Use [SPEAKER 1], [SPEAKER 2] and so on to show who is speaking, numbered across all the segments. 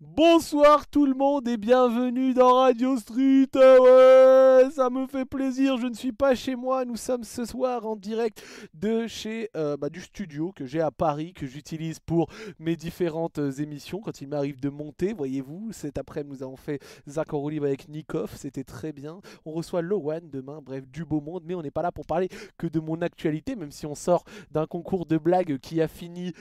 [SPEAKER 1] Bonsoir tout le monde et bienvenue dans Radio Street. Ah ouais, ça me fait plaisir, je ne suis pas chez moi. Nous sommes ce soir en direct de chez euh, bah, du studio que j'ai à Paris, que j'utilise pour mes différentes euh, émissions quand il m'arrive de monter. Voyez-vous, cet après nous avons fait Zach en roue libre avec Nikoff, c'était très bien. On reçoit Lowan demain, bref, du beau monde, mais on n'est pas là pour parler que de mon actualité, même si on sort d'un concours de blagues qui a fini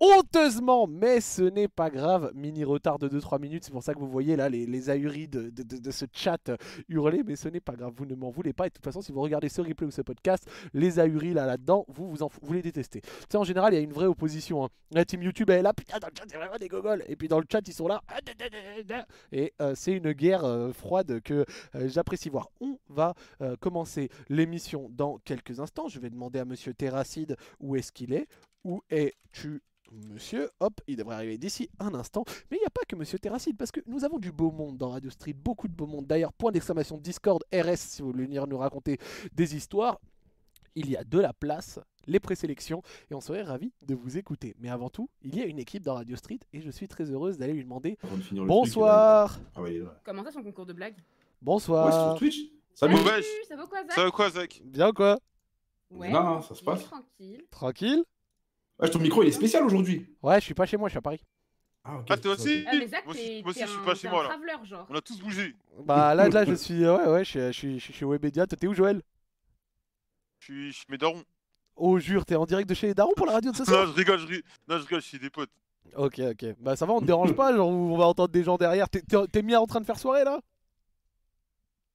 [SPEAKER 1] honteusement, mais ce n'est pas grave. Mini retard de 2-3 minutes, c'est pour ça que vous voyez là les, les ahuris de, de- de- de ce chat hurler, mais ce n'est pas grave, vous ne m'en voulez pas. Et de toute façon, si vous regardez ce replay ou ce podcast, les ahuris là, là-dedans, vous, vous, en, vous les détestez. Tu sais, en général, il y a une vraie opposition. hein. La team YouTube elle est là, putain, dans le chat, c'est vraiment des gogoles. Et puis dans le chat, ils sont là. ah, Et euh, c'est une guerre euh, froide que euh, j'apprécie voir. On va euh, commencer l'émission dans quelques instants. Je vais demander à monsieur Terracide où est-ce qu'il est. Où es-tu, monsieur Hop, il devrait arriver d'ici un instant. Mais il n'y a pas que monsieur Terracide, parce que nous avons du beau monde dans Radio Street, beaucoup de beau monde. D'ailleurs, point d'exclamation Discord RS si vous voulez venir nous raconter des histoires. Il y a de la place, les présélections, et on serait ravis de vous écouter. Mais avant tout, il y a une équipe dans Radio Street, et je suis très heureuse d'aller lui demander
[SPEAKER 2] Avant de finir le
[SPEAKER 1] Bonsoir
[SPEAKER 2] truc, il va- Ah ouais, il est là.
[SPEAKER 3] Comment ça, son concours de blagues
[SPEAKER 2] Ouais, c'est sur
[SPEAKER 1] Bonsoir
[SPEAKER 2] Twitch Salut
[SPEAKER 4] wesh.
[SPEAKER 3] Ça va quoi, Zach
[SPEAKER 4] Ça va quoi, Zach
[SPEAKER 1] Bien ou quoi
[SPEAKER 3] Ouais,
[SPEAKER 2] Non, non, ça se
[SPEAKER 3] ouais,
[SPEAKER 2] passe.
[SPEAKER 3] tranquille.
[SPEAKER 1] Tranquille
[SPEAKER 2] Ouais, ton micro, il est spécial aujourd'hui
[SPEAKER 1] Ouais, je suis pas chez moi, je suis à Paris.
[SPEAKER 2] Ah, ok.
[SPEAKER 4] Ah, toi aussi
[SPEAKER 3] Ah, mais Zach,
[SPEAKER 4] Moi aussi-
[SPEAKER 3] t'es
[SPEAKER 4] moi aussi,
[SPEAKER 3] t'es
[SPEAKER 4] je suis
[SPEAKER 3] un-
[SPEAKER 4] pas chez
[SPEAKER 3] t'es un
[SPEAKER 4] moi, là.
[SPEAKER 3] traveler, genre.
[SPEAKER 4] On a tous bougé.
[SPEAKER 1] Bah là, là je suis... Ouais, ouais, je suis, je suis, je suis chez Webedia. Toi, T'es où, Joël
[SPEAKER 4] Je suis chez mes darons.
[SPEAKER 1] Oh jure, t'es en direct de chez les darons pour la radio de ce soir
[SPEAKER 4] Non, je rigole, je rigole. Non, je rigole, je suis des potes.
[SPEAKER 1] Ok, ok. Bah ça va, on te dérange pas, genre on va entendre des gens derrière. T'es- T'es t'es mis en train de faire soirée là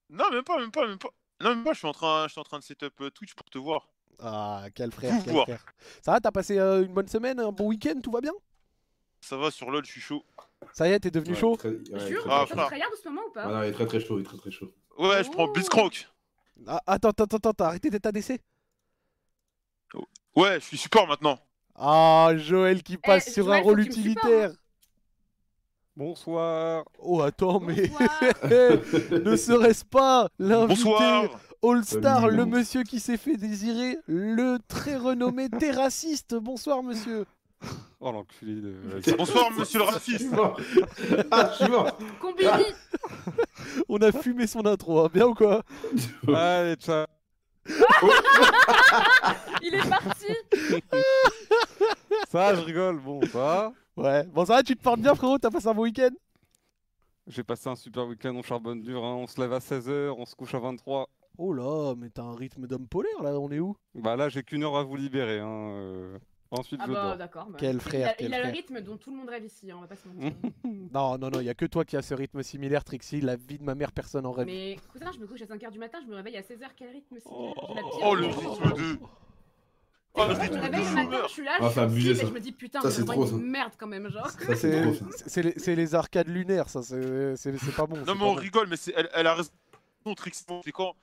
[SPEAKER 4] Non, même pas, même pas, même pas. Non, même pas, je suis en train, je suis en train de setup euh, Twitch pour te voir.
[SPEAKER 1] Ah, quel frère, quel
[SPEAKER 4] Pouvoir.
[SPEAKER 1] frère. Ça va, t'as passé euh, une bonne semaine, un bon week-end, tout va bien
[SPEAKER 4] Ça va sur LoL, je suis chaud.
[SPEAKER 1] Ça y est, t'es devenu
[SPEAKER 2] Ouais,
[SPEAKER 1] chaud
[SPEAKER 2] très- ouais, très,
[SPEAKER 3] Jure,
[SPEAKER 2] très
[SPEAKER 3] ça
[SPEAKER 4] Ah,
[SPEAKER 2] chaud.
[SPEAKER 3] te
[SPEAKER 4] frère.
[SPEAKER 3] tryhard en ce moment ou pas
[SPEAKER 2] Ouais, non, il est très très chaud, il est très très chaud.
[SPEAKER 4] Ouais, je prends
[SPEAKER 3] Ouh.
[SPEAKER 4] Blitzcrank.
[SPEAKER 1] Ah, Attends, attends, attends, attends, t'as arrêté d'état d'essai
[SPEAKER 4] Ouais, je suis support maintenant.
[SPEAKER 1] Ah, Joël qui passe
[SPEAKER 3] Eh,
[SPEAKER 1] sur
[SPEAKER 3] Joël,
[SPEAKER 1] un rôle
[SPEAKER 3] faut que tu me
[SPEAKER 1] utilitaire
[SPEAKER 5] Bonsoir.
[SPEAKER 1] Oh attends, mais...
[SPEAKER 3] Bonsoir.
[SPEAKER 1] ne serait-ce pas l'invité
[SPEAKER 4] Bonsoir.
[SPEAKER 1] All-Star,
[SPEAKER 2] Salut,
[SPEAKER 1] le
[SPEAKER 2] Manon.
[SPEAKER 1] monsieur qui s'est fait désirer, le très renommé terraciste Bonsoir monsieur
[SPEAKER 5] Oh l'enculé de.
[SPEAKER 4] Bonsoir, monsieur le raciste.
[SPEAKER 2] mort. Ah, je suis mort. Ah.
[SPEAKER 3] Combini
[SPEAKER 1] Ah. On a fumé son intro, hein, bien ou quoi
[SPEAKER 5] Allez, ciao.
[SPEAKER 3] Il est parti Ah
[SPEAKER 5] Ça, je rigole. Bon, ça. va.
[SPEAKER 1] Ouais, bon ça va, tu te portes bien frérot, t'as passé un bon week-end
[SPEAKER 5] J'ai passé un super week-end, on charbonne dur. hein. On se lève à 16h, on se couche à 23.
[SPEAKER 1] Oh là, mais t'as un rythme d'homme polaire là, on est où
[SPEAKER 5] Bah là, j'ai qu'une heure à vous libérer. hein, euh. Ensuite,
[SPEAKER 3] Ah
[SPEAKER 5] je
[SPEAKER 3] bah
[SPEAKER 5] dors.
[SPEAKER 3] d'accord. bah.
[SPEAKER 1] Quel
[SPEAKER 3] Il
[SPEAKER 1] frère,
[SPEAKER 3] a,
[SPEAKER 1] quel
[SPEAKER 3] il a le
[SPEAKER 1] frère.
[SPEAKER 3] rythme dont tout le monde rêve ici, hein, on va pas se mentir.
[SPEAKER 1] Non, non, non, il y a que toi qui as ce rythme similaire, Trixie. La vie de ma mère, personne en rêve.
[SPEAKER 3] mais cousin, je me couche à 5h du matin, je me réveille à 16h, quel rythme c'est
[SPEAKER 4] Oh,
[SPEAKER 3] J'ai la pire
[SPEAKER 4] oh, le
[SPEAKER 3] journée.
[SPEAKER 4] rythme de. Oh, le
[SPEAKER 3] Je me
[SPEAKER 4] rythme de
[SPEAKER 3] réveille le matin,
[SPEAKER 4] joueur.
[SPEAKER 3] je suis là,
[SPEAKER 2] Ah,
[SPEAKER 3] je
[SPEAKER 2] c'est abusé,
[SPEAKER 3] suis active et
[SPEAKER 2] ça.
[SPEAKER 3] je me dis putain,
[SPEAKER 2] Ça,
[SPEAKER 3] c'est
[SPEAKER 2] c'est
[SPEAKER 3] vraiment
[SPEAKER 2] trop,
[SPEAKER 3] une merde quand même, genre.
[SPEAKER 2] Ça, c'est
[SPEAKER 1] C'est
[SPEAKER 2] trop ça.
[SPEAKER 1] c'est les, c'est les arcades lunaires, ça. C'est c'est- c'est pas bon. c'est
[SPEAKER 4] Non, mais
[SPEAKER 1] pas
[SPEAKER 4] on
[SPEAKER 1] bon.
[SPEAKER 4] rigole, mais c'est- elle, elle a raison. Trix, c'est quand.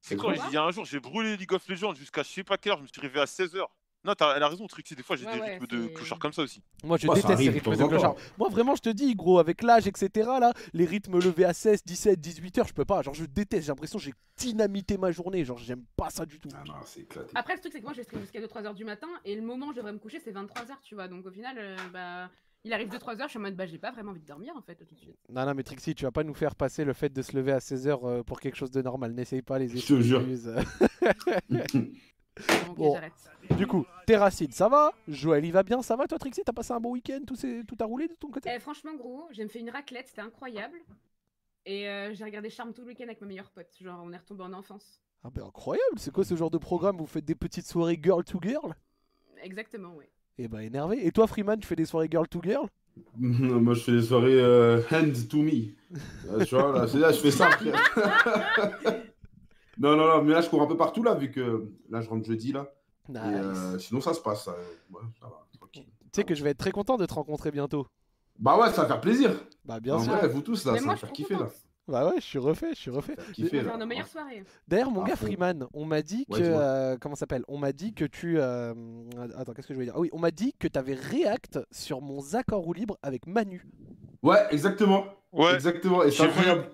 [SPEAKER 4] C'est
[SPEAKER 2] C'est
[SPEAKER 4] quand
[SPEAKER 3] quoi
[SPEAKER 4] Il y a un jour, j'ai brûlé League of Legends jusqu'à je sais pas quelle heure, je me suis réveillé à 16h. Non, t'as- elle a raison, Trixie, des fois j'ai
[SPEAKER 3] Ouais,
[SPEAKER 4] des
[SPEAKER 3] ouais,
[SPEAKER 4] rythmes de
[SPEAKER 3] c'est-
[SPEAKER 4] clochard comme ça aussi.
[SPEAKER 1] Moi, je
[SPEAKER 2] Ouais, Bah, ça
[SPEAKER 1] déteste
[SPEAKER 2] arrive
[SPEAKER 1] les
[SPEAKER 2] de
[SPEAKER 1] rythmes
[SPEAKER 2] temps
[SPEAKER 1] de
[SPEAKER 2] en temps.
[SPEAKER 1] clochard. Moi, vraiment, je te dis, gros, avec l'âge, etc., là, les rythmes levés à 16, 17, 18 heures, je peux pas. Genre, je déteste. J'ai l'impression que j'ai dynamité ma journée. Genre, j'aime pas ça du tout.
[SPEAKER 2] Ah non, c'est éclaté.
[SPEAKER 3] Après, le truc, c'est que moi, je vais stream jusqu'à 2-3 heures du matin et le moment où je devrais me coucher, c'est 23 heures, tu vois. Donc, au final, euh, bah, il arrive 2-3 heures, je suis en mode, bah, j'ai pas vraiment envie de dormir, en fait, tout de suite.
[SPEAKER 1] Non, non, mais Trixie, tu vas pas nous faire passer le fait de se lever à 16 heures euh, pour quelque chose de normal. N'essaye pas les
[SPEAKER 2] Je te jure.
[SPEAKER 1] excuses.
[SPEAKER 3] Bon, ok,
[SPEAKER 1] Bon.
[SPEAKER 3] j'arrête.
[SPEAKER 1] Du coup, Terracide, ça va Joël, il va bien, ça va Toi, Trixie, t'as passé un bon week-end tout, s'est- tout a roulé de ton côté
[SPEAKER 3] Eh, franchement, gros, j'ai me fait une raclette, c'était incroyable. Et euh, j'ai regardé Charme tout le week-end avec ma meilleure pote. Genre, on est retombé en enfance.
[SPEAKER 1] Ah ben incroyable, c'est quoi ce genre de programme Vous faites des petites soirées girl to girl
[SPEAKER 3] Exactement, ouais.
[SPEAKER 1] Eh ben énervé. Et toi, Freeman, tu fais des soirées girl to girl
[SPEAKER 2] Non, Moi, je fais des soirées euh, hand to me. Là, Euh, tu vois, là, c'est là, je fais ça. frère. non, non, non, mais là, je cours un peu partout, là, vu que là, je rentre jeudi, là. Et,
[SPEAKER 1] Nice.
[SPEAKER 2] euh, sinon, ça se passe. ça. Ouais, ça va, tranquille.
[SPEAKER 1] Tu sais que je vais être très content de te rencontrer bientôt.
[SPEAKER 2] Bah ouais, ça va faire plaisir.
[SPEAKER 1] Bah bien
[SPEAKER 2] en
[SPEAKER 1] sûr.
[SPEAKER 2] vrai, vous tous, là,
[SPEAKER 3] Mais
[SPEAKER 2] ça
[SPEAKER 3] moi,
[SPEAKER 2] va
[SPEAKER 3] je
[SPEAKER 2] faire
[SPEAKER 3] suis
[SPEAKER 2] kiffer, là.
[SPEAKER 3] contente.
[SPEAKER 1] Bah ouais, je suis refait, je suis refait.
[SPEAKER 2] Ça va faire
[SPEAKER 3] On
[SPEAKER 2] kiffer,
[SPEAKER 3] va
[SPEAKER 2] là.
[SPEAKER 3] faire nos meilleures soirées.
[SPEAKER 1] D'ailleurs, mon
[SPEAKER 2] Ah,
[SPEAKER 1] gars
[SPEAKER 2] faut-
[SPEAKER 1] Freeman, on m'a dit que.
[SPEAKER 2] Ouais, dis-moi.
[SPEAKER 1] euh, comment ça s'appelle On m'a dit que tu. euh, Attends, qu'est-ce que je voulais dire Ah oui, on m'a dit que t'avais réact sur mon Zach en roue libre avec Manu.
[SPEAKER 2] Ouais, exactement.
[SPEAKER 4] Ouais,
[SPEAKER 2] Exactement, et c'est
[SPEAKER 4] J'ai vu.
[SPEAKER 2] incroyable.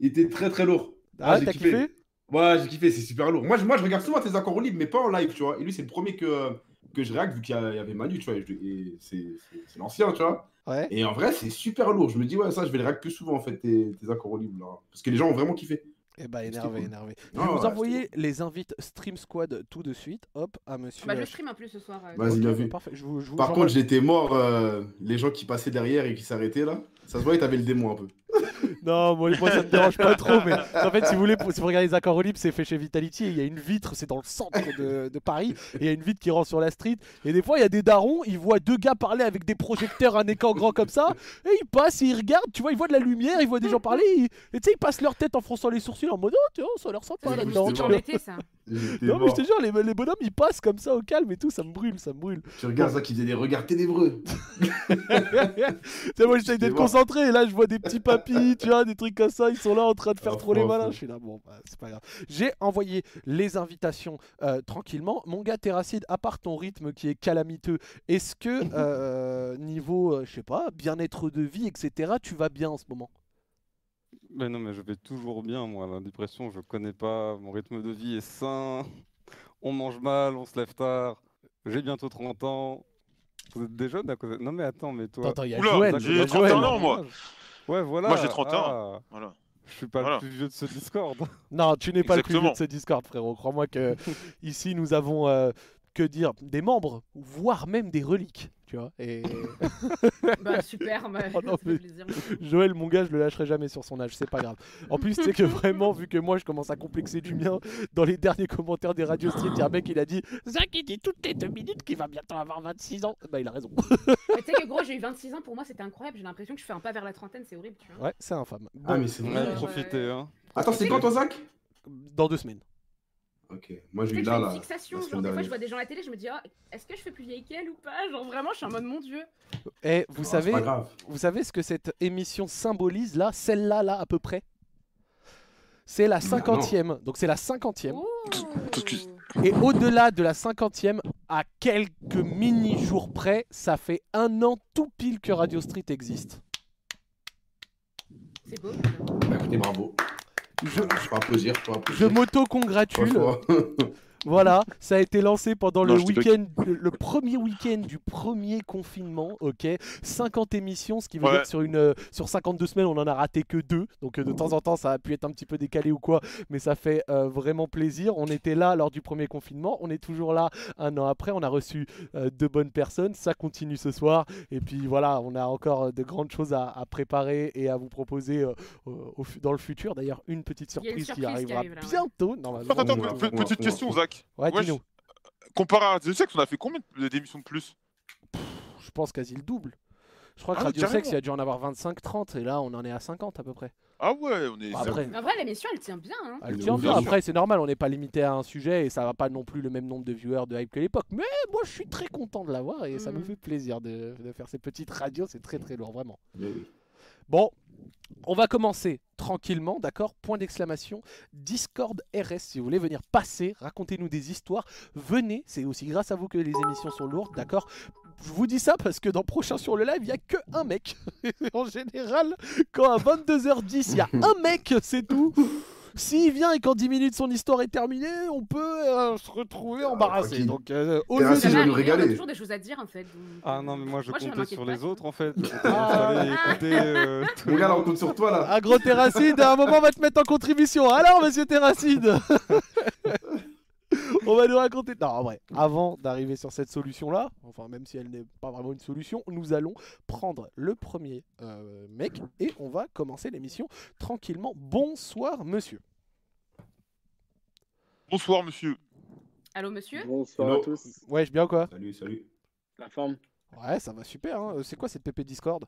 [SPEAKER 2] Il était très très lourd.
[SPEAKER 1] Ah,
[SPEAKER 2] j'ai
[SPEAKER 1] t'as kiffé
[SPEAKER 2] Ouais, j'ai kiffé, c'est super lourd. Moi je, moi, je regarde souvent tes accords libres, mais pas en live, tu vois. Et lui, c'est le premier que, euh, que je réacte vu qu'il y a- il y avait Manu, tu vois, et, je- et c'est c'est- c'est l'ancien, tu vois.
[SPEAKER 1] Ouais.
[SPEAKER 2] Et en vrai, c'est super lourd. Je me dis, ouais, ça, je vais le réacte plus souvent, en fait, tes, tes accords au livre, là. Parce que les gens ont vraiment kiffé.
[SPEAKER 1] Et bah
[SPEAKER 2] Ah, C'était
[SPEAKER 1] énervé,
[SPEAKER 2] cool.
[SPEAKER 1] énervé. Je
[SPEAKER 2] Non,
[SPEAKER 1] vais
[SPEAKER 2] ouais,
[SPEAKER 1] vous
[SPEAKER 2] c'était
[SPEAKER 1] envoyer les invites Stream Squad tout de suite. Hop, à monsieur.
[SPEAKER 3] Bah, je
[SPEAKER 1] H.
[SPEAKER 3] stream un peu ce soir. euh,
[SPEAKER 2] Vas-y,
[SPEAKER 1] Ok,
[SPEAKER 2] bien
[SPEAKER 1] bon,
[SPEAKER 2] vu.
[SPEAKER 1] Parfait. Je vous, je vous
[SPEAKER 2] Par
[SPEAKER 1] j'envoie-
[SPEAKER 2] contre, j'étais mort. euh, les gens qui passaient derrière et qui s'arrêtaient, là, ça se voyait, t'avais le démon un peu.
[SPEAKER 1] Non, moi, moi, ça me dérange pas trop, mais en fait, si vous voulez, pour- si vous regardez les accords au libre, c'est fait chez Vitality, et il y a une vitre, c'est dans le centre de, de Paris, et il y a une vitre qui rend sur la street, et des fois, il y a des darons, ils voient deux gars parler avec des projecteurs, un écran grand comme ça, et ils passent, et ils regardent, tu vois, ils voient de la lumière, ils voient des gens parler, ils- et tu sais, ils passent leur tête en fronçant les sourcils en mode, oh, tu vois, ça a l'air sympa
[SPEAKER 2] C'est
[SPEAKER 1] là-dedans.
[SPEAKER 2] juste
[SPEAKER 1] tu vois.
[SPEAKER 3] embêté, ça.
[SPEAKER 2] J'étais
[SPEAKER 1] Non, mais je
[SPEAKER 2] mort.
[SPEAKER 1] te jure, les, les bonhommes, ils passent comme ça au calme et tout, ça me brûle, ça me brûle.
[SPEAKER 2] Tu regardes ça qui faisait des regards ténébreux.
[SPEAKER 1] Tu sais, moi j'essaye d'être
[SPEAKER 2] Excusez-moi.
[SPEAKER 1] concentré et là je vois des petits papis, tu vois, des trucs comme ça, ils sont là en train de faire
[SPEAKER 2] Ah,
[SPEAKER 1] trop les
[SPEAKER 2] fou,
[SPEAKER 1] malins.
[SPEAKER 2] fou.
[SPEAKER 1] Je suis là, bon, bah, c'est pas grave. J'ai envoyé les invitations euh, tranquillement. Mon gars Terracide, à part ton rythme qui est calamiteux, est-ce que euh, niveau, euh, je sais pas, bien-être de vie, etc., tu vas bien en ce moment
[SPEAKER 5] Mais non, mais je vais toujours bien, moi. La dépression, je connais pas. Mon rythme de vie est sain. On mange mal, on se lève tard. J'ai bientôt 30 ans. Vous êtes des jeunes à cause de- Non, mais attends, mais toi.
[SPEAKER 1] Attends, il y a
[SPEAKER 4] Oula,
[SPEAKER 1] Joël.
[SPEAKER 4] j'ai
[SPEAKER 1] il y a
[SPEAKER 4] 31
[SPEAKER 1] Joël.
[SPEAKER 4] ans. moi.
[SPEAKER 5] Ouais, voilà.
[SPEAKER 4] Moi, j'ai 31.
[SPEAKER 5] Ah,
[SPEAKER 4] Voilà.
[SPEAKER 5] je suis pas
[SPEAKER 4] Voilà.
[SPEAKER 5] le plus vieux de ce Discord.
[SPEAKER 1] Non, tu n'es pas le plus vieux de
[SPEAKER 4] Exactement.
[SPEAKER 1] ce Discord, frérot. Crois-moi que ici nous avons, euh, que dire, des membres, voire même des reliques, tu vois. Et.
[SPEAKER 3] Bah, super, bah,
[SPEAKER 1] Oh non,
[SPEAKER 3] ça
[SPEAKER 1] mais-
[SPEAKER 3] fait plaisir.
[SPEAKER 1] Joël, mon gars, je le lâcherai jamais sur son âge, c'est pas grave. En plus, c'est que vraiment, vu que moi je commence à complexer du mien, dans les derniers commentaires des radios street, il y a un mec, il a dit Zach, il dit toutes les deux minutes qu'il va bientôt avoir 26 ans. Bah, il a raison.
[SPEAKER 3] Mais Tu sais que gros, j'ai eu 26 ans, pour moi c'était incroyable. J'ai l'impression que je fais un pas vers la trentaine, c'est horrible, tu vois.
[SPEAKER 1] Ouais, c'est infâme. Bon,
[SPEAKER 2] Ah, mais c'est
[SPEAKER 5] On
[SPEAKER 2] vrai.
[SPEAKER 5] a
[SPEAKER 3] Ouais.
[SPEAKER 5] profité, hein.
[SPEAKER 2] Attends, c'est quand toi, Zach
[SPEAKER 1] dans deux semaines.
[SPEAKER 2] Ok, moi
[SPEAKER 3] Tu sais
[SPEAKER 2] j'ai eu
[SPEAKER 3] que j'ai
[SPEAKER 2] là,
[SPEAKER 3] une
[SPEAKER 2] là.
[SPEAKER 3] fixation,
[SPEAKER 2] la
[SPEAKER 3] genre
[SPEAKER 2] semaine
[SPEAKER 3] des fois je
[SPEAKER 2] dernière.
[SPEAKER 3] vois des gens à la télé, je me dis Ah, est-ce que je fais plus vieille qu'elle ou pas Genre vraiment, je suis en mode mon dieu.
[SPEAKER 1] Et Eh, vous
[SPEAKER 2] Ah, c'est
[SPEAKER 1] savez,
[SPEAKER 2] pas grave.
[SPEAKER 1] vous savez ce que cette émission symbolise là, celle-là, là, à peu près c'est la
[SPEAKER 2] Bah, non.
[SPEAKER 1] cinquantième, donc c'est la cinquantième.
[SPEAKER 3] Oh
[SPEAKER 4] Excuse-
[SPEAKER 1] Et au-delà de la cinquantième, à quelques mini-jours près, ça fait un an tout pile que Radio Street existe.
[SPEAKER 3] C'est beau.
[SPEAKER 2] Bah, écoutez, bravo.
[SPEAKER 1] Je-
[SPEAKER 2] Je peux applaudir, je peux
[SPEAKER 1] Je
[SPEAKER 2] applaudir.
[SPEAKER 1] m'auto-congratule.
[SPEAKER 2] Franchement.
[SPEAKER 1] Voilà, ça a été lancé pendant
[SPEAKER 4] Non,
[SPEAKER 1] le
[SPEAKER 4] je te-
[SPEAKER 1] week-end, le, le premier week-end du premier confinement, ok. 50 émissions, ce qui veut
[SPEAKER 4] Ouais.
[SPEAKER 1] dire que sur, une, euh, sur 52 semaines, on en a raté que deux. Donc euh, de temps en temps, ça a pu être un petit peu décalé ou quoi, mais ça fait euh, vraiment plaisir. On était là lors du premier confinement, on est toujours là un an après. On a reçu euh, de bonnes personnes, ça continue ce soir. Et puis voilà, on a encore euh, de grandes choses à, à préparer et à vous proposer euh, au- au fu- dans le futur. D'ailleurs, une petite
[SPEAKER 3] Il y a une
[SPEAKER 1] surprise, qui
[SPEAKER 3] surprise qui
[SPEAKER 1] arrivera
[SPEAKER 3] arrive là, ouais.
[SPEAKER 1] bientôt. normalement.
[SPEAKER 4] Attends, attends,
[SPEAKER 2] Ouais,
[SPEAKER 4] pe-
[SPEAKER 2] ouais,
[SPEAKER 4] petite
[SPEAKER 2] ouais,
[SPEAKER 4] question,
[SPEAKER 2] ouais.
[SPEAKER 4] Zach.
[SPEAKER 1] Ouais,
[SPEAKER 4] Ouais,
[SPEAKER 1] dis-nous.
[SPEAKER 4] Comparé à Radio Sex, on a fait combien de- d'émissions de plus
[SPEAKER 1] je pense quasi le double. Je crois
[SPEAKER 4] Ah
[SPEAKER 1] que
[SPEAKER 4] oui,
[SPEAKER 1] Radio Sex,
[SPEAKER 4] carrément.
[SPEAKER 1] il a dû en avoir 25-30 et là on en est à 50 à peu près.
[SPEAKER 4] Ah ouais, on est.
[SPEAKER 1] Bon, après,
[SPEAKER 3] En vrai, l'émission elle tient bien. Hein.
[SPEAKER 1] elle
[SPEAKER 2] de
[SPEAKER 1] tient
[SPEAKER 2] ouf,
[SPEAKER 1] bien.
[SPEAKER 2] bien sûr.
[SPEAKER 1] après c'est normal, on n'est pas limité à un sujet et ça va pas non plus le même nombre de viewers de hype que l'époque. Mais moi je suis très content de l'avoir et ça me
[SPEAKER 4] Mm.
[SPEAKER 3] Mhm.
[SPEAKER 1] fait plaisir de, de faire ces petites radios, c'est très très lourd vraiment.
[SPEAKER 2] Mais oui.
[SPEAKER 1] Bon, on va commencer tranquillement, d'accord Point d'exclamation, Discord RS, si vous voulez venir passer, racontez-nous des histoires, venez, c'est aussi grâce à vous que les émissions sont lourdes, d'accord je vous dis ça parce que dans Prochain sur le live, il n'y a que un mec. en général, quand à 22h10, il y a un mec, c'est tout. S'il vient et qu'en 10 minutes son histoire est terminée, on peut euh, se retrouver embarrassé.
[SPEAKER 2] tranquille.
[SPEAKER 1] Donc, euh, au
[SPEAKER 2] Et
[SPEAKER 1] lieu
[SPEAKER 2] ainsi,
[SPEAKER 1] de-
[SPEAKER 2] je vais nous
[SPEAKER 3] arriver, on a
[SPEAKER 2] régaler.
[SPEAKER 3] toujours des choses à dire en fait. donc,
[SPEAKER 5] Ah non, mais moi, je
[SPEAKER 3] Moi, je
[SPEAKER 5] comptais
[SPEAKER 3] m'inquiète
[SPEAKER 5] sur
[SPEAKER 3] pas,
[SPEAKER 5] les
[SPEAKER 3] tu
[SPEAKER 5] autres, en fait.
[SPEAKER 1] Ah.
[SPEAKER 5] J'allais écouter euh, tout
[SPEAKER 2] Mon
[SPEAKER 5] le
[SPEAKER 2] gars, là, on
[SPEAKER 5] monde.
[SPEAKER 2] compte sur toi, là.
[SPEAKER 1] Ah, gros Terracide, à un moment on va te mettre en contribution. Alors, monsieur Terracide On va nous raconter. Non, en vrai, avant d'arriver sur cette solution-là, enfin, même si elle n'est pas vraiment une solution, nous allons prendre le premier euh, mec et on va commencer l'émission tranquillement. Bonsoir, monsieur.
[SPEAKER 4] Bonsoir, monsieur.
[SPEAKER 3] Allô monsieur
[SPEAKER 6] Bonsoir
[SPEAKER 2] Hello.
[SPEAKER 6] à tous.
[SPEAKER 1] Ouais, je bien ou quoi
[SPEAKER 2] Salut, salut.
[SPEAKER 6] La forme.
[SPEAKER 1] Ouais, ça va super. hein. Euh, C'est quoi cette PP Discord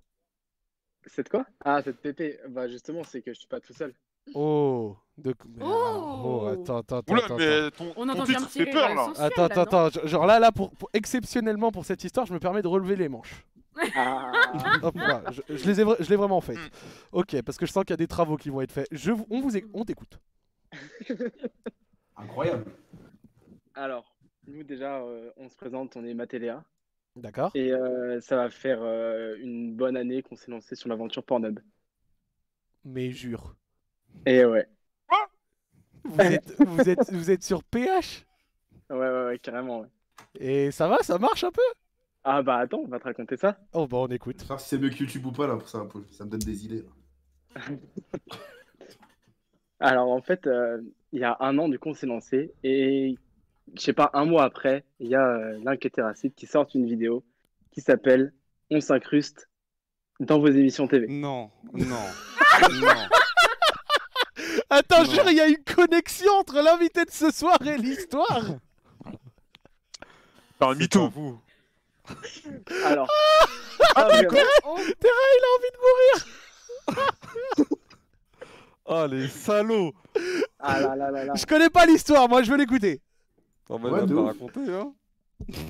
[SPEAKER 6] C'est de quoi Ah, cette PP. Bah justement, c'est que je suis pas tout seul.
[SPEAKER 1] Oh de...
[SPEAKER 3] Oh
[SPEAKER 1] attends, attends, attends.
[SPEAKER 4] Oula,
[SPEAKER 1] attends,
[SPEAKER 4] mais Euh, ton,
[SPEAKER 3] On
[SPEAKER 4] ton
[SPEAKER 3] entend bien
[SPEAKER 4] titre
[SPEAKER 3] petit
[SPEAKER 4] fait peur
[SPEAKER 3] rire
[SPEAKER 4] là.
[SPEAKER 3] sensuel,
[SPEAKER 1] attends.
[SPEAKER 3] là, non
[SPEAKER 1] Attends, attends, attends. Genre là, là, pour, pour- exceptionnellement pour cette histoire, je me permets de relever les manches.
[SPEAKER 6] Ah,
[SPEAKER 1] Hop là, je, je les ai, vra- je l'ai vraiment
[SPEAKER 4] Hmm.
[SPEAKER 1] fait. Ok, parce que je sens qu'il y a des travaux qui vont être faits. Je, vous- on vous éc- on t'écoute.
[SPEAKER 2] Incroyable.
[SPEAKER 6] Alors, nous déjà, euh, on se présente, on est Matéléa.
[SPEAKER 1] D'accord.
[SPEAKER 6] Et euh, ça va faire euh, une bonne année qu'on s'est lancé sur l'aventure Pornhub.
[SPEAKER 1] Mais jure.
[SPEAKER 6] Et Eh ouais.
[SPEAKER 1] Vous êtes, vous êtes, vous êtes sur PH
[SPEAKER 6] Ouais, ouais, ouais, carrément. ouais.
[SPEAKER 1] Et ça va, ça marche un peu
[SPEAKER 6] Ah bah attends, on va te raconter ça.
[SPEAKER 1] Oh bah on écoute.
[SPEAKER 2] Frère, si c'est mieux que YouTube ou pas, là, pour ça, pour- ça me donne des idées. là.
[SPEAKER 6] Alors en fait, euh, il y a un an, du coup, on s'est lancé et je sais pas, un mois après, il y a euh, l'inquiétéracide qui sort une vidéo qui s'appelle On s'incruste dans vos émissions TV.
[SPEAKER 5] Non, non, non.
[SPEAKER 1] Attends,
[SPEAKER 5] Non.
[SPEAKER 1] jure, il y a une connexion entre l'invité de ce soir et l'histoire
[SPEAKER 4] Par un
[SPEAKER 5] c'est
[SPEAKER 4] mytho.
[SPEAKER 5] pas vous.
[SPEAKER 6] Alors,
[SPEAKER 3] Ah,
[SPEAKER 6] pas vraiment.
[SPEAKER 5] Ah, les salauds
[SPEAKER 6] Ah là là là là.
[SPEAKER 1] Je connais pas l'histoire, moi je veux l'écouter.
[SPEAKER 5] T'en vas
[SPEAKER 2] Ouais,
[SPEAKER 5] même
[SPEAKER 2] de
[SPEAKER 5] pas
[SPEAKER 2] ouf.
[SPEAKER 5] raconter, hein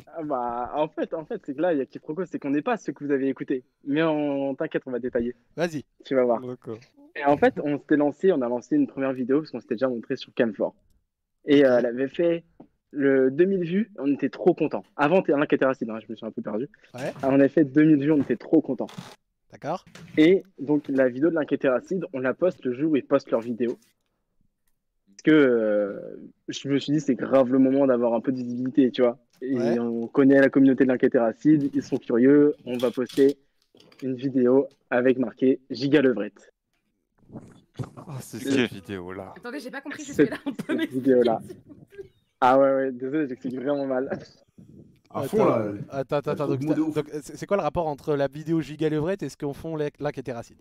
[SPEAKER 6] Ah bah, en fait, en fait, c'est que là, il y a quiproquo, c'est qu'on n'est pas ce que vous avez écouté. Mais on t'inquiète, on va détailler.
[SPEAKER 1] Vas-y.
[SPEAKER 6] Tu vas voir.
[SPEAKER 5] D'accord.
[SPEAKER 6] Et en fait, on s'était lancé, on a lancé une première vidéo parce qu'on s'était déjà montré sur Camfort. Et euh, elle avait fait le 2000 vues, on était trop contents. Avant t'es- l'inquiétéracide, hein, je me suis un peu perdu.
[SPEAKER 1] Ouais.
[SPEAKER 6] Alors, on avait fait 2000 vues, on était trop contents.
[SPEAKER 1] D'accord
[SPEAKER 6] Et donc la vidéo de l'inquiétéracide, on la poste le jour où ils postent leur vidéo. Parce que euh, je me suis dit, c'est grave le moment d'avoir un peu de visibilité, tu vois. Et
[SPEAKER 1] Ouais.
[SPEAKER 6] on connaît la communauté de l'inquiétéracide, ils sont curieux, on va poster une vidéo avec marqué Giga Levrette.
[SPEAKER 5] Ah, c'est
[SPEAKER 4] Ok.
[SPEAKER 5] cette vidéo-là.
[SPEAKER 3] Attendez, j'ai pas compris
[SPEAKER 6] C'est-
[SPEAKER 3] jusque-là. On peut
[SPEAKER 6] Cette
[SPEAKER 3] m'expliquer,
[SPEAKER 6] vidéo-là.
[SPEAKER 3] s'il vous plaît
[SPEAKER 6] Ah ouais, ouais, désolé, j'explique vraiment mal.
[SPEAKER 2] À fond, là. ouais.
[SPEAKER 1] Attends, attends, attends.
[SPEAKER 2] Faut
[SPEAKER 1] Donc,
[SPEAKER 2] que mon de ouf.
[SPEAKER 1] donc, c'est c'est quoi le rapport entre la vidéo Giga Levrette et ce qu'on font les- l'inquiétéracide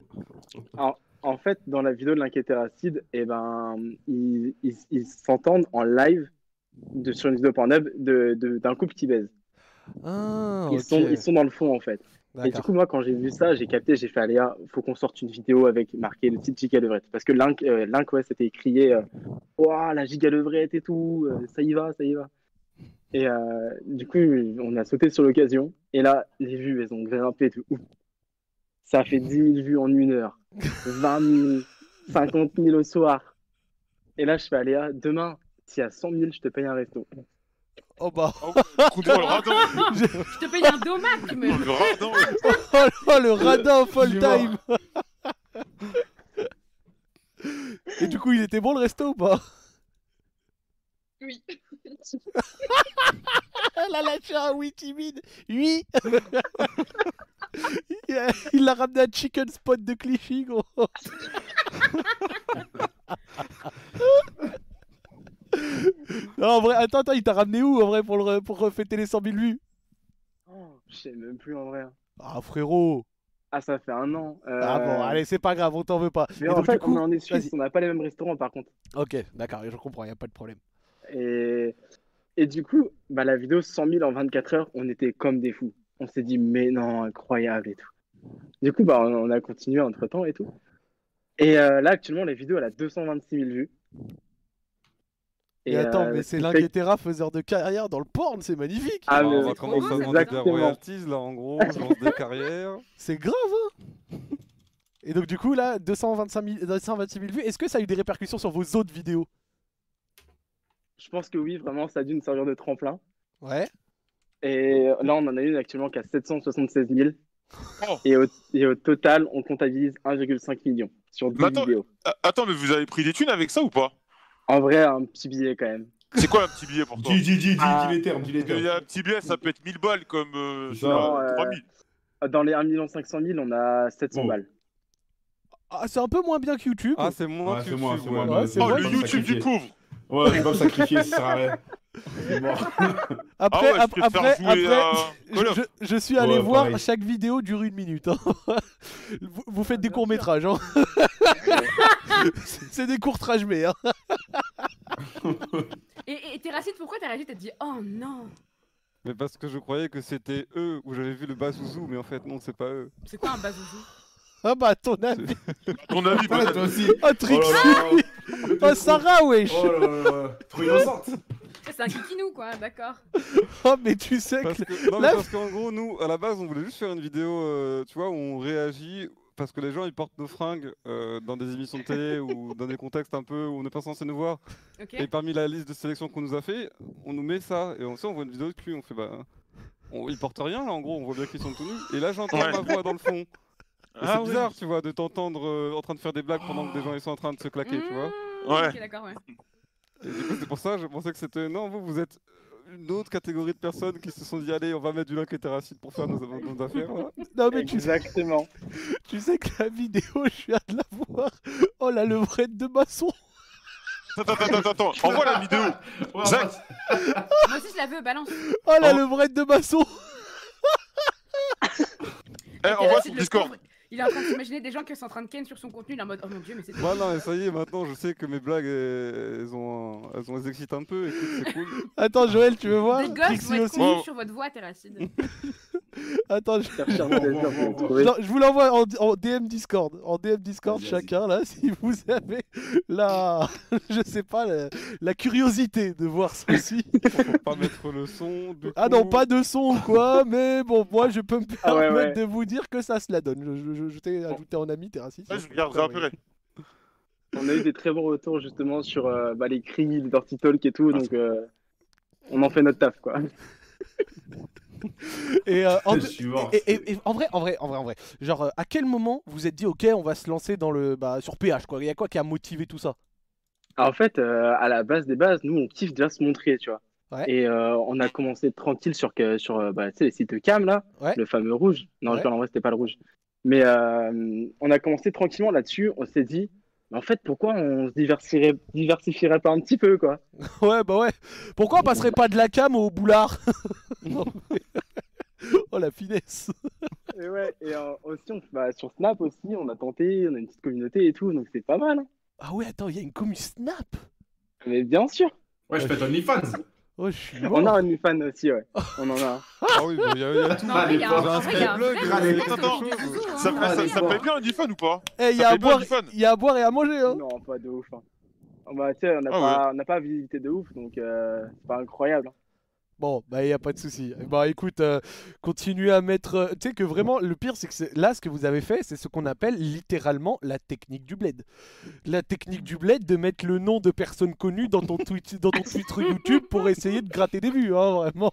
[SPEAKER 6] En fait, dans la vidéo de l'inquiétéracide, eh ben, ils ils- ils s'entendent en live de, sur une vidéo Pornhub de- de- d'un couple qui baise.
[SPEAKER 1] Ah,
[SPEAKER 6] Ils,
[SPEAKER 1] ok.
[SPEAKER 6] sont, ils sont dans le fond, en fait. Et du
[SPEAKER 1] D'accord.
[SPEAKER 6] coup, moi, quand j'ai vu ça, j'ai capté, j'ai fait Aléa, faut qu'on sorte une vidéo avec marqué le titre Giga Levrette. Parce que Link, euh, Link, ouais, c'était crié euh, Ouah, la Giga Levrette et tout, euh, ça y va, ça y va. Et euh, du coup, on a sauté sur l'occasion. Et là, les vues, elles ont grimpé de ouf. Ça a fait 10 000 vues en une heure, 20 000, 50 000 au soir. Et là, je fais Aléa, demain, s'il y a 100 000, je te paye un resto.
[SPEAKER 1] Oh bah,
[SPEAKER 5] Ah
[SPEAKER 4] Contrôle le radon.
[SPEAKER 3] Je te paye un domac, tu me.
[SPEAKER 4] Le radon.
[SPEAKER 1] oh, là,
[SPEAKER 5] Euh,
[SPEAKER 1] le radin full
[SPEAKER 2] J'ai mort.
[SPEAKER 1] time Et du coup, il était bon le resto ou pas
[SPEAKER 7] Oui.
[SPEAKER 1] Elle a lâché un oui timide Oui Il l'a ramené à Chicken Spot de Clichy, gros Non, en vrai, attends, attends, il t'a ramené où en vrai pour, le, pour fêter les 100 000 vues
[SPEAKER 6] Oh, je sais même plus en vrai.
[SPEAKER 1] Ah, frérot
[SPEAKER 6] Ah, ça fait un an.
[SPEAKER 1] Ah bon,
[SPEAKER 6] euh,
[SPEAKER 1] allez, c'est pas grave, on t'en veut pas.
[SPEAKER 6] Mais
[SPEAKER 1] Et
[SPEAKER 6] en
[SPEAKER 1] donc,
[SPEAKER 6] fait,
[SPEAKER 1] du coup,
[SPEAKER 6] on est en Suisse,
[SPEAKER 1] vas-y.
[SPEAKER 6] on n'a pas les mêmes restaurants par contre.
[SPEAKER 1] Ok, d'accord, je comprends, y a pas de problème.
[SPEAKER 6] Et, et du coup, bah, la vidéo 100 000 en 24 heures, on était comme des fous. On s'est dit, mais non, incroyable et tout. Du coup, bah, on, on a continué entre temps et tout. Et euh, là, actuellement, la vidéo, elle a 226 000 vues.
[SPEAKER 1] Et attends,
[SPEAKER 6] euh,
[SPEAKER 1] mais c'est
[SPEAKER 6] ce qui fait-
[SPEAKER 1] l'Inquiétera faiseur de carrière dans le porn, c'est magnifique
[SPEAKER 6] Ah,
[SPEAKER 5] Alors,
[SPEAKER 6] mais
[SPEAKER 5] on va
[SPEAKER 6] c'est
[SPEAKER 5] commencer à
[SPEAKER 3] trop
[SPEAKER 5] demander des
[SPEAKER 6] exactement.
[SPEAKER 5] royalties, là, en gros. Je lance des carrières.
[SPEAKER 1] C'est grave, hein Et donc, du coup, là, 225 000, 226 000 vues, est-ce que ça a eu des répercussions sur vos autres vidéos
[SPEAKER 6] Je pense que oui, vraiment, ça a dû nous servir de tremplin.
[SPEAKER 1] Ouais.
[SPEAKER 6] Et là, on en a une actuellement qui a 776 000.
[SPEAKER 4] Oh.
[SPEAKER 6] Et, au, et au total, on comptabilise 1,5 million sur 10
[SPEAKER 4] Mais attends-
[SPEAKER 6] vidéos.
[SPEAKER 4] Ah, Attends, mais vous avez pris des thunes avec ça ou pas
[SPEAKER 6] En vrai, un petit billet quand même.
[SPEAKER 4] C'est quoi un petit billet pour toi
[SPEAKER 2] Dis, dis, dis, dis,
[SPEAKER 6] Ah.
[SPEAKER 2] dis les termes, dis les
[SPEAKER 4] Parce qu'il y
[SPEAKER 2] termes.
[SPEAKER 4] a un petit billet, ça peut être 1000 balles comme euh,
[SPEAKER 2] Ça,
[SPEAKER 4] je sais pas,
[SPEAKER 6] euh,
[SPEAKER 4] 3000.
[SPEAKER 6] Dans les 1 500 000, on a 700
[SPEAKER 2] Bon.
[SPEAKER 6] balles.
[SPEAKER 1] Ah, c'est un peu moins bien que YouTube.
[SPEAKER 5] Ah, c'est moins
[SPEAKER 2] Ouais,
[SPEAKER 5] que
[SPEAKER 2] c'est moins,
[SPEAKER 5] YouTube,
[SPEAKER 2] c'est moins,
[SPEAKER 5] ouais.
[SPEAKER 1] ouais,
[SPEAKER 2] mais
[SPEAKER 1] c'est
[SPEAKER 4] Oh,
[SPEAKER 1] vrai
[SPEAKER 4] le
[SPEAKER 1] que-
[SPEAKER 4] YouTube du pauvre
[SPEAKER 2] Ouais, je vais pas me sacrifier, ça sert à rien. C'est mort.
[SPEAKER 4] Ah
[SPEAKER 1] après,
[SPEAKER 4] ouais,
[SPEAKER 1] ap-
[SPEAKER 4] je peux te
[SPEAKER 1] après,
[SPEAKER 4] faire jouer
[SPEAKER 1] après,
[SPEAKER 4] à Call of.
[SPEAKER 1] je, je suis allé
[SPEAKER 2] Ouais,
[SPEAKER 1] voir
[SPEAKER 2] pareil.
[SPEAKER 1] chaque vidéo dure une minute. hein. vous, vous faites des
[SPEAKER 6] bien
[SPEAKER 1] courts métrages, hein. C'est- c'est des courts mais hein.
[SPEAKER 3] Et, et, et Terracide, pourquoi t'as réagi T'as dit oh non
[SPEAKER 5] Mais parce que je croyais que c'était eux où j'avais vu le Bazouzou, mais en fait, non, c'est pas eux.
[SPEAKER 3] C'est quoi un bazouzou
[SPEAKER 1] Ah bah, à ton avis.
[SPEAKER 4] Ton avis,
[SPEAKER 2] Ouais,
[SPEAKER 4] peut-être.
[SPEAKER 2] toi aussi.
[SPEAKER 1] Oh, Trix.
[SPEAKER 2] Oh là là.
[SPEAKER 1] Oh, Sarah, wesh.
[SPEAKER 2] Oh là là. Trop innocente.
[SPEAKER 3] C'est un kikinou, quoi, d'accord.
[SPEAKER 1] Oh, mais tu sais que.
[SPEAKER 5] Parce que- non, mais
[SPEAKER 1] Là-
[SPEAKER 5] parce qu'en gros, nous, à la base, on voulait juste faire une vidéo, euh, tu vois, où on réagit. Parce que les gens, ils portent nos fringues euh, dans des émissions de télé ou dans des contextes un peu où on n'est pas censé nous voir.
[SPEAKER 3] Ok.
[SPEAKER 5] Et parmi la liste de sélection qu'on nous a fait, on nous met ça. Et on sait, on voit une vidéo de cul. On fait, bah. On, ils portent rien, là, en gros. On voit bien qu'ils sont tout nus. Et là, j'entends
[SPEAKER 4] Ouais.
[SPEAKER 5] ma voix dans le fond. Et
[SPEAKER 4] Ah
[SPEAKER 5] c'est
[SPEAKER 4] ouais.
[SPEAKER 5] bizarre, tu vois, de t'entendre euh, en train de faire des blagues pendant que des gens ils sont en train de se claquer, tu vois.
[SPEAKER 3] Mmh,
[SPEAKER 4] Ouais.
[SPEAKER 3] Ok, d'accord, ouais.
[SPEAKER 5] Et du coup, c'est pour ça, je pensais que c'était. Non, vous, vous êtes une autre catégorie de personnes qui se sont dit allez, on va mettre du lin acide pour faire nos, nos affaires. voilà.
[SPEAKER 1] Non, mais tu,
[SPEAKER 6] Exactement.
[SPEAKER 1] tu sais que la vidéo, je viens de la voir. Oh la levrette de maçon.
[SPEAKER 4] Attends, attends, attends, attends, envoie la vidéo.
[SPEAKER 2] Ouais,
[SPEAKER 4] Zach.
[SPEAKER 3] Moi aussi, je la veux, balance.
[SPEAKER 1] Oh la
[SPEAKER 4] Oh.
[SPEAKER 1] levrette de maçon.
[SPEAKER 4] Eh,
[SPEAKER 3] T'es
[SPEAKER 4] envoie
[SPEAKER 3] là, c'est
[SPEAKER 4] sur
[SPEAKER 3] de le
[SPEAKER 4] Discord.
[SPEAKER 3] prendre. Il est en train de s'imaginer des gens qui sont en train de ken sur son contenu, il est en mode oh mon dieu, mais c'est.
[SPEAKER 5] Ouais, non, mais ça y est, maintenant je sais que mes blagues euh, elles ont, un- elles, ont, elles excitent un peu. Écoute, c'est cool.
[SPEAKER 1] Attends, Joël, tu veux voir
[SPEAKER 3] Des gosses vont
[SPEAKER 1] Trixie
[SPEAKER 3] être
[SPEAKER 1] aussi.
[SPEAKER 3] conduits sur votre voie, Terracide.
[SPEAKER 1] Attends, je...
[SPEAKER 6] Cherche un modèle, vous allez le trouver.
[SPEAKER 1] Non, je vous l'envoie en, en DM Discord. En DM Discord,
[SPEAKER 2] Vas-y, vas-y.
[SPEAKER 1] chacun, là, si vous avez la. je sais pas, la, la curiosité de voir ceci.
[SPEAKER 5] Faut pas mettre le son. du
[SPEAKER 1] Ah non,
[SPEAKER 5] coup.
[SPEAKER 1] pas de son ou quoi, mais bon, moi, je peux me permettre
[SPEAKER 6] Ah ouais, ouais.
[SPEAKER 1] de vous dire que ça se la donne. Je, je- je- je t'ai ajouté en ami, t'es raciste.
[SPEAKER 4] Ouais, je regarderai après.
[SPEAKER 6] On a eu des très bons retours justement sur euh, bah, les cris, les dirty talk et tout,
[SPEAKER 4] Ah,
[SPEAKER 6] donc euh, on en fait notre taf quoi.
[SPEAKER 1] Et, euh, en,
[SPEAKER 2] Je suis
[SPEAKER 6] hein,
[SPEAKER 2] mort.
[SPEAKER 1] et- et- et- en vrai, en vrai, en vrai, en vrai. Genre, euh, à quel moment vous êtes dit, ok, on va se lancer dans le, bah, sur PH, quoi. Il y a quoi qui a motivé tout ça
[SPEAKER 6] Alors, en fait, euh, à la base des bases, nous on kiffe déjà se montrer, tu vois.
[SPEAKER 1] Ouais.
[SPEAKER 6] Et euh, on a commencé tranquille sur, que- sur euh, bah, tu sais, les sites de cam là,
[SPEAKER 1] Ouais.
[SPEAKER 6] le fameux rouge. Non,
[SPEAKER 1] Ouais.
[SPEAKER 6] je en vrai, c'était pas le rouge. Mais euh, on a commencé tranquillement là-dessus, on s'est dit, en fait, pourquoi on se diversifierait, diversifierait pas un petit peu quoi
[SPEAKER 1] Ouais, bah ouais. Pourquoi on passerait pas de la cam au boulard Non, mais- Oh la finesse
[SPEAKER 6] Et ouais, et euh, aussi, on, bah, sur Snap aussi, on a tenté, on a une petite communauté et tout, donc c'est pas mal. hein.
[SPEAKER 1] Ah ouais, attends, il y a une commu Snap
[SPEAKER 6] Mais bien sûr,
[SPEAKER 2] Ouais, je pète OnlyFans.
[SPEAKER 1] Oh, je suis
[SPEAKER 6] on a
[SPEAKER 1] mort
[SPEAKER 6] un fan aussi, ouais. On en a un.
[SPEAKER 5] Ah oui, il y, a- y a tout.
[SPEAKER 3] Non, mais il y a un-
[SPEAKER 2] Allez,
[SPEAKER 3] en vrai, il y a un
[SPEAKER 5] blog,
[SPEAKER 3] vrai
[SPEAKER 5] euh,
[SPEAKER 3] podcast
[SPEAKER 4] attends,
[SPEAKER 3] autour du zoo, hein.
[SPEAKER 4] Ça,
[SPEAKER 6] Ah,
[SPEAKER 4] ça,
[SPEAKER 6] les
[SPEAKER 4] ça
[SPEAKER 6] gars.
[SPEAKER 4] paye bien un iPhone ou pas
[SPEAKER 1] Eh, il y, a
[SPEAKER 4] Ça
[SPEAKER 1] à
[SPEAKER 4] fait pas
[SPEAKER 1] boire-
[SPEAKER 4] du fun.
[SPEAKER 1] il y a à boire et à manger, hein
[SPEAKER 6] Non, pas de ouf. hein. Bah, tu sais, on n'a
[SPEAKER 4] Ah
[SPEAKER 6] pas, on n'a pas visité de ouf, donc euh, c'est pas incroyable. hein.
[SPEAKER 1] Bon, bah, il n'y a pas de souci. Bah, écoute, euh, continuez à mettre. euh, Tu sais que vraiment, le pire, c'est que c'est- là, ce que vous avez fait, c'est ce qu'on appelle littéralement la technique du bled. La technique du bled de mettre le nom de personnes connues dans ton, tweet, dans ton Twitter YouTube pour essayer de gratter des vues, hein, vraiment.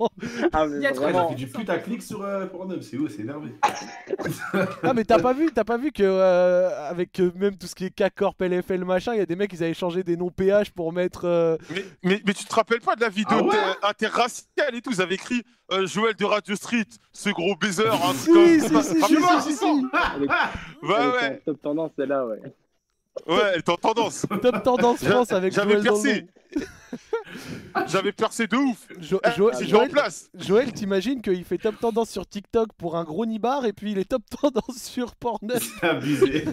[SPEAKER 6] Ah, mais
[SPEAKER 3] Il y a trop
[SPEAKER 2] Ouais,
[SPEAKER 6] vraiment.
[SPEAKER 2] j'ai fait du putaclic sur euh, Pornhub, c'est où C'est énervé.
[SPEAKER 1] Ah mais t'as pas vu, t'as pas vu que euh, avec euh, même tout ce qui est K-Corp, LFL machin, il y a des mecs ils avaient changé des noms PH pour mettre euh,
[SPEAKER 4] Mais, mais, mais tu te rappelles pas de la vidéo
[SPEAKER 2] Ah ouais
[SPEAKER 4] inter- interraciale et tout Ils avaient écrit euh, Joël de Radio Street, ce gros baiser, un
[SPEAKER 1] Si,
[SPEAKER 4] truc comme
[SPEAKER 1] si,
[SPEAKER 4] ça.
[SPEAKER 1] si, si,
[SPEAKER 4] Rappelez-moi,
[SPEAKER 1] si, si, si.
[SPEAKER 4] Ouais,
[SPEAKER 6] elle était
[SPEAKER 4] ouais,
[SPEAKER 6] en Top tendance, celle-là, ouais.
[SPEAKER 4] ouais, elle est en tendance.
[SPEAKER 1] Top Tendance
[SPEAKER 4] J'a-
[SPEAKER 1] France avec
[SPEAKER 4] J'avais
[SPEAKER 1] Joël dans le
[SPEAKER 4] percé. J'avais percé de ouf.
[SPEAKER 1] nom. Jo-
[SPEAKER 4] Eh,
[SPEAKER 1] Jo-
[SPEAKER 4] C'est en
[SPEAKER 1] Joël,
[SPEAKER 4] place.
[SPEAKER 1] Joël, t'imagines qu'il fait Top Tendance sur TikTok pour un gros nibar et puis il est Top Tendance sur Pornhub.
[SPEAKER 2] C'est abusé.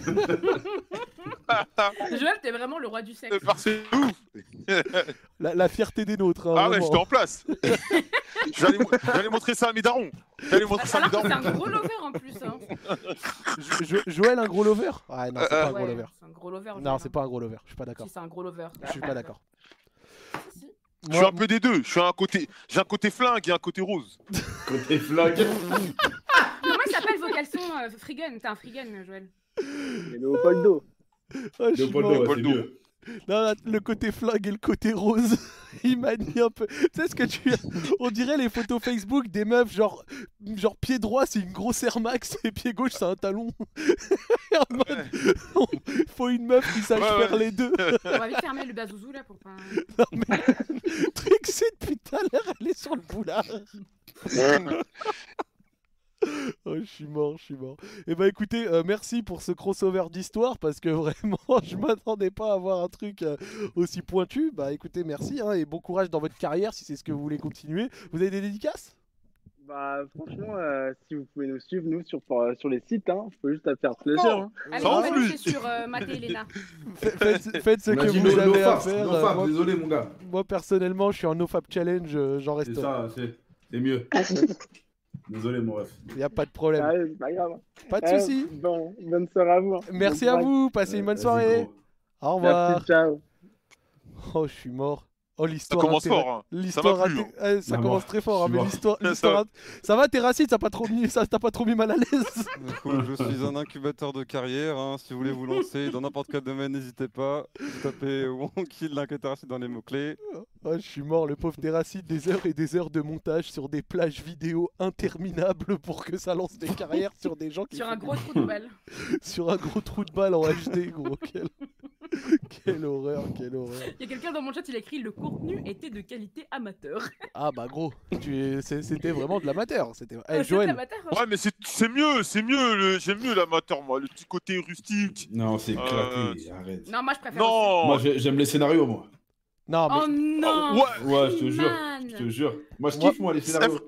[SPEAKER 3] Joël, t'es vraiment le roi du sexe.
[SPEAKER 4] J'avais percé de ouf.
[SPEAKER 1] La, la fierté des nôtres. hein,
[SPEAKER 4] Ah ouais,
[SPEAKER 1] vraiment.
[SPEAKER 4] j'étais en place. J'allais mo- j'allais montrer ça à mes darons. J'allais montrer ça à mes
[SPEAKER 3] Alors que c'est
[SPEAKER 4] darons.
[SPEAKER 3] un Ah, gros lover en plus. Hein.
[SPEAKER 1] Jo- Jo- Joël un gros lover Ouais non c'est
[SPEAKER 4] Euh,
[SPEAKER 1] pas un gros
[SPEAKER 3] Ouais,
[SPEAKER 1] lover.
[SPEAKER 3] C'est un gros lover. hein.
[SPEAKER 1] Non c'est pas un gros lover, je suis pas d'accord.
[SPEAKER 3] Si c'est un gros lover.
[SPEAKER 1] Je suis pas d'accord.
[SPEAKER 3] Si, si.
[SPEAKER 4] Je suis
[SPEAKER 1] Moi,
[SPEAKER 4] un peu des deux. Je suis un côté, j'ai un côté flingue et un côté rose.
[SPEAKER 2] Côté flag.
[SPEAKER 3] Comment il s'appelle vos caleçons euh, Freegun, t'es un freegun, Joël.
[SPEAKER 6] Et Leopoldo.
[SPEAKER 1] ah, je suis mort.
[SPEAKER 2] Leopoldo, ouais, c'est
[SPEAKER 4] Leopoldo.
[SPEAKER 2] mieux.
[SPEAKER 1] Non, là, le côté flag et le côté rose, il manie un peu. Tu sais ce que tu. On dirait les photos Facebook des meufs, genre, genre pied droit c'est une grosse Air Max et pied gauche c'est un talon. En mode, Faut une meuf qui sache
[SPEAKER 4] Ouais,
[SPEAKER 1] faire
[SPEAKER 4] ouais.
[SPEAKER 1] les deux.
[SPEAKER 3] On va vite fermer le bazouzou là pour pas.
[SPEAKER 1] Non, mais. Trixie, depuis tout à l'heure, elle est sur le boulard. Oh, je suis mort, je suis mort. Eh ben écoutez, euh, merci pour ce crossover d'histoire parce que vraiment, je m'attendais pas à avoir un truc euh, aussi pointu. Bah écoutez, merci hein, et bon courage dans votre carrière si c'est ce que vous voulez continuer. Vous avez des dédicaces
[SPEAKER 6] Bah, franchement, euh, si vous pouvez nous suivre, nous, sur, pour- euh, sur les sites, hein, je peux juste à faire plaisir. hein.
[SPEAKER 3] Oh. Allez,
[SPEAKER 4] Sans
[SPEAKER 3] on va
[SPEAKER 4] plus.
[SPEAKER 3] lancer sur euh, Maté et Léna.
[SPEAKER 1] Fa- Faites, faites ce
[SPEAKER 2] Eh, On a
[SPEAKER 1] que
[SPEAKER 2] dit
[SPEAKER 1] vous
[SPEAKER 2] no- no
[SPEAKER 1] avez à
[SPEAKER 2] fap,
[SPEAKER 1] faire.
[SPEAKER 2] no
[SPEAKER 1] euh,
[SPEAKER 2] fap,
[SPEAKER 1] moi,
[SPEAKER 2] désolé mon gars.
[SPEAKER 1] moi, personnellement, je suis en NoFap challenge, euh, j'en
[SPEAKER 2] C'est
[SPEAKER 1] reste.
[SPEAKER 2] ça, c'est c'est mieux. Désolé mon ref.
[SPEAKER 1] Il y a pas de problème,
[SPEAKER 6] Ah, c'est pas grave.
[SPEAKER 1] pas de
[SPEAKER 8] Euh,
[SPEAKER 6] Ah,
[SPEAKER 1] souci.
[SPEAKER 6] bon, bonne soirée à vous. hein.
[SPEAKER 1] Merci
[SPEAKER 6] Bon
[SPEAKER 1] à
[SPEAKER 6] courage.
[SPEAKER 1] vous, passez une bonne
[SPEAKER 2] Vas-y,
[SPEAKER 1] soirée.
[SPEAKER 2] gros.
[SPEAKER 1] Au revoir.
[SPEAKER 6] Merci, ciao.
[SPEAKER 1] Oh, je suis mort. Oh,
[SPEAKER 4] Ça
[SPEAKER 1] l'histoire.
[SPEAKER 4] commence
[SPEAKER 1] intér-
[SPEAKER 4] fort. hein.
[SPEAKER 1] L'histoire
[SPEAKER 4] Ça m'a plu,
[SPEAKER 1] raté- Eh, ça
[SPEAKER 2] Ah,
[SPEAKER 1] commence
[SPEAKER 2] bon,
[SPEAKER 1] très fort,
[SPEAKER 2] je
[SPEAKER 1] hein,
[SPEAKER 2] suis
[SPEAKER 1] mais
[SPEAKER 2] mort.
[SPEAKER 1] l'histoire.
[SPEAKER 4] Ça
[SPEAKER 1] l'histoire
[SPEAKER 4] va.
[SPEAKER 1] rat- Ça va, t'es raciste, ça t'a pas trop mis, ça t'a pas trop mis mal à l'aise.
[SPEAKER 5] Du coup, je suis un incubateur de carrière. hein. Si vous voulez vous lancer dans n'importe quel domaine, n'hésitez pas. Vous tapez Wonky de l'inquiétation dans les mots-clés.
[SPEAKER 1] Oh, je suis mort, le pauvre Terracide, des heures et des heures de montage sur des plages vidéo interminables pour que ça lance des carrières sur des gens qui
[SPEAKER 3] Sur un
[SPEAKER 1] font-
[SPEAKER 3] gros trou de balle.
[SPEAKER 1] sur un gros trou de balle en HD, gros. quel- Quelle horreur, quelle horreur.
[SPEAKER 3] Il y a quelqu'un dans mon chat, il a écrit le contenu était de qualité amateur.
[SPEAKER 1] Ah bah gros, tu- c'est- c'était vraiment de l'amateur. C'était. Eh,
[SPEAKER 3] Euh, c'est de
[SPEAKER 1] Joël,
[SPEAKER 3] l'amateur,
[SPEAKER 4] Ouais, mais c'est c'est mieux, c'est mieux, le- j'aime mieux l'amateur, moi, le petit côté rustique.
[SPEAKER 2] Non, c'est
[SPEAKER 4] Euh,
[SPEAKER 2] éclaté, arrête.
[SPEAKER 3] Non, moi je préfère. aussi.
[SPEAKER 4] Non
[SPEAKER 2] Moi, j'ai- j'aime les scénarios, moi. Ah,
[SPEAKER 1] non, mais
[SPEAKER 3] Oh non
[SPEAKER 4] Ouais,
[SPEAKER 2] Ouais, je te jure.
[SPEAKER 3] Man.
[SPEAKER 2] Je te jure. Moi, je
[SPEAKER 1] Moi-
[SPEAKER 2] kiffe, moi, les
[SPEAKER 4] Ça-
[SPEAKER 2] scénarios.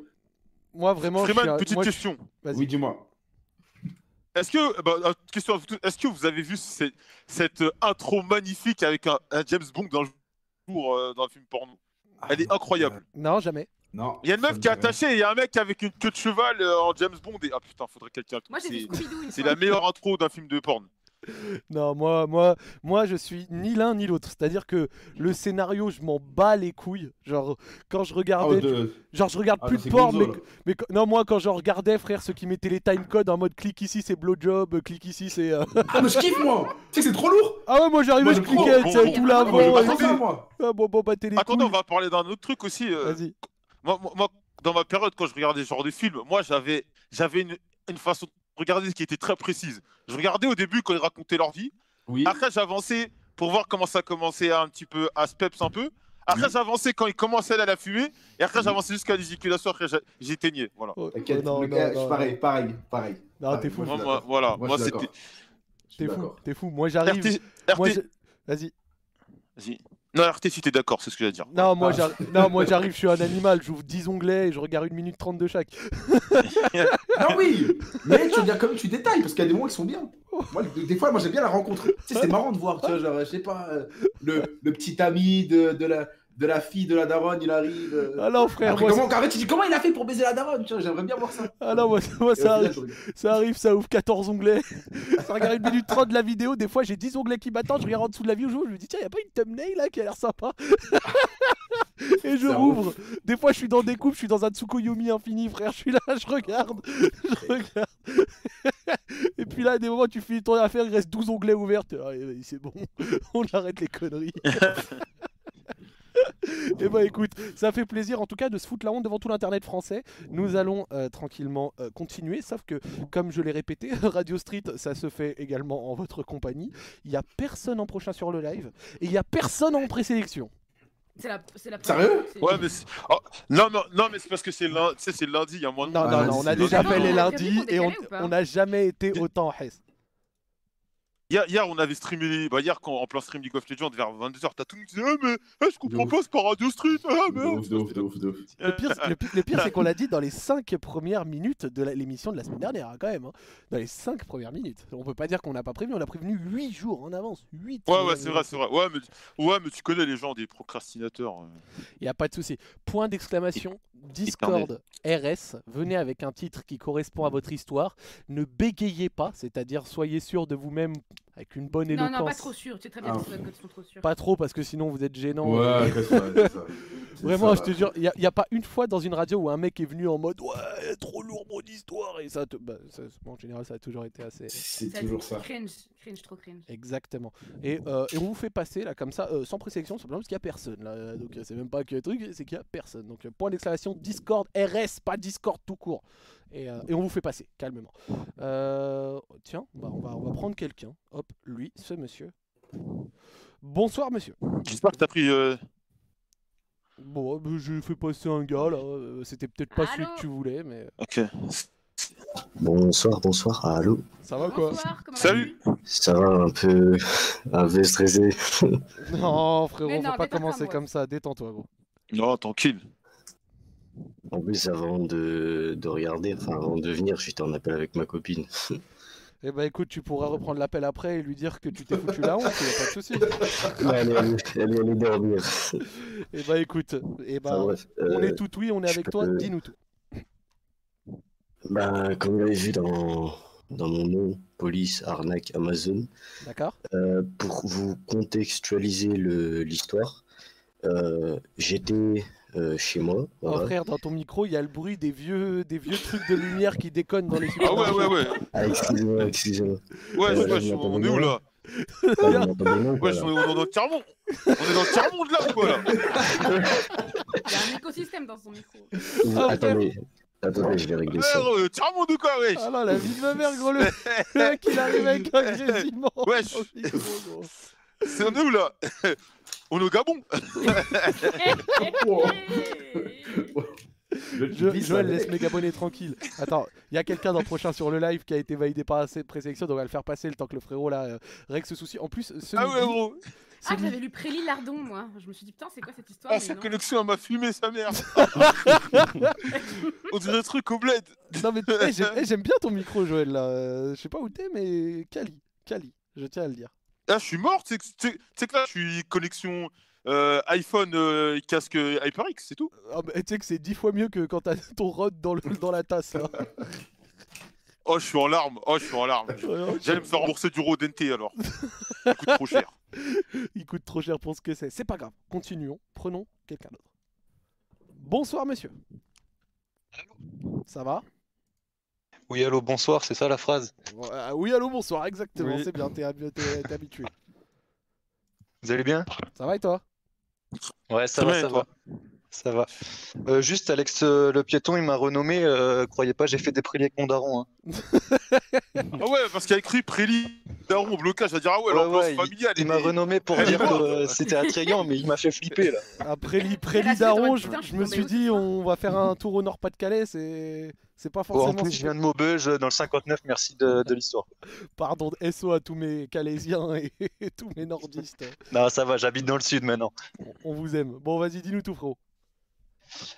[SPEAKER 1] moi vraiment. je suis
[SPEAKER 4] Freeman,
[SPEAKER 1] un-
[SPEAKER 4] petite
[SPEAKER 1] moi, je-
[SPEAKER 4] question.
[SPEAKER 1] vas-y.
[SPEAKER 2] Oui, dis-moi.
[SPEAKER 4] Est-ce que, bah, euh, question à vous tous, est-ce que vous avez vu ce- cette euh, intro magnifique avec un, un James Bond dans le, jour, euh, dans le film porno Elle
[SPEAKER 2] Ah,
[SPEAKER 4] est incroyable.
[SPEAKER 1] Non, jamais.
[SPEAKER 2] Non.
[SPEAKER 4] Il y a une
[SPEAKER 2] ça
[SPEAKER 4] meuf
[SPEAKER 2] me
[SPEAKER 4] qui est
[SPEAKER 2] dit rien.
[SPEAKER 4] attachée et il y a un mec avec une queue de cheval euh, en James Bond et... Ah putain, faudrait quelqu'un... le trouve.
[SPEAKER 3] Moi j'ai vu
[SPEAKER 4] C'est-
[SPEAKER 3] Scooby-Doo une
[SPEAKER 4] C'est
[SPEAKER 3] fois.
[SPEAKER 4] la meilleure intro d'un film de porno.
[SPEAKER 1] Non, moi, moi, moi, je suis ni l'un ni l'autre. C'est-à-dire que le scénario, je m'en bats les couilles. Genre, quand je
[SPEAKER 2] Ah,
[SPEAKER 1] regardais,
[SPEAKER 2] ouais, de...
[SPEAKER 1] genre, je regarde
[SPEAKER 2] ah,
[SPEAKER 1] plus
[SPEAKER 2] c'est
[SPEAKER 1] de porn, mais,
[SPEAKER 2] Gonzo, là.
[SPEAKER 1] mais quand- non, moi, quand je regardais, frère, ceux qui mettaient les time codes en mode clique ici, c'est blowjob, euh, clique ici, c'est. euh,
[SPEAKER 2] Ah, mais je kiffe, moi Tu sais que c'est trop lourd
[SPEAKER 1] Ah ouais, moi, j'arrivais,
[SPEAKER 2] Moi,
[SPEAKER 1] je
[SPEAKER 2] je prends,
[SPEAKER 1] cliquais,
[SPEAKER 4] on-
[SPEAKER 1] tu sais,
[SPEAKER 4] on-
[SPEAKER 1] tout
[SPEAKER 4] on-
[SPEAKER 2] Ah, moi,
[SPEAKER 1] l'avant.
[SPEAKER 2] je
[SPEAKER 1] et
[SPEAKER 2] prends
[SPEAKER 1] tout.
[SPEAKER 2] ça, moi
[SPEAKER 1] Ah, bon, bon, battez les
[SPEAKER 4] Attendez, on
[SPEAKER 1] couilles.
[SPEAKER 4] va parler d'un autre truc aussi. euh,
[SPEAKER 1] Vas-y.
[SPEAKER 4] moi, moi- moi, dans ma période, quand je regardais ce genre de film, moi, j'avais, j'avais une, une façon de regarder qui était très précise. Je regardais au début quand ils racontaient leur vie.
[SPEAKER 2] Oui.
[SPEAKER 4] Après, j'avançais pour voir comment ça commençait à un petit peu, à se peps un peu. Après, j'avançais quand ils commençaient à aller à la fumée. Et après,
[SPEAKER 2] Mhm.
[SPEAKER 4] j'avançais jusqu'à l'éjaculation. Après, j'a- j'éteignais. Voilà.
[SPEAKER 1] Oh,
[SPEAKER 2] T'inquiète,
[SPEAKER 1] non,
[SPEAKER 2] le
[SPEAKER 1] non,
[SPEAKER 2] gars, je
[SPEAKER 1] non,
[SPEAKER 2] suis pareil, pareil, pareil.
[SPEAKER 1] Non,
[SPEAKER 2] Pareil,
[SPEAKER 1] t'es fou.
[SPEAKER 4] Moi,
[SPEAKER 2] moi, je suis
[SPEAKER 4] moi,
[SPEAKER 2] d'accord.
[SPEAKER 4] voilà.
[SPEAKER 2] Moi,
[SPEAKER 4] Moi,
[SPEAKER 2] je suis
[SPEAKER 4] c'était.
[SPEAKER 2] d'accord. Je suis
[SPEAKER 1] T'es fou,
[SPEAKER 2] d'accord.
[SPEAKER 1] t'es fou. Moi,
[SPEAKER 4] RT.
[SPEAKER 1] j'arrive. Moi,
[SPEAKER 4] RT.
[SPEAKER 1] je- Vas-y.
[SPEAKER 4] Vas-y. Non, RT, si t'es d'accord, c'est ce que j'allais dire.
[SPEAKER 1] Non, moi,
[SPEAKER 2] Ah.
[SPEAKER 1] j'arrive- non, moi, j'arrive, je suis un animal. J'ouvre 10 onglets et je regarde 1 minute 30 de chaque.
[SPEAKER 2] Non, oui Mais tu veux dire comme tu détailles, parce qu'il y a des moments qui sont bien. Moi, des, des fois, moi, j'aime bien la rencontre. Tu sais, c'est marrant de voir, tu vois, genre, je sais pas, euh, le, le petit ami de, de, la, de la fille de la daronne, il arrive. euh,
[SPEAKER 1] Ah non, frère,
[SPEAKER 2] Après,
[SPEAKER 1] moi,
[SPEAKER 2] comment, en fait, tu dis comment il a fait pour baiser la daronne, tu vois, j'aimerais bien voir ça.
[SPEAKER 1] ah non, moi, moi,
[SPEAKER 2] Et au
[SPEAKER 1] ça
[SPEAKER 2] final,
[SPEAKER 1] arrive.
[SPEAKER 2] je regarde.
[SPEAKER 1] Ça arrive, ça ouvre 14 onglets. ça regarde une minute 30 de la vidéo. Des fois, j'ai 10 onglets qui m'attendent. Je regarde en dessous de la vidéo. Je me dis, tiens, y a pas une thumbnail là qui a l'air sympa. Et je
[SPEAKER 2] Ça
[SPEAKER 1] rouvre. Des fois, je suis dans des coupes. Je suis dans un Tsukuyomi infini, frère. Je suis là, je regarde. Je regarde. Et puis là, à des moments, tu finis ton affaire. Il reste 12 onglets ouverts. T'es, Allez, vas-y, c'est bon. On arrête les conneries. Et bah écoute, ça fait plaisir en tout cas de se foutre la honte devant tout l'internet français. Nous allons euh, tranquillement euh, continuer, sauf que comme je l'ai répété, Radio Street, ça se fait également en votre compagnie. Il n'y a personne en prochain sur le live et il n'y a personne en présélection.
[SPEAKER 3] C'est la, c'est la
[SPEAKER 2] Sérieux
[SPEAKER 3] c'est-
[SPEAKER 4] Ouais, mais c'est- oh, non, non, non, mais c'est parce que c'est lundi, tu sais, c'est lundi, il y a moins de
[SPEAKER 1] Non,
[SPEAKER 2] Ah,
[SPEAKER 1] non,
[SPEAKER 2] vas-y,
[SPEAKER 1] non, on a
[SPEAKER 2] c'est
[SPEAKER 1] déjà
[SPEAKER 2] logique.
[SPEAKER 1] fait les
[SPEAKER 3] On a
[SPEAKER 1] lundis
[SPEAKER 3] prévu qu'on
[SPEAKER 1] et on
[SPEAKER 3] décalait ou pas
[SPEAKER 1] on n'a jamais été
[SPEAKER 4] Di-
[SPEAKER 1] autant en Hesse.
[SPEAKER 4] Hier, hier, on avait streamé, bah hier, quand, en plein stream League of Legends vers 22h, t'as tout le monde qui disait, ah, mais eh, je comprends
[SPEAKER 2] De
[SPEAKER 4] pas, c'est pas Radio Street, ah, mais.
[SPEAKER 2] De ouf, de ouf, de ouf, de ouf.
[SPEAKER 1] Le pire, le pi- le pire, c'est qu'on l'a dit dans les 5 premières minutes de la- l'émission de la semaine dernière, hein, quand même. hein. Dans les 5 premières minutes. On peut pas dire qu'on n'a pas prévenu, on a prévenu 8 jours en avance. 8
[SPEAKER 4] Ouais, ouais, c'est vrai, c'est vrai. Ouais mais, ouais, mais tu connais les gens des procrastinateurs. euh.
[SPEAKER 1] Il n'y a pas de souci. Point d'exclamation, Discord RS, venez avec un titre qui correspond à votre histoire. Ne bégayez pas, c'est-à-dire soyez sûr de vous-même avec une bonne
[SPEAKER 3] Non,
[SPEAKER 1] éloquence.
[SPEAKER 3] non, pas trop sûr. Tu sais très bien
[SPEAKER 2] Ah.
[SPEAKER 3] que c'est- que tu sont trop sûrs.
[SPEAKER 1] Pas trop, parce que sinon vous êtes gênant. Euh,
[SPEAKER 2] Ouais, c'est ça, c'est ça. C'est
[SPEAKER 1] Vraiment, je
[SPEAKER 2] ça.
[SPEAKER 1] te jure, il n'y a, pas une fois dans une radio où un mec est venu en mode Ouais, trop lourd mon histoire. Et ça, te- bah, ça- en général, ça a toujours été assez.
[SPEAKER 2] C'est
[SPEAKER 3] Ça,
[SPEAKER 2] toujours ça.
[SPEAKER 3] Cringe, cringe, trop cringe.
[SPEAKER 1] Exactement. Et, euh, et on vous fait passer là comme ça, euh, sans présélection, simplement parce qu'il n'y a personne. Là. Euh, Donc euh, c'est même pas que le truc, c'est qu'il n'y a personne. Donc euh, point d'exclamation, Discord RS, pas Discord tout court. Et, euh, et on vous fait passer, calmement. Euh, tiens, bah, on, va, on va prendre quelqu'un. Hop, lui, ce monsieur. Bonsoir monsieur.
[SPEAKER 4] J'espère que t'as pris. euh,
[SPEAKER 1] Bon, euh, je fais passer un gars là. euh, C'était peut-être pas celui
[SPEAKER 3] Allô
[SPEAKER 1] que tu voulais, mais euh,
[SPEAKER 4] Ok.
[SPEAKER 9] Bonsoir, bonsoir. Ah, allô
[SPEAKER 1] ça va quoi
[SPEAKER 3] Bonsoir, comment
[SPEAKER 4] Salut.
[SPEAKER 3] vas-tu
[SPEAKER 9] Ça va un peu, un peu stressé.
[SPEAKER 1] Non
[SPEAKER 3] Mais non,
[SPEAKER 1] frérot, faut pas
[SPEAKER 3] détends-toi,
[SPEAKER 1] commencer
[SPEAKER 3] moi.
[SPEAKER 1] comme ça. Détends-toi gros.
[SPEAKER 4] Non, tranquille.
[SPEAKER 9] En plus, avant de, de regarder, enfin avant de venir, j'étais en appel avec ma copine.
[SPEAKER 1] Eh bah écoute, tu pourras reprendre l'appel après et lui dire que tu t'es foutu la honte, y a pas de souci.
[SPEAKER 9] Ouais, elle, est allée- elle est allée dormir.
[SPEAKER 1] Eh bah écoute, eh bah,
[SPEAKER 9] Enfin, bref,
[SPEAKER 1] on
[SPEAKER 9] euh,
[SPEAKER 1] est tout oui, on est
[SPEAKER 9] je
[SPEAKER 1] avec
[SPEAKER 9] peux
[SPEAKER 1] toi,
[SPEAKER 9] te-
[SPEAKER 1] dis-nous tout.
[SPEAKER 9] bah, comme vous l'avez vu dans, dans mon nom, police, arnaque, Amazon,
[SPEAKER 1] D'accord
[SPEAKER 9] euh, pour vous contextualiser le- l'histoire, euh, j'étais euh, chez moi.
[SPEAKER 1] Oh,
[SPEAKER 9] voilà.
[SPEAKER 1] frère, dans ton micro, il y a le bruit des vieux, des vieux trucs de lumière qui déconnent dans les
[SPEAKER 4] Ah ouais,
[SPEAKER 1] supermarchés.
[SPEAKER 4] ouais, ouais.
[SPEAKER 9] Ah, excusez-moi, excusez-moi.
[SPEAKER 4] Ouais,
[SPEAKER 9] Euh,
[SPEAKER 4] je- ouais, je- on est où là
[SPEAKER 9] Ah, vous m'entendez mieux,
[SPEAKER 4] Ouais,
[SPEAKER 9] voilà.
[SPEAKER 4] je- on est dans le tiers-monde. On est dans le tiers-monde là, ou quoi, là
[SPEAKER 3] Il y a un écosystème dans son micro.
[SPEAKER 9] Vous-
[SPEAKER 1] Ah,
[SPEAKER 9] attendez, attendez, je vais régler ça.
[SPEAKER 4] Ouais, tiers-monde ou quoi, wesh
[SPEAKER 1] Ah là, la vie de ma mère, gros, le le mec, il arrive avec un grésillement.
[SPEAKER 4] Wesh.
[SPEAKER 1] au micro, gros.
[SPEAKER 4] C'est on est où là On est au Gabon
[SPEAKER 1] Jo-
[SPEAKER 2] glisse,
[SPEAKER 1] Joël,
[SPEAKER 2] hein,
[SPEAKER 1] laisse
[SPEAKER 2] mec.
[SPEAKER 1] mes Gabonais tranquilles. Attends, il y a quelqu'un dans le prochain sur le live qui a été validé par la sé- présélection, donc on va le faire passer le temps que le frérot là euh, règle ce souci. En plus, ce
[SPEAKER 4] Ah ouais,
[SPEAKER 1] midi,
[SPEAKER 4] gros
[SPEAKER 1] ce
[SPEAKER 3] Ah,
[SPEAKER 1] midi-
[SPEAKER 3] j'avais lu Prélie Lardon, moi. Je me suis dit, putain, c'est quoi cette histoire
[SPEAKER 4] Ah,
[SPEAKER 3] mais
[SPEAKER 4] sa
[SPEAKER 3] non.
[SPEAKER 4] connexion, elle m'a fumé sa mère On dirait un truc au bled
[SPEAKER 1] Non mais eh, j'ai- eh, j'aime bien ton micro, Joël. Là, Euh, je sais pas où t'es, mais Cali, Cali, je tiens à le dire.
[SPEAKER 4] Ah, je suis mort Tu sais que là, je suis connexion euh, iPhone, euh, casque HyperX, c'est tout
[SPEAKER 1] Ah, mais tu sais que c'est dix fois mieux que quand t'as ton rod dans, le, dans la tasse. hein. là.
[SPEAKER 4] Oh, je suis en larmes Oh, je suis en larmes J'allais me faire rembourser du Rodente alors Ça coûte trop cher
[SPEAKER 1] Il coûte trop cher pour ce que c'est. C'est pas grave. Continuons. Prenons quelqu'un d'autre. Bonsoir, monsieur. Ça va
[SPEAKER 10] Oui, allô, bonsoir, c'est ça la phrase.
[SPEAKER 1] Euh, Oui, allô, bonsoir. Exactement.
[SPEAKER 5] Oui.
[SPEAKER 1] C'est bien. T'es hab- t'es- t'es habitué.
[SPEAKER 10] Vous allez bien?
[SPEAKER 1] Ça va et toi
[SPEAKER 10] Ouais, ça
[SPEAKER 4] Ça
[SPEAKER 10] va,
[SPEAKER 4] va, et
[SPEAKER 10] ça
[SPEAKER 4] toi
[SPEAKER 10] va. Ça va. Euh, juste, Alex euh, le piéton, il m'a renommé. euh, croyez pas, j'ai fait des préliers avec mon daron. hein.
[SPEAKER 4] Ah ouais, parce qu'il y a écrit Préli Daron au blocage, à dire ah ouais,
[SPEAKER 10] Ouais,
[SPEAKER 4] l'ambiance
[SPEAKER 10] ouais,
[SPEAKER 4] familiale
[SPEAKER 10] Il m'a
[SPEAKER 4] elle est- Eh,
[SPEAKER 10] renommé pour
[SPEAKER 4] Elle est
[SPEAKER 10] dire que
[SPEAKER 4] lourde.
[SPEAKER 10] euh, c'était attrayant, mais il m'a fait flipper là.
[SPEAKER 1] Après Préli
[SPEAKER 3] la suite,
[SPEAKER 1] Daron,
[SPEAKER 3] ouais,
[SPEAKER 1] je,
[SPEAKER 3] putain, je
[SPEAKER 1] je
[SPEAKER 3] suis
[SPEAKER 1] me suis
[SPEAKER 3] tombé
[SPEAKER 1] dit, on va faire un tour au Nord-Pas-de-Calais. C'est c'est pas
[SPEAKER 10] Bon,
[SPEAKER 1] forcément.
[SPEAKER 10] Oh, en plus,
[SPEAKER 1] si-
[SPEAKER 10] je viens de Maubeuge euh, dans le 59, merci de, de l'histoire.
[SPEAKER 1] Pardon, SO à tous mes Calaisiens et, et tous mes Nordistes.
[SPEAKER 10] Non, ça va, j'habite dans le sud maintenant.
[SPEAKER 1] On- On vous aime. Bon, vas-y, dis-nous tout, frérot.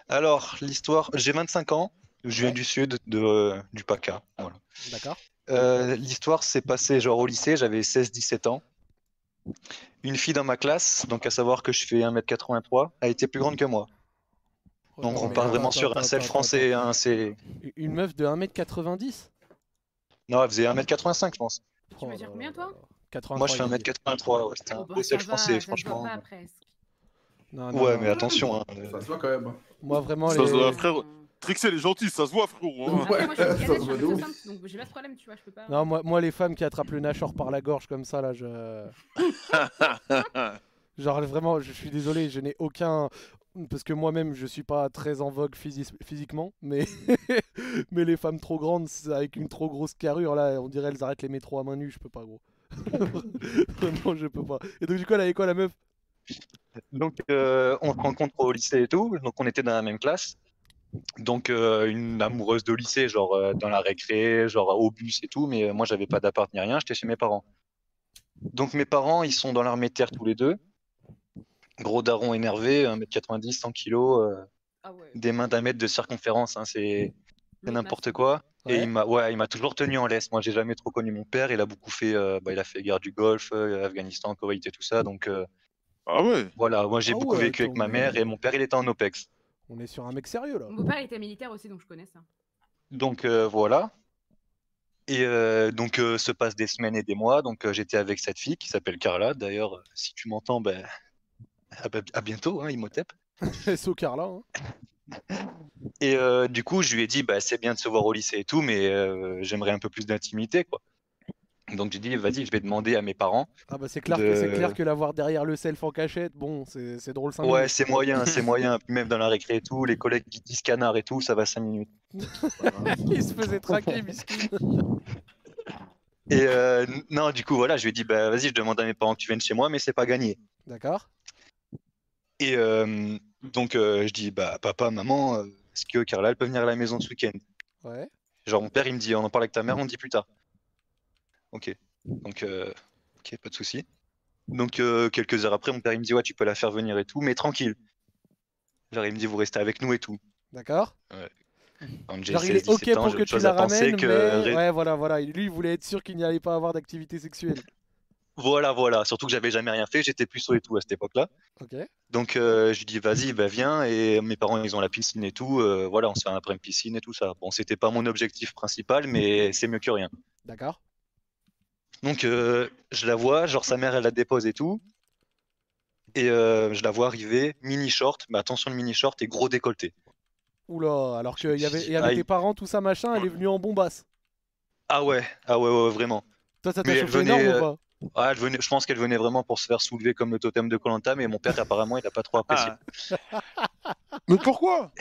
[SPEAKER 10] Alors, l'histoire, j'ai 25 ans, je viens du sud, de, euh, du PACA. Voilà.
[SPEAKER 1] D'accord
[SPEAKER 10] Euh, l'histoire s'est passée genre au lycée, j'avais 16-17 ans. Une fille dans ma classe, donc à savoir que je fais 1m83, a été plus grande que moi. Donc
[SPEAKER 1] Attends,
[SPEAKER 10] on
[SPEAKER 1] Oh mais
[SPEAKER 10] part
[SPEAKER 1] attends,
[SPEAKER 10] vraiment
[SPEAKER 1] attends,
[SPEAKER 10] sur un
[SPEAKER 1] attends,
[SPEAKER 10] sel
[SPEAKER 1] attends,
[SPEAKER 10] français.
[SPEAKER 1] attends.
[SPEAKER 10] hein, c'est...
[SPEAKER 1] Une meuf de 1m90
[SPEAKER 10] Non, elle faisait 1m85, je pense.
[SPEAKER 3] Tu veux dire combien, toi
[SPEAKER 10] Moi, je fais 1m83. Ouais, c'était
[SPEAKER 3] Oh,
[SPEAKER 10] un
[SPEAKER 3] bah,
[SPEAKER 10] beau sel
[SPEAKER 3] ça va,
[SPEAKER 10] français,
[SPEAKER 3] ça se voit
[SPEAKER 10] franchement.
[SPEAKER 3] pas, presque.
[SPEAKER 1] Ah Non, non,
[SPEAKER 10] Ouais,
[SPEAKER 1] non.
[SPEAKER 10] mais attention. hein,
[SPEAKER 2] Ça se voit quand même. hein.
[SPEAKER 1] Moi, vraiment,
[SPEAKER 4] Ça
[SPEAKER 1] les...
[SPEAKER 4] se voit. frère. Trixel est gentil, ça se voit, frérot hein.
[SPEAKER 3] Après, moi, je suis
[SPEAKER 2] Ouais,
[SPEAKER 3] une cadette,
[SPEAKER 2] ça se
[SPEAKER 3] je
[SPEAKER 2] voit
[SPEAKER 3] suis
[SPEAKER 2] de ouf.
[SPEAKER 3] 60, donc j'ai pas ce problème, tu vois, je peux pas.
[SPEAKER 1] Non, moi, moi, les femmes qui attrapent le Nashor par la gorge comme ça, là, je... Genre, vraiment, je suis désolé, je n'ai aucun... Parce que moi-même, je suis pas très en vogue physis- physiquement, mais... mais les femmes trop grandes, c'est- avec une trop grosse carrure, là, on dirait elles arrêtent les métros à main nue, je peux pas, gros. vraiment, je peux pas. Et donc, du coup, elle avait quoi, la meuf
[SPEAKER 10] Donc, euh, on se rencontre au lycée et tout. Donc, on était dans la même classe. Donc, euh, une amoureuse de lycée, genre euh, dans la récré, genre au bus et tout. Mais euh, moi, j'avais pas d'appart ni rien. J'étais chez mes parents. Donc, mes parents, ils sont dans l'armée de terre tous les deux. Gros daron énervé, 1m90, 100 kg, euh,
[SPEAKER 3] Ah ouais.
[SPEAKER 10] des mains d'un mètre de circonférence. hein, c'est c'est
[SPEAKER 3] L'autre
[SPEAKER 10] n'importe
[SPEAKER 3] nation.
[SPEAKER 10] quoi. Et
[SPEAKER 1] Ouais.
[SPEAKER 10] il m'a ouais, il m'a toujours tenu en laisse. Moi, j'ai jamais trop connu mon père. Il a beaucoup fait, euh, bah, il a fait guerre du Golfe, euh, Afghanistan, Koweït et tout ça. Donc, euh,
[SPEAKER 4] Ah ouais
[SPEAKER 10] voilà, moi j'ai
[SPEAKER 1] Ah
[SPEAKER 10] beaucoup
[SPEAKER 1] ouais,
[SPEAKER 10] vécu avec
[SPEAKER 1] attends,
[SPEAKER 10] ma mère et mon père il était en OPEX.
[SPEAKER 1] On est sur un mec sérieux, là.
[SPEAKER 3] Mon beau-père était militaire aussi, donc je connais ça.
[SPEAKER 10] Donc euh, voilà. Et euh, donc euh, se passent des semaines et des mois. Donc euh, j'étais avec cette fille qui s'appelle Carla. D'ailleurs, euh, si tu m'entends, ben, à, à bientôt, hein, Imhotep.
[SPEAKER 1] SO Carla, hein.
[SPEAKER 10] Et euh, du coup, je lui ai dit, bah, c'est bien de se voir au lycée et tout, mais euh, j'aimerais un peu plus d'intimité, quoi. Donc j'ai dit, vas-y, je vais demander à mes parents.
[SPEAKER 1] Ah bah c'est clair, que c'est
[SPEAKER 10] de-
[SPEAKER 1] clair que l'avoir derrière le self en cachette, bon, c'est c'est drôle 5
[SPEAKER 10] Ouais, c'est moyen, c'est moyen. Puis Même dans la récré et tout, les collègues qui disent canard et tout, ça va 5 minutes.
[SPEAKER 1] Il se faisait traquer, biscuit.
[SPEAKER 10] Et euh, n- non, du coup, voilà, je lui ai dit, bah, vas-y, je demande à mes parents que tu viennes chez moi, mais c'est pas gagné.
[SPEAKER 1] D'accord
[SPEAKER 10] Et euh, donc, euh, je dis, bah, papa, maman, euh, est-ce que Carla, elle peut venir à la maison ce week-end?
[SPEAKER 1] Ouais.
[SPEAKER 10] Genre, mon père, il me dit, on en parle avec ta mère, on dit plus tard. Ok. Donc, euh, ok, pas de souci. Donc, euh, quelques heures après, mon père, il me dit, ouais, tu peux la faire venir et tout, mais tranquille. Genre, il me dit, vous restez avec nous et tout.
[SPEAKER 1] D'accord
[SPEAKER 10] Quand j'ai
[SPEAKER 1] Genre il est
[SPEAKER 10] 16,
[SPEAKER 1] ok
[SPEAKER 10] 17 ans,
[SPEAKER 1] pour
[SPEAKER 10] j'ai
[SPEAKER 1] que
[SPEAKER 10] autre
[SPEAKER 1] tu
[SPEAKER 10] chose
[SPEAKER 1] la
[SPEAKER 10] à penser
[SPEAKER 1] ramènes,
[SPEAKER 10] que
[SPEAKER 1] mais...
[SPEAKER 10] ré-
[SPEAKER 1] Ouais, voilà, voilà. Lui, il voulait être sûr qu'il n'y allait pas avoir d'activité sexuelle.
[SPEAKER 10] Voilà, voilà. Surtout que j'avais jamais rien fait, j'étais puceau et tout à cette époque-là.
[SPEAKER 1] Ok
[SPEAKER 10] Donc euh, je lui dis vas-y, bah, viens et mes parents ils ont la piscine et tout, euh, voilà on se fait un après piscine et tout ça. Bon c'était pas mon objectif principal mais c'est mieux que rien.
[SPEAKER 1] D'accord
[SPEAKER 10] Donc euh, je la vois, genre sa mère elle la dépose et tout, et euh, je la vois arriver, mini short, mais attention le mini short et gros décolleté.
[SPEAKER 1] Oula, alors qu'il y avait, il y avait
[SPEAKER 10] Aïe.
[SPEAKER 1] tes parents, tout ça, machin, elle est venue en bombasse.
[SPEAKER 10] Ah ouais, ah ouais ouais ouais, vraiment.
[SPEAKER 1] Toi, ça t'a
[SPEAKER 10] Mais elle
[SPEAKER 1] chauffé
[SPEAKER 10] venait,
[SPEAKER 1] énorme ou
[SPEAKER 10] Ah, elle venait- je pense qu'elle venait vraiment pour se faire soulever comme le totem de Colanta, mais mon père apparemment il a pas trop apprécié.
[SPEAKER 4] Ah. Mais pourquoi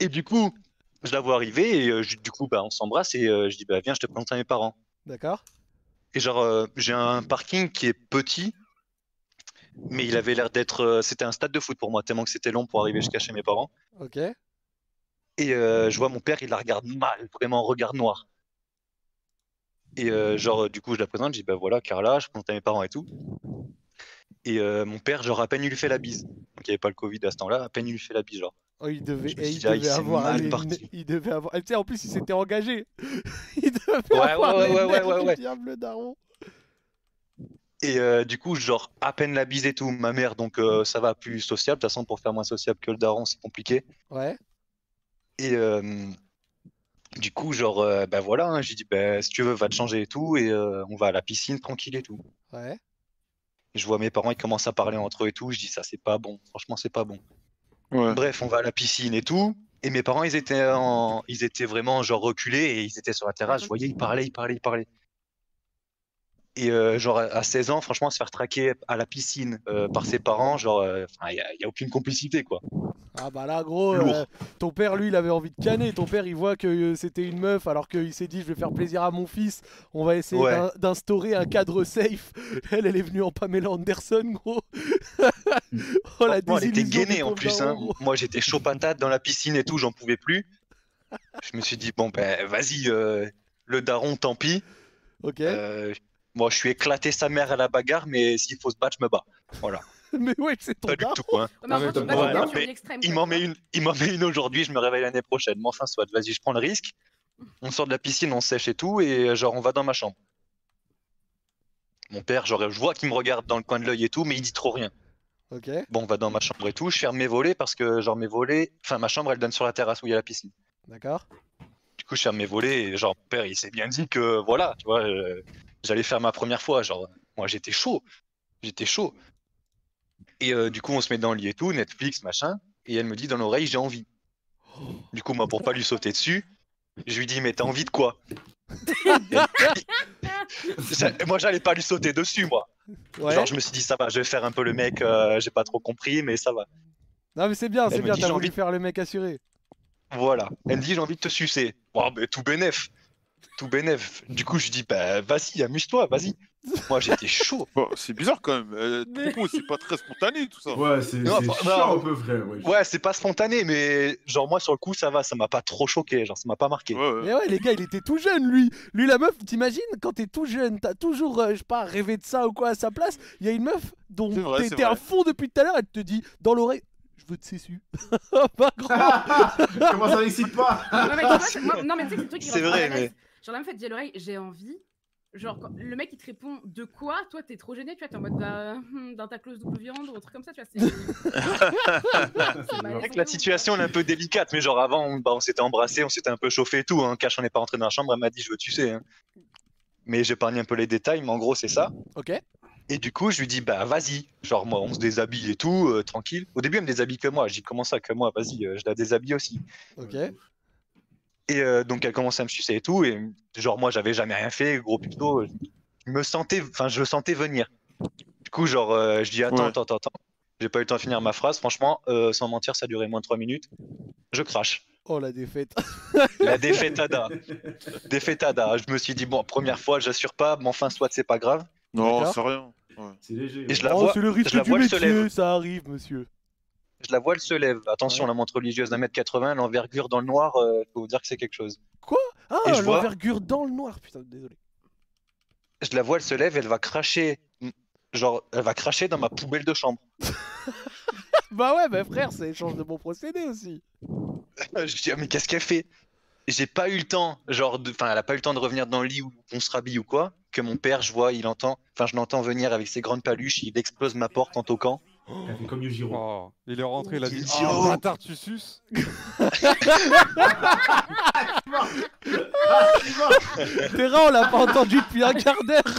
[SPEAKER 10] Et du coup je la vois arriver et euh, je- du coup bah on s'embrasse et euh, je dis bah viens je te présente à mes parents.
[SPEAKER 1] pas D'accord
[SPEAKER 10] Et genre, euh, j'ai un parking qui est petit, mais il avait l'air d'être. euh, c'était un stade de foot pour moi, tellement que c'était long pour arriver jusqu'à chez mes parents.
[SPEAKER 1] Ok.
[SPEAKER 10] Et euh, je vois mon père, il la regarde mal, vraiment regard noir. Et euh, genre, euh, du coup, je la présente, je dis, bah voilà, Carla, je présente à mes parents et tout. Et euh, mon père, genre, à peine il lui fait la bise. Donc, il n'y avait pas le Covid à ce temps-là, à peine il lui fait la bise, genre.
[SPEAKER 1] Oh, il devait,
[SPEAKER 10] Je me
[SPEAKER 1] eh,
[SPEAKER 10] suis
[SPEAKER 1] il
[SPEAKER 10] dit, ah, il
[SPEAKER 1] devait
[SPEAKER 10] s'est
[SPEAKER 1] avoir.
[SPEAKER 10] mal
[SPEAKER 1] les
[SPEAKER 10] parti.
[SPEAKER 1] ne- Il devait avoir. Et tu sais, en plus, il s'était engagé. il devait
[SPEAKER 10] Ouais,
[SPEAKER 1] avoir.
[SPEAKER 10] ouais,
[SPEAKER 1] les
[SPEAKER 10] ouais, ouais,
[SPEAKER 1] nerfs
[SPEAKER 10] ouais,
[SPEAKER 1] du
[SPEAKER 10] ouais.
[SPEAKER 1] diable, le daron.
[SPEAKER 10] Et euh, du coup, genre, à peine la bise et tout, ma mère, donc euh, ça va plus sociable. De toute façon, pour faire moins sociable que le daron, c'est compliqué.
[SPEAKER 1] Ouais.
[SPEAKER 10] Et euh, du coup, genre, euh, bah voilà, hein, j'ai dit, bah, si tu veux, va te changer et tout, et euh, on va à la piscine tranquille et tout.
[SPEAKER 1] Ouais.
[SPEAKER 10] Je vois mes parents, ils commencent à parler entre eux et tout. Je dis, ça, c'est pas bon. Franchement, c'est pas bon.
[SPEAKER 4] Ouais.
[SPEAKER 10] Bref, on va à la piscine et tout. Et mes parents, ils étaient, en... ils étaient vraiment genre reculés et ils étaient sur la terrasse. Je voyais, ils parlaient, ils parlaient, ils parlaient. Et euh, genre, à- à 16 ans, franchement, se faire traquer à la piscine euh, par ses parents, genre, euh, enfin, il n'y a, aucune complicité, quoi.
[SPEAKER 1] Ah bah là gros,
[SPEAKER 10] Lourd.
[SPEAKER 1] euh, ton père lui il avait envie de canner, ton père il voit que euh, c'était une meuf alors qu'il s'est dit je vais faire plaisir à mon fils, on va essayer
[SPEAKER 10] Ouais.
[SPEAKER 1] d'in- d'instaurer un cadre safe, elle elle est venue en Pamela Anderson gros, oh la
[SPEAKER 10] Franchement, elle était
[SPEAKER 1] désillusion du
[SPEAKER 10] gainée en
[SPEAKER 1] pauvre
[SPEAKER 10] plus.
[SPEAKER 1] daron,
[SPEAKER 10] hein.
[SPEAKER 1] gros.
[SPEAKER 10] Moi, j'étais chaud patate dans la piscine et tout, j'en pouvais plus. Je me suis dit, bon, ben, vas-y, euh, le daron, tant pis.
[SPEAKER 1] Ok,
[SPEAKER 10] Euh, moi, je suis éclaté sa mère à la bagarre, mais s'il faut se battre, je me bats. Voilà.
[SPEAKER 1] mais ouais c'est ton
[SPEAKER 10] Pas du
[SPEAKER 1] daron.
[SPEAKER 10] tout, hein.
[SPEAKER 3] Ouais, mais en
[SPEAKER 2] Ouais,
[SPEAKER 3] fait, tu
[SPEAKER 2] mais
[SPEAKER 3] passes
[SPEAKER 10] voilà,
[SPEAKER 3] peut-être sur
[SPEAKER 10] mais
[SPEAKER 3] l'extrême,
[SPEAKER 10] Il
[SPEAKER 3] quoi,
[SPEAKER 10] m'en
[SPEAKER 3] tu vois.
[SPEAKER 10] met une, il m'en met une aujourd'hui, je me réveille l'année prochaine. Mais enfin, soit, vas-y, je prends le risque. On sort de la piscine, on sèche et tout, et euh, genre, on va dans ma chambre. Mon père, genre, je vois qu'il me regarde dans le coin de l'œil et tout, mais il dit trop rien.
[SPEAKER 1] Ok,
[SPEAKER 10] Bon, on va dans ma chambre et tout, je ferme mes volets parce que, genre, mes volets, enfin, ma chambre, elle donne sur la terrasse où il y a la piscine.
[SPEAKER 1] d'accord,
[SPEAKER 10] Du coup, je ferme mes volets et, genre, mon père, il s'est bien dit que, voilà, tu vois, euh, j'allais faire ma première fois. Genre, moi, j'étais chaud. J'étais chaud. Et euh, du coup, on se met dans le lit et tout, Netflix, machin. Et elle me dit dans l'oreille, j'ai envie. Du coup, moi, pour pas lui sauter dessus, je lui dis, mais t'as envie de quoi J'a- Moi, j'allais pas lui sauter dessus, moi.
[SPEAKER 1] ouais,
[SPEAKER 10] Genre, je me suis dit, ça va, je vais faire un peu le mec, euh, j'ai pas trop compris, mais ça va.
[SPEAKER 1] non mais c'est bien, c'est
[SPEAKER 10] me
[SPEAKER 1] bien,
[SPEAKER 10] dit,
[SPEAKER 1] t'as
[SPEAKER 10] j'ai
[SPEAKER 1] voulu
[SPEAKER 10] envie-
[SPEAKER 1] faire le mec assuré,
[SPEAKER 10] Voilà. Elle me dit, j'ai envie de te sucer. Oh, mais tout bénef. Tout bénef. Du coup, je lui dis, bah, vas-y, amuse-toi, vas-y. Moi, j'étais chaud.
[SPEAKER 4] Bon, c'est bizarre quand même. Euh, tes propos, c'est pas très spontané tout ça.
[SPEAKER 2] Ouais, c'est
[SPEAKER 10] Non,
[SPEAKER 2] c'est
[SPEAKER 10] non.
[SPEAKER 2] chiant un peu, frère. ouais.
[SPEAKER 10] Ouais, c'est pas spontané, mais genre, moi, sur le coup, ça va, ça m'a pas trop choqué, genre, ça m'a pas marqué.
[SPEAKER 4] Ouais, ouais.
[SPEAKER 1] mais ouais les gars il était tout jeune lui, lui la meuf t'imagines quand t'es tout jeune, t'as toujours euh, je sais pas rêvé de ça ou quoi à sa place, il y a une meuf dont
[SPEAKER 4] C'est vrai, c'est
[SPEAKER 1] t'étais à
[SPEAKER 4] vrai.
[SPEAKER 1] fond depuis tout à l'heure, elle te dit dans l'oreille je veux te sécu. Pas grand.
[SPEAKER 2] Comment ça n'excite pas
[SPEAKER 3] Ouais, mais tu vois, c'est- moi- non, mais tu sais que c'est le truc qui
[SPEAKER 10] Ah, C'est
[SPEAKER 3] rend
[SPEAKER 10] vrai,
[SPEAKER 3] mal à l'aise. Genre, la meuf, elle te dit à l'oreille, j'ai envie. Genre, quand- le mec, il te répond de quoi Toi, t'es trop gêné, tu vois, t'es en mode bah, hmm, dans ta clause double viande ou un truc comme ça, tu vois. C'est C'est
[SPEAKER 10] C'est vrai
[SPEAKER 3] malaisant,
[SPEAKER 10] que la situation elle est un peu délicate, mais genre avant, on, bah, on s'était embrassés, on s'était un peu chauffé et tout. Hein. Cash, on n'est pas rentré dans la chambre, elle m'a dit je veux tu sais. Mais j'épargne un peu les détails, mais en gros, c'est ça.
[SPEAKER 1] Ok.
[SPEAKER 10] Et du coup, je lui dis bah vas-y. Genre, moi, on se déshabille et tout, euh, tranquille. Au début, elle me déshabille que moi. Je dis comment ça, que moi, vas-y, euh, je la déshabille aussi.
[SPEAKER 1] Ok.
[SPEAKER 10] Et euh, donc, elle commence à me sucer et tout. Et genre, moi, j'avais jamais rien fait, gros plutôt. Je me sentais, enfin, je le sentais venir. Du coup, genre, euh, je dis attends,
[SPEAKER 4] Ouais.
[SPEAKER 10] attends, attends, attends. J'ai pas eu le temps de finir ma phrase. Franchement, euh, sans mentir, ça a duré moins de 3 minutes. Je crache.
[SPEAKER 1] Oh la défaite.
[SPEAKER 10] La défaitada. Défaitada. Je me suis dit, bon, première fois, j'assure pas, mais enfin, soit c'est pas grave.
[SPEAKER 4] Non,
[SPEAKER 1] D'accord.
[SPEAKER 4] c'est rien.
[SPEAKER 2] C'est léger.
[SPEAKER 10] Et
[SPEAKER 2] ouais.
[SPEAKER 10] je la
[SPEAKER 1] oh,
[SPEAKER 10] vois,
[SPEAKER 1] c'est le risque
[SPEAKER 10] la
[SPEAKER 1] du
[SPEAKER 10] voix, elle se
[SPEAKER 1] métier,
[SPEAKER 10] lève.
[SPEAKER 1] ça arrive, monsieur.
[SPEAKER 10] je la vois, elle se lève. Attention, la montre religieuse d'un mètre 80, l'envergure dans le noir, euh, faut vous dire que c'est quelque chose.
[SPEAKER 1] Ah,
[SPEAKER 10] Et je vois-
[SPEAKER 1] l'envergure dans le noir, putain, désolé.
[SPEAKER 10] Je la vois, elle se lève, elle va cracher. Genre, elle va cracher dans ma poubelle de chambre.
[SPEAKER 1] Bah ouais, bah frère, c'est échange de bons procédés aussi.
[SPEAKER 10] je dis, ah, mais qu'est-ce qu'elle fait J'ai pas eu le temps, genre, de- enfin, elle a pas eu le temps de revenir dans le lit où on se rhabille ou quoi. Que mon père, je vois, il entend, enfin, je l'entends venir avec ses grandes paluches, il explose ma porte en toquant.
[SPEAKER 2] T'as fait comme Yujiro.
[SPEAKER 5] Oh, il est rentré, il a dit
[SPEAKER 10] Idiot.
[SPEAKER 5] Ah, bâtard, tu suces
[SPEAKER 1] Terra, on l'a pas entendu depuis un quart d'heure.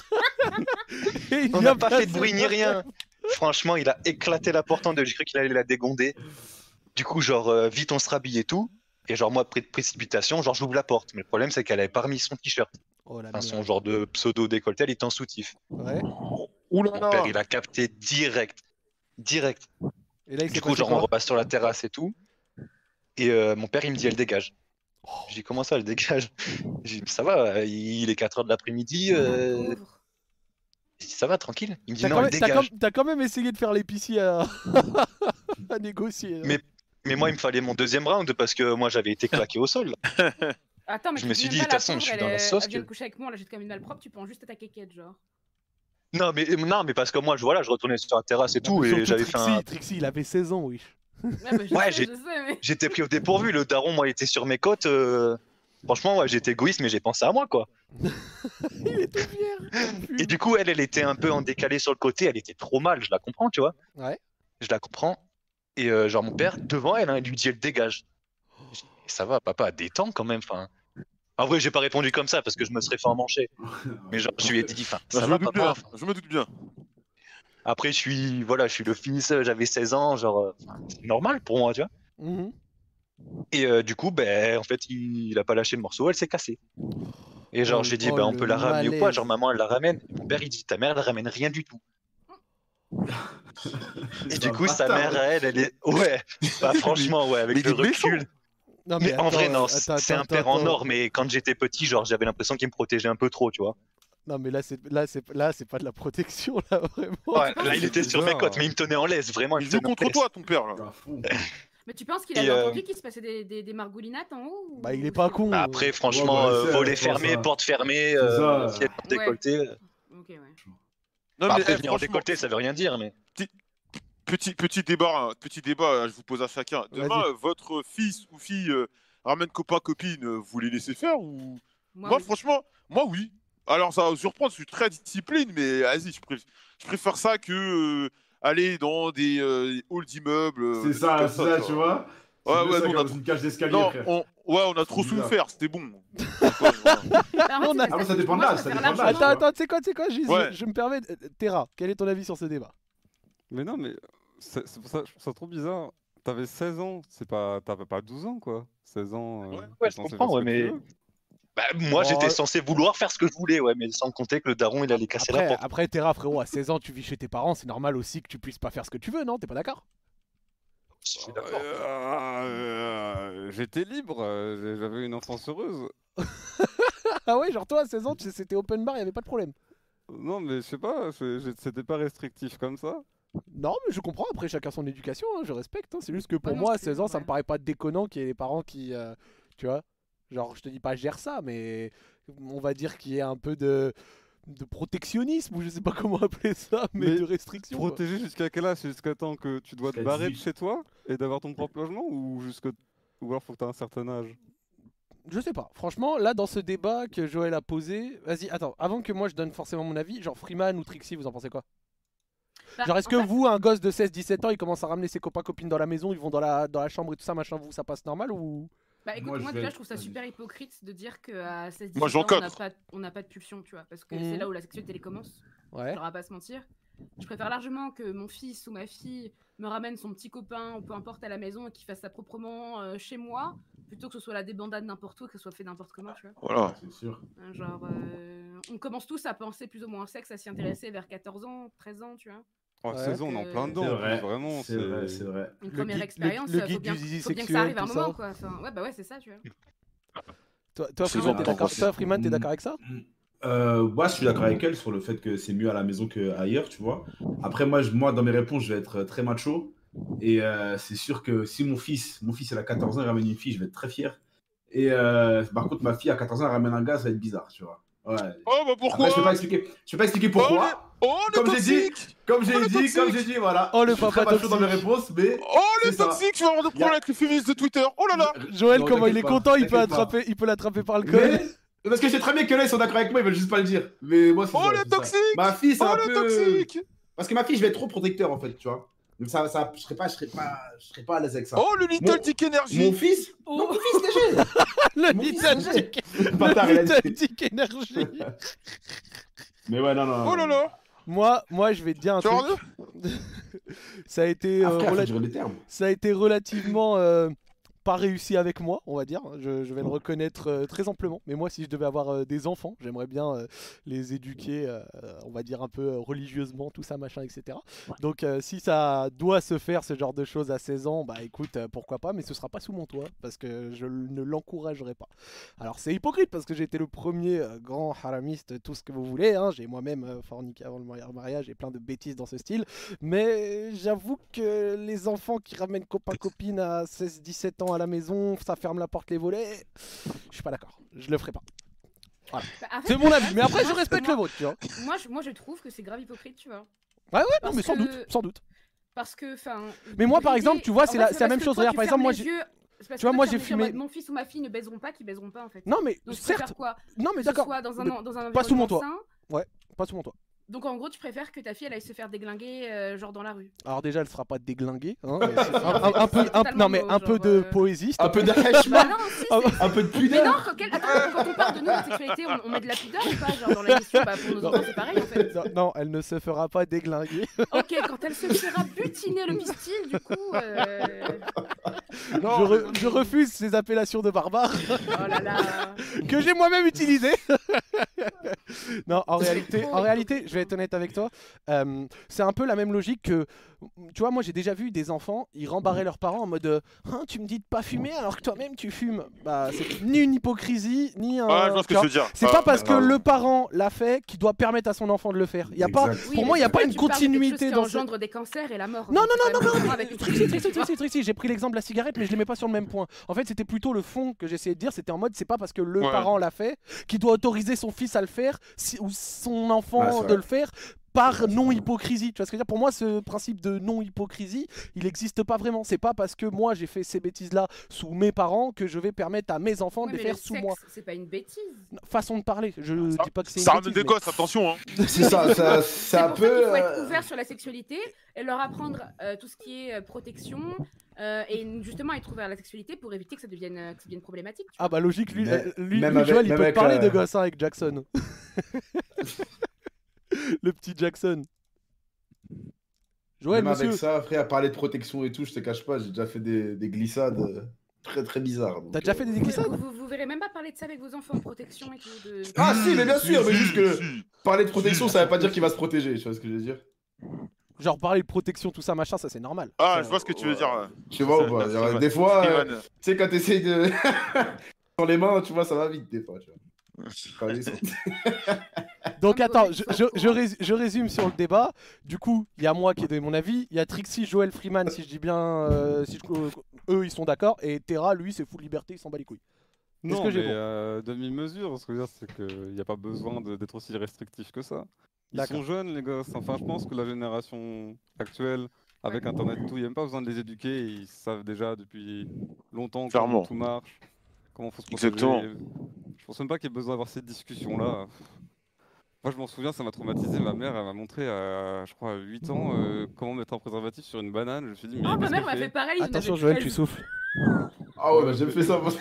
[SPEAKER 1] Et il
[SPEAKER 10] On
[SPEAKER 1] vient
[SPEAKER 10] n'a pas fait de
[SPEAKER 1] passer-
[SPEAKER 10] bruit ni rien. Franchement, il a éclaté la porte en deux. J'ai cru qu'il allait la dégonder. Du coup, genre, euh, vite, on se rhabille et tout. Et genre, moi, près de précipitation, genre, j'ouvre la porte. Mais le problème, c'est qu'elle avait pas remis son t-shirt.
[SPEAKER 1] Oh la
[SPEAKER 10] Enfin,
[SPEAKER 1] merde.
[SPEAKER 10] son genre de pseudo-décolleté, elle était en soutif.
[SPEAKER 1] Ouais.
[SPEAKER 4] Oula
[SPEAKER 1] Oh.
[SPEAKER 10] Mon père, il a capté direct. Direct.
[SPEAKER 1] Et là, il s'est
[SPEAKER 10] Du coup,
[SPEAKER 1] passé
[SPEAKER 10] genre,
[SPEAKER 1] quoi
[SPEAKER 10] on repasse sur la terrasse et tout. Et euh, mon père, il me dit, elle dégage.
[SPEAKER 1] Oh.
[SPEAKER 10] Je dis, comment ça, elle dégage Je dis, ça va, il est 4h de l'après-midi. euh,
[SPEAKER 3] Pauvre.
[SPEAKER 10] ça va, tranquille. Il me dit
[SPEAKER 1] T'as
[SPEAKER 10] non,
[SPEAKER 1] quand,
[SPEAKER 10] elle
[SPEAKER 1] même- t'as
[SPEAKER 10] dégage.
[SPEAKER 1] quand- t'as quand même essayé de faire l'épicier à... à négocier. hein.
[SPEAKER 10] Mais, mais moi, il me fallait mon deuxième round parce que moi, j'avais été claqué au sol.
[SPEAKER 3] Attends, mais
[SPEAKER 10] Je
[SPEAKER 3] tu
[SPEAKER 10] me
[SPEAKER 3] dis
[SPEAKER 10] suis
[SPEAKER 3] même
[SPEAKER 10] dit,
[SPEAKER 3] pas,
[SPEAKER 10] de toute façon,
[SPEAKER 3] pauvre,
[SPEAKER 10] je suis
[SPEAKER 3] elle
[SPEAKER 10] dans la
[SPEAKER 3] est-
[SPEAKER 10] sauce
[SPEAKER 3] Elle vient
[SPEAKER 10] que-
[SPEAKER 3] de coucher avec moi, là, j'ai quand même une balle propre, tu peux en juste attaquer Kate, genre.
[SPEAKER 10] non, mais, non, mais parce que moi, je, voilà, je retournais sur la terrasse et tout, et
[SPEAKER 1] Surtout
[SPEAKER 10] j'avais fait
[SPEAKER 1] Trixie,
[SPEAKER 10] un.
[SPEAKER 1] Trixie, il avait 16 ans, oui.
[SPEAKER 3] Ouais, bah, je
[SPEAKER 10] Ouais,
[SPEAKER 3] sais,
[SPEAKER 10] j'ai-
[SPEAKER 3] je sais, mais.
[SPEAKER 10] J'étais pris au dépourvu. Le daron, moi, était sur mes côtes. euh, Franchement, ouais, j'étais égoïste, mais j'ai pensé à moi, quoi.
[SPEAKER 1] Il est tout fier.
[SPEAKER 10] Et du coup, elle, elle était un peu en décalé sur le côté. Elle était trop mal, je la comprends, tu vois.
[SPEAKER 1] Ouais.
[SPEAKER 10] Je la comprends. Et euh, genre, mon père, devant elle, hein, il lui dit, elle dégage. Je dis, Ça va, papa, détends quand même. Enfin, en vrai, j'ai pas répondu comme ça parce que je me serais fait emmancher. Mais genre, je lui ai dit, enfin, ça
[SPEAKER 4] Bah, je me
[SPEAKER 10] va,
[SPEAKER 4] doute
[SPEAKER 10] papa.
[SPEAKER 4] bien.
[SPEAKER 10] enfin.
[SPEAKER 4] Je me doute bien.
[SPEAKER 10] Après, je suis, voilà, je suis le fils, euh, j'avais 16 ans, genre, euh, enfin, c'est normal pour moi, tu vois.
[SPEAKER 1] Mhm.
[SPEAKER 10] Et euh, du coup, ben, en fait, il, il a pas lâché le morceau, elle s'est cassée. Et genre,
[SPEAKER 1] Oh,
[SPEAKER 10] j'ai dit,
[SPEAKER 1] oh,
[SPEAKER 10] ben, on
[SPEAKER 1] le
[SPEAKER 10] peut la ramener ou quoi
[SPEAKER 1] malaise.
[SPEAKER 10] Genre, maman, elle la ramène. Et mon père, il dit, ta mère, elle ramène rien du tout. Et du coup, sa mère, elle, elle est. Ouais, bah, franchement, ouais,
[SPEAKER 4] mais
[SPEAKER 10] avec
[SPEAKER 4] il
[SPEAKER 10] le
[SPEAKER 4] est méchant.
[SPEAKER 10] recul.
[SPEAKER 1] Non,
[SPEAKER 10] Mais, en
[SPEAKER 1] attends,
[SPEAKER 10] vrai, non,
[SPEAKER 1] attends,
[SPEAKER 10] c'est
[SPEAKER 1] attends,
[SPEAKER 10] un père
[SPEAKER 1] attends.
[SPEAKER 10] en or, mais quand j'étais petit, genre, j'avais l'impression qu'il me protégeait un peu trop, tu vois.
[SPEAKER 1] Non, mais là, c'est là, c'est là, c'est pas de la protection, là, vraiment.
[SPEAKER 10] Ouais, là, il était sur mes
[SPEAKER 5] bizarre.
[SPEAKER 10] côtes, mais il me tenait en laisse, vraiment. Il
[SPEAKER 4] Il
[SPEAKER 10] me
[SPEAKER 4] joue
[SPEAKER 10] tenait en
[SPEAKER 4] contre
[SPEAKER 10] laisse.
[SPEAKER 4] toi, ton père.
[SPEAKER 2] Ah,
[SPEAKER 4] là.
[SPEAKER 3] Mais tu penses qu'il
[SPEAKER 10] Et,
[SPEAKER 3] avait
[SPEAKER 10] euh,
[SPEAKER 3] entendu qu'il se passait des, des, des margoulinates en haut ou-
[SPEAKER 1] Bah, il est pas con.
[SPEAKER 10] Bah,
[SPEAKER 1] hein.
[SPEAKER 10] Après, franchement,
[SPEAKER 2] Ouais, bah,
[SPEAKER 10] euh,
[SPEAKER 2] c'est-
[SPEAKER 10] volet
[SPEAKER 2] c'est
[SPEAKER 10] fermé,
[SPEAKER 2] ça.
[SPEAKER 10] porte fermée,
[SPEAKER 2] C'est
[SPEAKER 10] euh,
[SPEAKER 2] ça.
[SPEAKER 10] fille en décolleté.
[SPEAKER 3] Ok, ouais.
[SPEAKER 4] Non,
[SPEAKER 10] euh. Bah,
[SPEAKER 4] mais,
[SPEAKER 10] après,
[SPEAKER 4] eh,
[SPEAKER 10] venir en
[SPEAKER 4] franchement,
[SPEAKER 10] décolleté, ça veut rien dire, mais.
[SPEAKER 4] Petit, petit débat, hein, petit débat, euh, je vous pose à chacun. Demain, euh, votre fils ou fille euh, ramène copain, copine, euh, vous les laissez faire ou Moi,
[SPEAKER 3] Moi, oui.
[SPEAKER 4] franchement, moi oui. Alors, ça va vous surprendre, je suis très discipline, mais euh, vas-y, je, préf- je préfère ça que euh, aller dans des euh, halls d'immeubles. euh,
[SPEAKER 2] C'est
[SPEAKER 4] des trucs
[SPEAKER 2] ça,
[SPEAKER 4] comme
[SPEAKER 2] c'est ça, tu vois. C'est
[SPEAKER 4] Ouais,
[SPEAKER 2] mieux
[SPEAKER 4] ouais,
[SPEAKER 2] ça
[SPEAKER 4] non,
[SPEAKER 2] que
[SPEAKER 4] on a-
[SPEAKER 2] dans une cage d'escalier,
[SPEAKER 4] Non,
[SPEAKER 2] frère.
[SPEAKER 4] on... ouais, on a trop
[SPEAKER 2] C'est bizarre.
[SPEAKER 4] souffert, c'était bon.
[SPEAKER 3] Bah, en fait,
[SPEAKER 1] on
[SPEAKER 3] c'est
[SPEAKER 1] a-
[SPEAKER 3] parce
[SPEAKER 2] Ah,
[SPEAKER 3] que
[SPEAKER 2] ça dépend de
[SPEAKER 3] moi,
[SPEAKER 2] l'âge,
[SPEAKER 3] je
[SPEAKER 2] ça
[SPEAKER 3] préfère
[SPEAKER 2] dépend de
[SPEAKER 3] largement-
[SPEAKER 2] l'âge.
[SPEAKER 1] Attends, attends, tu sais quoi, tu sais quoi, je, je-
[SPEAKER 4] Ouais.
[SPEAKER 1] je me permets. de- euh, Terra, quel est ton avis sur ce débat
[SPEAKER 5] Mais non, mais c'est c'est pour ça, je trouve ça trop bizarre. T'avais 16 ans, c'est pas, t'avais pas 12 ans, quoi. 16 ans.
[SPEAKER 10] Ouais,
[SPEAKER 5] euh, t'es
[SPEAKER 10] ouais, je
[SPEAKER 5] censé faire
[SPEAKER 10] comprends,
[SPEAKER 5] ce
[SPEAKER 10] ouais,
[SPEAKER 5] que tu
[SPEAKER 10] mais-
[SPEAKER 5] veux.
[SPEAKER 10] Bah, moi,
[SPEAKER 1] Oh,
[SPEAKER 10] j'étais
[SPEAKER 1] euh,
[SPEAKER 10] censé vouloir faire ce que je voulais, ouais, mais sans compter que le daron, il allait casser la
[SPEAKER 1] après,
[SPEAKER 10] porte.
[SPEAKER 1] après, Terra, frérot, à 16 ans, tu vis chez tes parents, c'est normal aussi que tu puisses pas faire ce que tu veux, non T'es pas d'accord
[SPEAKER 10] Je suis
[SPEAKER 5] Euh,
[SPEAKER 10] d'accord.
[SPEAKER 5] euh, J'étais libre, euh, j'avais une enfance heureuse.
[SPEAKER 1] Ah ouais, genre toi, à 16 ans, tu- c'était open bar, il avait pas de problème.
[SPEAKER 5] Non, mais je sais pas, c'est- j'ai- c'était pas restrictif comme ça.
[SPEAKER 1] Non, mais je comprends, après, chacun son éducation, hein, je respecte. hein, C'est juste que pour
[SPEAKER 3] Ouais, non,
[SPEAKER 1] moi, à
[SPEAKER 3] c'est-
[SPEAKER 1] 16 ans, ça me
[SPEAKER 3] ouais.
[SPEAKER 1] paraît pas déconnant qu'il y ait les parents qui. euh, tu vois Genre, je te dis pas gère ça, mais on va dire qu'il y ait un peu de. De protectionnisme, ou je sais pas comment appeler ça, mais,
[SPEAKER 5] Mais
[SPEAKER 1] de restriction. quoi.
[SPEAKER 5] Protégé jusqu'à quel âge? Jusqu'à temps que tu dois te
[SPEAKER 2] Jusqu'à
[SPEAKER 5] barrer de
[SPEAKER 2] 18.
[SPEAKER 5] chez toi et d'avoir ton propre logement ou jusqu'à. Ou alors faut que t'aies un certain âge.
[SPEAKER 1] Je sais pas. Franchement, là, dans ce débat que Joël a posé, vas-y, attends, avant que moi je donne forcément mon avis, genre Freeman ou Trixie, vous en pensez quoi
[SPEAKER 3] Bah,
[SPEAKER 1] Genre, est-ce
[SPEAKER 3] en
[SPEAKER 1] que
[SPEAKER 3] fait,
[SPEAKER 1] vous, un gosse de 16-17 ans, il commence à ramener ses copains copines dans la maison, ils vont dans la, dans la chambre et tout ça, machin, vous, ça passe normal ou
[SPEAKER 3] Bah écoute,
[SPEAKER 2] Moi,
[SPEAKER 3] moi,
[SPEAKER 2] je vais
[SPEAKER 3] déjà,
[SPEAKER 2] être-
[SPEAKER 3] je trouve ça
[SPEAKER 2] vas-y.
[SPEAKER 3] super hypocrite de dire qu'à 16 17 ans, on n'a
[SPEAKER 4] Moi, j'encadre.
[SPEAKER 3] pas, on n'a pas de pulsion, tu vois, parce que
[SPEAKER 1] Mhm.
[SPEAKER 3] c'est là où la sexualité elle commence.
[SPEAKER 1] Ouais.
[SPEAKER 3] On va pas se mentir. Je préfère largement que mon fils ou ma fille me ramène son petit copain ou peu importe à la maison et qu'il fasse ça proprement euh, chez moi, plutôt que ce soit la débandade n'importe où et que ce soit fait n'importe comment, tu vois.
[SPEAKER 4] Voilà.
[SPEAKER 2] C'est sûr.
[SPEAKER 3] Hein, Genre, euh, on commence tous à penser plus ou moins au sexe, à s'y intéresser vers 14 ans, 13 ans, tu vois.
[SPEAKER 5] Oh,
[SPEAKER 1] Ouais.
[SPEAKER 5] 16 ans, on est en plein
[SPEAKER 3] C'est
[SPEAKER 5] dedans, en plus, vraiment.
[SPEAKER 2] c'est vrai, c'est vrai.
[SPEAKER 3] Une
[SPEAKER 1] Le
[SPEAKER 3] première
[SPEAKER 1] guide- le-
[SPEAKER 3] expérience,
[SPEAKER 1] le
[SPEAKER 3] euh,
[SPEAKER 1] guide
[SPEAKER 3] faut bien,
[SPEAKER 1] du zizi
[SPEAKER 3] faut bien que ça arrive à un
[SPEAKER 1] sexuel, tout
[SPEAKER 3] moment,
[SPEAKER 1] ça.
[SPEAKER 3] quoi. Enfin, ouais, bah ouais, c'est ça, tu vois.
[SPEAKER 1] Toi, toi,
[SPEAKER 4] C'est
[SPEAKER 1] Freeman,
[SPEAKER 2] bon,
[SPEAKER 1] t'es
[SPEAKER 2] attends,
[SPEAKER 1] d'accord
[SPEAKER 4] c'est-
[SPEAKER 1] toi, Freeman, t'es d'accord avec ça
[SPEAKER 2] Euh, moi, je suis d'accord avec elle sur le fait que c'est mieux à la maison qu'ailleurs, tu vois. Après, moi, je- moi, dans mes réponses, je vais être très macho. Et euh, c'est sûr que si mon fils, mon fils, elle a 14 ans, il ramène une fille, je vais être très fier. Et euh, par contre, ma fille à 14 ans, elle ramène un gars, ça va être bizarre, tu vois. Ouais.
[SPEAKER 4] Oh, bah pourquoi
[SPEAKER 2] Après, je peux pas expliquer, je peux pas expliquer pourquoi.
[SPEAKER 4] Oh, le
[SPEAKER 2] Comme j'ai dit-
[SPEAKER 4] toxique
[SPEAKER 2] Comme j'ai
[SPEAKER 4] Oh, le
[SPEAKER 2] dit,
[SPEAKER 4] toxique
[SPEAKER 2] comme j'ai dit, voilà.
[SPEAKER 1] Oh, le
[SPEAKER 2] je suis
[SPEAKER 1] papa
[SPEAKER 2] très macho dans mes
[SPEAKER 1] toxique.
[SPEAKER 2] réponses, mais
[SPEAKER 4] Oh, le
[SPEAKER 2] C'est ça.
[SPEAKER 4] toxique Je vais avoir de problème
[SPEAKER 2] Y a-
[SPEAKER 4] avec les féministes de Twitter Oh là là
[SPEAKER 1] Joël,
[SPEAKER 2] Non,
[SPEAKER 1] comment il est
[SPEAKER 2] t'inquiète pas,
[SPEAKER 1] content, il peut
[SPEAKER 2] t'inquiète pas.
[SPEAKER 1] attraper, il peut l'attraper par le col.
[SPEAKER 2] Mais... Parce que je sais très bien que là, ils sont d'accord avec moi, ils veulent juste pas le dire. Mais moi, c'est
[SPEAKER 4] Oh,
[SPEAKER 2] ça,
[SPEAKER 4] le
[SPEAKER 2] c'est ça.
[SPEAKER 4] toxique
[SPEAKER 2] Ma fille, c'est
[SPEAKER 4] Oh,
[SPEAKER 2] un
[SPEAKER 4] le
[SPEAKER 2] peu...
[SPEAKER 4] toxique
[SPEAKER 2] Parce que ma fille, je vais être trop protecteur, en fait, tu vois. Donc ça, ça, je serais pas, je serais pas, je serais pas à l'aise avec ça.
[SPEAKER 4] Oh, le Little
[SPEAKER 2] Mon-
[SPEAKER 4] Dick Energy
[SPEAKER 2] Mon fils Non, mon fils, léger
[SPEAKER 1] Le
[SPEAKER 2] Mon fils,
[SPEAKER 1] Little
[SPEAKER 2] léger.
[SPEAKER 1] Dick,
[SPEAKER 2] Bâtard, il a
[SPEAKER 1] le
[SPEAKER 2] dit.
[SPEAKER 1] Little Dick Energy.
[SPEAKER 2] Mais ouais, non, non. non.
[SPEAKER 4] Oh là là
[SPEAKER 1] Moi, moi, je vais te dire un
[SPEAKER 4] Tu
[SPEAKER 1] truc.
[SPEAKER 4] vas voir
[SPEAKER 1] Ça a été
[SPEAKER 2] Ah,
[SPEAKER 1] euh,
[SPEAKER 2] frère, faut
[SPEAKER 1] rela-
[SPEAKER 2] dire les termes.
[SPEAKER 1] ça a été relativement euh, pas réussi avec moi, on va dire. Je, je vais le reconnaître euh, très amplement. Mais moi, si je devais avoir euh, des enfants, j'aimerais bien euh, les éduquer, euh, on va dire un peu euh, religieusement, tout ça, machin, etc. Donc, euh, si ça doit se faire, ce genre de choses à 16 ans, bah écoute, euh, pourquoi pas, mais ce sera pas sous mon toit, parce que Euh, je ne l'encouragerai pas. Alors, c'est hypocrite, parce que j'ai été le premier euh, grand haramiste, tout ce que vous voulez. hein. J'ai moi-même euh, forniqué avant le mari- mariage et plein de bêtises dans ce style. Mais j'avoue que les enfants qui ramènent copains-copines à 16-17 ans à la maison, ça ferme la porte, les volets. Je suis pas d'accord, je le ferai pas. Voilà.
[SPEAKER 3] Bah, en fait,
[SPEAKER 1] C'est mon
[SPEAKER 3] moi,
[SPEAKER 1] avis, mais après je
[SPEAKER 3] moi-
[SPEAKER 1] respecte le vôtre, tu vois. Ah
[SPEAKER 3] Moi je, moi, je trouve que c'est grave hypocrite, tu vois.
[SPEAKER 1] Ouais, ouais, non,
[SPEAKER 3] Parce
[SPEAKER 1] mais sans
[SPEAKER 3] que-
[SPEAKER 1] doute, sans doute.
[SPEAKER 3] Parce que, enfin.
[SPEAKER 1] Mais moi, par
[SPEAKER 3] brider-
[SPEAKER 1] exemple, tu vois,
[SPEAKER 3] en
[SPEAKER 1] c'est
[SPEAKER 3] fait,
[SPEAKER 1] la- c'est la
[SPEAKER 3] parce
[SPEAKER 1] même
[SPEAKER 3] que
[SPEAKER 1] chose.
[SPEAKER 3] toi,
[SPEAKER 1] Regarde,
[SPEAKER 3] tu
[SPEAKER 1] par
[SPEAKER 3] fermes
[SPEAKER 1] exemple, moi,
[SPEAKER 3] les
[SPEAKER 1] j'ai-
[SPEAKER 3] yeux. C'est parce que
[SPEAKER 1] tu vois,
[SPEAKER 3] toi,
[SPEAKER 1] moi,
[SPEAKER 3] tu
[SPEAKER 1] j'ai
[SPEAKER 3] fermes les yeux en
[SPEAKER 1] fumé-
[SPEAKER 3] mode, Mon fils ou ma fille ne baiseront pas, qu'ils baiseront pas en fait.
[SPEAKER 1] Non, mais
[SPEAKER 3] Donc, tu
[SPEAKER 1] certes.
[SPEAKER 3] préfères quoi
[SPEAKER 1] Non, mais
[SPEAKER 3] Que ce
[SPEAKER 1] d'accord.
[SPEAKER 3] soit dans un
[SPEAKER 1] mais
[SPEAKER 3] en- dans un
[SPEAKER 1] Pas sous mon toit.
[SPEAKER 3] environnement
[SPEAKER 1] Ouais, pas sous mon toit.
[SPEAKER 3] Donc en gros, tu préfères que ta fille elle aille se faire déglinguer euh, genre dans la rue.
[SPEAKER 1] Alors déjà, elle sera pas déglinguée. hein, euh, c'est- un, un- un peu, un- non mais un peu de poésie, s'il te
[SPEAKER 2] Un peu
[SPEAKER 1] plaît.
[SPEAKER 2] d'arrachement,
[SPEAKER 3] euh, Bah non,
[SPEAKER 2] un peu de
[SPEAKER 3] Mais non,
[SPEAKER 2] pudeur.
[SPEAKER 3] quand, quel- attends, quand on parle de nous, de sexualité, on, on met de la pudeur ou pas Genre dans la question, bah, pour nos enfants, c'est pareil en fait.
[SPEAKER 1] non, non, elle ne se fera pas déglinguer.
[SPEAKER 3] Ok, quand elle se fera butiner le pistil, du coup. euh,
[SPEAKER 1] je, re- je refuse ces appellations de barbares
[SPEAKER 3] Oh là là.
[SPEAKER 1] que j'ai moi-même utilisées. non, en réalité,
[SPEAKER 3] trop
[SPEAKER 1] en réalité, je vais être honnête avec toi. euh, c'est un peu la même logique que, tu vois, moi j'ai déjà vu des enfants, ils rembarraient leurs parents en mode, euh, Hein, tu me dis de pas fumer alors que toi-même tu fumes. Bah, c'est ni une hypocrisie ni un.
[SPEAKER 4] Ouais, je vois ce que
[SPEAKER 1] tu vois.
[SPEAKER 4] tu veux dire.
[SPEAKER 1] C'est
[SPEAKER 4] Ouais,
[SPEAKER 1] pas parce
[SPEAKER 4] ouais,
[SPEAKER 1] que
[SPEAKER 4] ouais.
[SPEAKER 1] le parent l'a fait qu'il doit permettre à son enfant de le faire. Y a pas,
[SPEAKER 2] Exact.
[SPEAKER 1] pour moi, il n'y a pas
[SPEAKER 3] Là,
[SPEAKER 1] une
[SPEAKER 3] tu parles de quelque chose
[SPEAKER 1] continuité
[SPEAKER 3] qui
[SPEAKER 1] dans ce-
[SPEAKER 3] engendre des cancers et la mort.
[SPEAKER 1] Non,
[SPEAKER 3] donc
[SPEAKER 1] non,
[SPEAKER 3] c'est
[SPEAKER 1] non,
[SPEAKER 3] quand
[SPEAKER 1] non,
[SPEAKER 3] même
[SPEAKER 1] non,
[SPEAKER 3] grave
[SPEAKER 1] mais
[SPEAKER 3] avec-
[SPEAKER 1] Trixie, Trixie, Trixie, Trixie, j'ai pris l'exemple de la cigarette, mais je les mets pas sur le même point. En fait, c'était plutôt le fond que j'essayais de dire. C'était en mode, c'est pas parce que le
[SPEAKER 4] Ouais.
[SPEAKER 1] parent l'a fait qu'il doit autoriser son fils à le faire si- ou son
[SPEAKER 4] Bah,
[SPEAKER 2] Ouais,
[SPEAKER 1] enfant
[SPEAKER 2] c'est
[SPEAKER 1] de
[SPEAKER 2] vrai.
[SPEAKER 1] le faire par non-hypocrisie. Tu vois ce que je veux dire Pour moi, ce principe de non-hypocrisie, il n'existe pas vraiment. C'est pas parce que moi j'ai fait ces bêtises-là sous mes parents que je vais permettre à mes enfants
[SPEAKER 3] Ouais,
[SPEAKER 1] de
[SPEAKER 3] mais
[SPEAKER 1] les
[SPEAKER 3] le
[SPEAKER 1] faire sous
[SPEAKER 3] sexe,
[SPEAKER 1] moi.
[SPEAKER 3] C'est pas une bêtise.
[SPEAKER 1] Façon de parler, je dis pas que c'est une
[SPEAKER 4] Ça ramène
[SPEAKER 1] bêtise,
[SPEAKER 4] des
[SPEAKER 1] mais-
[SPEAKER 4] gosses, attention. Hein.
[SPEAKER 2] C'est ça, ça,
[SPEAKER 3] C'est
[SPEAKER 2] c'est un
[SPEAKER 3] pour ça qu'il
[SPEAKER 2] peu.
[SPEAKER 3] faut être
[SPEAKER 2] euh,
[SPEAKER 3] ouvert sur la sexualité et leur apprendre euh, tout ce qui est euh, protection euh, et justement être ouvert à la sexualité pour éviter que ça devienne, euh, que ça devienne problématique. tu
[SPEAKER 1] Ah bah logique, lui,
[SPEAKER 2] Mais-
[SPEAKER 1] euh, lui,
[SPEAKER 2] même
[SPEAKER 1] lui,
[SPEAKER 2] avec-
[SPEAKER 1] Joel, il
[SPEAKER 2] même
[SPEAKER 1] peut
[SPEAKER 2] avec euh,
[SPEAKER 1] parler
[SPEAKER 2] la-
[SPEAKER 1] de gosse hein, avec Jackson. le petit Jackson. Joël,
[SPEAKER 2] même
[SPEAKER 1] monsieur,
[SPEAKER 2] avec ça, après, à parler de protection et tout, je te cache pas, j'ai déjà fait des, des glissades euh, très très bizarres. donc,
[SPEAKER 1] t'as déjà
[SPEAKER 2] euh,
[SPEAKER 1] fait des
[SPEAKER 3] vois.
[SPEAKER 1] glissades
[SPEAKER 3] Vous, vous, vous verrez même pas parler de ça avec vos enfants, protection et tout. De...
[SPEAKER 2] Ah si, mais bien
[SPEAKER 4] Si,
[SPEAKER 2] sûr, mais
[SPEAKER 4] si,
[SPEAKER 2] juste que
[SPEAKER 4] si.
[SPEAKER 2] parler de protection, ça veut pas dire qu'il va se protéger, tu vois ce que je veux dire
[SPEAKER 1] Genre parler de protection, tout ça, machin, ça c'est normal.
[SPEAKER 4] Ah,
[SPEAKER 1] Ça-
[SPEAKER 4] je vois ce que tu veux dire. ouais.
[SPEAKER 2] Tu vois ou
[SPEAKER 4] Ça,
[SPEAKER 2] pas
[SPEAKER 4] merci,
[SPEAKER 2] genre,
[SPEAKER 4] Van.
[SPEAKER 2] Oh, Des fois, euh,
[SPEAKER 4] Merci, Van.
[SPEAKER 2] tu sais, quand t'essayes de. Dans les mains, tu vois, ça va vite des fois, tu vois. Quand ils sont-
[SPEAKER 1] Donc
[SPEAKER 3] Un
[SPEAKER 1] attends,
[SPEAKER 3] peu,
[SPEAKER 1] je,
[SPEAKER 3] ouais,
[SPEAKER 1] je-
[SPEAKER 3] faut-
[SPEAKER 1] je rés- je résume sur le débat. Du coup, il y a moi qui ai donné mon avis, il y a Trixie, Joël, Freeman, si je dis bien, euh, si je- euh, eux ils sont d'accord, et Terra, lui, c'est fou de liberté, il s'en bat les couilles.
[SPEAKER 5] Non,
[SPEAKER 1] que j'ai
[SPEAKER 5] mais,
[SPEAKER 1] bon
[SPEAKER 5] euh, demi-mesure, ce que je veux dire, c'est qu'il n'y a pas besoin de- d'être aussi restrictif que ça. Ils
[SPEAKER 1] D'accord.
[SPEAKER 5] sont jeunes, les gosses. Enfin, je pense que la génération actuelle, avec Internet, tout, il n'y a même pas besoin de les éduquer. Ils savent déjà depuis longtemps
[SPEAKER 4] Clairement.
[SPEAKER 5] comment tout marche, comment faut se protéger.
[SPEAKER 4] Exactement.
[SPEAKER 5] Je pense même pas qu'il y ait besoin d'avoir cette discussion-là. Moi, je m'en souviens, ça m'a traumatisé. Ma mère, elle m'a montré à, je crois, à 8 ans, euh, comment mettre un préservatif sur une banane. Je me suis dit, mais
[SPEAKER 3] Oh, ma
[SPEAKER 5] qu'est-ce
[SPEAKER 3] mère
[SPEAKER 5] que
[SPEAKER 3] m'a
[SPEAKER 5] je
[SPEAKER 3] fait
[SPEAKER 5] fais
[SPEAKER 3] pareil. j'en
[SPEAKER 1] Attention
[SPEAKER 3] avais-
[SPEAKER 1] Joël,
[SPEAKER 3] elle-
[SPEAKER 1] tu souffles.
[SPEAKER 2] Ah ouais, bah j'ai fait ça pour ça.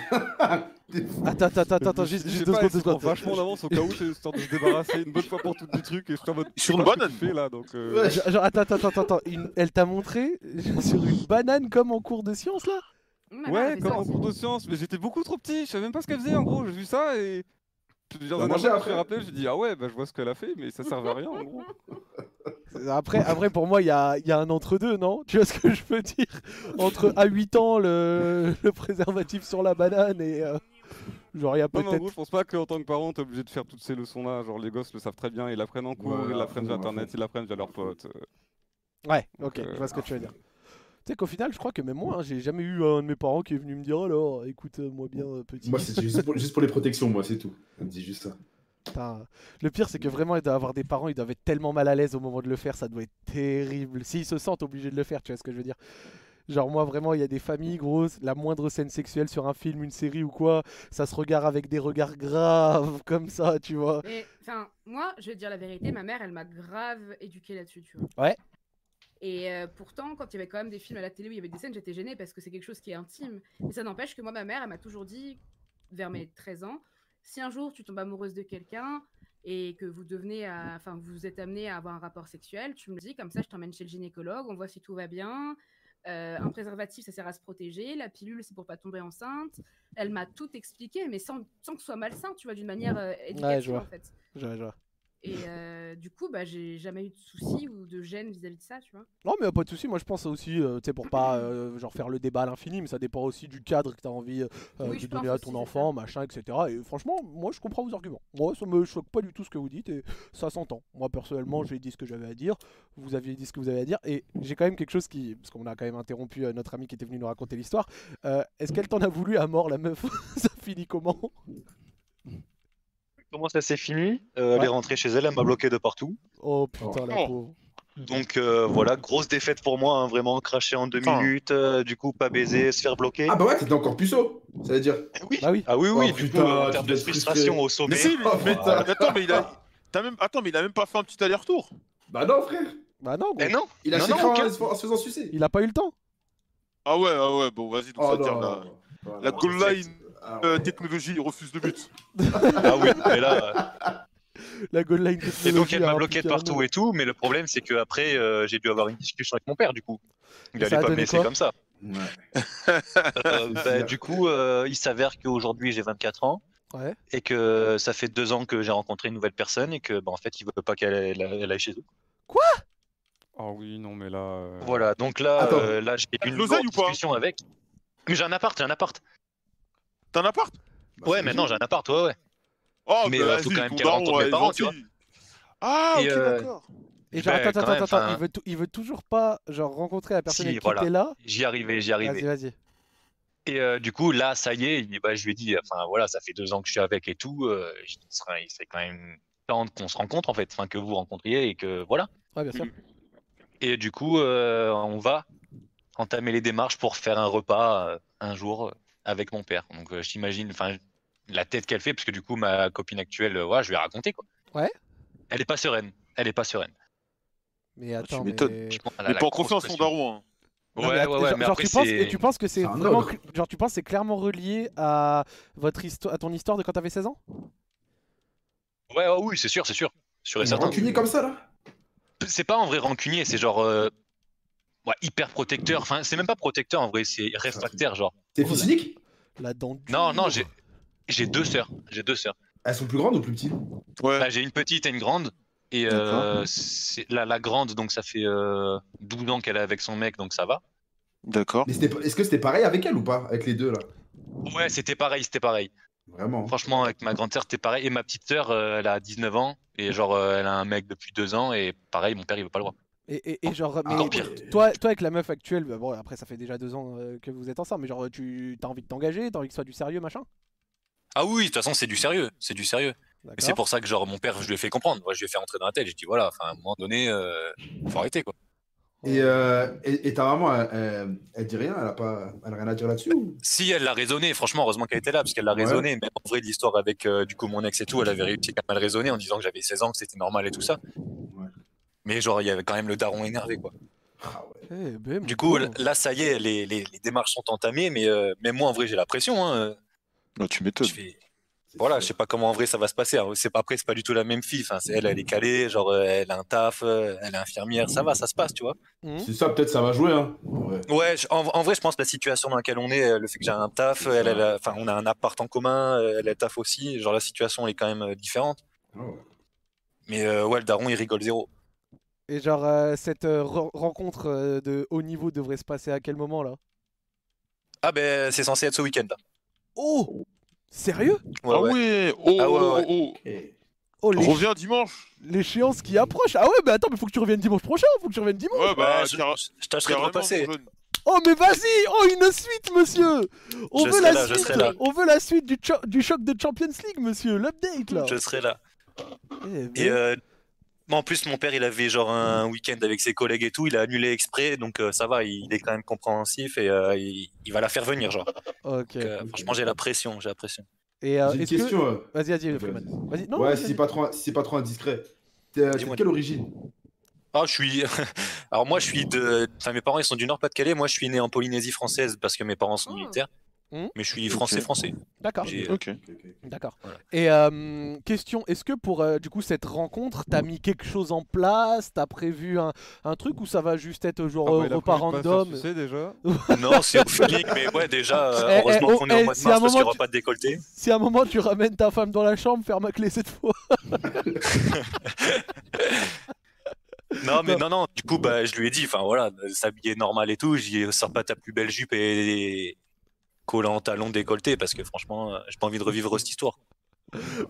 [SPEAKER 1] Attends, attends, attends, attends,
[SPEAKER 5] Je-
[SPEAKER 1] juste,
[SPEAKER 5] je
[SPEAKER 1] juste
[SPEAKER 5] sais
[SPEAKER 1] deux
[SPEAKER 5] pas,
[SPEAKER 1] secondes,
[SPEAKER 5] ils
[SPEAKER 1] deux
[SPEAKER 5] se prennent
[SPEAKER 1] secondes.
[SPEAKER 5] vachement d'avance au cas où, c'est histoire de se débarrasser une bonne fois pour toutes du truc. Et je suis en mode,
[SPEAKER 4] Sur
[SPEAKER 5] je
[SPEAKER 4] une
[SPEAKER 5] sais pas ce
[SPEAKER 4] banane.
[SPEAKER 5] que tu fais, là, donc. euh,
[SPEAKER 1] Genre, genre, attends, attends, attends, attends, une- elle t'a montré sur une banane comme en cours de science là Ah
[SPEAKER 3] Ma mère
[SPEAKER 5] Ouais,
[SPEAKER 3] avait
[SPEAKER 5] comme
[SPEAKER 3] ça
[SPEAKER 5] en
[SPEAKER 3] aussi.
[SPEAKER 5] cours de sciences, mais j'étais beaucoup trop petit, je savais même pas ce qu'elle faisait en gros, j'ai vu ça et. Plusieurs
[SPEAKER 2] T'as
[SPEAKER 5] années
[SPEAKER 2] mangé
[SPEAKER 5] après, je me
[SPEAKER 2] après
[SPEAKER 5] rappelé, j'ai dit ah ouais, bah je vois ce qu'elle a fait, mais ça servait à rien en gros.
[SPEAKER 1] Ah, Après, après pour moi, il y a, il y a un entre-deux, non Tu vois ce que je veux dire Entre à 8 ans, le, le préservatif sur la banane et. euh, genre, il y a
[SPEAKER 5] Non, mais en gros,
[SPEAKER 1] peut-être.
[SPEAKER 5] je pense pas qu'en tant que parent, t'es obligé de faire toutes ces leçons-là. Genre, les gosses le savent très bien, ils l'apprennent en cours,
[SPEAKER 2] Ouais,
[SPEAKER 5] ils
[SPEAKER 2] à
[SPEAKER 5] l'apprennent
[SPEAKER 2] fond,
[SPEAKER 5] via
[SPEAKER 2] à
[SPEAKER 5] internet,
[SPEAKER 2] fond.
[SPEAKER 5] ils l'apprennent via leurs potes. euh.
[SPEAKER 1] Ouais, ok,
[SPEAKER 5] euh,
[SPEAKER 1] je vois ce que tu veux dire. Tu sais qu'au final, je crois que même moi, hein, j'ai jamais eu un de mes parents qui est venu me dire alors, écoute-moi bien, euh, petit.
[SPEAKER 2] Moi, c'est juste pour, juste pour les protections, moi, c'est tout. On me dit juste ça.
[SPEAKER 1] Putain. Le pire, c'est que vraiment, ils doivent avoir des parents, ils doivent être tellement mal à l'aise au moment de le faire, ça doit être terrible. S'ils se sentent obligés de le faire, tu vois ce que je veux dire Genre, moi, vraiment, il y a des familles grosses, la moindre scène sexuelle sur un film, une série ou quoi, ça se regarde avec des regards graves, comme ça, tu vois.
[SPEAKER 3] Mais enfin, moi, je vais te dire la vérité, ma mère, elle m'a grave éduquée là-dessus, tu vois.
[SPEAKER 1] Ouais.
[SPEAKER 3] Et euh, pourtant, quand il y avait quand même des films à la télé où il y avait des scènes, j'étais gênée parce que c'est quelque chose qui est intime. Et ça n'empêche que moi, ma mère, elle m'a toujours dit, vers mes 13 ans, si un jour tu tombes amoureuse de quelqu'un et que vous devenez, à- enfin, vous vous êtes amené à avoir un rapport sexuel, tu me le dis, comme ça, je t'emmène chez le gynécologue, on voit si tout va bien. Euh, un préservatif, ça sert à se protéger. La pilule, c'est pour pas tomber enceinte. Elle m'a tout expliqué, mais sans, sans que ce soit malsain, tu vois, d'une manière euh, éducative,
[SPEAKER 1] Ouais, je vois.
[SPEAKER 3] en fait.
[SPEAKER 1] Je vois, je vois.
[SPEAKER 3] Et euh, du coup, bah, j'ai jamais eu de soucis ou de gêne vis-à-vis de ça, tu vois.
[SPEAKER 1] Non, mais euh, pas de souci. Moi, je pense aussi, euh, tu sais, pour pas euh, genre faire le débat à l'infini, mais ça dépend aussi du cadre que t'as envie euh,
[SPEAKER 3] Oui,
[SPEAKER 1] de
[SPEAKER 3] je pense
[SPEAKER 1] donner à
[SPEAKER 3] aussi,
[SPEAKER 1] ton
[SPEAKER 3] c'est
[SPEAKER 1] enfant, machin, etc. Et franchement, moi, je comprends vos arguments. Moi, ça me choque pas du tout ce que vous dites et ça s'entend. Moi, personnellement, j'ai dit ce que j'avais à dire. Vous aviez dit ce que vous avez à dire et j'ai quand même quelque chose qui, parce qu'on a quand même interrompu euh, notre ami qui était venu nous raconter l'histoire. Euh, Est-ce qu'elle t'en a voulu à mort, la meuf Ça finit comment
[SPEAKER 10] Comment ça s'est fini Euh, Elle
[SPEAKER 1] Ouais.
[SPEAKER 10] est rentrée chez elle, elle m'a bloqué de partout.
[SPEAKER 1] Oh putain, la
[SPEAKER 10] Oh.
[SPEAKER 1] pauvre.
[SPEAKER 10] Donc euh, voilà, grosse défaite pour moi, hein, vraiment cracher en deux
[SPEAKER 1] Putain.
[SPEAKER 10] minutes, euh, du coup pas baiser, se faire bloquer.
[SPEAKER 2] Ah bah ouais, t'étais encore puceau, ça veut dire.
[SPEAKER 10] Oui.
[SPEAKER 1] Bah oui.
[SPEAKER 10] Ah oui, oui,
[SPEAKER 2] Oh,
[SPEAKER 10] du
[SPEAKER 2] putain,
[SPEAKER 10] coup, en
[SPEAKER 2] tu
[SPEAKER 10] termes
[SPEAKER 2] dois
[SPEAKER 10] de
[SPEAKER 2] être frustré.
[SPEAKER 10] frustration au sommet.
[SPEAKER 4] Mais si, mais,
[SPEAKER 2] Oh,
[SPEAKER 4] mais-
[SPEAKER 2] putain.
[SPEAKER 4] mais attends, mais il a. t'as même... Attends, mais il a même pas fait un petit aller-retour.
[SPEAKER 2] Bah non, frère
[SPEAKER 1] Bah non, gros.
[SPEAKER 10] Eh non,
[SPEAKER 2] Il a
[SPEAKER 10] non,
[SPEAKER 2] ses
[SPEAKER 10] non,
[SPEAKER 2] crans
[SPEAKER 10] aucun.
[SPEAKER 2] en se- en se faisant sucer.
[SPEAKER 1] il a pas eu le temps.
[SPEAKER 4] Ah ouais, ah ouais, bon, vas-y, donc
[SPEAKER 2] Oh
[SPEAKER 4] ça tire la,
[SPEAKER 2] non.
[SPEAKER 4] la
[SPEAKER 2] Voilà.
[SPEAKER 4] goal line
[SPEAKER 2] Ah ouais.
[SPEAKER 4] euh, technologie, il refuse de but.
[SPEAKER 10] Ah oui, mais là. euh,
[SPEAKER 1] La goal line.
[SPEAKER 10] Et donc elle
[SPEAKER 1] technologie
[SPEAKER 10] m'a
[SPEAKER 1] a
[SPEAKER 10] bloqué de
[SPEAKER 1] impliqué un
[SPEAKER 10] partout
[SPEAKER 1] nom.
[SPEAKER 10] et tout, mais le problème c'est que après euh, j'ai dû avoir une discussion avec mon père du coup. Il
[SPEAKER 1] Et
[SPEAKER 10] allait
[SPEAKER 1] ça a
[SPEAKER 10] pas me
[SPEAKER 1] donné
[SPEAKER 10] laisser
[SPEAKER 1] quoi
[SPEAKER 10] comme ça.
[SPEAKER 2] Ouais.
[SPEAKER 10] Euh, bah, du coup, euh, il s'avère qu'aujourd'hui j'ai 24 ans
[SPEAKER 1] Ouais.
[SPEAKER 10] et que ça fait deux ans que j'ai rencontré une nouvelle personne et que bah, en fait il veut pas qu'elle elle- elle aille chez eux.
[SPEAKER 5] Ah oui, non, mais là. euh,
[SPEAKER 10] Voilà, donc là,
[SPEAKER 2] Attends.
[SPEAKER 10] euh, là j'ai eu une
[SPEAKER 4] L'oseille
[SPEAKER 10] lourde
[SPEAKER 4] ou pas
[SPEAKER 10] discussion avec. Mais j'ai un appart, j'ai un appart.
[SPEAKER 4] T'as un appart
[SPEAKER 10] Ouais, maintenant j'ai un appart, ouais, ouais.
[SPEAKER 4] Oh,
[SPEAKER 10] Mais,
[SPEAKER 4] bah,
[SPEAKER 10] euh, faut
[SPEAKER 4] vas-y,
[SPEAKER 10] quand même
[SPEAKER 4] ton
[SPEAKER 10] qu'elle rencontre
[SPEAKER 4] daron,
[SPEAKER 10] mes
[SPEAKER 4] ouais,
[SPEAKER 10] parents,
[SPEAKER 4] gentil.
[SPEAKER 10] tu vois.
[SPEAKER 4] Ah,
[SPEAKER 10] Et,
[SPEAKER 4] ok,
[SPEAKER 10] euh,
[SPEAKER 4] d'accord.
[SPEAKER 1] Et genre,
[SPEAKER 10] Ben,
[SPEAKER 1] attends,
[SPEAKER 10] quand
[SPEAKER 1] attends,
[SPEAKER 10] même,
[SPEAKER 1] attends,
[SPEAKER 10] enfin-
[SPEAKER 1] il veut, tou- il veut toujours pas genre rencontrer la personne
[SPEAKER 10] Si,
[SPEAKER 1] avec qui
[SPEAKER 10] voilà.
[SPEAKER 1] t'es là.
[SPEAKER 10] J'y arrivais, j'y
[SPEAKER 1] Vas-y,
[SPEAKER 10] arrivais.
[SPEAKER 1] vas-y.
[SPEAKER 10] Et euh, du coup, là, ça y est, il- bah, je lui ai dit, enfin voilà, ça fait deux ans que je suis avec et tout. euh, je dis, Serein, il serait quand même temps qu'on se rencontre en fait, enfin que vous vous rencontriez et que voilà. Mm-hmm.
[SPEAKER 1] Ouais, bien sûr.
[SPEAKER 10] Et du coup, euh, on va entamer les démarches pour faire un repas euh, un jour euh, avec mon père. Donc euh, j'imagine, enfin la tête qu'elle fait, parce que du coup, ma copine actuelle, euh, ouais, je lui ai raconté quoi.
[SPEAKER 1] Ouais.
[SPEAKER 10] Elle est pas sereine. Elle est pas sereine.
[SPEAKER 1] Mais attends, mais...
[SPEAKER 4] m'étonnes.
[SPEAKER 10] Je pense qu'elle a
[SPEAKER 4] Mais
[SPEAKER 10] la
[SPEAKER 4] pas en
[SPEAKER 10] grosse
[SPEAKER 4] confiance, son
[SPEAKER 10] pression.
[SPEAKER 4] daron. hein.
[SPEAKER 1] Non,
[SPEAKER 10] Ouais,
[SPEAKER 1] mais
[SPEAKER 10] ouais,
[SPEAKER 1] att-
[SPEAKER 10] ouais,
[SPEAKER 1] genre,
[SPEAKER 10] mais
[SPEAKER 1] genre,
[SPEAKER 10] après
[SPEAKER 1] tu penses,
[SPEAKER 10] c'est.
[SPEAKER 1] et tu penses que c'est
[SPEAKER 2] c'est un
[SPEAKER 1] vraiment,
[SPEAKER 2] ogre.
[SPEAKER 1] cl- genre, tu penses que c'est clairement relié à votre histoire, à ton histoire de quand t'avais 16 ans
[SPEAKER 10] Ouais, ouais, oui, c'est sûr, c'est sûr, sûr et
[SPEAKER 2] Il est
[SPEAKER 10] certain.
[SPEAKER 2] rancunier comme ça là
[SPEAKER 10] C'est pas en vrai rancunier, c'est genre euh, ouais, hyper protecteur. Enfin, c'est même pas protecteur en vrai, c'est réfractaire, genre.
[SPEAKER 2] T'es fils unique
[SPEAKER 1] La dent dure.
[SPEAKER 10] Non, non, j'ai j'ai deux sœurs, j'ai deux sœurs.
[SPEAKER 2] Ah, Elles sont plus grandes ou plus petites
[SPEAKER 4] Ouais.
[SPEAKER 10] Bah, j'ai une petite et une grande. Et euh, c'est- la, la grande, donc ça fait euh, 12 ans qu'elle est avec son mec, donc ça va.
[SPEAKER 4] D'accord.
[SPEAKER 2] Mais c'était pas- Est-ce que c'était pareil avec elle ou pas Avec les deux là
[SPEAKER 10] Ouais, c'était pareil, c'était pareil.
[SPEAKER 2] Vraiment.
[SPEAKER 10] Franchement, avec ma grande sœur, c'était pareil. Et ma petite sœur, euh, elle a 19 ans. Et genre, euh, elle a un mec depuis deux ans. Et pareil, mon père, il veut pas le voir.
[SPEAKER 1] Et, et- et genre, mais
[SPEAKER 10] Encore pire.
[SPEAKER 1] toi, toi avec la meuf actuelle, bah bon, après ça fait déjà deux ans euh, que vous êtes ensemble, mais genre, tu t'as envie de t'engager, t'as envie que ce soit du sérieux, machin
[SPEAKER 10] Ah oui, de toute façon, c'est du sérieux. C'est du sérieux. Et c'est
[SPEAKER 1] D'accord.
[SPEAKER 10] pour ça que genre mon père, je lui ai fait comprendre, Moi, je lui ai fait entrer dans la tête, je dis voilà, enfin à un moment donné, euh, faut arrêter quoi.
[SPEAKER 2] Et, euh, et, et ta maman, elle, elle- elle dit rien Elle a, pas... elle a rien à dire là-dessus ou
[SPEAKER 10] Si elle l'a raisonné, franchement, heureusement qu'elle était là, parce qu'elle l'a
[SPEAKER 2] Ouais.
[SPEAKER 10] raisonné, mais en vrai l'histoire avec euh, du coup mon ex et tout, elle avait réussi à mal raisonner en disant que j'avais 16 ans, que c'était normal et tout ça.
[SPEAKER 2] Ouais.
[SPEAKER 10] Mais genre il y avait quand même le daron énervé quoi.
[SPEAKER 2] Ah ouais. Oh.
[SPEAKER 1] Eh ben, mon
[SPEAKER 10] Du coup
[SPEAKER 1] pauvre.
[SPEAKER 10] là ça y est, les, les- les démarches sont entamées, mais euh, même moi en vrai j'ai la pression. Hein.
[SPEAKER 4] tu m'étonnes.
[SPEAKER 10] Je fais- Voilà, je sais pas comment en vrai ça va se passer. Alors, c'est pas après c'est pas du tout la même fille. Enfin c'est elle, elle est calée, genre euh, elle a un taf, euh, elle est infirmière, ça va, ça se passe tu vois.
[SPEAKER 1] Hmm
[SPEAKER 2] C'est ça, peut-être ça va jouer. Hein. Ouais.
[SPEAKER 10] Ouais, je- en, en vrai, je pense que la situation dans laquelle on est, euh, le fait que j'ai un taf,
[SPEAKER 2] C'est
[SPEAKER 10] elle,
[SPEAKER 2] ça.
[SPEAKER 10] elle a- enfin, on a un appart en commun, euh, elle a le taf aussi, genre la situation elle est quand même euh, différente.
[SPEAKER 2] Ah
[SPEAKER 1] Oh.
[SPEAKER 2] ouais.
[SPEAKER 10] Mais euh, ouais, le daron, il rigole zéro.
[SPEAKER 1] Et genre, euh, cette euh, re- rencontre euh, de haut niveau devrait se passer à quel moment là
[SPEAKER 10] Ah ben, c'est censé être ce week-end. là.
[SPEAKER 1] Oh Sérieux
[SPEAKER 10] Ouais,
[SPEAKER 4] ah
[SPEAKER 10] ouais.
[SPEAKER 4] ouais, oh,
[SPEAKER 10] Ah ouais,
[SPEAKER 4] oh,
[SPEAKER 10] ouais.
[SPEAKER 4] oh,
[SPEAKER 2] Et-
[SPEAKER 1] Oh,
[SPEAKER 4] oh.
[SPEAKER 1] les
[SPEAKER 4] Reviens dimanche.
[SPEAKER 1] L'échéance qui approche. Ah ouais, mais attends, mais faut que tu reviennes dimanche prochain, faut que tu reviennes dimanche.
[SPEAKER 4] Ouais, bah,
[SPEAKER 10] Ouais, je,
[SPEAKER 4] car-
[SPEAKER 10] je- je tâcherai de
[SPEAKER 4] carrément,
[SPEAKER 10] repasser.
[SPEAKER 4] mon jeune.
[SPEAKER 1] Oh mais vas-y, oh une suite, monsieur. On
[SPEAKER 10] Je
[SPEAKER 1] veut
[SPEAKER 10] serai
[SPEAKER 1] la
[SPEAKER 10] là, je
[SPEAKER 1] suite,
[SPEAKER 10] serai là.
[SPEAKER 1] on veut la suite du, cho- du choc de Champions League, monsieur, l'update là.
[SPEAKER 10] Je serai là.
[SPEAKER 1] Eh ben,
[SPEAKER 10] Et euh, en plus, mon père, il avait genre un week-end avec ses collègues et tout, il a annulé exprès, donc euh, ça va, il, il est quand même compréhensif et euh, il, il va la faire venir, genre. Donc,
[SPEAKER 1] Ok.
[SPEAKER 10] euh, franchement, j'ai la pression, j'ai la pression.
[SPEAKER 1] Et euh,
[SPEAKER 2] J'ai une
[SPEAKER 1] est-ce que
[SPEAKER 2] question. euh.
[SPEAKER 1] vas-y, vas-y,
[SPEAKER 2] Ouais,
[SPEAKER 1] Freeman.
[SPEAKER 2] vas-y.
[SPEAKER 1] Vas-y. Non,
[SPEAKER 2] ouais,
[SPEAKER 1] vas-y,
[SPEAKER 2] si
[SPEAKER 1] vas-y.
[SPEAKER 2] c'est pas trop, si c'est pas trop indiscret. T'es t'es de
[SPEAKER 10] Dis-moi.
[SPEAKER 2] quelle origine
[SPEAKER 10] Ah, je suis. Alors moi, je suis de. Enfin, mes parents, ils sont du Nord-Pas-de-Calais. Moi, je suis né en Polynésie française parce que mes parents sont
[SPEAKER 3] Oh.
[SPEAKER 10] militaires.
[SPEAKER 1] Hmm.
[SPEAKER 10] Mais je suis français-français.
[SPEAKER 1] D'accord.
[SPEAKER 10] J'ai- euh,
[SPEAKER 11] Ok.
[SPEAKER 1] D'accord. Et euh, question, est-ce que pour euh, du coup cette rencontre, t'as mis quelque chose en place, t'as prévu un, un truc ou ça va juste être genre
[SPEAKER 5] Ah bah,
[SPEAKER 1] euh,
[SPEAKER 5] il a
[SPEAKER 1] repas
[SPEAKER 5] prévu de pas se faire
[SPEAKER 1] random
[SPEAKER 5] sucer, déjà.
[SPEAKER 10] euh, Non, c'est au feeling, mais ouais, déjà, euh,
[SPEAKER 1] Eh, eh,
[SPEAKER 10] heureusement
[SPEAKER 1] oh,
[SPEAKER 10] qu'on est
[SPEAKER 1] eh,
[SPEAKER 10] au mois de
[SPEAKER 1] si à un
[SPEAKER 10] mars parce qu'il n'y
[SPEAKER 1] moment
[SPEAKER 10] aura
[SPEAKER 1] tu-
[SPEAKER 10] pas de décolleté.
[SPEAKER 1] Si à un moment tu ramènes ta femme dans la chambre, ferme ma clé cette fois.
[SPEAKER 10] Non, mais non, non, du coup, bah, je lui ai dit, enfin voilà, de s'habiller normal et tout, j'y ai, sors pas ta plus belle jupe et collant talon décolleté parce que franchement, euh, j'ai pas envie de revivre cette histoire.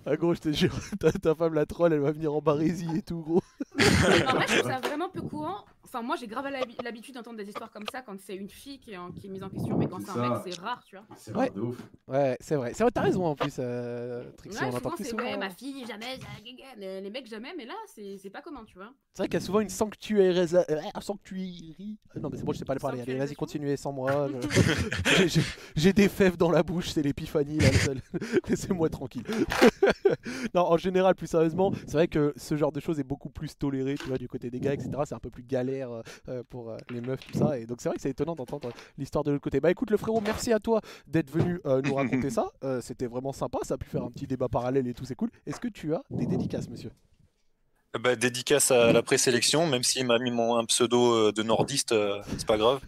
[SPEAKER 1] Ah gros, je te jure, ta, ta femme la troll, elle va venir en barésie et tout gros.
[SPEAKER 3] Ah, En vrai, je trouve ça vraiment peu courant. Enfin, moi, j'ai grave l'habi- l'habitude d'entendre des histoires comme ça quand c'est une fille qui est, en- qui est mise en question, mais quand
[SPEAKER 1] C'est
[SPEAKER 3] c'est
[SPEAKER 1] ça.
[SPEAKER 3] un mec, c'est rare, tu vois.
[SPEAKER 1] C'est vrai de ouf. Ouais, c'est vrai. C'est vrai, t'as raison en plus, euh, Trixie,
[SPEAKER 3] Ouais,
[SPEAKER 1] on entend
[SPEAKER 3] souvent,
[SPEAKER 1] plus
[SPEAKER 3] c'est
[SPEAKER 1] souvent.
[SPEAKER 3] ouais, ma fille, jamais, ça, gaga, mais euh, les mecs, jamais, mais là, c'est c'est pas commun, tu vois.
[SPEAKER 1] C'est vrai qu'il y a souvent une sanctuairisa- euh, un sanctuaire. Non, mais c'est bon, je sais pas le parler. Allez, vas-y, continuez sans moi. Je- j'ai- j'ai- J'ai des fèves dans la bouche, c'est l'épiphanie. là, le seul. Laissez-moi tranquille. non, en général, plus sérieusement, c'est vrai que ce genre de choses est beaucoup plus toléré, tu vois, du côté des gars, etc. C'est un peu plus galère euh, euh, pour euh, les meufs, tout ça. Et donc, c'est vrai que c'est étonnant d'entendre l'histoire de l'autre côté. Bah, écoute, le frérot, merci à toi d'être venu euh, nous raconter ça. Euh, C'était vraiment sympa. Ça a pu faire un petit débat parallèle et tout, c'est cool. Est-ce que tu as des dédicaces, monsieur
[SPEAKER 10] Euh, Bah, dédicace à la présélection, même s'il m'a mis mon, un pseudo euh, de nordiste, euh, c'est pas grave.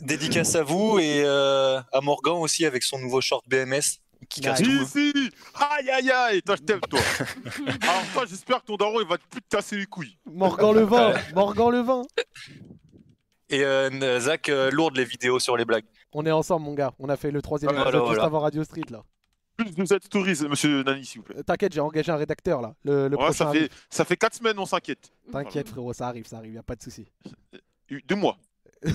[SPEAKER 10] dédicace à vous et euh, à Morgan aussi avec son nouveau short BMS qui casse tout.
[SPEAKER 4] Bah, Si, si Aïe, aïe, aïe Toi, je t'aime, toi Alors, toi, j'espère que ton daron, il va plus te casser les couilles.
[SPEAKER 1] Morgan Levin Morgan Levin
[SPEAKER 10] Et euh, Zach, euh, lourde les vidéos sur les blagues.
[SPEAKER 1] On est ensemble, mon gars. On a fait le troisième
[SPEAKER 10] Ah, voilà,
[SPEAKER 1] épisode juste
[SPEAKER 10] voilà.
[SPEAKER 1] avant Radio Street, là.
[SPEAKER 4] Plus de cette stories, monsieur Nani, s'il vous plaît.
[SPEAKER 1] Euh, T'inquiète, j'ai engagé un rédacteur, là.
[SPEAKER 10] Ah,
[SPEAKER 1] Le, le
[SPEAKER 4] Ouais,
[SPEAKER 1] prochain
[SPEAKER 4] ça, fait,
[SPEAKER 1] arrive.
[SPEAKER 4] ça fait 4 semaines, on s'inquiète.
[SPEAKER 1] T'inquiète, frérot, ça arrive, ça arrive, y a pas de souci.
[SPEAKER 10] Euh,
[SPEAKER 4] Deux mois.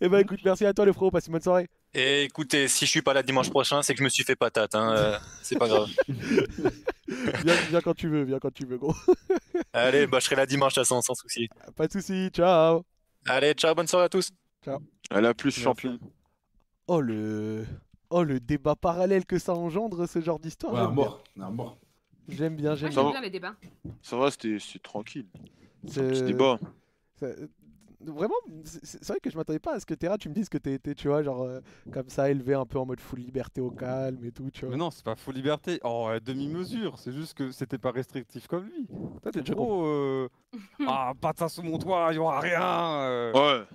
[SPEAKER 1] Eh ben, écoute, merci à toi, le frérot. Passe une bonne soirée.
[SPEAKER 10] Et écoutez, si je suis pas là dimanche prochain, c'est que je me suis fait patate, hein, euh, c'est pas grave.
[SPEAKER 1] viens, viens quand tu veux, viens quand tu veux, gros.
[SPEAKER 10] Allez, bah, je serai là dimanche, à sans, sans souci.
[SPEAKER 1] pas de souci, ciao.
[SPEAKER 10] Allez, ciao, bonne soirée à tous.
[SPEAKER 1] Ciao.
[SPEAKER 4] Elle a plus champion.
[SPEAKER 1] Oh, le... Oh, le débat parallèle que ça engendre, ce genre d'histoire.
[SPEAKER 4] Ouais,
[SPEAKER 1] j'aime
[SPEAKER 4] un
[SPEAKER 1] bien.
[SPEAKER 4] mort,
[SPEAKER 2] un mort.
[SPEAKER 1] J'aime bien,
[SPEAKER 3] Moi,
[SPEAKER 1] j'aime
[SPEAKER 3] j'aime
[SPEAKER 1] bien.
[SPEAKER 3] bien les débats.
[SPEAKER 4] Ça va, c'était c'était tranquille. C'est un
[SPEAKER 1] Euh,
[SPEAKER 4] petit débat.
[SPEAKER 1] ça- euh, Vraiment, c'est c'est vrai que je m'attendais pas à ce que Terra, tu me dises que t'es, t'es, tu vois, genre, euh, comme ça, élevé un peu en mode full liberté au calme et tout, tu vois.
[SPEAKER 5] Mais non, c'est pas full liberté. Oh, à demi-mesure. C'est juste que c'était pas restrictif comme lui. Toi, t'es
[SPEAKER 1] Je
[SPEAKER 5] trop. euh, Ah, pas de ça sous mon toit, il y aura rien. euh.
[SPEAKER 4] Ouais.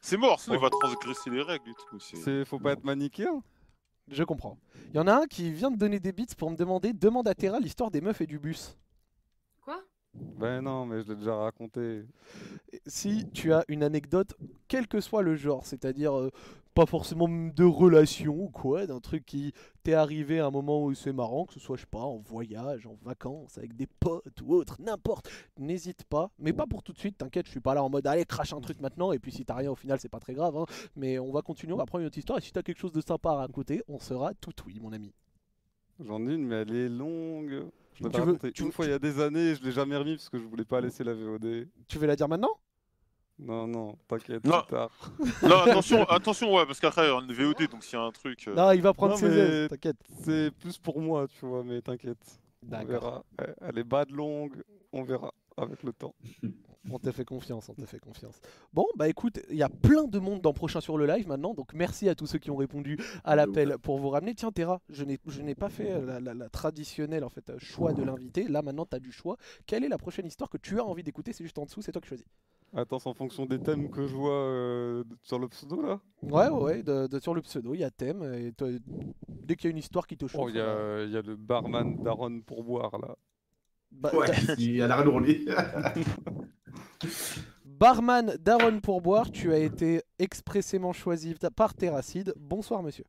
[SPEAKER 4] C'est mort, sinon il va transgresser les règles et tout. c'est-
[SPEAKER 5] C'est... Faut pas être manichéen.
[SPEAKER 1] Je comprends. Il y en a un qui vient de donner des bits pour me demander demande à Terra l'histoire des meufs et du bus.
[SPEAKER 5] Ben non, mais je l'ai déjà raconté.
[SPEAKER 1] Si tu as une anecdote, quel que soit le genre, c'est-à-dire euh, pas forcément de relation ou quoi, d'un truc qui t'est arrivé à un moment où c'est marrant, que ce soit, je sais pas, en voyage, en vacances, avec des potes ou autre, n'importe, n'hésite pas, mais pas pour tout de suite, t'inquiète, je suis pas là en mode allez, crache un truc maintenant, et puis si t'as rien au final, c'est pas très grave, hein. mais on va continuer, on va prendre une autre histoire, et si t'as quelque chose de sympa à raconter, on sera tout oui, mon ami.
[SPEAKER 5] J'en ai une, mais elle est longue. Je l'avais
[SPEAKER 1] Tu veux-
[SPEAKER 5] racontée
[SPEAKER 1] tu
[SPEAKER 5] une
[SPEAKER 1] veux-
[SPEAKER 5] fois il y a des années, je l'ai jamais remis parce que je voulais pas laisser la VOD.
[SPEAKER 1] Tu veux la dire maintenant
[SPEAKER 5] Non, non, t'inquiète,
[SPEAKER 4] Non.
[SPEAKER 5] plus tard.
[SPEAKER 4] Non, attention, attention, ouais, parce qu'après, on est VOD, donc s'il y a un truc. euh,
[SPEAKER 1] Non, il va prendre
[SPEAKER 5] Non,
[SPEAKER 1] ses
[SPEAKER 5] mais
[SPEAKER 1] aises, t'inquiète.
[SPEAKER 5] C'est plus pour moi, tu vois, mais t'inquiète. On
[SPEAKER 1] D'accord.
[SPEAKER 5] verra. Elle- Elle est bad longue, on verra avec le temps.
[SPEAKER 1] On t'a fait confiance, on t'a fait confiance. Bon, bah écoute, il y a plein de monde dans Prochain sur le live maintenant, donc merci à tous ceux qui ont répondu à l'appel pour vous ramener. Tiens, Terra, je n'ai je n'ai pas fait euh, la, la- la traditionnelle en fait euh, choix de l'invité. Là maintenant, t'as du choix. Quelle est la prochaine histoire que tu as envie d'écouter C'est juste en dessous, c'est toi qui choisis.
[SPEAKER 5] Attends, c'est en fonction des thèmes que je vois euh, sur le pseudo là
[SPEAKER 1] Ouais, ouais, ouais, de, de- sur le pseudo, il y a thème. Et toi, dès qu'il y a une histoire qui te chauffe,
[SPEAKER 5] Oh, il y,
[SPEAKER 1] euh,
[SPEAKER 5] a il y a le barman d'Aaron pour boire là.
[SPEAKER 1] bah,
[SPEAKER 2] Ouais,
[SPEAKER 1] t'as-
[SPEAKER 2] il a la roulée.
[SPEAKER 1] barman Daron pour boire, tu as été expressément choisi par Terracide. Bonsoir, monsieur.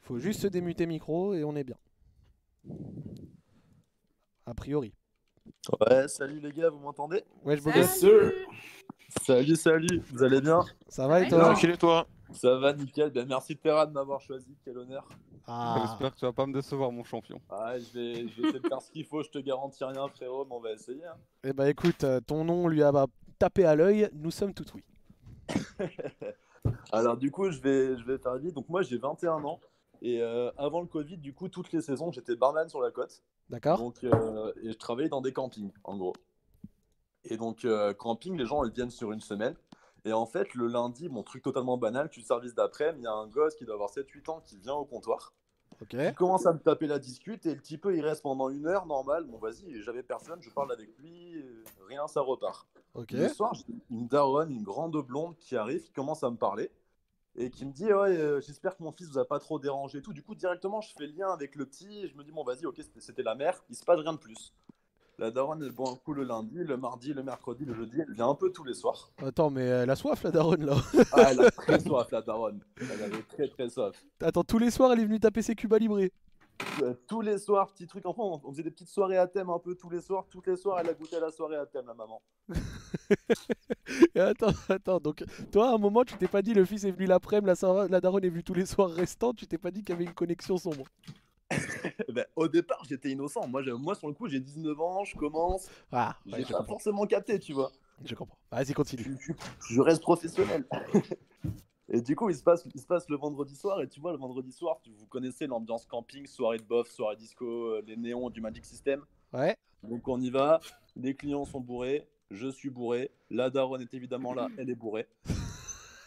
[SPEAKER 1] Faut juste se démuter micro et on est bien. A priori.
[SPEAKER 12] Ouais, salut les gars, vous m'entendez
[SPEAKER 1] Ouais, je
[SPEAKER 12] Yes, sir. Salut, salut, vous allez bien
[SPEAKER 1] Ça va et
[SPEAKER 12] Ça va.
[SPEAKER 1] toi
[SPEAKER 4] Tranquille, toi
[SPEAKER 12] Ça va, nickel. Ben, merci Terra de m'avoir choisi, quel honneur.
[SPEAKER 1] Ah.
[SPEAKER 5] J'espère que tu vas pas me décevoir, mon champion.
[SPEAKER 12] Ah, je vais, je vais essayer de faire ce qu'il faut, je te garantis rien, frérot, mais on va essayer. hein.
[SPEAKER 1] Eh bah écoute, euh, ton nom lui a bah, tapé à l'œil, nous sommes tout oui.
[SPEAKER 12] hein. Alors, du coup, je vais, je vais faire vite. Donc, moi, j'ai 21 ans. Et euh, avant le Covid, du coup, toutes les saisons, j'étais barman sur la côte.
[SPEAKER 1] D'accord.
[SPEAKER 12] Donc, euh, et je travaillais dans des campings, en gros. Et donc, euh, camping, les gens, ils viennent sur une semaine. Et en fait, le lundi, mon truc totalement banal, tu le service d'après, il y a un gosse qui doit avoir 7-8 ans qui vient au comptoir.
[SPEAKER 1] Ok.
[SPEAKER 12] Il commence à me taper la discute et le petit peu, il reste pendant une heure, normal. Bon, vas-y, j'avais personne, je parle avec lui, euh, rien, ça repart.
[SPEAKER 1] Ok.
[SPEAKER 12] Le soir, j'ai une daronne, une grande blonde qui arrive, qui commence à me parler et qui me dit ouais, euh, j'espère que mon fils vous a pas trop dérangé et tout. Du coup, directement, je fais le lien avec le petit et je me dis bon, vas-y, ok, c'était- c'était la mère, il se passe rien de plus. La daronne, elle boit un coup le lundi, le mardi, le mercredi, le jeudi, elle vient un peu tous les soirs.
[SPEAKER 1] Attends, mais elle a soif, la daronne, là.
[SPEAKER 12] Ah, elle a très soif, la daronne. Elle avait très très soif.
[SPEAKER 1] Attends, tous les soirs, elle est venue taper ses cubes à librer.
[SPEAKER 12] Euh, tous les soirs, petit truc. Enfin, on, on faisait des petites soirées à thème un peu tous les soirs. Toutes les soirs, elle a goûté à la soirée à thème, la maman.
[SPEAKER 1] Et attends, attends, donc toi, à un moment, tu t'es pas dit le fils est venu l'après-midi, la, sar- la daronne est venue tous les soirs restants, tu t'es pas dit qu'il y avait une connexion sombre.
[SPEAKER 12] Ben, au départ, j'étais innocent. Moi, j'ai- moi, sur le coup, j'ai 19 ans, je commence.
[SPEAKER 1] Ah, ouais,
[SPEAKER 12] j'ai
[SPEAKER 1] je
[SPEAKER 12] pas
[SPEAKER 1] comprends.
[SPEAKER 12] forcément capté, tu vois.
[SPEAKER 1] Je comprends. Vas-y, continue.
[SPEAKER 12] Je reste professionnel. Et du coup, il se, passe, il se passe le vendredi soir, et tu vois, le vendredi soir, tu- vous connaissez l'ambiance camping, soirée de bof, soirée disco, euh, les néons du Magic System.
[SPEAKER 1] Ouais.
[SPEAKER 12] Donc on y va, les clients sont bourrés, je suis bourré, la daronne est évidemment là, elle est bourrée.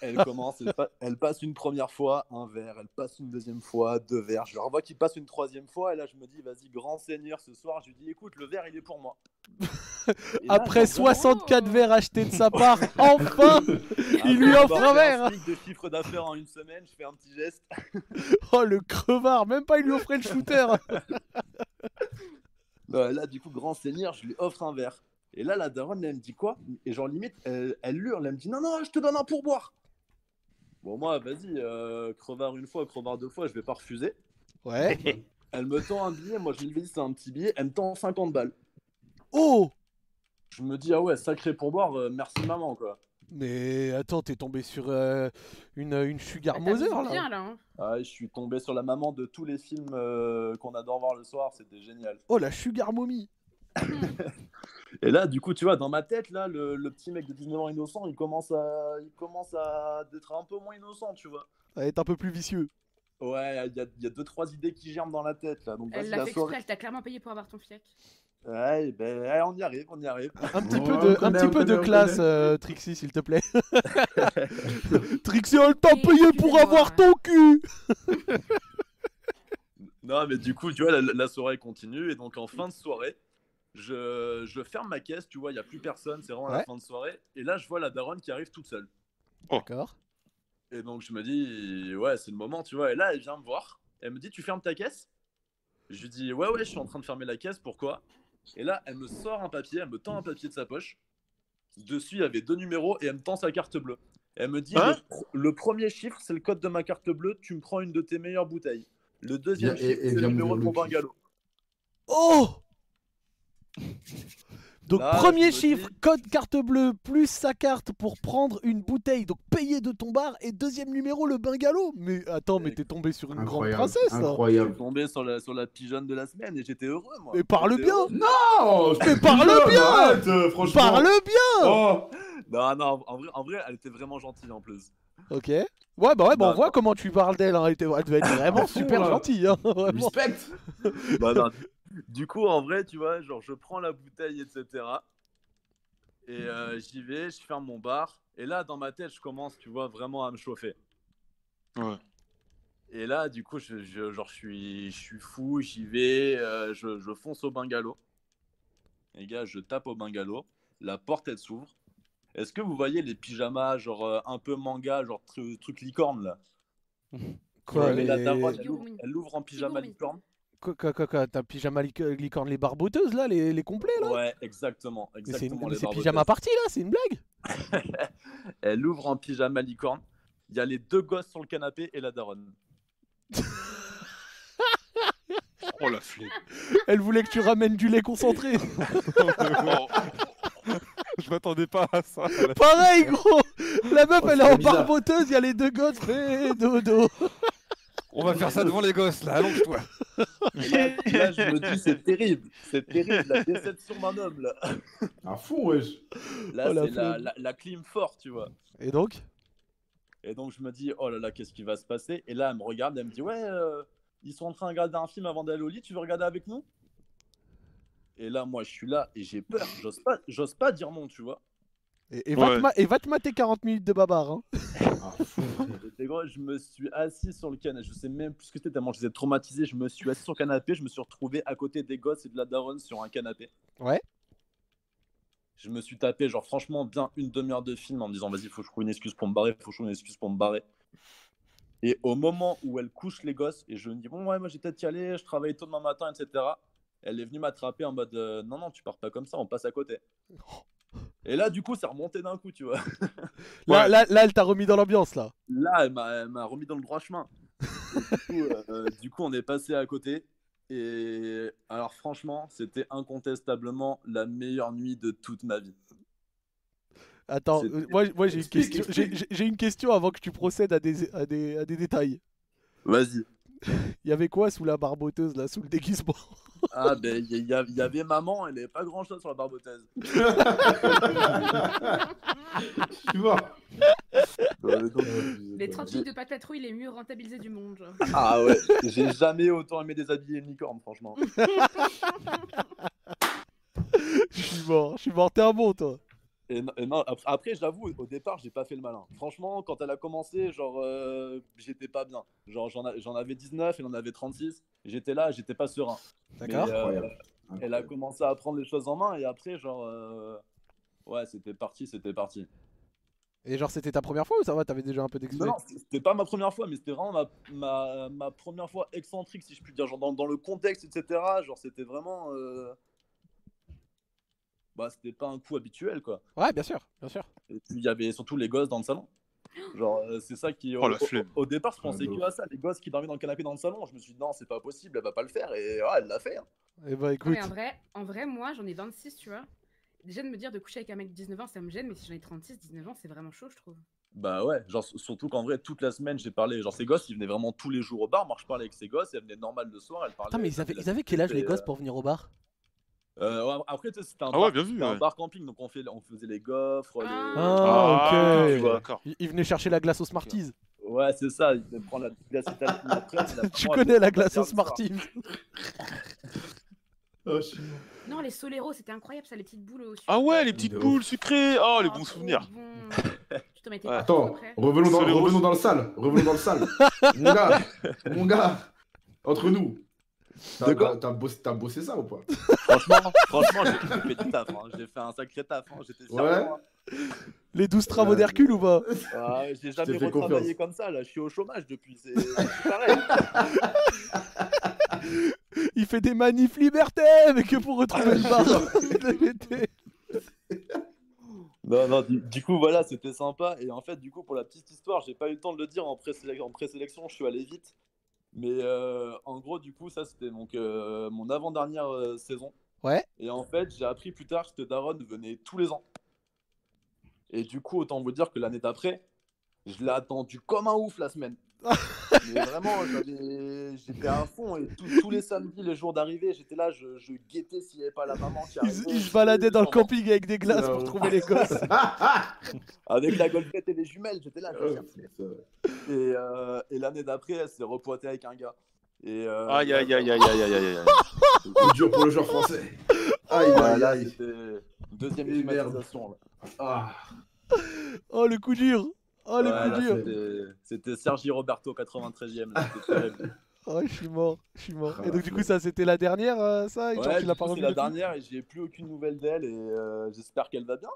[SPEAKER 12] Elle commence, elle, pa- elle passe une première fois, un verre, elle passe une deuxième fois, deux verres. Je la revois qu'il passe une troisième fois, et là je me dis, vas-y, grand seigneur, ce soir, je lui dis, écoute, le verre, il est pour moi. Et là, oh Ah,
[SPEAKER 1] Après
[SPEAKER 12] j'en reviens-
[SPEAKER 1] 64 verres achetés de sa part, enfin Il lui offre un verre
[SPEAKER 12] de chiffre d'affaires en une semaine, je fais un petit geste.
[SPEAKER 1] Oh le crevard, même pas il lui offrait le shooter
[SPEAKER 12] Euh, là, du coup, grand seigneur, je lui offre un verre. Et là, la daronne, elle me dit quoi Et genre, limite, elle, elle hurle, elle me dit non, non, je te donne un pourboire. Bon, moi, vas-y, euh, crevard une fois, crevard deux fois, je vais pas refuser.
[SPEAKER 1] Ouais.
[SPEAKER 12] Elle me tend un billet, moi, je lui dis c'est un petit billet, elle me tend 50 balles.
[SPEAKER 1] Oh
[SPEAKER 12] Je me dis, ah ouais, sacré pourboire, euh, merci maman, quoi.
[SPEAKER 1] Mais attends, t'es tombé sur euh, une, une sugar mother Oh là
[SPEAKER 3] hein.
[SPEAKER 12] Ah, je suis tombé sur la maman de tous les films euh, qu'on adore voir le soir, c'était génial.
[SPEAKER 1] Oh la sugar mommy
[SPEAKER 12] Et là, du coup, tu vois, dans ma tête, là, le, le petit mec de 19 ans innocent, il commence à, il commence à être un peu moins innocent, tu vois.
[SPEAKER 1] Elle est un peu plus vicieux.
[SPEAKER 12] Ouais, il y a, il y a deux, trois idées qui germent dans la tête, là. Donc,
[SPEAKER 3] Elle
[SPEAKER 12] vas-y,
[SPEAKER 3] l'a
[SPEAKER 12] Bah, la
[SPEAKER 3] fait exprès,
[SPEAKER 12] soirée.
[SPEAKER 3] elle t'a clairement payé pour avoir ton fiac.
[SPEAKER 12] Ouais, ben, ouais, on y arrive, on y arrive.
[SPEAKER 1] Un petit peu de, un petit peu de classe, euh, Trixie, s'il te plaît. Trixie, elle t'a payé pour avoir ton cul Oh. euh.
[SPEAKER 12] Non, mais du coup, tu vois, la, la soirée continue. Et donc, en fin de soirée, je, je ferme ma caisse, tu vois, il n'y a plus personne, c'est vraiment la
[SPEAKER 1] Ouais.
[SPEAKER 12] fin de soirée. Et là, je vois la daronne qui arrive toute seule.
[SPEAKER 1] D'accord.
[SPEAKER 12] Et donc je me dis, ouais, c'est le moment, tu vois. Et là, elle vient me voir. Elle me dit, tu fermes ta caisse Je lui dis, ouais, ouais, je suis en train de fermer la caisse, pourquoi Et là, elle me sort un papier, elle me tend un papier de sa poche. Dessus, il y avait deux numéros et elle me tend sa carte bleue. Elle me dit,
[SPEAKER 4] Hein
[SPEAKER 12] le, pr- le premier chiffre, c'est le code de ma carte bleue, tu me prends une de tes meilleures bouteilles. Le deuxième
[SPEAKER 2] Viens- et-
[SPEAKER 12] chiffre,
[SPEAKER 2] et
[SPEAKER 12] c'est le
[SPEAKER 2] viens
[SPEAKER 12] numéro de
[SPEAKER 2] m'ouvrir
[SPEAKER 12] mon
[SPEAKER 2] le kiff.
[SPEAKER 12] bungalow.
[SPEAKER 1] Oh Donc
[SPEAKER 12] Là, je
[SPEAKER 1] premier
[SPEAKER 12] me
[SPEAKER 1] chiffre, code carte bleue, plus sa carte pour prendre une bouteille, donc payer de ton bar, et deuxième numéro, le bungalow Mais attends, mais t'es tombé sur une grande princesse hein. là
[SPEAKER 12] Je suis tombé sur la, sur la pigeonne de la semaine et j'étais heureux, moi.
[SPEAKER 1] Mais parle
[SPEAKER 12] J'étais
[SPEAKER 1] bien
[SPEAKER 12] heureux.
[SPEAKER 1] Non Mais
[SPEAKER 12] je-
[SPEAKER 1] parle
[SPEAKER 12] non,
[SPEAKER 1] bien
[SPEAKER 12] arrête, euh, franchement.
[SPEAKER 1] Parle bien
[SPEAKER 12] Non, non, en vrai, en vrai, elle était vraiment gentille en plus.
[SPEAKER 1] Ok. Ouais, bah ouais, bah on
[SPEAKER 12] Non,
[SPEAKER 1] voit comment tu parles d'elle, hein. elle, était- elle devait être vraiment super
[SPEAKER 12] là.
[SPEAKER 1] gentille. Hein. vraiment.
[SPEAKER 12] Bah, non, du- Du coup, en vrai, tu vois, genre, je prends la bouteille, etc. Et euh, j'y vais, je ferme mon bar. Et là, dans ma tête, je commence, tu vois, vraiment à me chauffer.
[SPEAKER 4] Ouais.
[SPEAKER 12] Et là, du coup, je, je- genre, je suis, je suis fou, j'y vais, euh, je, je fonce au bungalow. Les gars, je tape au bungalow. La porte, elle s'ouvre. Est-ce que vous voyez les pyjamas, genre, euh, un peu manga, genre, tru- truc licorne, là
[SPEAKER 1] Quoi,
[SPEAKER 12] Mais la
[SPEAKER 1] les-
[SPEAKER 12] daronne, elle ouvre- elle ouvre en pyjama licorne.
[SPEAKER 1] Quoi, quoi, quoi, quoi, t'as pyjama lic- licorne, les barboteuses là, les, les complets là
[SPEAKER 12] Ouais, exactement.
[SPEAKER 1] Mais c'est une-
[SPEAKER 12] exactement
[SPEAKER 1] mais
[SPEAKER 12] les
[SPEAKER 1] c'est
[SPEAKER 12] barbes
[SPEAKER 1] pyjama
[SPEAKER 12] test.
[SPEAKER 1] party là, c'est une blague
[SPEAKER 12] Elle ouvre en pyjama licorne. Il y a les deux gosses sur le canapé et la daronne.
[SPEAKER 4] Oh la flemme.
[SPEAKER 1] Elle voulait que tu ramènes du lait concentré
[SPEAKER 5] Je m'attendais pas à ça.
[SPEAKER 1] Pareil gros La meuf
[SPEAKER 5] Oh,
[SPEAKER 1] elle
[SPEAKER 5] c'est
[SPEAKER 1] est en
[SPEAKER 5] bizarre.
[SPEAKER 1] barboteuse, il y a les deux gosses, mais dodo
[SPEAKER 5] On va faire ça devant les gosses là, allonge-toi.
[SPEAKER 12] Et Là, là, je me dis, c'est terrible. C'est terrible, la déception d'un homme, là.
[SPEAKER 2] Un fou, wesh.
[SPEAKER 12] Là,
[SPEAKER 1] Oh, la
[SPEAKER 12] c'est la,
[SPEAKER 1] flemme.
[SPEAKER 12] la- la clim fort, tu vois.
[SPEAKER 1] Et donc
[SPEAKER 12] Et donc, je me dis, oh là là, qu'est-ce qui va se passer Et là, elle me regarde, elle me dit, ouais, euh, ils sont en train de regarder un film avant d'aller au lit, tu veux regarder avec nous Et là, moi, je suis là et j'ai peur. J'ose pas, j'ose pas dire non, tu vois.
[SPEAKER 1] Et, et va te
[SPEAKER 12] Ouais. Ah.
[SPEAKER 1] ma- et va te mater 40 minutes de babar. hein.
[SPEAKER 12] Et gros, je me suis assis sur le canapé. Je sais même plus ce que c'était tellement j'étais traumatisé. Je me suis assis sur le canapé. Je me suis retrouvé à côté des gosses et de la daronne sur un canapé.
[SPEAKER 1] Ouais.
[SPEAKER 12] Je me suis tapé, genre, franchement, bien une demi-heure de film en me disant, vas-y, faut que je trouve une excuse pour me barrer, faut que je trouve une excuse pour me barrer. Et au moment où elle couche les gosses, et je me dis, bon, ouais, moi, j'ai peut-être y aller, je travaille tôt demain matin, etc. Elle est venue m'attraper en mode, euh, non, non, tu pars pas comme ça, on passe à côté. Et là, du coup, ça remontait d'un coup, tu vois.
[SPEAKER 1] Là, là, là, elle t'a remis dans l'ambiance, là.
[SPEAKER 12] Là, elle m'a elle m'a remis dans le droit chemin. Et du, coup, euh, du coup, on est passé à côté. Et alors, franchement, c'était incontestablement la meilleure nuit de toute ma vie.
[SPEAKER 1] Attends,
[SPEAKER 12] C'était-
[SPEAKER 1] euh, moi, moi, j'ai une,
[SPEAKER 12] Explique,
[SPEAKER 1] question- j'ai-
[SPEAKER 12] explique.
[SPEAKER 1] j'ai- j'ai une question avant que tu procèdes à des, à des, à des détails.
[SPEAKER 12] Vas-y.
[SPEAKER 1] Il y avait quoi sous la barboteuse, là, sous le déguisement
[SPEAKER 12] Ah, ben, il y, y a- y avait maman, elle n'avait pas grand chose sur la barbotaise.
[SPEAKER 2] Tu vois
[SPEAKER 3] Les 38 de patatrouille les mieux rentabilisés du monde. genre.
[SPEAKER 12] Ah ouais, j'ai jamais autant aimé déshabiller une licorne, franchement.
[SPEAKER 1] Je suis mort, je suis mort, t'es un bon, toi.
[SPEAKER 12] Et non- et non, ap- après, j'avoue, au départ, j'ai pas fait le malin. Franchement, quand elle a commencé, genre, euh, j'étais pas bien. Genre, j'en a- j'en avais 19, elle en avait 36. J'étais là, j'étais pas serein.
[SPEAKER 1] D'accord.
[SPEAKER 12] Mais, euh,
[SPEAKER 1] Incroyable.
[SPEAKER 12] Elle a commencé à prendre les choses en main et après, genre, euh, ouais, c'était parti, c'était parti.
[SPEAKER 1] Et genre, c'était ta première fois ou ça va T'avais déjà un peu
[SPEAKER 12] Non,
[SPEAKER 1] d'expérience
[SPEAKER 12] non, c'était pas ma première fois, mais c'était vraiment ma, ma, ma première fois excentrique, si je puis dire. Genre, dans, dans le contexte, etc. Genre, c'était vraiment. euh, Bah, c'était pas un coup habituel, quoi.
[SPEAKER 1] Ouais, bien sûr, bien sûr.
[SPEAKER 12] Et puis il y avait surtout les gosses dans le salon. Genre, euh, c'est ça qui.
[SPEAKER 1] Oh,
[SPEAKER 12] au,
[SPEAKER 1] la
[SPEAKER 12] au-
[SPEAKER 1] flemme.
[SPEAKER 12] au départ, je pensais
[SPEAKER 1] Ah, de
[SPEAKER 12] que à ça, les gosses qui dormaient dans le canapé dans le salon. Je me suis dit, non, c'est pas possible, elle va pas le faire. Et ouais, elle l'a fait. hein.
[SPEAKER 1] Eh bah,
[SPEAKER 3] Non,
[SPEAKER 1] écoute.
[SPEAKER 3] mais en vrai, en vrai, moi, j'en ai 26, tu vois. Déjà de me dire de coucher avec un mec de 19 ans, ça me gêne, mais si j'en ai 36, 19 ans, c'est vraiment chaud, je trouve.
[SPEAKER 12] Bah ouais, genre, s- surtout qu'en vrai, toute la semaine, j'ai parlé. Genre, ces gosses, ils venaient vraiment tous les jours au bar. Moi, je parlais avec ces gosses, elles venaient normal le soir. Elles parlaient,
[SPEAKER 1] Attends, mais ils
[SPEAKER 12] elles faisaient
[SPEAKER 1] avaient,
[SPEAKER 12] Ah,
[SPEAKER 1] ils
[SPEAKER 12] la
[SPEAKER 1] avaient quel âge
[SPEAKER 12] fête,
[SPEAKER 1] les
[SPEAKER 12] et,
[SPEAKER 1] gosses
[SPEAKER 12] euh,
[SPEAKER 1] pour venir au bar
[SPEAKER 12] euh, ouais, Après, tu sais, c'était un,
[SPEAKER 1] Ah
[SPEAKER 12] bar,
[SPEAKER 1] ouais, bien vu,
[SPEAKER 12] c'était un
[SPEAKER 1] ouais.
[SPEAKER 12] bar camping, donc on, fait, on faisait les gaufres. les-
[SPEAKER 1] Ah,
[SPEAKER 12] Ah, tu
[SPEAKER 1] ok.
[SPEAKER 12] vois.
[SPEAKER 1] Ils- Ils venaient chercher la glace aux Smarties.
[SPEAKER 12] Ouais, c'est ça, il te prend la glace italienne après, il la
[SPEAKER 1] Tu
[SPEAKER 12] prend,
[SPEAKER 1] connais
[SPEAKER 12] elle
[SPEAKER 1] la
[SPEAKER 12] te prend
[SPEAKER 1] glace aux
[SPEAKER 12] le soir.
[SPEAKER 1] Smarties
[SPEAKER 5] Oh,
[SPEAKER 3] Non, les Soleros, c'était incroyable, ça, les petites boules au sucre.
[SPEAKER 4] Ah ouais, les petites boules sucrées. Oh, les bons souvenirs.
[SPEAKER 3] Tu t'en mettais
[SPEAKER 4] Ouais.
[SPEAKER 3] partout
[SPEAKER 2] Attends,
[SPEAKER 3] après.
[SPEAKER 2] revenons dans,
[SPEAKER 4] Sur les roses.
[SPEAKER 2] revenons dans le sale. Revenons dans le sale. mon gars, mon gars, entre nous. T'as t'as bossé, t'as bossé ça ou pas
[SPEAKER 12] Franchement, franchement j'ai fait du taf. hein. J'ai fait un sacré taf. hein. J'étais fier
[SPEAKER 2] Ouais.
[SPEAKER 12] de moi.
[SPEAKER 1] Les 12 travaux d'Hercule ou pas
[SPEAKER 12] Ah, j'ai
[SPEAKER 1] t'ai
[SPEAKER 12] jamais
[SPEAKER 1] fait
[SPEAKER 12] retravaillé
[SPEAKER 1] confiance.
[SPEAKER 12] comme ça. Là, je suis au chômage depuis. C'est c'est pareil.
[SPEAKER 1] Il fait des manifs liberté, mais que pour retrouver le bar de l'été.
[SPEAKER 12] Non, non, du, du coup, voilà, c'était sympa. Et en fait, du coup, pour la petite histoire, j'ai pas eu le temps de le dire en présélec- en présélection, je suis allé vite. Mais euh, en gros, du coup, ça, c'était donc euh, mon avant-dernière euh, saison.
[SPEAKER 1] Ouais.
[SPEAKER 12] Et en fait, j'ai appris plus tard que Daron venait tous les ans. Et du coup, autant vous dire que l'année d'après, je l'ai attendu comme un ouf la semaine. Mais vraiment, j'avais- j'étais à fond. Et tous- tous les samedis, les jours d'arrivée, j'étais là, je, je guettais s'il n'y avait pas la maman qui
[SPEAKER 1] Ils,
[SPEAKER 12] arrivait.
[SPEAKER 1] ils se baladaient dans le camping avec des glaces pour
[SPEAKER 12] Euh,
[SPEAKER 1] trouver les gosses.
[SPEAKER 12] Avec la golfette et les jumelles, j'étais là. je cherchais. Et, euh, et l'année d'après, elle s'est repointée avec un gars. Et, euh,
[SPEAKER 2] Ah,
[SPEAKER 4] Aïe, aïe, aïe, aïe, aïe, aïe, aïe, aïe.
[SPEAKER 2] C'est dur pour le joueur français. Aïe, aïe,
[SPEAKER 12] Voilà,
[SPEAKER 2] aïe.
[SPEAKER 12] c'était deuxième climatisation. là.
[SPEAKER 1] Oh le coup dur Oh le
[SPEAKER 12] Ouais,
[SPEAKER 1] coup
[SPEAKER 12] là,
[SPEAKER 1] dur
[SPEAKER 12] c'était- C'était Sergi Roberto, 93e. là, c'était terrible.
[SPEAKER 1] Oh je suis mort, je suis mort.
[SPEAKER 12] Ah,
[SPEAKER 1] Et donc du
[SPEAKER 12] la
[SPEAKER 1] coup ça c'était la dernière euh, ça et genre,
[SPEAKER 12] Ouais,
[SPEAKER 1] tu
[SPEAKER 12] du
[SPEAKER 1] l'as
[SPEAKER 12] coup,
[SPEAKER 1] pas
[SPEAKER 12] c'est
[SPEAKER 1] revu
[SPEAKER 12] la
[SPEAKER 1] depuis
[SPEAKER 12] dernière et j'ai plus aucune nouvelle d'elle et euh, j'espère qu'elle va bien.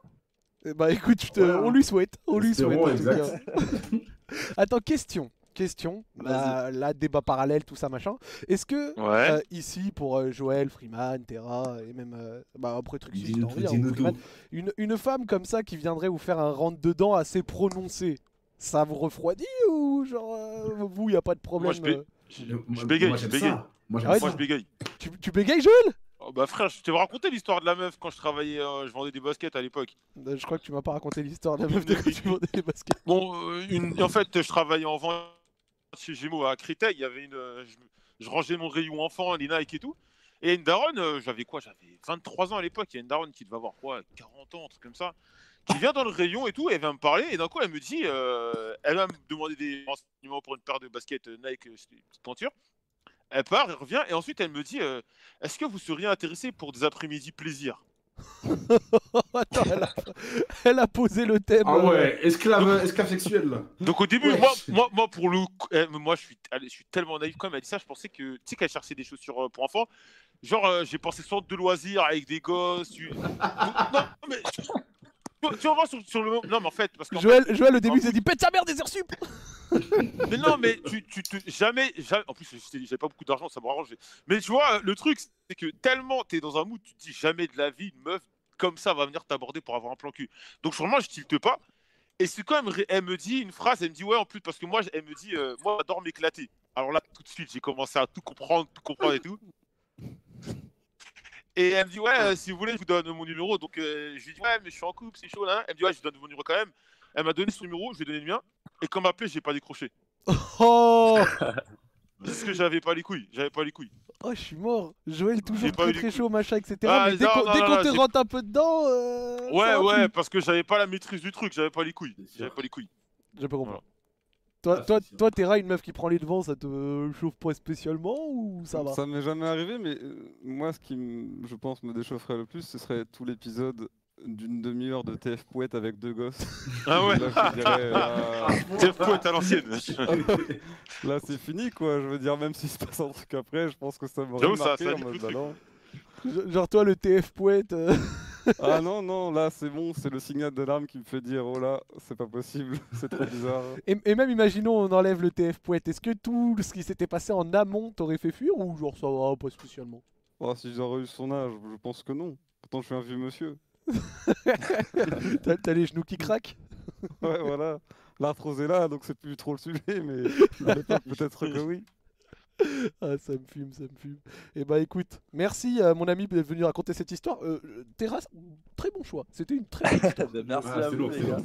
[SPEAKER 1] Eh Bah écoute, je te- on lui souhaite, on lui souhaite.
[SPEAKER 12] Espérons,
[SPEAKER 1] en tout
[SPEAKER 12] exact.
[SPEAKER 1] cas. Attends, question, question. Là, là, débat parallèle, tout ça machin. Est-ce que
[SPEAKER 4] Ouais.
[SPEAKER 1] euh, ici pour euh, Joël, Freeman, Terra et même euh, bah après truc si
[SPEAKER 2] Dis-nous
[SPEAKER 1] t'as
[SPEAKER 2] tout,
[SPEAKER 1] envie, hein,
[SPEAKER 2] dis-nous
[SPEAKER 1] Freeman,
[SPEAKER 2] tout.
[SPEAKER 1] une, une femme comme ça qui viendrait vous faire un rentre dedans assez prononcé, ça vous refroidit ou genre euh, vous y a pas de problème
[SPEAKER 4] Moi, je, bé-
[SPEAKER 1] euh
[SPEAKER 4] je-
[SPEAKER 2] moi,
[SPEAKER 4] je bégaye,
[SPEAKER 2] moi,
[SPEAKER 4] je
[SPEAKER 2] j'aime
[SPEAKER 4] bégaye.
[SPEAKER 2] ça. Moi, j'aime
[SPEAKER 4] moi,
[SPEAKER 2] ça.
[SPEAKER 4] je bégaye.
[SPEAKER 1] Tu, euh, tu bégayes Joël
[SPEAKER 4] Oh, bah frère, je t'ai raconté l'histoire de la meuf quand je travaillais, euh, je vendais des baskets à l'époque.
[SPEAKER 1] Euh, Je crois que tu m'as pas raconté l'histoire de la meuf de quand tu vendais des baskets.
[SPEAKER 4] Bon, euh, une- en fait, je travaillais en vente chez Gémeaux à Créteil. Il y avait une, euh, je, je rangeais mon rayon enfant, les Nike et tout. Et une daronne, euh, j'avais quoi J'avais 23 ans à l'époque. Il y a une daronne qui devait avoir quoi 40 ans, un truc comme ça. Qui vient dans le rayon et tout. Elle vient me parler. Et d'un coup, elle me dit euh, elle va me demander des renseignements pour une paire de baskets euh, Nike, euh, c'était une petite pointure. Elle part, elle revient. Et ensuite, elle me dit euh, est-ce que vous seriez intéressé pour des après-midi plaisir
[SPEAKER 1] Attends, elle a, elle a posé le thème.
[SPEAKER 2] Ah ouais,
[SPEAKER 1] euh,
[SPEAKER 2] esclave, esclave sexuel. là.
[SPEAKER 4] Donc au début,
[SPEAKER 2] Ouais.
[SPEAKER 4] moi, moi, moi, pour le coup, eh, moi, je suis, allez, je suis tellement naïf quand même. Elle dit ça, je pensais que, tu sais, qu'elle cherchait des chaussures euh, pour enfants. Genre, euh, j'ai pensé sorte de loisirs avec des gosses. tu- non, mais. Tu, tu vas voir sur, sur le. Non, mais en fait, parce que.
[SPEAKER 1] Joël, Joël, au début, il s'est dit Pète sa mère des heures sup
[SPEAKER 4] Mais non, mais tu, tu te- jamais, jamais- En plus, j'étais- j'avais pas beaucoup d'argent, ça me arrangeait. Mais tu vois, le truc, c'est que tellement t'es dans un mood, tu te dis jamais de la vie, une meuf comme ça va venir t'aborder pour avoir un plan cul. Donc, sûrement, je tilte pas. Et c'est quand même. Elle me dit une phrase, elle me dit, ouais, en plus, parce que moi, elle me dit, euh, moi, j'adore m'éclater. Alors là, tout de suite, j'ai commencé à tout comprendre, tout comprendre et tout. Et elle me dit, ouais, euh, si vous voulez, je vous donne mon numéro. Donc euh, je lui dis, ouais, mais je suis en couple, c'est chaud là. Elle me dit, ouais, je vous donne mon numéro quand même. Elle m'a donné son numéro, je lui ai donné le mien. Et quand elle m'a appelé, j'ai pas décroché.
[SPEAKER 1] Oh
[SPEAKER 4] Parce que j'avais pas les couilles, j'avais pas les couilles.
[SPEAKER 1] Oh, je suis mort. Joël, toujours
[SPEAKER 4] J'ai pas
[SPEAKER 1] très
[SPEAKER 4] eu les
[SPEAKER 1] très
[SPEAKER 4] couilles.
[SPEAKER 1] chaud, machin, etc.
[SPEAKER 4] Ah,
[SPEAKER 1] mais dès
[SPEAKER 4] non,
[SPEAKER 1] qu'on
[SPEAKER 4] non,
[SPEAKER 1] dès
[SPEAKER 4] non,
[SPEAKER 1] qu'on
[SPEAKER 4] non,
[SPEAKER 1] te
[SPEAKER 4] j'ai-
[SPEAKER 1] rentre un peu dedans. euh,
[SPEAKER 4] Ouais,
[SPEAKER 1] ça
[SPEAKER 4] ouais,
[SPEAKER 1] pue.
[SPEAKER 4] parce que j'avais pas la maîtrise du truc, j'avais pas les couilles. J'avais pas les couilles.
[SPEAKER 1] Je peux comprendre.
[SPEAKER 2] Ah,
[SPEAKER 1] Toi, toi, toi, Terra, une meuf qui prend les devants, ça te chauffe pas spécialement ou ça va
[SPEAKER 5] Ça m'est jamais arrivé, mais euh, moi, ce qui, m- je pense, me déchaufferait le plus, ce serait tout l'épisode d'une demi-heure de TF Pouette avec deux gosses.
[SPEAKER 4] Ah ouais.
[SPEAKER 5] Là, je dirais, là-
[SPEAKER 4] TF Pouette à l'ancienne.
[SPEAKER 5] Là, c'est fini, quoi. Je veux dire, même s'il se passe un truc après, je pense que ça m'aurait
[SPEAKER 4] J'avoue, ça-
[SPEAKER 5] marqué
[SPEAKER 4] ça
[SPEAKER 5] en
[SPEAKER 4] nique
[SPEAKER 5] mode,
[SPEAKER 4] le
[SPEAKER 5] bah
[SPEAKER 4] truc.
[SPEAKER 5] non.
[SPEAKER 1] Ge- Genre toi, le TF poète. euh,
[SPEAKER 5] Ah non, non, là, c'est bon, c'est le signal d'alarme qui me fait dire, oh là, c'est pas possible, c'est trop bizarre. hein.
[SPEAKER 1] Et, et même imaginons on enlève le TF poète, est-ce que tout ce qui s'était passé en amont t'aurait fait fuir ou genre ça va pas spécialement
[SPEAKER 5] Oh, si j'aurais eu son âge, je pense que non. Pourtant, je suis un vieux monsieur.
[SPEAKER 1] T'as t'as les genoux qui craquent
[SPEAKER 5] Ouais, voilà. L'arthrose est là, donc c'est plus trop le sujet, mais à l'époque, peut-être que oui.
[SPEAKER 1] Ah ça me fume, ça me fume. Et bah écoute, merci à mon ami d'être venu raconter cette histoire. Euh, euh, Terra, très bon choix, c'était une très bonne histoire.
[SPEAKER 12] Merci à vous, les gars.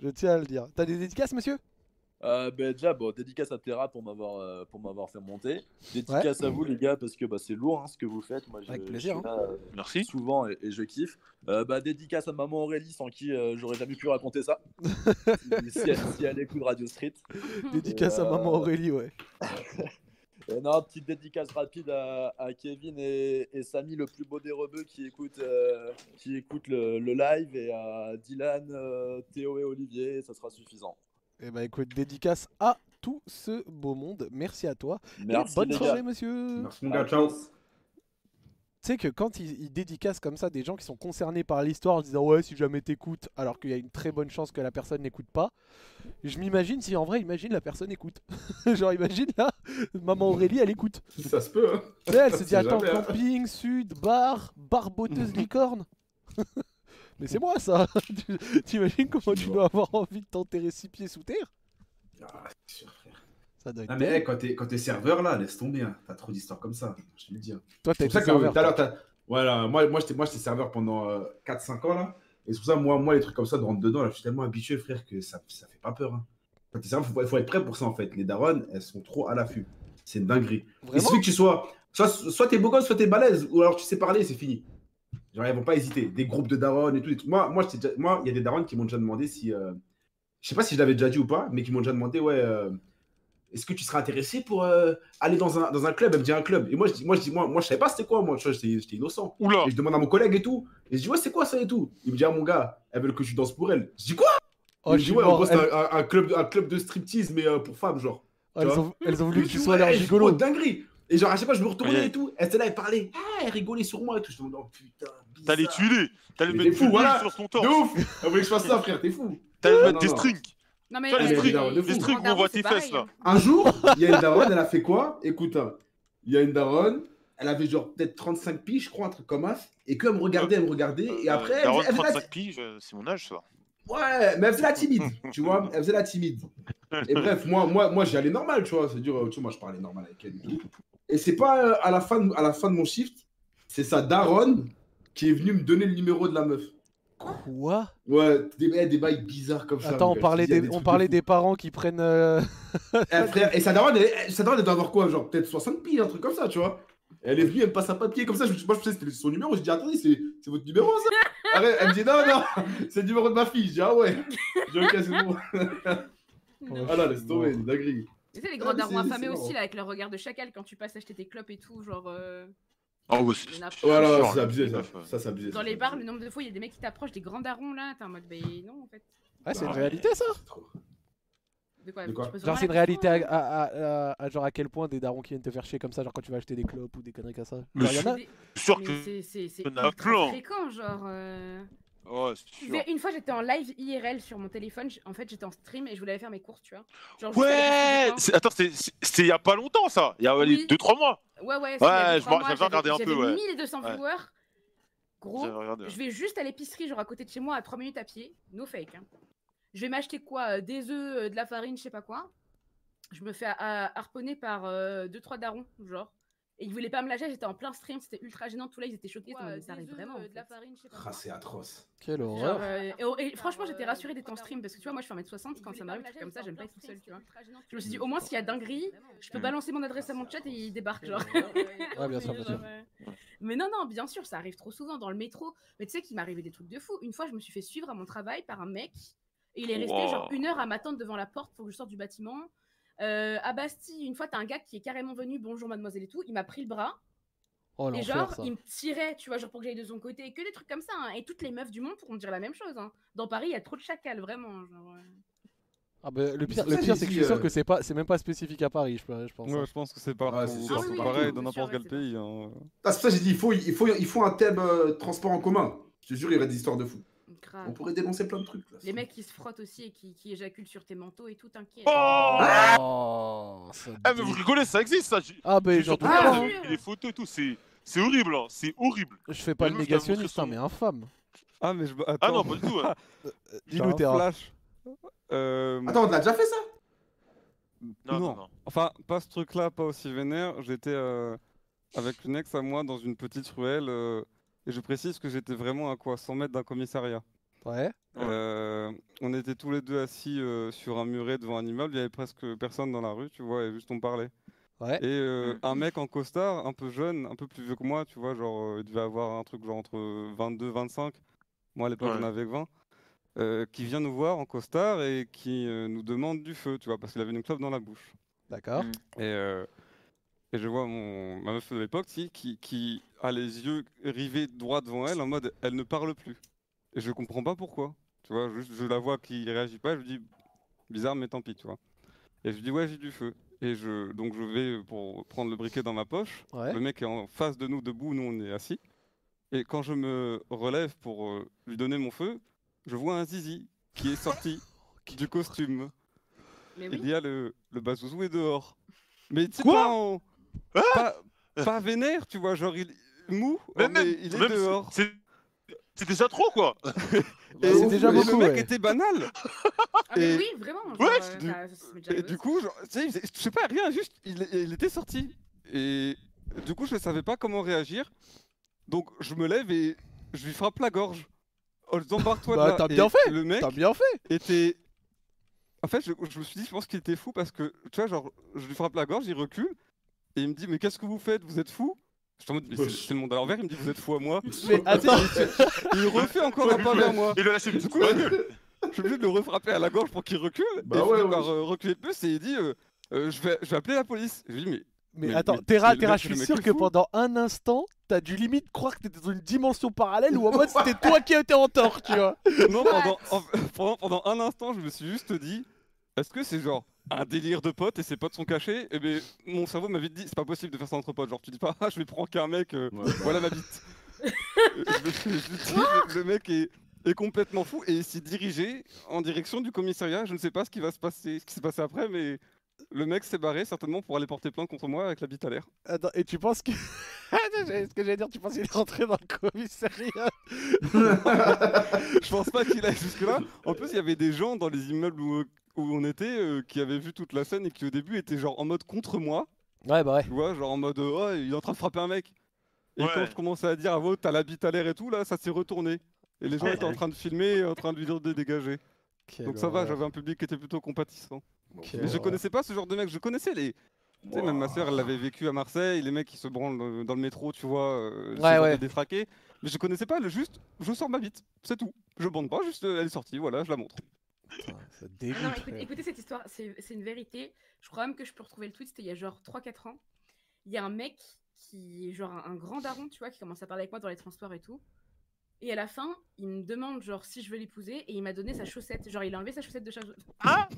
[SPEAKER 1] Je tiens à le dire. T'as des dédicaces monsieur
[SPEAKER 12] Euh, ben déjà, bon, dédicace à Terra pour m'avoir euh, pour m'avoir fait monter. Dédicace à vous les gars parce que bah, c'est lourd hein, ce que vous faites. Moi, je,
[SPEAKER 1] Avec plaisir,
[SPEAKER 12] je suis
[SPEAKER 1] hein.
[SPEAKER 12] là, euh,
[SPEAKER 4] Merci.
[SPEAKER 12] Souvent et, et je kiffe. Euh, bah, dédicace à maman Aurélie sans qui euh, j'aurais jamais pu raconter ça. si, si elle, si elle écoute Radio Street.
[SPEAKER 1] Dédicace
[SPEAKER 12] Et,
[SPEAKER 1] à maman
[SPEAKER 12] euh,
[SPEAKER 1] Aurélie, ouais.
[SPEAKER 12] et Euh, non, petite dédicace rapide à, à Kevin et, et Samy, le plus beau des rebeux qui écoute euh, qui écoute le, le live et à Dylan, euh, Théo et Olivier. Ça sera suffisant.
[SPEAKER 1] Et bah écoute, dédicace à tout ce beau monde. Merci à toi. Et
[SPEAKER 12] Merci,
[SPEAKER 1] bonne
[SPEAKER 12] les gars.
[SPEAKER 1] soirée monsieur.
[SPEAKER 2] Merci mon gars, ciao.
[SPEAKER 1] Tu sais que quand ils, ils dédicacent comme ça des gens qui sont concernés par l'histoire en disant ouais si jamais t'écoutes alors qu'il y a une très bonne chance que la personne n'écoute pas, je m'imagine si en vrai imagine la personne écoute. Genre imagine là, maman Aurélie elle écoute.
[SPEAKER 2] Ça se peut, hein.
[SPEAKER 1] Tu sais, elle
[SPEAKER 2] Ça
[SPEAKER 1] se
[SPEAKER 2] se
[SPEAKER 1] dit attends
[SPEAKER 2] jamais, hein. Mhm.
[SPEAKER 1] camping, sud, bar, barboteuse licorne. Mais c'est moi ça Tu-
[SPEAKER 2] Ah,
[SPEAKER 1] T'imagines comment tu dois avoir envie de t'enterrer six pieds sous terre Ça doit être
[SPEAKER 2] Ah mais
[SPEAKER 1] dingue.
[SPEAKER 2] hey, quand t'es quand t'es serveur là, laisse tomber, hein. t'as trop d'histoires comme ça, je te le dis. hein.
[SPEAKER 1] Toi, t'as
[SPEAKER 2] C'est pour
[SPEAKER 1] été
[SPEAKER 2] ça que
[SPEAKER 1] serveur,
[SPEAKER 2] tout à l'heure,
[SPEAKER 1] toi.
[SPEAKER 2] t'as- voilà, moi, moi j'étais moi, j'étais serveur pendant euh, 4-5 ans là, et c'est pour ça moi, moi les trucs comme ça de rentrer dedans là, je suis tellement habitué frère que ça, ça fait pas peur. Hein. Quand t'es serveur, faut, faut être prêt pour ça en fait. Les daronnes, elles sont trop à l'affût, c'est une dinguerie. Il suffit que tu sois, soit, soit t'es beau gosse, soit t'es balèze, ou alors tu sais parler, c'est fini. Genre elles vont pas hésiter. Des groupes de daronnes et tout. des trucs. Moi, moi, j'étais déjà- moi, il y a des daronnes qui m'ont déjà demandé si, euh, je sais pas si je l'avais déjà dit ou pas, mais qui m'ont déjà demandé ouais. euh, est-ce que tu serais intéressé pour euh, aller dans un, dans un club Elle me dit un club. Et moi, je dis, moi, je, dis, moi, moi, je savais pas c'était quoi, moi, tu vois, j'étais j'étais innocent. Et je demande à mon collègue et tout. Et je dis, ouais, c'est quoi ça et tout Il me dit, ah, mon gars, elle veut que je danse pour elle. Je dis, quoi
[SPEAKER 1] Oh,
[SPEAKER 2] Il
[SPEAKER 1] je
[SPEAKER 2] me dit,
[SPEAKER 1] suis
[SPEAKER 2] ouais, en
[SPEAKER 1] mort,
[SPEAKER 2] gros, c'est
[SPEAKER 1] elle-
[SPEAKER 2] un, un club, de- un club de striptease, mais euh, pour femmes, genre.
[SPEAKER 1] Ah, elles
[SPEAKER 2] Tu vois
[SPEAKER 1] ont- elles ont voulu
[SPEAKER 2] Je
[SPEAKER 1] que tu
[SPEAKER 2] dis,
[SPEAKER 1] sois leur
[SPEAKER 2] ouais, je suis
[SPEAKER 1] gigolo.
[SPEAKER 2] trop dinguerie. Et genre, à chaque fois, je me
[SPEAKER 4] Ouais.
[SPEAKER 2] retournais et tout. Elle était là, elle parlait. Ah, elle rigolait sur moi et tout. Je me dis, oh, putain.
[SPEAKER 4] T'as les tuer, t'as le
[SPEAKER 2] Mais
[SPEAKER 4] mettre
[SPEAKER 2] t'es fou,
[SPEAKER 4] full
[SPEAKER 2] voilà.
[SPEAKER 4] sur son
[SPEAKER 2] De
[SPEAKER 4] torse.
[SPEAKER 2] ouf Elle voulait que je fasse ça, frère, t'es fou.
[SPEAKER 4] T'as le
[SPEAKER 2] Non,
[SPEAKER 4] mettre des
[SPEAKER 2] non, non.
[SPEAKER 4] strings.
[SPEAKER 3] Non, mais
[SPEAKER 4] Tu vois, les
[SPEAKER 3] euh,
[SPEAKER 4] strings,
[SPEAKER 2] euh, de
[SPEAKER 4] les
[SPEAKER 2] fou.
[SPEAKER 4] strings où on
[SPEAKER 3] Daron,
[SPEAKER 4] voit
[SPEAKER 3] c'est
[SPEAKER 4] tes
[SPEAKER 3] pareil, hein.
[SPEAKER 4] fesses là.
[SPEAKER 2] Un jour, il y a une daronne, elle a fait quoi Écoute, hein, il y a une daronne, elle avait genre peut-être 35 piges, je crois, un truc comme as, et que elle me regardait, elle me regardait, et après, elle,
[SPEAKER 4] Daron,
[SPEAKER 2] faisait- elle faisait
[SPEAKER 4] 35 piges, euh, c'est mon âge ça.
[SPEAKER 2] la... ouais, mais elle faisait la timide, tu vois, elle faisait la timide. Et bref, moi, moi, moi j'y allais normal, tu vois, c'est dur, tu vois, moi je parlais normal avec elle et tout. Et c'est pas euh, à, la fin de, à la fin de mon shift, c'est sa daronne qui est venue me donner le numéro de la meuf.
[SPEAKER 1] Quoi
[SPEAKER 2] Ouais, des, eh, des bails bizarres comme ça.
[SPEAKER 1] Attends, on
[SPEAKER 2] frère, je te
[SPEAKER 1] parlait,
[SPEAKER 2] dis, il y a
[SPEAKER 1] des, on
[SPEAKER 2] trucs de
[SPEAKER 1] parlait
[SPEAKER 2] fou.
[SPEAKER 1] des parents qui prennent. euh,
[SPEAKER 2] Eh, frère, et sa daronne, elle, elle- sa daronne, elle doit avoir quoi Genre peut-être 60 piles, un truc comme ça, tu vois. Elle est venue, elle me passe un papier comme ça. Je, moi, je pensais que c'était son numéro. Je dis, attendez, c'est, c'est votre numéro, ça Arrête, Elle me dit, non, non, c'est le numéro de ma fille. Je dis, ah ouais. Je dis, ok, c'est bon. ah là, laisse tomber, c'est dinguerie.
[SPEAKER 3] Tu sais, les
[SPEAKER 2] Ah,
[SPEAKER 3] grands
[SPEAKER 2] mais
[SPEAKER 3] darons
[SPEAKER 2] c'est-
[SPEAKER 3] affamés
[SPEAKER 2] c'est
[SPEAKER 3] aussi,
[SPEAKER 2] marrant.
[SPEAKER 3] là, avec leur regard de chacal quand tu passes acheter tes clopes et tout, genre. euh,
[SPEAKER 4] Ah ouais,
[SPEAKER 3] Il y
[SPEAKER 4] c'est
[SPEAKER 3] en a-
[SPEAKER 2] Voilà,
[SPEAKER 4] sûr,
[SPEAKER 2] c'est abusé,
[SPEAKER 4] les
[SPEAKER 2] ça.
[SPEAKER 4] meufs, euh.
[SPEAKER 2] Ça, c'est abusé.
[SPEAKER 3] Dans les bars, le nombre de fois, il y a des mecs qui t'approchent, des grands darons là, t'es en mode, ben non, en fait.
[SPEAKER 1] Ah, c'est une
[SPEAKER 2] Ah,
[SPEAKER 1] réalité ça
[SPEAKER 3] De quoi,
[SPEAKER 2] De quoi
[SPEAKER 3] tu peux savoir
[SPEAKER 1] Genre, c'est une
[SPEAKER 3] la
[SPEAKER 1] réalité à,
[SPEAKER 3] question,
[SPEAKER 1] à- à- à- à- genre à quel point des darons qui viennent te faire chier comme ça, genre quand tu vas acheter des clopes ou des conneries comme ça.
[SPEAKER 4] Mais
[SPEAKER 1] Genre, y en a-
[SPEAKER 3] Mais
[SPEAKER 4] C'est sûr
[SPEAKER 3] mais
[SPEAKER 4] que-
[SPEAKER 3] c'est- c'est c'est
[SPEAKER 4] y en a
[SPEAKER 3] ultra
[SPEAKER 4] plein.
[SPEAKER 3] fréquent, genre. euh,
[SPEAKER 4] Ouais, c'est
[SPEAKER 3] je
[SPEAKER 4] sûr.
[SPEAKER 3] vais- Une fois, j'étais en live IRL sur mon téléphone. j- En fait, j'étais en stream et je voulais aller faire mes courses, tu vois. Genre, juste aller
[SPEAKER 4] Ouais
[SPEAKER 3] chercher du
[SPEAKER 4] c'est- Attends, c'est- c'est- c'était il y a pas longtemps ça Il y a
[SPEAKER 3] Oui.
[SPEAKER 4] 2-3 mois
[SPEAKER 3] pain. Ouais, ouais,
[SPEAKER 4] Ouais,
[SPEAKER 3] c'était il y a deux,
[SPEAKER 4] je
[SPEAKER 3] trois
[SPEAKER 4] m'en-
[SPEAKER 3] mois,
[SPEAKER 4] j'avais
[SPEAKER 3] j'avais-
[SPEAKER 4] regardé un peu,
[SPEAKER 3] j'avais
[SPEAKER 4] ouais.
[SPEAKER 3] 1200
[SPEAKER 4] Ouais.
[SPEAKER 3] viewers. Gros,
[SPEAKER 4] J'avais regardé, ouais.
[SPEAKER 3] je vais juste à l'épicerie, genre à côté de chez moi, à 3 minutes à pied. No fake. hein. Je vais m'acheter quoi euh, Des œufs, euh, de la farine, je sais pas quoi. Je me fais a- a- harponner par 2-3 darons, genre. Et ils voulaient pas me lâcher, j'étais en plein stream, c'était ultra gênant. Tout là, ils étaient choqués.
[SPEAKER 7] Quoi,
[SPEAKER 3] ils m'ont
[SPEAKER 7] euh,
[SPEAKER 3] dit, ça
[SPEAKER 7] des
[SPEAKER 3] arrive
[SPEAKER 7] œufs,
[SPEAKER 3] vraiment.
[SPEAKER 7] euh,
[SPEAKER 3] en
[SPEAKER 7] de la
[SPEAKER 3] fait.
[SPEAKER 7] farine, je sais pas
[SPEAKER 2] Ah, c'est atroce.
[SPEAKER 1] Quelle
[SPEAKER 3] Genre,
[SPEAKER 1] horreur.
[SPEAKER 3] euh, et, et franchement, j'étais
[SPEAKER 7] euh,
[SPEAKER 3] rassurée d'être en
[SPEAKER 7] trois
[SPEAKER 3] stream parce que tu vois, moi je fais 1m60 quand ça m'arrive des trucs comme ça, j'aime pas être toute seule, tu vois. Je me suis dit,
[SPEAKER 7] Mhm.
[SPEAKER 3] au moins s'il y a dinguerie, je peux
[SPEAKER 4] Mhm.
[SPEAKER 3] balancer mon adresse à mon chat et il débarque, genre.
[SPEAKER 1] Ouais, bien sûr, bien sûr.
[SPEAKER 3] Mais non, non, bien sûr, ça arrive trop souvent dans le métro. Mais tu sais qu'il m'arrivait des trucs de fou. Une fois, je me suis fait suivre à mon travail par un mec. Et il est resté
[SPEAKER 4] Wow.
[SPEAKER 3] genre une heure à m'attendre devant la porte pour que je sorte du bâtiment. Euh, à Bastille, une fois, t'as un gars qui est carrément venu, bonjour mademoiselle et tout. Il m'a pris le bras.
[SPEAKER 1] Oh
[SPEAKER 3] Et
[SPEAKER 1] l'enfer
[SPEAKER 3] genre,
[SPEAKER 1] ça.
[SPEAKER 3] il me tirait, tu vois, genre pour que j'aille de son côté, que des trucs comme ça. hein. Et toutes les meufs du monde pourront me dire la même chose. hein. Dans Paris, il y a trop de chacals, vraiment. genre, euh.
[SPEAKER 1] Ah, bah, le pire,
[SPEAKER 2] pour
[SPEAKER 1] le
[SPEAKER 2] ça,
[SPEAKER 1] pire
[SPEAKER 2] j'ai
[SPEAKER 1] c'est que
[SPEAKER 2] dit,
[SPEAKER 1] je suis sûr
[SPEAKER 2] euh,
[SPEAKER 1] que c'est pas, c'est même pas spécifique à Paris, je pense. je pense, hein.
[SPEAKER 5] Ouais, je pense que c'est pas
[SPEAKER 2] Ouais, Ah, c'est sûr,
[SPEAKER 3] c'est
[SPEAKER 5] pareil
[SPEAKER 3] partout.
[SPEAKER 5] dans n'importe quel
[SPEAKER 3] C'est sûr,
[SPEAKER 5] pays. hein.
[SPEAKER 2] Ah, c'est pour ça que j'ai dit, il faut, il, faut, il faut un thème euh, transport en commun. Je te jure, il y aurait des histoires de fous.
[SPEAKER 3] Grave.
[SPEAKER 2] On pourrait dénoncer plein de trucs. Là.
[SPEAKER 3] Les mecs qui se frottent aussi et qui, qui éjaculent sur tes manteaux et tout, t'inquiète. Ah,
[SPEAKER 4] Oh
[SPEAKER 1] Oh, ça
[SPEAKER 4] Eh, mais vous
[SPEAKER 1] dé-
[SPEAKER 4] rigolez, ça existe ça J'ai-
[SPEAKER 1] Ah bah
[SPEAKER 4] j'ai
[SPEAKER 1] j'en
[SPEAKER 4] surtout
[SPEAKER 1] doute
[SPEAKER 3] Ah,
[SPEAKER 1] pas,
[SPEAKER 4] regardé
[SPEAKER 1] hein.
[SPEAKER 3] oui.
[SPEAKER 4] les photos et tout, c'est c'est horrible, hein, c'est horrible
[SPEAKER 1] Je fais pas
[SPEAKER 4] Je
[SPEAKER 1] le
[SPEAKER 4] vous avoue que ce
[SPEAKER 1] négationniste, hein,
[SPEAKER 4] sont-
[SPEAKER 1] mais infâme. Euh,
[SPEAKER 5] Ah, mais je. Attends,
[SPEAKER 4] Ah non, pas du tout hein.
[SPEAKER 5] j'ai
[SPEAKER 1] Dis-nous
[SPEAKER 5] un
[SPEAKER 1] Terra.
[SPEAKER 5] flash. Euh,
[SPEAKER 2] Attends, on l'a déjà fait ça
[SPEAKER 4] Non, non,
[SPEAKER 5] Non.
[SPEAKER 4] non
[SPEAKER 5] Enfin, pas ce truc-là, pas aussi vénère. J'étais euh, avec une ex à moi dans une petite ruelle. euh, et je précise que j'étais vraiment à quoi 100 mètres d'un commissariat.
[SPEAKER 1] Ouais.
[SPEAKER 4] Ouais.
[SPEAKER 5] Euh, on était tous les deux assis euh, sur un muret devant un immeuble. Il y avait presque personne dans la rue, tu vois, et juste on parlait.
[SPEAKER 1] Ouais.
[SPEAKER 5] Et euh,
[SPEAKER 4] Mhm.
[SPEAKER 5] un mec en costard, un peu jeune, un peu plus vieux que moi, tu vois, genre, euh, il devait avoir un truc genre entre 22, 25. Moi, à l'époque,
[SPEAKER 4] Ouais.
[SPEAKER 5] j'en avais que 20. euh, qui vient nous voir en costard et qui euh, nous demande du feu, tu vois, parce qu'il avait une clope dans la bouche.
[SPEAKER 1] D'accord.
[SPEAKER 4] Mm.
[SPEAKER 5] Et, euh, et je vois mon, ma meuf de l'époque si, qui, qui a les yeux rivés droit devant elle en mode elle ne parle plus. Et je comprends pas pourquoi. Tu vois, juste je la vois qui réagit pas, je me dis bizarre mais tant pis, tu vois. Et je lui dis ouais j'ai du feu. Et je donc je vais pour prendre le briquet dans ma poche.
[SPEAKER 1] Ouais.
[SPEAKER 5] Le mec est en face de nous debout, nous on est assis. Et quand je me relève pour euh, lui donner mon feu, je vois un zizi qui est sorti du costume.
[SPEAKER 3] Mais
[SPEAKER 5] Il
[SPEAKER 3] oui,
[SPEAKER 5] y a Eh le, le Bazouzou est dehors. Mais tu sais,
[SPEAKER 4] Quoi Hein
[SPEAKER 5] pas, en- pas, pas vénère, tu vois, genre il mou, oh, mais il est
[SPEAKER 4] même,
[SPEAKER 5] dehors.
[SPEAKER 4] c'est- C'est déjà trop quoi
[SPEAKER 1] Bah, c'est
[SPEAKER 5] Et-
[SPEAKER 1] déjà
[SPEAKER 5] et
[SPEAKER 1] beaucoup,
[SPEAKER 5] le mec
[SPEAKER 1] ouais.
[SPEAKER 5] était banal.
[SPEAKER 3] ah, mais
[SPEAKER 5] et-
[SPEAKER 3] oui vraiment. genre,
[SPEAKER 4] Ouais,
[SPEAKER 3] euh,
[SPEAKER 5] du-
[SPEAKER 3] ça- ça m'est déjà
[SPEAKER 5] Et
[SPEAKER 3] arrivé
[SPEAKER 5] du
[SPEAKER 3] aussi.
[SPEAKER 5] coup, genre, tu sais, il faisait- je sais pas, rien, juste, il, il était sorti. Et du coup, je savais pas comment réagir. Donc, je me lève et je lui frappe la gorge. Oh, embarque-toi de
[SPEAKER 1] Bah,
[SPEAKER 5] là.
[SPEAKER 1] t'as
[SPEAKER 5] Et
[SPEAKER 1] bien fait,
[SPEAKER 5] Le mec
[SPEAKER 1] T'as bien fait
[SPEAKER 5] était. En fait, je, je me suis dit, je pense qu'il était fou parce que, tu vois, genre, je lui frappe la gorge, il recule, et il me dit, mais qu'est-ce que vous faites Vous êtes fou Je suis en mode, mais c'est- c'est le monde à l'envers, il me dit, vous êtes fou à moi.
[SPEAKER 1] Mais attends
[SPEAKER 5] Et il refait encore un pas vers moi.
[SPEAKER 4] Il le lâche du
[SPEAKER 5] Du
[SPEAKER 4] coup
[SPEAKER 5] coup, je suis obligé de le refrapper à la gorge pour qu'il recule,
[SPEAKER 2] Bah
[SPEAKER 5] et il
[SPEAKER 2] ouais,
[SPEAKER 5] finit
[SPEAKER 2] ouais.
[SPEAKER 5] par euh, reculer de plus, et il dit, euh, Euh, je, vais, je vais appeler la police. Je lui dis, mais
[SPEAKER 1] Mais
[SPEAKER 5] Mais-
[SPEAKER 1] attends,
[SPEAKER 5] mais-
[SPEAKER 1] Terra,
[SPEAKER 5] mais le
[SPEAKER 1] Terra,
[SPEAKER 5] mec,
[SPEAKER 1] je
[SPEAKER 5] le
[SPEAKER 1] suis
[SPEAKER 5] mec
[SPEAKER 1] sûr
[SPEAKER 5] est
[SPEAKER 1] que
[SPEAKER 5] fou.
[SPEAKER 1] pendant un instant, t'as dû limite croire que t'étais dans une dimension parallèle ou en mode c'était toi qui étais en tort, tu vois.
[SPEAKER 5] Non, pendant, en- pendant, pendant un instant, je me suis juste dit, est-ce que c'est genre un délire de potes et ses potes sont cachés Et ben mon cerveau m'a vite dit, c'est pas possible de faire ça entre potes. Genre, tu dis pas, ah, je vais prendre qu'un mec, euh, voilà ma bite. Euh, je me suis- je me suis dit, le- le mec est, est complètement fou et il s'est dirigé en direction du commissariat. Je ne sais pas ce qui va se passer, ce qui s'est passé après, mais le mec s'est barré certainement pour aller porter plainte contre moi avec la bite à l'air.
[SPEAKER 1] Attends, et tu penses que. Attends, j'allais- ce que j'allais dire, tu penses qu'il est rentré dans le commissariat
[SPEAKER 5] Je pense pas qu'il aille jusque-là. En plus, il y avait des gens dans les immeubles où, où on était euh, qui avaient vu toute la scène et qui au début étaient genre en mode contre moi,
[SPEAKER 1] Ouais, bah ouais.
[SPEAKER 5] tu vois, genre en mode euh, oh, il est en train de frapper un mec. Et
[SPEAKER 4] Ouais.
[SPEAKER 5] quand je commençais à dire à vous, t'as la bite à l'air et tout, là, ça s'est retourné. Et les gens
[SPEAKER 1] Ah,
[SPEAKER 5] étaient en
[SPEAKER 1] ouais.
[SPEAKER 5] train de filmer, en train de lui dire de dégager. Donc ça va, j'avais un public qui était plutôt compatissant.
[SPEAKER 1] Quelle
[SPEAKER 5] Mais je
[SPEAKER 1] horreur.
[SPEAKER 5] connaissais pas ce genre de mec, je connaissais les. Tu sais, même ma soeur, elle l'avait vécu à Marseille, les mecs qui se branlent euh, dans le métro, tu vois, euh,
[SPEAKER 1] Ouais,
[SPEAKER 5] ouais,
[SPEAKER 1] ouais.
[SPEAKER 5] ouais. détraqués. Mais je connaissais pas le juste, je sors ma bite, c'est tout. Je bande pas, juste euh, elle est sortie, voilà, je la montre.
[SPEAKER 1] Putain, ça
[SPEAKER 3] Ah non,
[SPEAKER 1] dégoûte.
[SPEAKER 3] écoute-
[SPEAKER 1] frère.
[SPEAKER 3] écoutez cette histoire, c'est c'est une vérité. Je crois même que je peux retrouver le tweet, c'était il y a genre 3-4 ans. Il y a un mec qui est genre un, un grand daron, tu vois, qui commence à parler avec moi dans les transports et tout. Et à la fin, il me demande genre si je veux l'épouser et il m'a donné sa chaussette. Genre il a enlevé sa chaussette de chaque. Ah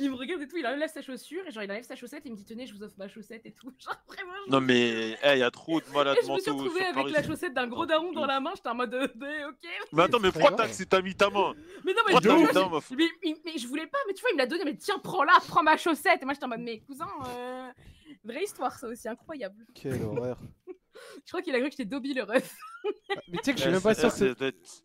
[SPEAKER 3] Il me regarde et tout, il enlève sa chaussure et genre il enlève sa chaussette et il me dit tenez je vous offre ma chaussette et tout. Genre vraiment. je-
[SPEAKER 4] Non, mais eh, il y a trop de malades
[SPEAKER 3] Et je me suis
[SPEAKER 4] mentaux.
[SPEAKER 3] retrouvée
[SPEAKER 4] sur
[SPEAKER 3] avec
[SPEAKER 4] Paris.
[SPEAKER 3] la chaussette d'un gros daron dans la main, j'étais en mode euh, mais ok.
[SPEAKER 4] Mais attends, mais pourquoi t'as si t'as mis ta main
[SPEAKER 3] Mais non, mais,
[SPEAKER 4] Pourquoi
[SPEAKER 3] tu
[SPEAKER 4] t'as mis
[SPEAKER 3] vois,
[SPEAKER 4] ta main
[SPEAKER 3] mais, mais- mais je voulais pas, mais tu vois, il me l'a donné, mais tiens, prends-la, prends ma chaussette. Et moi, j'étais en mode, mais cousin, euh, vraie histoire, ça aussi, incroyable.
[SPEAKER 1] Quelle horreur.
[SPEAKER 3] Je crois qu'il a cru que j'étais Dobby le ref.
[SPEAKER 1] Ah, Mais tu sais que je suis
[SPEAKER 4] Eh,
[SPEAKER 1] même pas
[SPEAKER 4] ça-
[SPEAKER 1] sûr
[SPEAKER 4] eh,
[SPEAKER 1] que
[SPEAKER 4] ça
[SPEAKER 1] c'est-
[SPEAKER 4] doit être-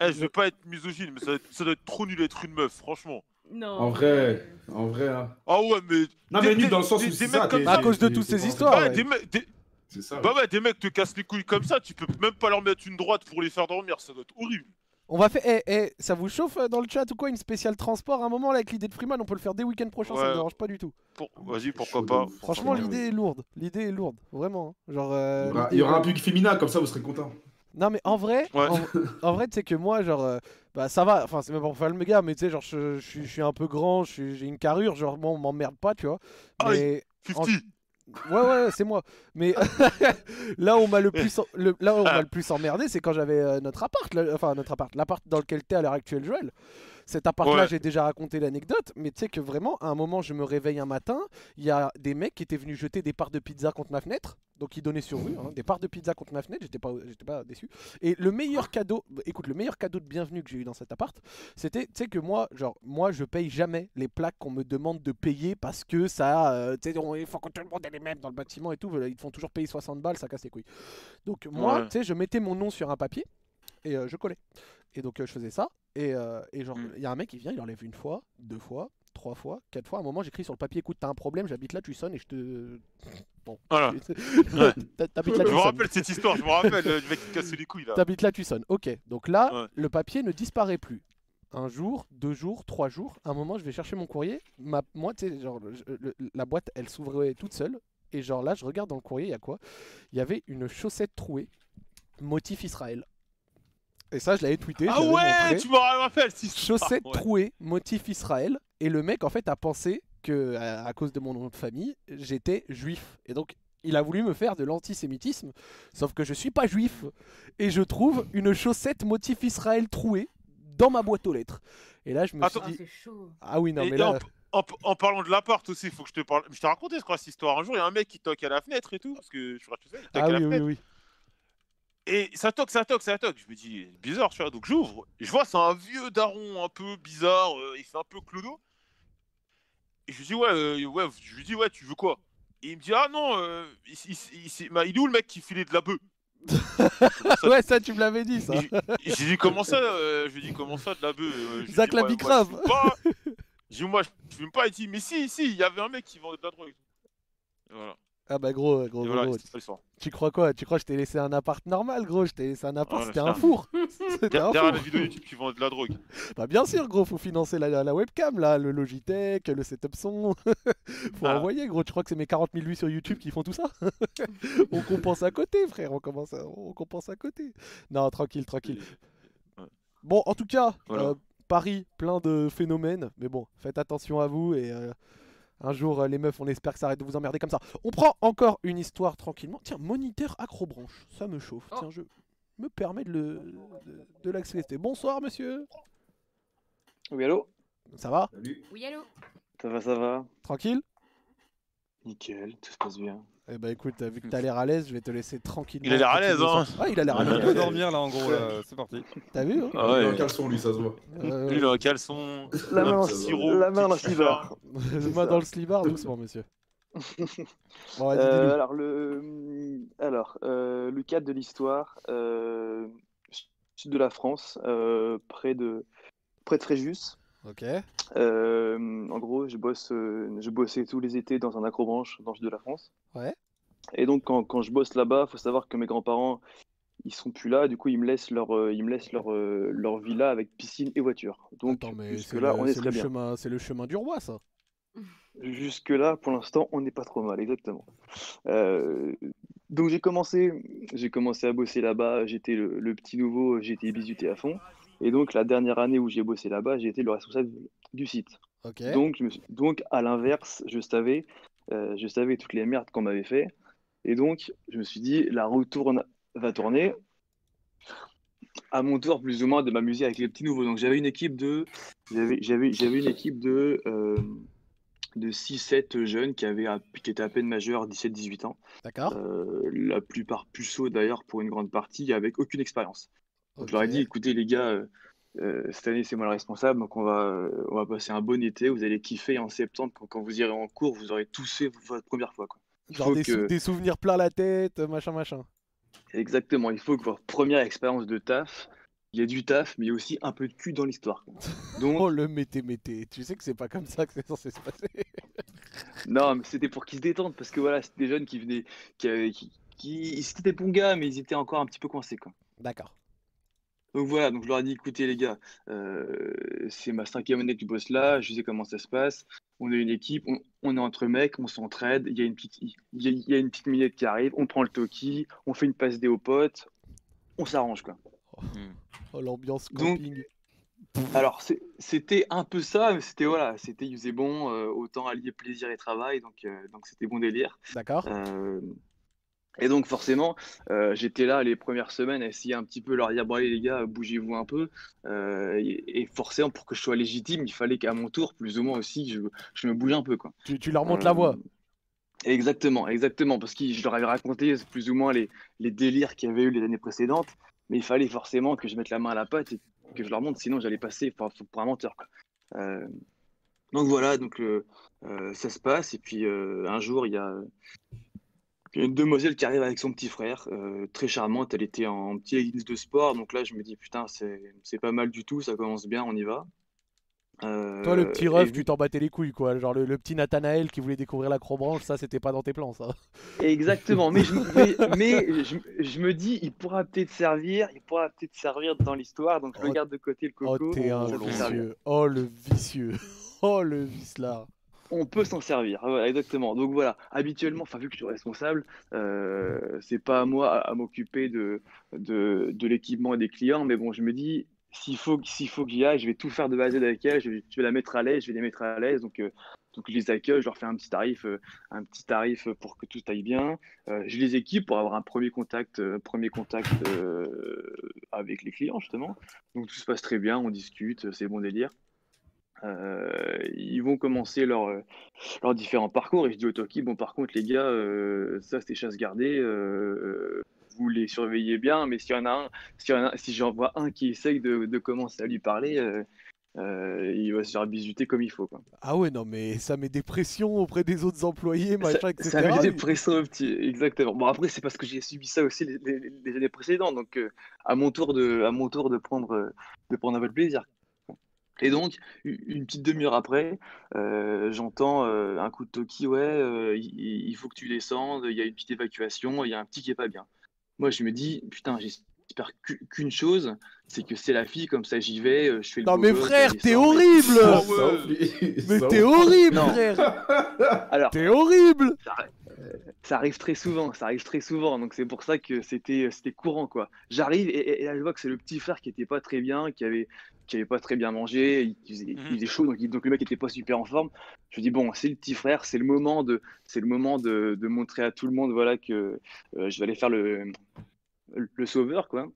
[SPEAKER 4] Eh, je veux pas être misogyne, mais ça doit être, ça doit être trop nul d'être une meuf, franchement.
[SPEAKER 3] Non.
[SPEAKER 2] En vrai, en vrai. hein.
[SPEAKER 4] Ah ouais, mais.
[SPEAKER 2] Non,
[SPEAKER 4] des-
[SPEAKER 2] mais nul
[SPEAKER 4] des-
[SPEAKER 2] dans le sens
[SPEAKER 4] des-
[SPEAKER 2] où
[SPEAKER 4] des
[SPEAKER 2] c'est
[SPEAKER 4] mecs
[SPEAKER 2] ça.
[SPEAKER 4] comme
[SPEAKER 2] t'es-
[SPEAKER 4] ça-
[SPEAKER 1] de toutes ces histoires,
[SPEAKER 4] Bah ouais,
[SPEAKER 1] ouais.
[SPEAKER 4] des mecs- des-
[SPEAKER 2] C'est ça.
[SPEAKER 4] bah ouais, des mecs te cassent les couilles comme ça, tu peux même pas leur mettre une droite pour les faire dormir, ça doit être horrible.
[SPEAKER 1] On va faire. Eh, eh, ça vous chauffe euh, dans le chat ou quoi Une spéciale transport à un moment là avec l'idée de Freeman, on peut le faire dès week-end prochain, ça me
[SPEAKER 4] Ouais.
[SPEAKER 1] dérange pas du tout.
[SPEAKER 4] Pour-
[SPEAKER 2] Ah,
[SPEAKER 4] Vas-y, pourquoi pas.
[SPEAKER 1] Franchement,
[SPEAKER 2] bien,
[SPEAKER 1] l'idée est lourde. L'idée est lourde, vraiment. hein. Genre.
[SPEAKER 2] Il
[SPEAKER 1] euh,
[SPEAKER 2] y aura-
[SPEAKER 1] l'idée
[SPEAKER 2] Bah, il y
[SPEAKER 1] est
[SPEAKER 2] aura un
[SPEAKER 1] lourde.
[SPEAKER 2] public féminin, comme ça vous serez content.
[SPEAKER 1] Non mais en vrai,
[SPEAKER 4] Ouais.
[SPEAKER 1] en, en vrai, tu sais que moi, genre, euh, bah ça va. Enfin, c'est même pas pour faire le méga, mais tu sais, genre, je, je suis- je suis un peu grand, je suis- j'ai une carrure, genre, moi, on m'emmerde pas, tu vois.
[SPEAKER 4] Ah oui.
[SPEAKER 1] Mais
[SPEAKER 4] 50
[SPEAKER 1] Ouais, ouais, ouais, c'est moi. Mais là où on m'a le plus, en- le- là où on m'a
[SPEAKER 4] Ah.
[SPEAKER 1] le plus emmerdé, c'est quand j'avais euh, notre appart, là- enfin notre appart, l'appart dans lequel t'es à l'heure actuelle, Joël. Cet appart-là,
[SPEAKER 4] Ouais.
[SPEAKER 1] j'ai déjà raconté l'anecdote, mais tu sais que vraiment, à un moment, je me réveille un matin, il y a des mecs qui étaient venus jeter des parts de pizza contre ma fenêtre, donc ils donnaient sur rue, hein, des parts de pizza contre ma fenêtre, j'étais pas, j'étais pas déçu. Et le meilleur cadeau, écoute, le meilleur cadeau de bienvenue que j'ai eu dans cet appart, c'était, tu sais que moi, genre, moi, je paye jamais les plaques qu'on me demande de payer parce que ça, euh, tu sais, on- il faut que tout le monde ait les mêmes dans le bâtiment et tout, voilà, ils te font toujours payer 60 balles, ça casse les couilles. Donc moi,
[SPEAKER 4] Ouais.
[SPEAKER 1] tu sais, je mettais mon nom sur un papier et euh, je collais. Et donc euh, je faisais ça, et, euh, et genre,
[SPEAKER 4] Mm.
[SPEAKER 1] il y a un mec qui vient, il enlève une fois, deux fois, trois fois, quatre fois. À un moment, j'écris sur le papier, écoute, t'as un problème, j'habite là, tu sonnes et je te. Bon.
[SPEAKER 4] Voilà.
[SPEAKER 1] T'ha- T'habites
[SPEAKER 4] Je
[SPEAKER 1] là, tu
[SPEAKER 4] me
[SPEAKER 1] sonnes.
[SPEAKER 4] rappelle cette histoire, je me rappelle, euh, le mec qui casse les couilles là.
[SPEAKER 1] T'habites là, tu sonnes. Ok, donc là,
[SPEAKER 4] Ouais.
[SPEAKER 1] le papier ne disparaît plus. Un jour, deux jours, trois jours, à un moment, je vais chercher mon courrier. Ma, moi, tu sais, genre, le- le- la boîte, elle s'ouvrait toute seule. Et genre là, je regarde dans le courrier, il y a quoi Il y avait une chaussette trouée, motif Israël. Et ça, je l'avais tweeté. je
[SPEAKER 4] Ah
[SPEAKER 1] l'avais
[SPEAKER 4] ouais,
[SPEAKER 1] montré.
[SPEAKER 4] tu me rappelles cette histoire.
[SPEAKER 1] Chaussettes
[SPEAKER 4] ouais.
[SPEAKER 1] trouées, motif Israël. Et le mec, en fait, a pensé que, à, à cause de mon nom de famille, j'étais juif. Et donc, il a voulu me faire de l'antisémitisme. Sauf que je suis pas juif. Et je trouve une chaussette motif Israël trouée dans ma boîte aux lettres. Et là, je me
[SPEAKER 4] Attends.
[SPEAKER 3] Ah,
[SPEAKER 1] suis dit.
[SPEAKER 3] c'est chaud.
[SPEAKER 1] Ah oui, non,
[SPEAKER 4] Et
[SPEAKER 1] mais
[SPEAKER 4] là,
[SPEAKER 1] là.
[SPEAKER 4] En, en parlant de l'appart aussi, faut que je te parle. Je t'ai raconté, je crois, cette histoire. Un jour, il y a un mec qui toque à la fenêtre et tout, parce que je suis rassuré, il toque
[SPEAKER 1] Ah
[SPEAKER 4] à la
[SPEAKER 1] oui, oui,
[SPEAKER 4] fenêtre.
[SPEAKER 1] oui.
[SPEAKER 4] Et ça toque, ça toque, ça toque. Je me dis, bizarre, tu vois. Donc j'ouvre, je vois, c'est un vieux daron un peu bizarre, euh, il fait un peu clodo. Et je lui dis, ouais, euh, ouais, je lui dis, ouais, tu veux quoi Et il me dit, ah non, euh, il, il- il- il- bah, il est où le mec qui filait de la bœuf Ça-
[SPEAKER 1] Ouais, ça, tu me l'avais dit, ça.
[SPEAKER 4] et J'ai j'ai dit comment ça euh, Je lui ai dit comment ça de la bœuf euh, je lui ai
[SPEAKER 1] Zach
[SPEAKER 4] dit,
[SPEAKER 1] la
[SPEAKER 4] moi-
[SPEAKER 1] bicrave.
[SPEAKER 4] moi, je fume pas. J'ai dit moi je fume pas. Il dit mais si si il y avait un mec qui vendait de la drogue. Et Voilà.
[SPEAKER 1] Ah bah, gros, gros,
[SPEAKER 4] Et
[SPEAKER 1] gros,
[SPEAKER 4] voilà.
[SPEAKER 1] gros.
[SPEAKER 4] C'était ça l'histoire.
[SPEAKER 1] Tu crois quoi Tu crois que je t'ai laissé un appart normal, gros Je t'ai laissé un appart,
[SPEAKER 4] Ouais,
[SPEAKER 1] c'était
[SPEAKER 4] putain.
[SPEAKER 1] un four. C'était un
[SPEAKER 4] Derrière
[SPEAKER 1] four.
[SPEAKER 4] la vidéo YouTube qui vend de la drogue.
[SPEAKER 1] Bah bien sûr gros, faut financer la, la webcam là, le Logitech, le setup son. faut
[SPEAKER 4] Ah.
[SPEAKER 1] envoyer gros, tu crois que c'est mes 40 000 vues sur YouTube qui font tout ça On compense à côté frère, on, commence à- on compense à côté. Non, tranquille, tranquille. Bon, en tout cas,
[SPEAKER 4] Voilà.
[SPEAKER 1] euh, Paris, plein de phénomènes, mais bon, faites attention à vous et... euh, Un jour, euh, les meufs, on espère que ça arrête de vous emmerder comme ça. On prend encore une histoire tranquillement. Tiens, moniteur acrobranche, ça me chauffe.
[SPEAKER 3] Oh.
[SPEAKER 1] Tiens, je me permets de le- de- de l'accepter. Bonsoir, monsieur.
[SPEAKER 6] Oui, allô
[SPEAKER 1] Ça va
[SPEAKER 2] Salut.
[SPEAKER 3] Oui, allô
[SPEAKER 6] Ça va, ça va
[SPEAKER 1] Tranquille
[SPEAKER 6] Nickel, tout se passe bien.
[SPEAKER 1] Eh ben écoute, vu que t'as l'air à l'aise, je vais te laisser tranquille.
[SPEAKER 4] Il a l'air à l'aise, hein.
[SPEAKER 1] Ah, il a l'air à
[SPEAKER 5] On peut
[SPEAKER 1] l'aise.
[SPEAKER 5] dormir là en gros, là. c'est parti.
[SPEAKER 1] T'as vu hein
[SPEAKER 4] Ah
[SPEAKER 2] Il est en caleçon, lui, ça se voit.
[SPEAKER 1] Euh,
[SPEAKER 4] Lui, il a un caleçon,
[SPEAKER 6] La main,
[SPEAKER 4] un
[SPEAKER 6] en-
[SPEAKER 4] petit sirop,
[SPEAKER 6] la main
[SPEAKER 4] petit
[SPEAKER 6] dans le
[SPEAKER 4] t-shirt.
[SPEAKER 6] cibard.
[SPEAKER 1] Main dans le slibard, doucement, monsieur. Bon, vas-y,
[SPEAKER 6] Euh,
[SPEAKER 1] dis-nous.
[SPEAKER 6] alors, le, alors euh, le cadre de l'histoire, euh, sud de la France, euh, près de, près de Fréjus.
[SPEAKER 1] Ok.
[SPEAKER 6] Euh, en gros, je, bosse, euh, je bossais tous les étés dans un accrobranche dans le sud de la France.
[SPEAKER 1] Ouais.
[SPEAKER 6] Et donc, quand, quand je bosse là-bas, faut savoir que mes grands-parents, ils sont plus là. Du coup, ils me laissent leur, euh, ils me laissent leur, euh, leur villa avec piscine et voiture. Donc,
[SPEAKER 1] Attends, mais c'est
[SPEAKER 6] jusque-là, on
[SPEAKER 1] le,
[SPEAKER 6] est
[SPEAKER 1] c'est
[SPEAKER 6] très
[SPEAKER 1] le
[SPEAKER 6] bien.
[SPEAKER 1] chemin, c'est le chemin du roi, ça.
[SPEAKER 6] Jusque-là, pour l'instant, on n'est pas trop mal, exactement. Euh, donc j'ai commencé, j'ai commencé à bosser là-bas, j'étais le, le petit nouveau, j'étais bisuté à fond. Et donc la dernière année où j'ai bossé là-bas, j'ai été le responsable du site.
[SPEAKER 1] Ok.
[SPEAKER 6] Donc, je me suis- donc à l'inverse, je savais, euh, je savais toutes les merdes qu'on m'avait fait.
[SPEAKER 11] Et donc, je me suis dit, la roue tourne, va tourner. À mon tour, plus ou moins, de m'amuser avec les petits nouveaux. Donc, j'avais une équipe de, j'avais, j'avais, j'avais une équipe de, euh, de 6-7 jeunes qui, avaient, à- qui étaient à peine majeurs, 17-18 ans.
[SPEAKER 1] D'accord.
[SPEAKER 11] Euh, la plupart puceaux, d'ailleurs, pour une grande partie, avec aucune expérience. Donc, Je leur ai dit, écoutez, les gars, euh, euh, cette année, c'est moi le responsable, donc on va, euh, on va passer un bon été. Vous allez kiffer et en septembre, quand, quand vous irez en cours, vous aurez tous fait votre première fois. Quoi. Il
[SPEAKER 1] Genre
[SPEAKER 11] faut
[SPEAKER 1] des, sou-
[SPEAKER 11] que-
[SPEAKER 1] des souvenirs plein la tête, machin, machin.
[SPEAKER 11] Exactement, il faut que votre première expérience de taf, il y ait du taf, mais il y a aussi un peu de cul dans l'histoire. quoi. Donc,
[SPEAKER 1] Oh le mété mété, tu sais que c'est pas comme ça que c'est censé se passer.
[SPEAKER 11] non, mais c'était pour qu'ils se détendent, parce que voilà, c'était des jeunes qui venaient, qui, avaient- qui, qui- c'était bons gars, mais ils étaient encore un petit peu coincés. Quoi.
[SPEAKER 1] D'accord.
[SPEAKER 11] Donc voilà, donc je leur ai dit, écoutez les gars, euh, c'est ma cinquième année que je bosse là, je sais comment ça se passe, on est une équipe, on, on est entre mecs, on s'entraide, il y a une petite, il y a, il y a une petite minette qui arrive, on prend le toki, on fait une passe des aux potes, on s'arrange quoi.
[SPEAKER 1] Oh l'ambiance
[SPEAKER 11] Donc-
[SPEAKER 1] camping.
[SPEAKER 11] Alors c'est- c'était un peu ça, mais c'était voilà, c'était il faisait bon, euh, autant allier plaisir et travail, donc euh, donc c'était bon délire.
[SPEAKER 1] D'accord.
[SPEAKER 11] Euh, et donc forcément, euh, j'étais là les premières semaines à essayer un petit peu leur dire bon allez les gars, bougez-vous un peu. Euh, et, et forcément pour que je sois légitime, il fallait qu'à mon tour, plus ou moins aussi, je, je me bouge un peu quoi.
[SPEAKER 1] Tu, tu leur montres la
[SPEAKER 11] Euh,
[SPEAKER 1] voix.
[SPEAKER 11] Exactement, exactement, parce que je leur avais raconté plus ou moins les, les délires qu'il y avait eu les années précédentes, mais il fallait forcément que je mette la main à la pâte et que je leur montre, sinon j'allais passer pour, pour un menteur. quoi. Euh, donc voilà, donc le- euh, ça se passe, et puis euh, un jour, il y a il y a une demoiselle qui arrive avec son petit frère, euh, très charmante, elle était en, en petit leggings de sport, donc là je me dis, putain, c'est c'est pas mal du tout, ça commence bien, on y va. Euh,
[SPEAKER 1] Toi le petit
[SPEAKER 11] et
[SPEAKER 1] ref,
[SPEAKER 11] vu-
[SPEAKER 1] tu t'en battais les couilles quoi. Genre le, le petit Nathanaël qui voulait découvrir la crobranche, ça c'était pas dans tes plans ça.
[SPEAKER 11] Exactement, mais, je, me- mais, mais je, je me dis, il pourra peut-être servir, il pourra peut-être servir dans l'histoire, donc je garde de côté le coco.
[SPEAKER 1] Oh, T'es un
[SPEAKER 11] ça peut servir.
[SPEAKER 1] vicieux. Oh le vicieux. Oh le vicelard.
[SPEAKER 11] On peut s'en servir, voilà, exactement. Donc voilà, habituellement, enfin vu que je suis responsable, euh, c'est pas à moi à, à m'occuper de, de, de l'équipement et des clients, mais bon, je me dis, s'il faut, s'il faut que j'y aille, je vais tout faire de base avec elle, je, vais- je vais la mettre à l'aise, je vais les mettre à l'aise, donc, euh, donc je les accueille, je leur fais un petit tarif, euh, un petit tarif pour que tout aille bien, Euh, je les équipe pour avoir un premier contact, euh, premier contact euh, avec les clients justement, donc tout se passe très bien, on discute, c'est bon délire. Euh, ils vont commencer leur, euh, leurs différents parcours et je dis au Toki, bon par contre les gars, euh, ça c'est chasse gardée, euh, vous les surveillez bien, mais s'il y en a un, s'il y en a- si j'en vois un qui essaye de, de commencer à lui parler, euh, euh, il va se faire bisuter comme il faut. Quoi.
[SPEAKER 1] Ah ouais non mais ça met des pressions auprès des autres employés,
[SPEAKER 11] Ça,
[SPEAKER 1] machin, etc.
[SPEAKER 11] ça met des pressions au petit, exactement. Bon après c'est parce que j'ai subi ça aussi les, les- les années précédentes, donc euh, à mon tour de, à mon tour de prendre, euh, de prendre un peu de plaisir. Et donc, u- une petite demi-heure après, euh, j'entends euh, un coup de toki, ouais, euh, il- il il faut que tu descendes, il y a une petite évacuation, il y a un petit qui est pas bien. Moi, je me dis, putain, j'espère qu'u- qu'une chose, c'est que c'est la fille, comme ça j'y vais, euh, je Ah fais le
[SPEAKER 1] Non
[SPEAKER 11] beau
[SPEAKER 1] mais
[SPEAKER 11] gosse,
[SPEAKER 1] frère,
[SPEAKER 11] elle
[SPEAKER 1] t'es
[SPEAKER 11] descend, elle-
[SPEAKER 1] horrible Mais t'es horrible
[SPEAKER 11] Non.
[SPEAKER 1] frère
[SPEAKER 11] Alors,
[SPEAKER 1] T'es horrible
[SPEAKER 11] ça, euh, ça arrive très souvent, ça arrive très souvent, donc c'est pour ça que c'était euh, c'était courant quoi. J'arrive et, et- et là je vois que c'est le petit frère qui était pas très bien, qui avait qui avait pas très bien mangé, il, il faisait, il
[SPEAKER 1] Mhm.
[SPEAKER 11] faisait chaud donc, il- donc le mec était pas super en forme. Je me dis bon c'est le petit frère, c'est le moment de c'est le moment de, de montrer à tout le monde voilà que euh, je vais aller faire le le sauveur quoi.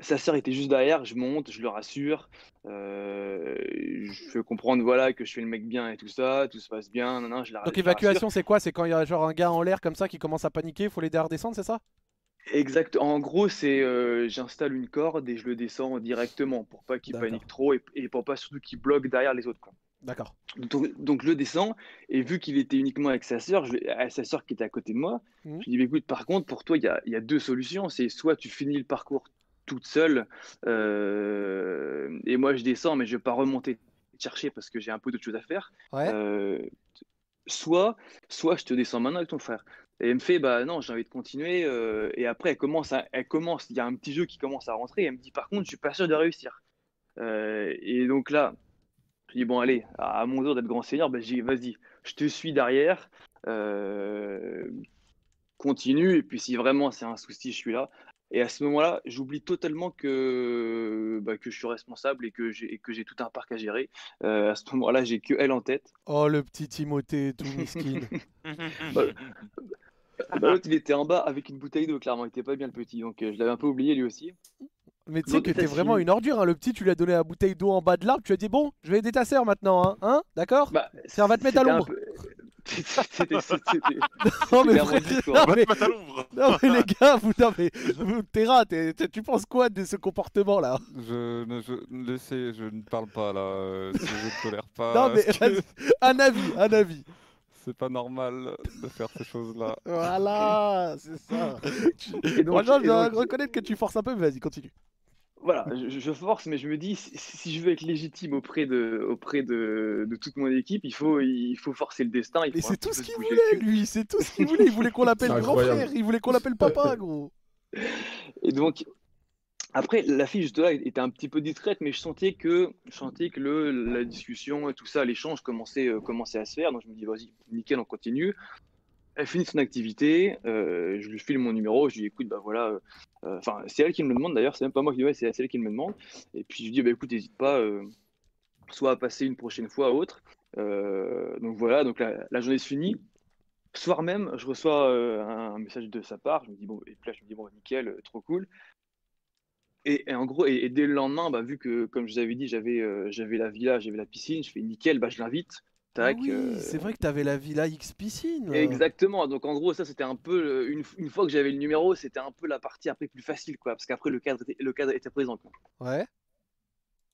[SPEAKER 11] Sa sœur était juste derrière, je monte, je le rassure, euh, je fais comprendre voilà que je fais le mec bien et tout ça, tout se passe bien, nan, nan, je la
[SPEAKER 1] Donc
[SPEAKER 11] je la rassure.
[SPEAKER 1] évacuation c'est quoi C'est quand il y a genre un gars en l'air comme ça qui commence à paniquer, faut l'aider à redescendre c'est ça
[SPEAKER 11] Exact. En gros, c'est euh, j'installe une corde et je le descends directement pour pas qu'il panique trop et, et pour pas surtout qu'il bloque derrière les autres. quoi.
[SPEAKER 1] D'accord.
[SPEAKER 11] Donc, donc je le descends et vu qu'il était uniquement avec sa sœur, je- à sa sœur qui était à côté de moi,
[SPEAKER 1] Mhm.
[SPEAKER 11] je lui dis écoute, par contre, pour toi, il y a, il y a deux solutions. C'est soit tu finis le parcours toute seule euh, et moi je descends, mais je vais pas remonter te chercher parce que j'ai un peu d'autres choses à faire.
[SPEAKER 1] Ouais.
[SPEAKER 11] Euh, soit, soit je te descends maintenant avec ton frère. Et elle me fait, bah non, j'ai envie de continuer. euh, et après, elle commence, à- elle commence, il y a un petit jeu qui commence à rentrer. Et elle me dit, par contre, je suis pas sûr de réussir. Euh, et donc là, je dis, bon, allez, à à mon tour d'être grand seigneur, bah, j'ai vas-y, je te suis derrière. euh, continue. Et puis, si vraiment c'est un souci, je suis là. Et à ce moment-là, j'oublie totalement que, bah, que je suis responsable et que j'ai et que j'ai tout un parc à gérer. Euh, à ce moment-là, j'ai que elle en tête. Bah,
[SPEAKER 1] Oh le petit Timothée tout miskin.
[SPEAKER 11] Voilà. Bah, L'autre, il était en bas avec une bouteille d'eau, clairement. Il était pas bien le petit, donc euh, je l'avais un peu oublié lui aussi.
[SPEAKER 1] Mais tu sais
[SPEAKER 11] Donc,
[SPEAKER 1] que
[SPEAKER 11] t'as
[SPEAKER 1] t'es
[SPEAKER 11] fini.
[SPEAKER 1] vraiment une ordure, hein. le petit, tu lui as donné la bouteille d'eau en bas de l'arbre, tu lui as dit bon, je vais aider ta sœur maintenant, hein, hein d'accord Ça va te mettre à
[SPEAKER 11] Bah, c'était un
[SPEAKER 1] l'ombre.
[SPEAKER 11] peu- C'était- c'était-
[SPEAKER 1] Non
[SPEAKER 11] c'était
[SPEAKER 1] mais,
[SPEAKER 11] vraiment
[SPEAKER 1] frère,
[SPEAKER 11] dur.
[SPEAKER 1] non, mais- non, mais les gars, vous, non, mais, vous- Terra, t'es- t'es- tu penses quoi de ce comportement là
[SPEAKER 5] Je ne, je, laissez, je ne parle pas là. euh, si je ne tolère pas.
[SPEAKER 1] Non mais
[SPEAKER 5] ce que-
[SPEAKER 1] un avis, un avis.
[SPEAKER 5] C'est pas normal de faire ces choses-là.
[SPEAKER 1] Voilà, c'est ça.
[SPEAKER 11] Et donc-
[SPEAKER 1] Franchement, je
[SPEAKER 11] et
[SPEAKER 1] dois
[SPEAKER 11] donc-
[SPEAKER 1] reconnaître que tu forces un peu, mais vas-y, continue.
[SPEAKER 11] voilà, je, je force, mais je me dis, si, si je veux être légitime auprès de, auprès de, de toute mon équipe, il faut, il faut forcer le destin. Il
[SPEAKER 1] Mais
[SPEAKER 11] faut un
[SPEAKER 1] c'est
[SPEAKER 11] petit
[SPEAKER 1] tout
[SPEAKER 11] peu
[SPEAKER 1] ce
[SPEAKER 11] se
[SPEAKER 1] qu'il
[SPEAKER 11] bouger.
[SPEAKER 1] voulait, lui, c'est tout ce qu'il voulait. Il voulait qu'on l'appelle
[SPEAKER 11] C'est
[SPEAKER 1] grand
[SPEAKER 11] incroyable.
[SPEAKER 1] frère, il voulait qu'on l'appelle papa, gros.
[SPEAKER 11] Et donc, après, la fille juste là était un petit peu discrète, mais je sentais que, je sentais que le, la discussion, tout ça, l'échange commençait, euh, commençait à se faire. Donc je me dis, vas-y, nickel, on continue. Elle finit son activité, euh, je lui file mon numéro, je lui dis, écoute, bah voilà, euh, euh, enfin, c'est elle qui me le demande d'ailleurs, c'est même pas moi qui dis, ouais, c'est c'est elle qui me le demande. Et puis je lui dis, bah écoute, n'hésite pas, euh, soit à passer une prochaine fois à autre. Euh, donc voilà, donc la, la journée se finit. Soir même, je reçois euh, un, un message de sa part. Je me dis bon, et puis là je me dis bon, nickel, euh, trop cool. Et, et en gros, et, et dès le lendemain, bah, vu que comme je vous avais dit, j'avais euh, j'avais la villa, j'avais la piscine, je fais nickel, bah je l'invite. Tac.
[SPEAKER 1] Ah oui,
[SPEAKER 11] euh,
[SPEAKER 1] c'est vrai que t'avais la villa X piscine. là.
[SPEAKER 11] Exactement. Donc en gros, ça c'était un peu euh, une, une fois que j'avais le numéro, c'était un peu la partie après plus facile quoi, parce qu'après le cadre était, le cadre était présent. quoi.
[SPEAKER 1] Ouais.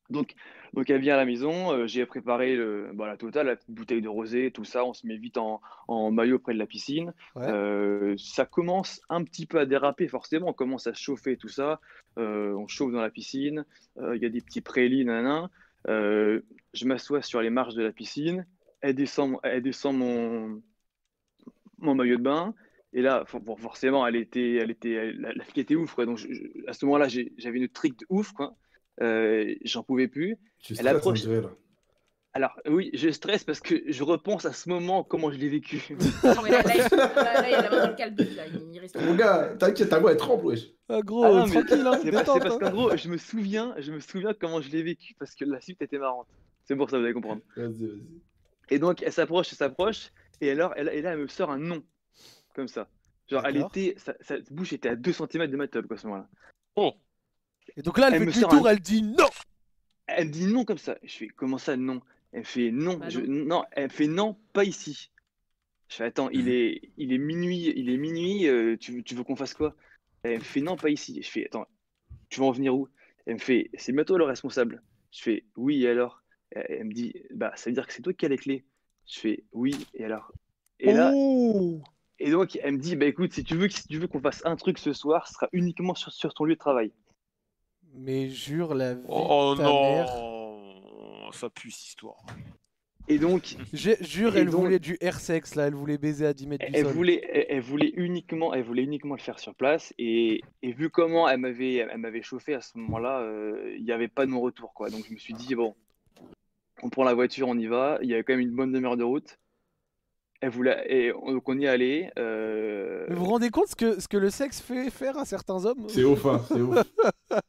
[SPEAKER 11] Donc, donc elle vient à la maison, euh, j'ai préparé le, bah, la totale, la petite bouteille de rosé, tout ça, on se met vite en, en maillot près de la piscine.
[SPEAKER 1] Ouais.
[SPEAKER 11] Euh, ça commence un petit peu à déraper forcément, on commence à se chauffer, tout ça, Euh, on chauffe dans la piscine, Euh, il y a des petits prélits, nanana. Euh, je m'assois sur les marches de la piscine, elle descend, mon- elle descend mon, mon maillot de bain. Et là, for- for- forcément, elle était, elle était, elle- la, la fille était ouf. quoi. Donc, je- je- à ce moment-là, j'ai- j'avais une trique de ouf. Quoi. Euh, J'en pouvais plus.
[SPEAKER 2] Tu
[SPEAKER 11] Elle
[SPEAKER 2] stresses,
[SPEAKER 11] approche.
[SPEAKER 2] on dirait, là.
[SPEAKER 11] Alors, oui, je stresse parce que je repense à ce moment, comment je l'ai vécu.
[SPEAKER 3] Non, mais là, là, il- là, là, il y a la main dans le calbut, là. Il il reste.
[SPEAKER 2] Mon gars, t'inquiète, ta voix est tremble, wesh.
[SPEAKER 1] Ah gros,
[SPEAKER 11] Ah non, mais
[SPEAKER 1] tranquille, hein,
[SPEAKER 11] c'est pas-
[SPEAKER 1] détente,
[SPEAKER 11] c'est parce
[SPEAKER 1] hein.
[SPEAKER 11] qu'en gros, je me souviens, je me souviens comment je l'ai vécu parce que la suite était marrante. C'est pour ça vous allez comprendre. Et donc elle s'approche, elle s'approche, et alors elle, et là elle me sort un nom, comme ça. Genre elle
[SPEAKER 1] D'accord.
[SPEAKER 11] était, sa, sa bouche était à 2 cm de ma teub quoi à ce moment-là.
[SPEAKER 4] Oh.
[SPEAKER 1] Et donc là, elle,
[SPEAKER 11] Elle me
[SPEAKER 1] fait
[SPEAKER 11] sort
[SPEAKER 1] demi-tour,
[SPEAKER 11] un-
[SPEAKER 1] elle dit non.
[SPEAKER 11] Elle me dit non comme ça. Je fais comment ça non Elle me fait non,
[SPEAKER 1] Bah
[SPEAKER 11] je-
[SPEAKER 1] non.
[SPEAKER 11] non, elle me fait non, pas ici. Je fais attends,
[SPEAKER 1] Mhm.
[SPEAKER 11] il est, il est minuit, il est minuit, euh, tu, veux- tu veux qu'on fasse quoi Elle me fait non, pas ici. Je fais attends, tu vas en venir où Elle me fait c'est bientôt le responsable. Je fais oui et alors Elle- Elle me dit bah ça veut dire que c'est toi qui as les clés. Je fais oui et alors Et là
[SPEAKER 1] Oh.
[SPEAKER 11] et donc elle me dit bah écoute si tu veux si tu veux qu'on fasse un truc ce soir, ce sera uniquement sur, sur ton lieu de travail.
[SPEAKER 1] Mais jure la vie
[SPEAKER 4] Oh
[SPEAKER 1] de ta mère.
[SPEAKER 4] non, ça pue cette histoire.
[SPEAKER 11] Et donc
[SPEAKER 1] Je jure,
[SPEAKER 11] Et
[SPEAKER 1] elle
[SPEAKER 11] donc-
[SPEAKER 1] voulait du air sex là, elle voulait baiser à 10 mètres du
[SPEAKER 11] elle
[SPEAKER 1] sol.
[SPEAKER 11] voulait, elle, elle voulait uniquement, elle voulait uniquement le faire sur place. Et, et vu comment elle m'avait, elle m'avait chauffé à ce moment-là, euh, il n'y avait pas de mon retour, quoi. Donc je me suis dit bon, on prend la voiture, on y va. Il y avait quand même une bonne demi-heure de route. Elle voulait, et on, donc on y allait. euh,
[SPEAKER 1] Mais vous vous rendez compte ce que, ce que le sexe fait faire à certains hommes
[SPEAKER 2] C'est ouf, hein, c'est ouf.
[SPEAKER 4] Ah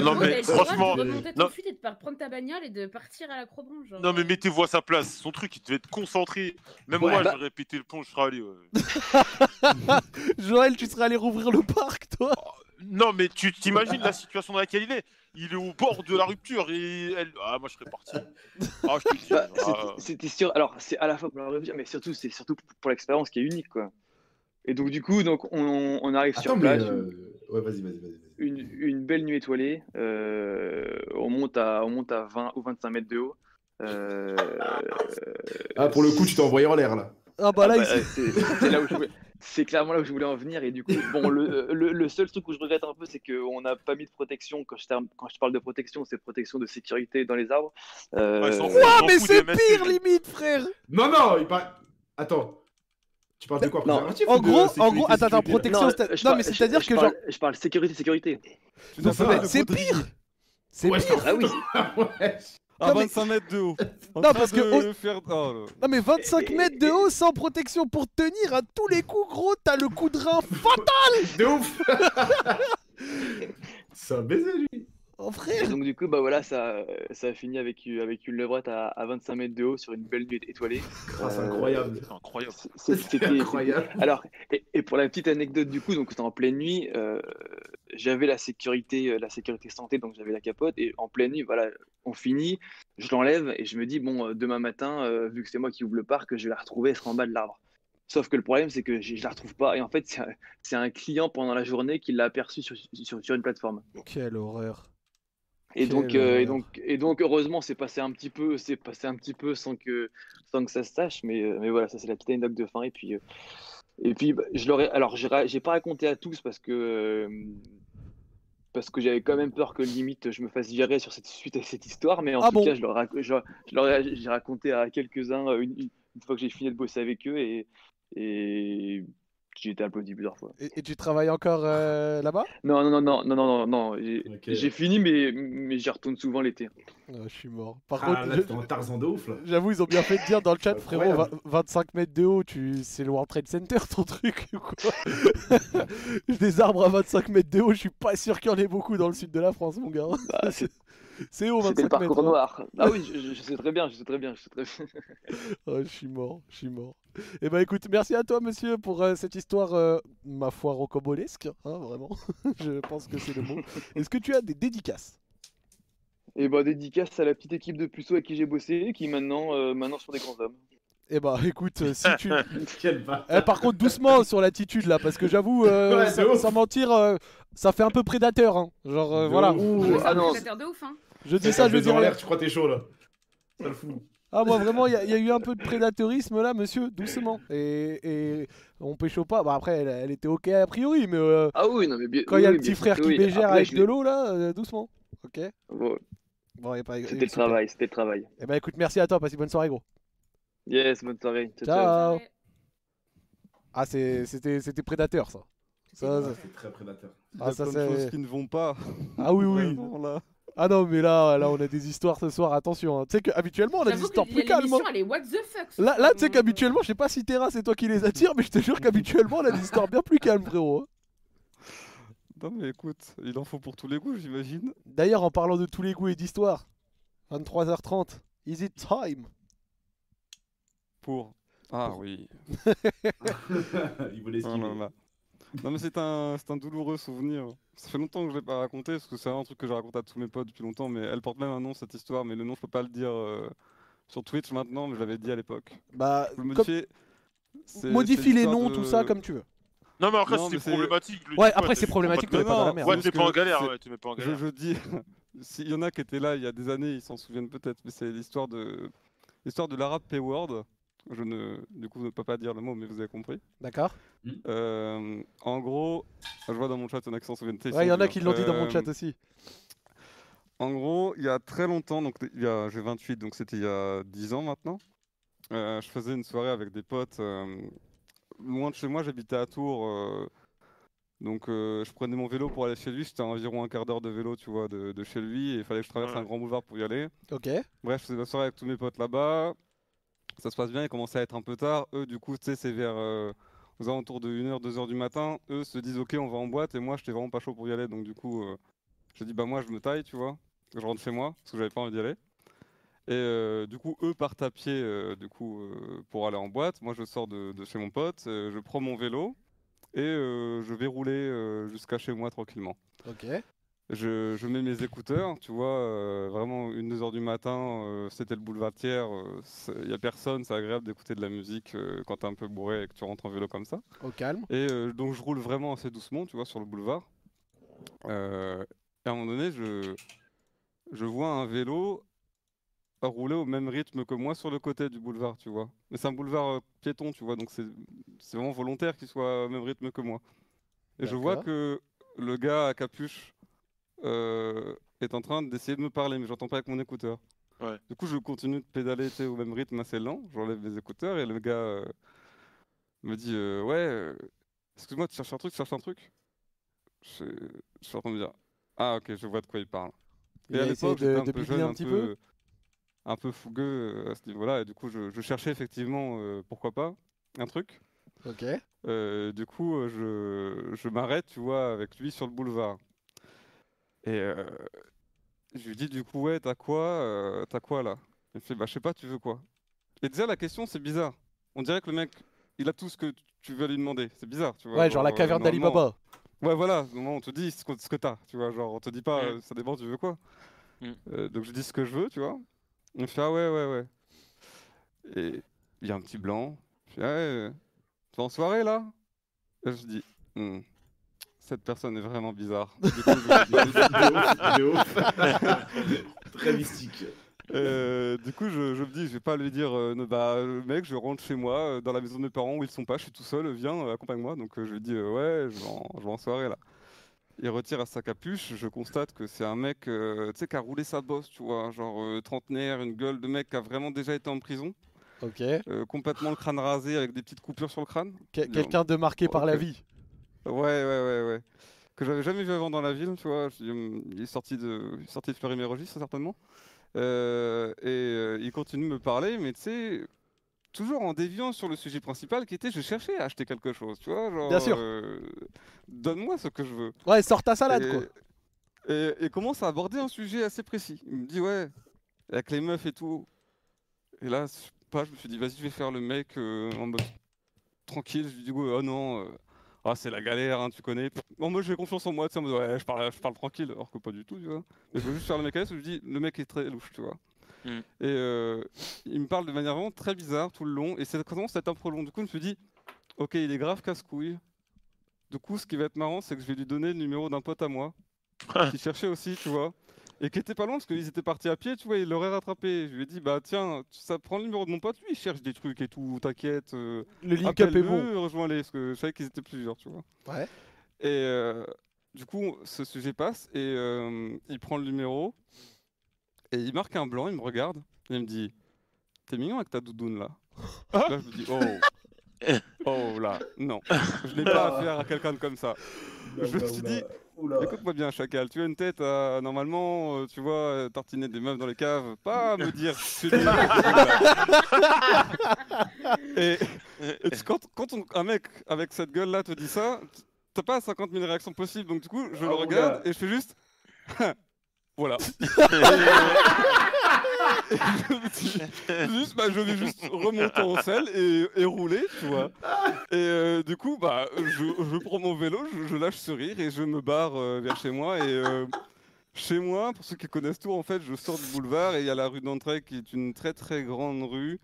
[SPEAKER 4] non,
[SPEAKER 3] Gros,
[SPEAKER 4] mais
[SPEAKER 3] t'as le droit
[SPEAKER 4] franchement,
[SPEAKER 3] De remonter ton
[SPEAKER 4] non,
[SPEAKER 3] fuite et de par- prendre ta bagnole et de partir à la crobranche. genre.
[SPEAKER 4] non, mais mettez-vous à sa place. Son truc, il devait être concentré. Même
[SPEAKER 1] Ouais,
[SPEAKER 4] moi,
[SPEAKER 1] bah-
[SPEAKER 4] j'aurais pété le pont, je serais allé. ouais.
[SPEAKER 1] Joël, tu serais allé rouvrir le parc, toi
[SPEAKER 4] Oh, Non, mais tu t'imagines la situation dans laquelle il est Il est au bord de la rupture et elle. Ah, moi, je serais parti. Ah, je te le dis.
[SPEAKER 11] bah, c'était-
[SPEAKER 4] Ah,
[SPEAKER 11] c'était sûr. Alors c'est à la fois pour la revue, mais surtout c'est surtout pour l'expérience qui est unique, quoi. Et donc du coup, donc on, on arrive sur
[SPEAKER 2] Attends, mais.
[SPEAKER 11] place.
[SPEAKER 2] euh, Ouais, vas-y, vas-y, vas-y.
[SPEAKER 11] une, une belle nuit étoilée. euh, on, monte à, on monte à 20 ou 25 mètres de haut. euh,
[SPEAKER 2] Ah, pour le coup, tu t'es envoyé en l'air, là.
[SPEAKER 1] Ah bah
[SPEAKER 11] là, c'est c'est là où je voulais- c'est clairement là où je voulais en venir. Et du coup, bon, le, euh, le- le seul truc où je regrette un peu, c'est qu'on n'a pas mis de protection. Quand je, term- quand je parle de protection, c'est protection de sécurité dans les arbres. Euh,
[SPEAKER 4] Ouais, ils s'en foutent,
[SPEAKER 1] Ouah,
[SPEAKER 4] ils s'en
[SPEAKER 1] mais
[SPEAKER 4] foutent
[SPEAKER 1] c'est
[SPEAKER 4] des
[SPEAKER 1] pire limite, frère
[SPEAKER 2] Non, non, il parle. Attends. Ah, Tu parles de quoi préservatif
[SPEAKER 1] En
[SPEAKER 2] ou de
[SPEAKER 1] gros, en
[SPEAKER 2] sécurité,
[SPEAKER 1] gros, attends, attends,
[SPEAKER 2] sécurité, là
[SPEAKER 1] protection. c'est- Non, mais c'est-à-dire que genre.
[SPEAKER 11] Je parle sécurité, sécurité.
[SPEAKER 1] Non,
[SPEAKER 2] hein,
[SPEAKER 1] mais C'est pire C'est pire
[SPEAKER 11] Ah oui,
[SPEAKER 5] À
[SPEAKER 1] Non, mais-
[SPEAKER 5] 25 Ah, mètres de haut. En
[SPEAKER 1] Non,
[SPEAKER 5] train
[SPEAKER 1] parce que
[SPEAKER 5] de
[SPEAKER 1] au-
[SPEAKER 5] faire- oh,
[SPEAKER 1] Non mais
[SPEAKER 2] Eh,
[SPEAKER 1] 25 mètres de haut sans protection pour tenir à tous les coups gros t'as le coup de rein fatal
[SPEAKER 2] De ouf C'est un Ah, baiser lui
[SPEAKER 1] Oh frère
[SPEAKER 11] Et donc du coup, bah voilà, ça, ça a fini avec, avec une levrette à, à 25 mètres de haut sur une belle nuit étoilée. Euh,
[SPEAKER 2] Ah, c'est incroyable.
[SPEAKER 4] C'est incroyable.
[SPEAKER 11] C'était
[SPEAKER 2] incroyable.
[SPEAKER 11] Alors, et, et pour la petite anecdote du coup, donc c'était en pleine nuit, euh, j'avais la sécurité, euh, la sécurité santé, donc j'avais la capote et en pleine nuit, voilà, on finit, je l'enlève et je me dis bon, euh, demain matin, euh, vu que c'est moi qui ouvre le parc, je vais la retrouver, elle sera en bas de l'arbre. Sauf que le problème, c'est que je, je la retrouve pas et en fait, c'est un- c'est un, client pendant la journée qui l'a aperçu sur, sur- sur une plateforme.
[SPEAKER 1] Quelle horreur.
[SPEAKER 11] Et
[SPEAKER 1] Quelle
[SPEAKER 11] donc, euh, et
[SPEAKER 1] horreur.
[SPEAKER 11] donc, et donc, heureusement, c'est passé un petit peu, c'est passé un petit peu sans que, sans que ça se sache, mais, euh, mais voilà, ça c'est la petite anecdote de fin. Et puis, euh, et puis, bah, je l'aurais, alors, j'ai ra- j'ai pas raconté à tous parce que, euh, parce que j'avais quand même peur que limite je me fasse virer sur cette suite à cette histoire, mais en
[SPEAKER 1] Ah
[SPEAKER 11] tout
[SPEAKER 1] bon
[SPEAKER 11] cas, je leur rac- je- je leur ai- j'ai raconté à quelques-uns euh, une, une fois que j'ai fini de bosser avec eux et, et j'ai été applaudi plusieurs fois.
[SPEAKER 1] Et, et tu travailles encore euh, là-bas
[SPEAKER 11] Non, non, non, non, non, non, non, non, j'ai
[SPEAKER 1] Ok.
[SPEAKER 11] j'ai fini, mais, mais j'y retourne souvent l'été.
[SPEAKER 1] Ah, Je suis mort. Par
[SPEAKER 11] Ah,
[SPEAKER 1] contre,
[SPEAKER 11] là,
[SPEAKER 1] je-
[SPEAKER 11] t'es en
[SPEAKER 2] Tarzan de ouf là.
[SPEAKER 1] J'avoue, ils ont bien fait de dire dans le chat, frérot,
[SPEAKER 2] Incroyable.
[SPEAKER 1] vingt- 25 mètres de haut, tu... c'est le World Trade Center ton truc ou quoi Des arbres à 25 mètres de haut, je suis pas sûr qu'il y en ait beaucoup dans le sud de la France, mon gars.
[SPEAKER 11] Ah, c'est-
[SPEAKER 1] c'est haut, 25
[SPEAKER 11] C'était le
[SPEAKER 1] mètres.
[SPEAKER 11] parcours
[SPEAKER 1] hein.
[SPEAKER 11] noir. Ah oui, je, je- je sais très bien, je sais très bien, je sais très bien.
[SPEAKER 1] Ah, je suis mort, je suis mort. Eh ben écoute, merci à toi monsieur pour euh, cette histoire, euh, ma foi, rocambolesque, hein, vraiment. je pense que c'est le mot. Est-ce que tu as des dédicaces
[SPEAKER 11] Et bah dédicace à la petite équipe de puceaux avec qui j'ai bossé, qui maintenant, euh, maintenant sont des grands hommes.
[SPEAKER 1] Eh ben écoute, euh, si tu...
[SPEAKER 2] Quel bâtard.
[SPEAKER 1] Eh, par contre, doucement sur l'attitude là, parce que j'avoue, euh,
[SPEAKER 2] Ouais, de
[SPEAKER 1] sans,
[SPEAKER 2] ouf.
[SPEAKER 1] sans mentir, euh, ça fait un peu prédateur. hein. Genre, euh,
[SPEAKER 2] De
[SPEAKER 1] voilà.
[SPEAKER 2] ouf.
[SPEAKER 3] C'est
[SPEAKER 11] Ah,
[SPEAKER 3] un réalisateur de ouf, hein.
[SPEAKER 1] Je dis ça, je dis
[SPEAKER 2] en
[SPEAKER 1] rien.
[SPEAKER 2] l'air, tu crois t'es chaud là. Ça le fout.
[SPEAKER 1] Ah, moi vraiment, il y, a- il y a eu un peu de prédateurisme là, monsieur, doucement. Et, et on pécho pas. Bah, après, elle, elle était ok a priori, mais euh,
[SPEAKER 11] Ah oui, non mais bien.
[SPEAKER 1] quand il y a
[SPEAKER 11] oui, oui,
[SPEAKER 1] le petit
[SPEAKER 11] bien
[SPEAKER 1] frère
[SPEAKER 11] sûr,
[SPEAKER 1] qui
[SPEAKER 11] oui.
[SPEAKER 1] bégère
[SPEAKER 11] Après,
[SPEAKER 1] avec
[SPEAKER 11] je
[SPEAKER 1] de
[SPEAKER 11] l'ai-
[SPEAKER 1] l'eau là, euh, doucement. Ok.
[SPEAKER 11] Bon,
[SPEAKER 1] Bon, y a pas-
[SPEAKER 11] C'était le
[SPEAKER 1] super.
[SPEAKER 11] travail, c'était le travail.
[SPEAKER 1] Eh ben écoute, merci à toi, passe une bonne soirée, gros.
[SPEAKER 11] Yes, bonne soirée. Ciao, ciao.
[SPEAKER 1] Ciao. Ah, c'est- c'était c'était prédateur ça. Ça, ça-
[SPEAKER 2] C'est très prédateur.
[SPEAKER 5] Il y
[SPEAKER 1] Ah,
[SPEAKER 5] a
[SPEAKER 1] ça,
[SPEAKER 5] plein de choses
[SPEAKER 1] c'est-
[SPEAKER 5] qui ne vont pas.
[SPEAKER 1] Ah oui, oui.
[SPEAKER 5] Vraiment, là.
[SPEAKER 1] Ah non, mais là, là, on a des histoires ce soir, attention. hein. Tu sais qu'habituellement, on a des
[SPEAKER 3] J'avoue que
[SPEAKER 1] histoires plus calmes.
[SPEAKER 3] l'émission,
[SPEAKER 1] hein.
[SPEAKER 3] elle est what the fuck. ce
[SPEAKER 1] Là,
[SPEAKER 3] soir.
[SPEAKER 1] là tu sais qu'habituellement, je sais pas si Terra, c'est toi qui les attire, mais je te jure qu'habituellement, on a des histoires bien plus calmes, frérot. hein.
[SPEAKER 5] Non mais écoute, il en faut pour tous les goûts, j'imagine.
[SPEAKER 1] D'ailleurs, en parlant de tous les goûts et d'histoires, 23h30, is it time
[SPEAKER 5] Pour. Ah oui.
[SPEAKER 2] Il voulait
[SPEAKER 5] Oh là
[SPEAKER 2] esquiver.
[SPEAKER 5] là. Non mais c'est un, c'est un douloureux souvenir. Ça fait longtemps que je l'ai pas raconté, parce que c'est un truc que je raconte à tous mes potes depuis longtemps, mais elle porte même un nom cette histoire, mais le nom je peux pas le dire euh, sur Twitch maintenant, mais je l'avais dit à l'époque.
[SPEAKER 1] Bah,
[SPEAKER 5] Je me
[SPEAKER 1] comme-
[SPEAKER 5] suis- c'est- c'est
[SPEAKER 1] Modifie les
[SPEAKER 5] l'histoire
[SPEAKER 1] noms,
[SPEAKER 5] de-
[SPEAKER 1] tout ça, comme tu veux.
[SPEAKER 4] Non, mais après,
[SPEAKER 5] Non,
[SPEAKER 4] c'est
[SPEAKER 5] mais c'est-
[SPEAKER 4] problématique. lui,
[SPEAKER 1] Ouais,
[SPEAKER 4] dis pas,
[SPEAKER 1] après,
[SPEAKER 4] t'es-
[SPEAKER 1] c'est problématique,
[SPEAKER 4] t'es
[SPEAKER 1] on est pas dans la
[SPEAKER 4] merde.
[SPEAKER 1] merde.
[SPEAKER 4] Ouais, t'es
[SPEAKER 5] Parce
[SPEAKER 4] pas en
[SPEAKER 5] que
[SPEAKER 4] galère,
[SPEAKER 5] c'est-
[SPEAKER 4] ouais, t'es pas en
[SPEAKER 5] je-
[SPEAKER 4] galère.
[SPEAKER 5] Je, dis, s'il y en a qui étaient là il y a des années, ils s'en souviennent peut-être, mais c'est l'histoire de l'histoire de l'arabe Payward. Je ne, du coup, je ne peux pas dire le mot, mais vous avez compris.
[SPEAKER 1] D'accord.
[SPEAKER 5] Euh, en gros, je vois dans mon chat, il y en a qui s'en souviennent. ils
[SPEAKER 1] Ouais,
[SPEAKER 5] sont
[SPEAKER 1] il y en a
[SPEAKER 5] durs.
[SPEAKER 1] qui l'ont dit dans mon
[SPEAKER 5] Euh,
[SPEAKER 1] chat aussi.
[SPEAKER 5] en gros, il y a très longtemps, donc il y a- j'ai 28, donc c'était il y a 10 ans maintenant. euh, je faisais une soirée avec des potes. euh, loin de chez moi, j'habitais à Tours. euh, donc euh, je prenais mon vélo pour aller chez lui. C'était environ un quart d'heure de vélo, tu vois, de, de chez lui. Et il fallait que je traverse un grand boulevard pour y aller.
[SPEAKER 1] Ok.
[SPEAKER 5] Bref, je faisais la soirée avec tous mes potes là-bas. Ça se passe bien, il commençait à être un peu tard. Eux, du coup, tu sais, c'est vers euh, aux alentours de 1h, 2h du matin. Eux se disent, OK, on va en boîte. Et moi, j'étais vraiment pas chaud pour y aller. Donc, du coup, euh, je dis, bah, moi, je me taille, tu vois. Je rentre chez moi, parce que j'avais pas envie d'y aller. Et euh, du coup, eux partent à pied, euh, du coup, euh, pour aller en boîte. Moi, je sors de, de chez mon pote, euh, je prends mon vélo et euh, je vais rouler euh, jusqu'à chez moi tranquillement.
[SPEAKER 1] Ok.
[SPEAKER 5] Je, je mets mes écouteurs, tu vois, euh, vraiment une, deux heures du matin, euh, c'était le boulevard tiers, il n'y a personne, c'est agréable d'écouter de la musique euh, quand t'es un peu bourré et que tu rentres en vélo comme ça.
[SPEAKER 1] Au calme.
[SPEAKER 5] Et euh, donc je roule vraiment assez doucement, tu vois, sur le boulevard. Euh, et à un moment donné, je, je vois un vélo rouler au même rythme que moi sur le côté du boulevard, tu vois. Mais c'est un boulevard euh, piéton, tu vois, donc c'est c'est vraiment volontaire qu'il soit au même rythme que moi. Et je vois
[SPEAKER 1] D'accord.
[SPEAKER 5] que le gars à capuche euh, est en train d'essayer de me parler, mais j'entends pas avec mon écouteur.
[SPEAKER 4] Ouais.
[SPEAKER 5] Du coup, je continue de pédaler tu sais, au même rythme assez lent, j'enlève mes écouteurs et le gars euh, me dit euh, Ouais, euh, excuse-moi, tu cherches un truc, tu cherches un truc je, je suis en train de me dire Ah, ok, je vois de quoi il parle.
[SPEAKER 1] Il
[SPEAKER 5] et à
[SPEAKER 1] a essayé
[SPEAKER 5] l'époque,
[SPEAKER 1] de-
[SPEAKER 5] j'étais un
[SPEAKER 1] de
[SPEAKER 5] peu
[SPEAKER 1] pipiner
[SPEAKER 5] jeune,
[SPEAKER 1] un
[SPEAKER 5] un,
[SPEAKER 1] petit
[SPEAKER 5] peu,
[SPEAKER 1] peu
[SPEAKER 5] un peu fougueux euh, à ce niveau-là, et du coup, je, je cherchais effectivement, euh, pourquoi pas, un truc.
[SPEAKER 1] Ok.
[SPEAKER 5] Euh, du coup, euh, je, je m'arrête, tu vois, avec lui sur le boulevard. Et euh, Je lui dis du coup, ouais, t'as quoi, euh, t'as quoi là Il me fait, bah je sais pas, tu veux quoi Et déjà la question, c'est bizarre. On dirait que le mec, il a tout ce que tu veux lui demander. C'est bizarre, tu vois.
[SPEAKER 1] Ouais, genre la caverne d'Ali
[SPEAKER 5] normalement-
[SPEAKER 1] Baba.
[SPEAKER 5] Ouais, voilà, normalement on te dit ce qu'on- ce que t'as, tu vois. Genre on te dit pas,
[SPEAKER 1] Mm.
[SPEAKER 5] euh, ça dépend, tu veux quoi.
[SPEAKER 4] Mm.
[SPEAKER 5] Euh, donc je dis ce que je veux, tu vois. Il me fait, ah ouais, ouais, ouais. Et il y a un petit blanc. Je fais, ah ouais, euh, t'es en soirée là Et je dis, Hmm, cette personne est vraiment bizarre. Du coup, je-
[SPEAKER 2] De ouf, de ouf. Très mystique.
[SPEAKER 5] Euh, du coup, je, je me dis, je vais pas lui dire, euh, non, bah, euh, mec, je rentre chez moi, euh, dans la maison de mes parents où ils sont pas, je suis tout seul, euh, viens, euh, accompagne-moi. Donc, euh, je lui dis, euh, ouais, je vais, en, je vais en soirée là. Il retire à sa capuche, je constate que c'est un mec, euh, tu sais, qui a roulé sa bosse, tu vois, genre euh, trentenaire, une gueule de mec qui a vraiment déjà été en prison.
[SPEAKER 1] Ok.
[SPEAKER 5] Euh, complètement le crâne rasé avec des petites coupures sur le crâne.
[SPEAKER 1] Que- quelqu'un de marqué par la
[SPEAKER 5] Ok.
[SPEAKER 1] vie.
[SPEAKER 5] Ouais, ouais, ouais, ouais. Que j'avais jamais vu avant dans la ville, tu vois. Je dis, hum, Il est sorti de, il est sorti de Fleury-Mérogis, certainement. Euh, et euh, il continue de me parler, mais tu sais, toujours en déviant sur le sujet principal qui était je cherchais à acheter quelque chose, tu vois. Genre,
[SPEAKER 1] Bien sûr.
[SPEAKER 5] euh, donne-moi ce que je veux.
[SPEAKER 1] Ouais, sors ta salade,
[SPEAKER 5] Et-
[SPEAKER 1] quoi.
[SPEAKER 5] Et, et commence à aborder un sujet assez précis. Il me dit, ouais, avec les meufs et tout. Et là, je sais pas, je me suis dit, vas-y, je vais faire le mec euh, en mode tranquille. Je lui dis, ouais, oh non, euh, ah, c'est la galère, hein, tu connais. Bon, moi, j'ai confiance en moi, tu sais, en mode, ouais, je parle, je parle tranquille, alors que pas du tout, tu vois. Mais je veux juste faire le mec à l'aise, je lui dis, le mec est très louche, tu vois.
[SPEAKER 9] Hmm.
[SPEAKER 4] Mm.
[SPEAKER 5] Et euh, il me parle de manière vraiment très bizarre tout le long, et c'est vraiment cet un prolong. Du coup, je me suis dit, ok, il est grave casse-couille. Du coup, ce qui va être marrant, c'est que je vais lui donner le numéro d'un pote à moi, qui cherchait aussi, tu vois, et qui était pas loin parce qu'ils étaient partis à pied, tu vois, il l'aurait rattrapé. Je lui ai dit, bah tiens, tu- ça prend le numéro de mon pote, lui, il cherche des trucs et tout, t'inquiète. euh,
[SPEAKER 1] Le link-up est
[SPEAKER 5] appelle-le,
[SPEAKER 1] bon.
[SPEAKER 5] Rejoins-les, parce que je savais qu'ils étaient plusieurs, tu vois.
[SPEAKER 1] Ouais.
[SPEAKER 5] Et euh, du coup, ce sujet passe et euh, il prend le numéro et il marque un blanc, il me regarde et il me dit T'es mignon avec ta doudoune là
[SPEAKER 12] Ah.
[SPEAKER 5] Là, je me dis Oh Oh là, non, je n'ai pas
[SPEAKER 12] Ah.
[SPEAKER 5] à faire à quelqu'un de comme ça.
[SPEAKER 12] Oula,
[SPEAKER 5] je me
[SPEAKER 1] bah,
[SPEAKER 12] oula,
[SPEAKER 5] suis
[SPEAKER 12] oula,
[SPEAKER 5] dit
[SPEAKER 12] oula.
[SPEAKER 5] Écoute-moi bien, chacal, tu as une tête à normalement, euh, tu vois, euh, tartiner des meufs dans les caves, pas à me dire C'est des- et, et tu- quand, quand on- un mec avec cette gueule là te dit ça, tu- t'as pas 50 000 réactions possibles. Donc du coup, je le
[SPEAKER 12] Ah, oula.
[SPEAKER 5] regarde et je fais juste. voilà. Et, euh, et je me dis- juste, bah, je vais juste remonter en selle et, et rouler, tu vois. Et euh, du coup, bah, je, je prends mon vélo, je, je lâche ce rire et je me barre euh, vers chez moi. Et euh, chez moi, pour ceux qui connaissent tout, en fait, je sors du boulevard et il y a la rue d'Entraigues qui est une très très grande rue.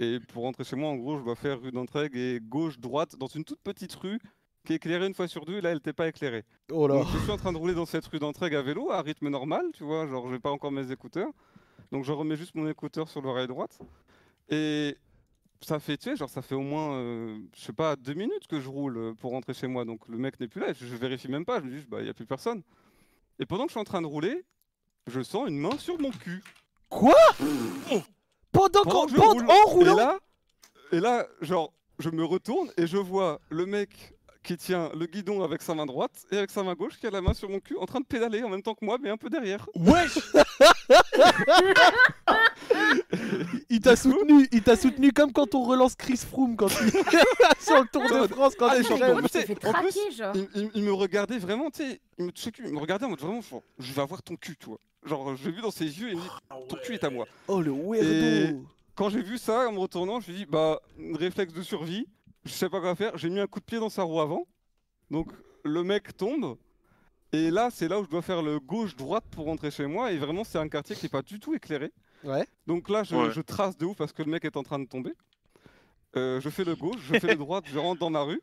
[SPEAKER 5] Et pour rentrer chez moi, en gros, je dois faire rue d'Entraigues et gauche-droite dans une toute petite rue qui est éclairée une fois sur deux. Et là, elle n'était pas éclairée.
[SPEAKER 1] Oh là.
[SPEAKER 5] Donc, je suis en train de rouler dans cette rue d'Entraigues à vélo, à rythme normal, tu vois. Genre, j'ai pas encore mes écouteurs. Donc, je remets juste mon écouteur sur l'oreille droite. Et ça fait, tu sais, genre, ça fait au moins, euh, je sais pas, deux minutes que je roule euh, pour rentrer chez moi. Donc, le mec n'est plus là. Je, je vérifie même pas. Je me dis, juste, bah, il n'y a plus personne. Et pendant que je suis en train de rouler, je sens une main sur mon cul.
[SPEAKER 1] Quoi Pendant
[SPEAKER 5] qu'en
[SPEAKER 1] pendant- en roulant
[SPEAKER 5] et là, et là, genre, je me retourne et je vois le mec qui tient le guidon avec sa main droite et avec sa main gauche qui a la main sur mon cul en train de pédaler en même temps que moi, mais un peu derrière.
[SPEAKER 1] Wesh Il t'a soutenu, il t'a soutenu comme quand on relance Chris Froome quand il... sur le Tour de France quand
[SPEAKER 5] Allez,
[SPEAKER 1] il
[SPEAKER 5] champion,
[SPEAKER 1] rêve.
[SPEAKER 5] ah, tu sais, en plus, il, il- il me regardait vraiment, tu sais, il me touchait le cul, il me regardait en mode vraiment, genre, je vais avoir ton cul, tu vois. Genre, j'ai vu dans ses yeux, il me dit, ton cul est à moi.
[SPEAKER 1] Oh le weirdo
[SPEAKER 5] Et quand j'ai vu ça, en me retournant, je me suis dit, bah, réflexe de survie, je sais pas quoi faire, j'ai mis un coup de pied dans sa roue avant, donc le mec tombe, et là, c'est là où je dois faire le gauche-droite pour rentrer chez moi, et vraiment, c'est un quartier qui est pas du tout éclairé.
[SPEAKER 1] Ouais.
[SPEAKER 5] Donc là, je,
[SPEAKER 4] Ouais.
[SPEAKER 5] je trace de ouf parce que le mec est en train de tomber. Euh, je fais le gauche, je fais le droite, je rentre dans ma rue.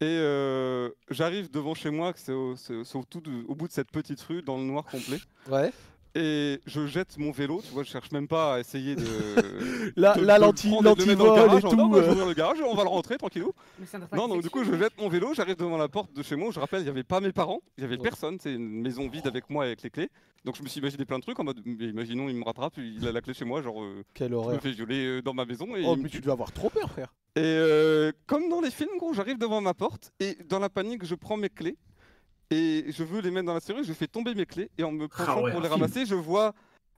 [SPEAKER 5] Et euh, j'arrive devant chez moi, que c'est au, c'est- c'est au tout de- au bout de cette petite rue, dans le noir complet.
[SPEAKER 1] Ouais.
[SPEAKER 5] Et je jette mon vélo, tu vois, je cherche même pas à essayer de.
[SPEAKER 1] La-
[SPEAKER 5] de-
[SPEAKER 1] la
[SPEAKER 5] de le
[SPEAKER 1] lentille-
[SPEAKER 5] prendre et de le mettre dans le
[SPEAKER 1] l'antivol
[SPEAKER 5] garage,
[SPEAKER 1] et
[SPEAKER 5] en disant,
[SPEAKER 1] tout,
[SPEAKER 5] Non, bah, je
[SPEAKER 1] euh.
[SPEAKER 5] vais ouvrir le garage, on va le rentrer tranquillou.
[SPEAKER 3] Mais c'est un
[SPEAKER 5] Non, donc du coup, je jette mon vélo, j'arrive devant la porte de chez moi. où Je rappelle, il n'y avait pas mes parents, il n'y avait personne. C'est une maison vide avec moi et avec les clés. Donc je me suis imaginé plein de trucs en mode, mais imaginons, il me rattrape, il a la clé chez moi, genre. euh,
[SPEAKER 1] Quelle
[SPEAKER 5] je me
[SPEAKER 1] horreur.
[SPEAKER 5] fais violer euh, dans ma maison. Et
[SPEAKER 1] Oh
[SPEAKER 5] il me
[SPEAKER 1] mais
[SPEAKER 5] tue.
[SPEAKER 1] tu dois avoir trop peur frère.
[SPEAKER 5] Et euh, comme dans les films, gros, j'arrive devant ma porte et dans la panique, je prends mes clés et je veux les mettre dans la serrure, je fais tomber mes clés et en me penchant
[SPEAKER 12] Ah ouais,
[SPEAKER 5] pour
[SPEAKER 12] un
[SPEAKER 5] les
[SPEAKER 12] film.
[SPEAKER 5] ramasser, je vois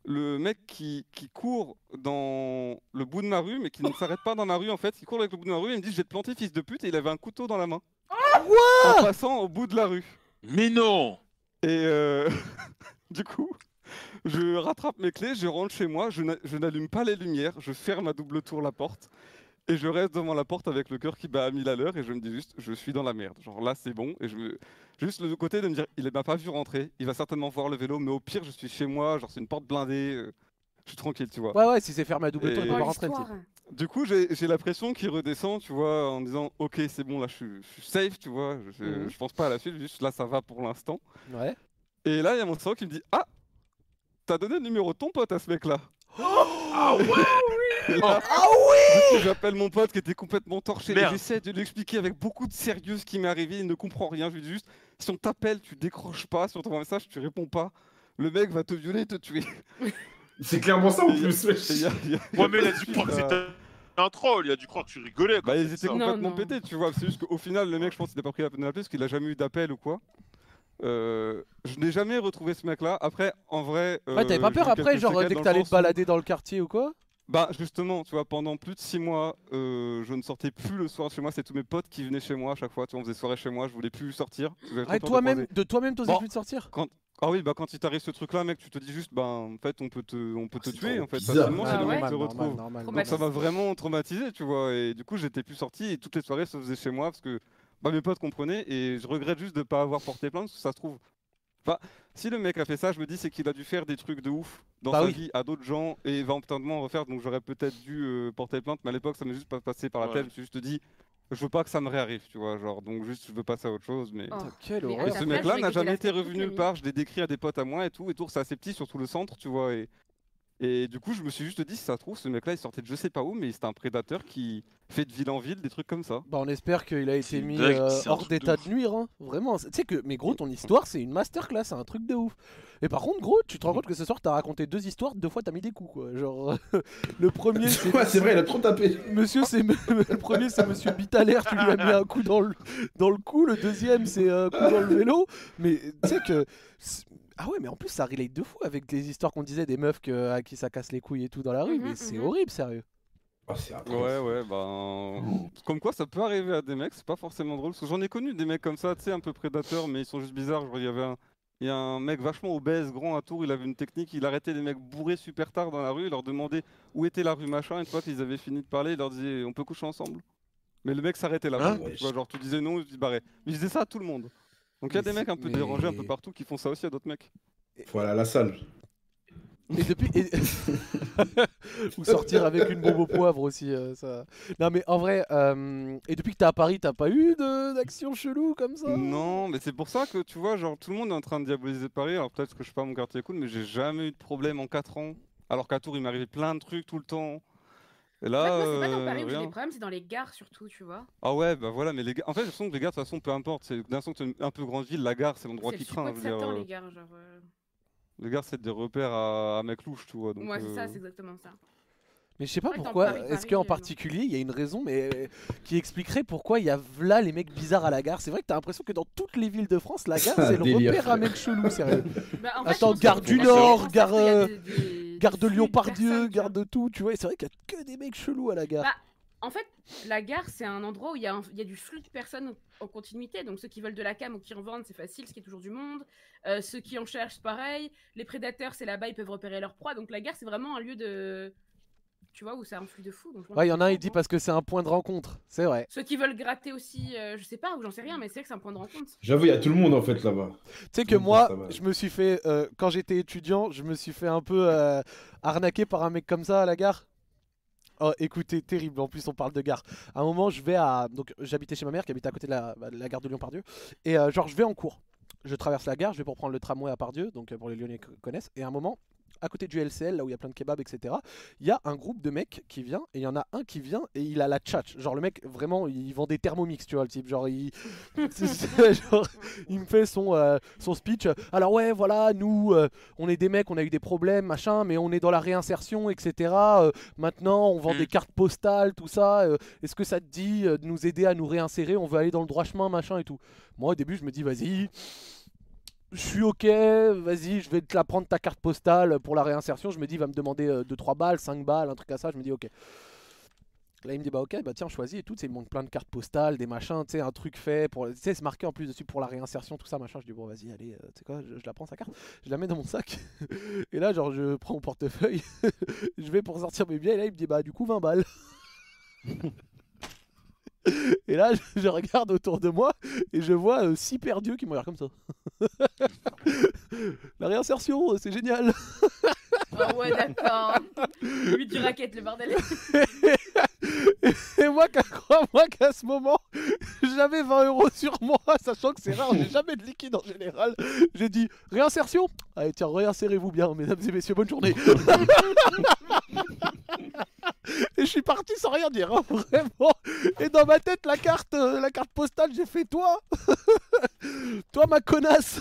[SPEAKER 5] le mec qui, qui court dans le bout de ma rue mais qui ne s'arrête pas dans ma rue en fait, qui court avec le bout de ma rue et il me dit je vais te planter fils de pute et il avait un couteau dans la main. en passant au bout de la rue.
[SPEAKER 4] Mais non
[SPEAKER 5] Et euh, du coup, Je rattrape mes clés, je rentre chez moi, je n'a- je n'allume pas les lumières, je ferme à double tour la porte et je reste devant la porte avec le cœur qui bat à 1000 à l'heure et je me dis juste, je suis dans la merde. Genre là, c'est bon. Et je me. Juste le côté de me dire, il m'a pas vu rentrer, il va certainement voir le vélo, mais au pire, je suis chez moi, genre c'est une porte blindée, euh, je suis tranquille, tu vois.
[SPEAKER 1] Ouais, ouais, si c'est fermé à double tour, il
[SPEAKER 5] Et-
[SPEAKER 1] peut pas rentrer, le type.
[SPEAKER 5] Du coup, j'ai j'ai la pression qui redescend, tu vois, en me disant, ok, c'est bon, là, je suis, je suis safe, tu vois, je,
[SPEAKER 1] Mhm.
[SPEAKER 5] je pense pas à la suite, juste là, ça va pour l'instant.
[SPEAKER 1] Ouais.
[SPEAKER 5] Et là, il y a mon cerveau qui me dit Ah T'as donné le numéro de ton pote à ce mec-là
[SPEAKER 2] Ah
[SPEAKER 4] Euh,
[SPEAKER 5] ouais
[SPEAKER 1] Ah
[SPEAKER 5] oui J'appelle mon pote qui était complètement torché et
[SPEAKER 4] Merde.
[SPEAKER 5] j'essaie de lui expliquer avec beaucoup de sérieux ce qui m'est arrivé. Il ne comprend rien. Je lui dis juste Si on t'appelle, tu décroches pas. Si on t'envoie un message, tu réponds pas. Le mec va te violer et te tuer.
[SPEAKER 2] C'est clairement ça en plus.
[SPEAKER 4] Ouais, mais il a dû croire que c'était un troll, il a dû croire que tu rigolais.
[SPEAKER 5] Bah, ils étaient
[SPEAKER 4] Non,
[SPEAKER 5] complètement
[SPEAKER 4] non.
[SPEAKER 5] pétés, tu vois. C'est juste qu'au final, le mec, je pense qu'il n'a pas pris la peine de l'appeler parce qu'il a jamais eu d'appel ou quoi. Euh, je n'ai jamais retrouvé ce mec-là. Après, en vrai.
[SPEAKER 1] Ouais, t'avais
[SPEAKER 5] euh,
[SPEAKER 1] pas peur
[SPEAKER 5] j'ai eu
[SPEAKER 1] après,
[SPEAKER 5] quelques
[SPEAKER 1] genre
[SPEAKER 5] séquelles
[SPEAKER 1] dès que
[SPEAKER 5] dans le
[SPEAKER 1] t'allais
[SPEAKER 5] sens
[SPEAKER 1] te
[SPEAKER 5] où-
[SPEAKER 1] balader dans le quartier ou quoi
[SPEAKER 5] Bah justement, tu vois, pendant plus de six mois, euh, je ne sortais plus le soir chez moi. C'est tous mes potes qui venaient chez moi à chaque fois. Tu vois, on faisait soirée chez moi, je voulais plus sortir. Je voulais tout
[SPEAKER 1] Ah,
[SPEAKER 5] le
[SPEAKER 1] et
[SPEAKER 5] temps te
[SPEAKER 1] toi-même,
[SPEAKER 5] croiser.
[SPEAKER 1] de toi-même, t'osais
[SPEAKER 5] Bon,
[SPEAKER 1] plus de sortir
[SPEAKER 5] Quand... Ah oui, bah quand il t'arrive ce truc-là, mec, tu te dis juste, bah en fait, on peut te, on peut te tuer, en fait,
[SPEAKER 1] bizarre.
[SPEAKER 5] facilement,
[SPEAKER 1] Ah
[SPEAKER 5] c'est là où
[SPEAKER 1] ouais.
[SPEAKER 5] on te
[SPEAKER 1] Normal,
[SPEAKER 5] retrouve.
[SPEAKER 1] normal, normal,
[SPEAKER 5] Donc ça m'a
[SPEAKER 1] normal.
[SPEAKER 5] vraiment traumatisé, tu vois. Et du coup, j'étais plus sorti et toutes les soirées se faisaient chez moi parce que bah, mes potes comprenaient et je regrette juste de pas avoir porté plainte parce que ça se trouve. Enfin, si le mec a fait ça, je me dis c'est qu'il a dû faire des trucs de ouf dans
[SPEAKER 1] Bah
[SPEAKER 5] sa
[SPEAKER 1] oui.
[SPEAKER 5] vie à d'autres gens et il va obtentement en refaire. Donc j'aurais peut-être dû euh, porter plainte, mais à l'époque ça m'est juste pas passé par la
[SPEAKER 1] Ouais.
[SPEAKER 5] tête. Je me suis juste dit, je veux pas que ça me réarrive, tu vois. Genre donc juste je veux passer à autre chose. Mais
[SPEAKER 1] Oh,
[SPEAKER 5] Mais
[SPEAKER 1] quelle horreur.
[SPEAKER 5] ce mec-là n'a jamais été
[SPEAKER 1] toute
[SPEAKER 5] revenu
[SPEAKER 1] la
[SPEAKER 5] nulle part. Je l'ai décrit à des potes à moi et tout. Et Tours c'est assez petit, surtout le centre, tu vois. Et et du coup, je me suis juste dit, si ça se trouve, ce mec-là, il sortait de je sais pas où, mais c'était un prédateur qui fait de ville en ville des trucs comme ça.
[SPEAKER 1] Bah on espère qu'il a été mis
[SPEAKER 5] dingue,
[SPEAKER 1] euh,
[SPEAKER 5] c'est un
[SPEAKER 1] hors
[SPEAKER 5] truc de
[SPEAKER 1] d'état
[SPEAKER 5] ouf.
[SPEAKER 1] de nuire, hein. vraiment. c'est- Tu sais que, mais gros, ton histoire, c'est une masterclass, c'est un truc de ouf. Et par contre, gros, tu te rends compte que ce soir, t'as raconté deux histoires, deux fois, t'as mis des coups, quoi. Genre, le premier, c'est...
[SPEAKER 2] Ouais, c'est vrai, il a trop tapé.
[SPEAKER 1] Monsieur, c'est... le premier, c'est Monsieur Bitaler, tu lui as mis un coup dans le, dans le cou, le deuxième, c'est un coup dans le vélo. Mais tu sais que... c'est- Ah ouais, mais en plus, ça relate deux fois avec des histoires qu'on disait des meufs que- à qui ça casse les couilles et tout dans la rue, mais c'est horrible, sérieux.
[SPEAKER 5] Ouais, ouais, ben. Comme quoi, ça peut arriver à des mecs, c'est pas forcément drôle. Parce que j'en ai connu des mecs comme ça, tu sais, un peu prédateurs, mais ils sont juste bizarres. Genre, il y avait un. Il y a un mec vachement obèse, grand à tour, il avait une technique, il arrêtait les mecs bourrés super tard dans la rue, il leur demandait où était la rue machin, et une fois qu'ils avaient fini de parler, il leur disait on peut coucher ensemble. Mais le mec s'arrêtait là.
[SPEAKER 1] Hein
[SPEAKER 5] tu vois, genre tu disais non, il se barrait. Mais il faisait ça à tout le monde. Donc il y a
[SPEAKER 1] Mais
[SPEAKER 5] des mecs un peu
[SPEAKER 1] mais-
[SPEAKER 5] dérangés un peu partout qui font ça aussi à d'autres mecs.
[SPEAKER 2] Voilà la salle.
[SPEAKER 1] Et depuis. et- Ou sortir avec une bombe au poivre aussi. euh, ça... Non, mais en vrai, euh, et depuis que t'es à Paris, t'as pas eu de- d'action chelou comme ça
[SPEAKER 5] Non, mais c'est pour ça que tu vois, genre tout le monde est en train de diaboliser Paris. Alors peut-être que je sais pas, mon quartier est cool, mais j'ai jamais eu de problème en 4 ans. Alors qu'à Tours, il m'arrivait plein de trucs tout le temps. Et là,
[SPEAKER 3] Moi, c'est pas dans
[SPEAKER 5] euh,
[SPEAKER 3] Paris où j'ai
[SPEAKER 5] rien.
[SPEAKER 3] des problèmes, c'est dans les gares surtout, tu vois.
[SPEAKER 5] Ah ouais, bah voilà, mais les gars, en fait, j'ai l'impression que les gars, de toute façon, peu importe. C'est d'un sens un peu grande ville, la gare, c'est l'endroit
[SPEAKER 3] C'est
[SPEAKER 5] qui
[SPEAKER 3] le
[SPEAKER 5] craint.
[SPEAKER 3] suppôt
[SPEAKER 5] Je
[SPEAKER 3] de
[SPEAKER 5] veux dire,
[SPEAKER 3] Satan, les
[SPEAKER 5] euh,
[SPEAKER 3] gares. Genre, euh.
[SPEAKER 5] les gars, c'est des repères à, à mec louche, tu vois. Donc,
[SPEAKER 3] Moi, c'est ça,
[SPEAKER 5] euh,
[SPEAKER 3] c'est exactement ça.
[SPEAKER 1] Mais je sais pas
[SPEAKER 3] Ouais, dans
[SPEAKER 1] pourquoi.
[SPEAKER 3] Paris,
[SPEAKER 1] Est-ce
[SPEAKER 3] Paris,
[SPEAKER 1] qu'en
[SPEAKER 3] euh,
[SPEAKER 1] particulier, il y a une raison mais euh, qui expliquerait pourquoi il y a là les mecs bizarres à la gare C'est vrai que t'as l'impression que dans toutes les villes de France, la gare,
[SPEAKER 2] un
[SPEAKER 1] c'est le
[SPEAKER 2] délire,
[SPEAKER 1] repère à
[SPEAKER 2] frère.
[SPEAKER 1] mecs chelous, sérieux.
[SPEAKER 3] Bah, en fait, je
[SPEAKER 1] Attends,
[SPEAKER 3] pense que
[SPEAKER 1] gare
[SPEAKER 3] c'est parce qu'il
[SPEAKER 1] du
[SPEAKER 3] y a
[SPEAKER 1] Nord,
[SPEAKER 3] des-
[SPEAKER 1] gare,
[SPEAKER 3] parce qu'il y a
[SPEAKER 1] euh,
[SPEAKER 3] des- des-
[SPEAKER 1] gare de
[SPEAKER 3] flux de
[SPEAKER 1] Lyon-Pardieu, gare de tout, tu vois. Et c'est vrai qu'il y a que des mecs chelous à la gare.
[SPEAKER 3] Bah, en fait, la gare, c'est un endroit où il y, a un- il y a du flux de personnes en continuité. Donc, ceux qui veulent de la cam ou qui en vendent, c'est facile, ce qui est toujours du monde. Euh, ceux qui en cherchent, pareil. Les prédateurs, c'est là-bas, ils peuvent repérer leur proie. Donc, la gare, c'est vraiment un lieu de. Tu vois, où ça a un flux de fou. Donc, je pense
[SPEAKER 1] Ouais, il y
[SPEAKER 3] que-
[SPEAKER 1] en a un, il dit parce que c'est un point de rencontre. C'est vrai.
[SPEAKER 3] Ceux qui veulent gratter aussi, euh, je sais pas, ou j'en sais rien, mais c'est vrai que c'est un point de rencontre.
[SPEAKER 2] J'avoue, il y a tout le monde en fait là-bas.
[SPEAKER 1] Tu sais que moi, je me suis fait, euh, quand j'étais étudiant, je me suis fait un peu euh, arnaquer par un mec comme ça à la gare. Oh, écoutez, terrible. En plus, on parle de gare. À un moment, je vais à. Donc, j'habitais chez ma mère qui habitait à côté de la, bah, de la gare de Lyon-Pardieu. Et euh, genre, je vais en cours. Je traverse la gare, je vais pour prendre le tramway à Pardieu, donc euh, pour les Lyonnais qui connaissent. Et à un moment, à côté du LCL, là où il y a plein de kebabs, etc., il y a un groupe de mecs qui vient, et il y en a un qui vient, et il a la tchatch. Genre, le mec, vraiment, il vend des thermomix, tu vois, le type. Genre, il, c'est- c'est- genre, il me fait son, euh, son speech. Alors, ouais, voilà, nous, euh, on est des mecs, on a eu des problèmes, machin, mais on est dans la réinsertion, etc. Euh, maintenant, on vend des cartes postales, tout ça. Euh, Est-ce que ça te dit euh, de nous aider à nous réinsérer On veut aller dans le droit chemin, machin et tout. Moi, au début, je me dis, vas-y, je suis ok, vas-y, je vais te la prendre ta carte euh, postale pour la réinsertion. Je me dis, il va me demander 2-3 balles, 5 balles, un truc à ça. Je me dis, ok. Là, il me dit, bah ok, bah tiens, choisis et tout. Tu sais, Il me montre plein de cartes postales, des machins, tu sais, un truc fait. Pour... Tu sais, c'est marqué en plus dessus pour la réinsertion, tout ça, machin. Je dis, bon, vas-y, allez, euh, tu sais quoi, je, je la prends sa carte, je la mets dans mon sac. Et là, genre, je prends mon portefeuille, je vais pour sortir mes billets. Et là, il me dit, bah du coup, 20 balles. Et là, je, je regarde autour de moi et je vois euh, six perdus qui me regardent comme ça. la réinsertion, euh, c'est génial.
[SPEAKER 3] Oh ouais, d'accord. Lui du racket, le bordel.
[SPEAKER 1] et moi, qu'à- crois-moi qu'à ce moment, j'avais 20 euros sur moi, sachant que c'est rare, j'ai jamais de liquide en général. J'ai dit réinsertion. Allez, tiens, réinsérez-vous bien, mesdames et messieurs, bonne journée. Et je suis parti sans rien dire, hein, vraiment. Et dans ma tête, la carte, euh, la carte postale, j'ai fait toi, toi ma connasse.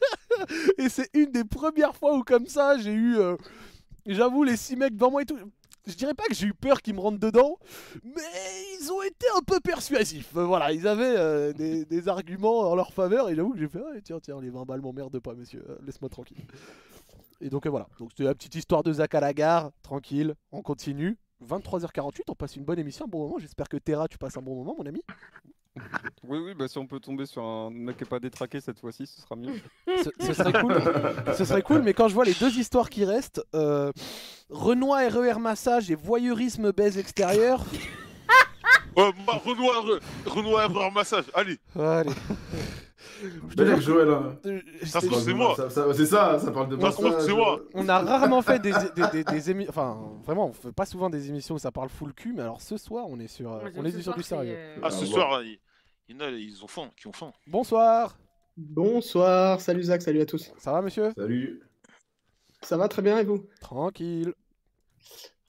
[SPEAKER 1] et c'est une des premières fois où comme ça, j'ai eu, euh, j'avoue, les six mecs devant moi et tout. Je dirais pas que j'ai eu peur qu'ils me rentrent dedans, mais ils ont été un peu persuasifs. Euh, Voilà, ils avaient euh, des, des arguments en leur faveur et j'avoue que j'ai fait, Ah, tiens, tiens, les 20 balles m'emmerdent pas, monsieur, Euh, laisse-moi tranquille. Et donc euh, voilà, donc c'était la petite histoire de Zach à la gare, tranquille, on continue. 23h48, on passe une bonne émission, un bon moment. J'espère que Terra, tu passes un bon moment, mon ami.
[SPEAKER 5] Oui, oui, bah si on peut tomber sur un mec qui n'est pas détraqué cette fois-ci, ce sera mieux.
[SPEAKER 1] Ce, ce serait cool. ce serait cool, mais quand je vois les deux histoires qui restent, euh, Renoir RER massage et voyeurisme baise extérieure.
[SPEAKER 4] Euh, bah, Renoir, euh, Renoir, Renoir massage, allez.
[SPEAKER 1] Allez.
[SPEAKER 2] Ben avec Joël, hein.
[SPEAKER 1] euh,
[SPEAKER 4] Ça se trouve, c'est moi.
[SPEAKER 2] Ça- ça- c'est ça, ça parle de
[SPEAKER 4] Ça se trouve,
[SPEAKER 2] massage.
[SPEAKER 4] c'est moi.
[SPEAKER 1] On a rarement fait des, des, émissions. Enfin, vraiment, on fait pas souvent des émissions où ça parle full cul, mais alors ce soir, on est sur, euh,
[SPEAKER 4] Ouais,
[SPEAKER 1] on
[SPEAKER 4] donc
[SPEAKER 1] est
[SPEAKER 4] ce
[SPEAKER 1] sur du
[SPEAKER 4] soir, c'est,
[SPEAKER 1] sérieux.
[SPEAKER 4] euh, Ah, ce soir, euh, il il y en a, ils ont faim, qui ont faim.
[SPEAKER 1] Bonsoir.
[SPEAKER 8] Bonsoir, salut Zach, salut à tous.
[SPEAKER 1] Ça va monsieur
[SPEAKER 2] Salut.
[SPEAKER 8] Ça va très bien et vous
[SPEAKER 1] Tranquille.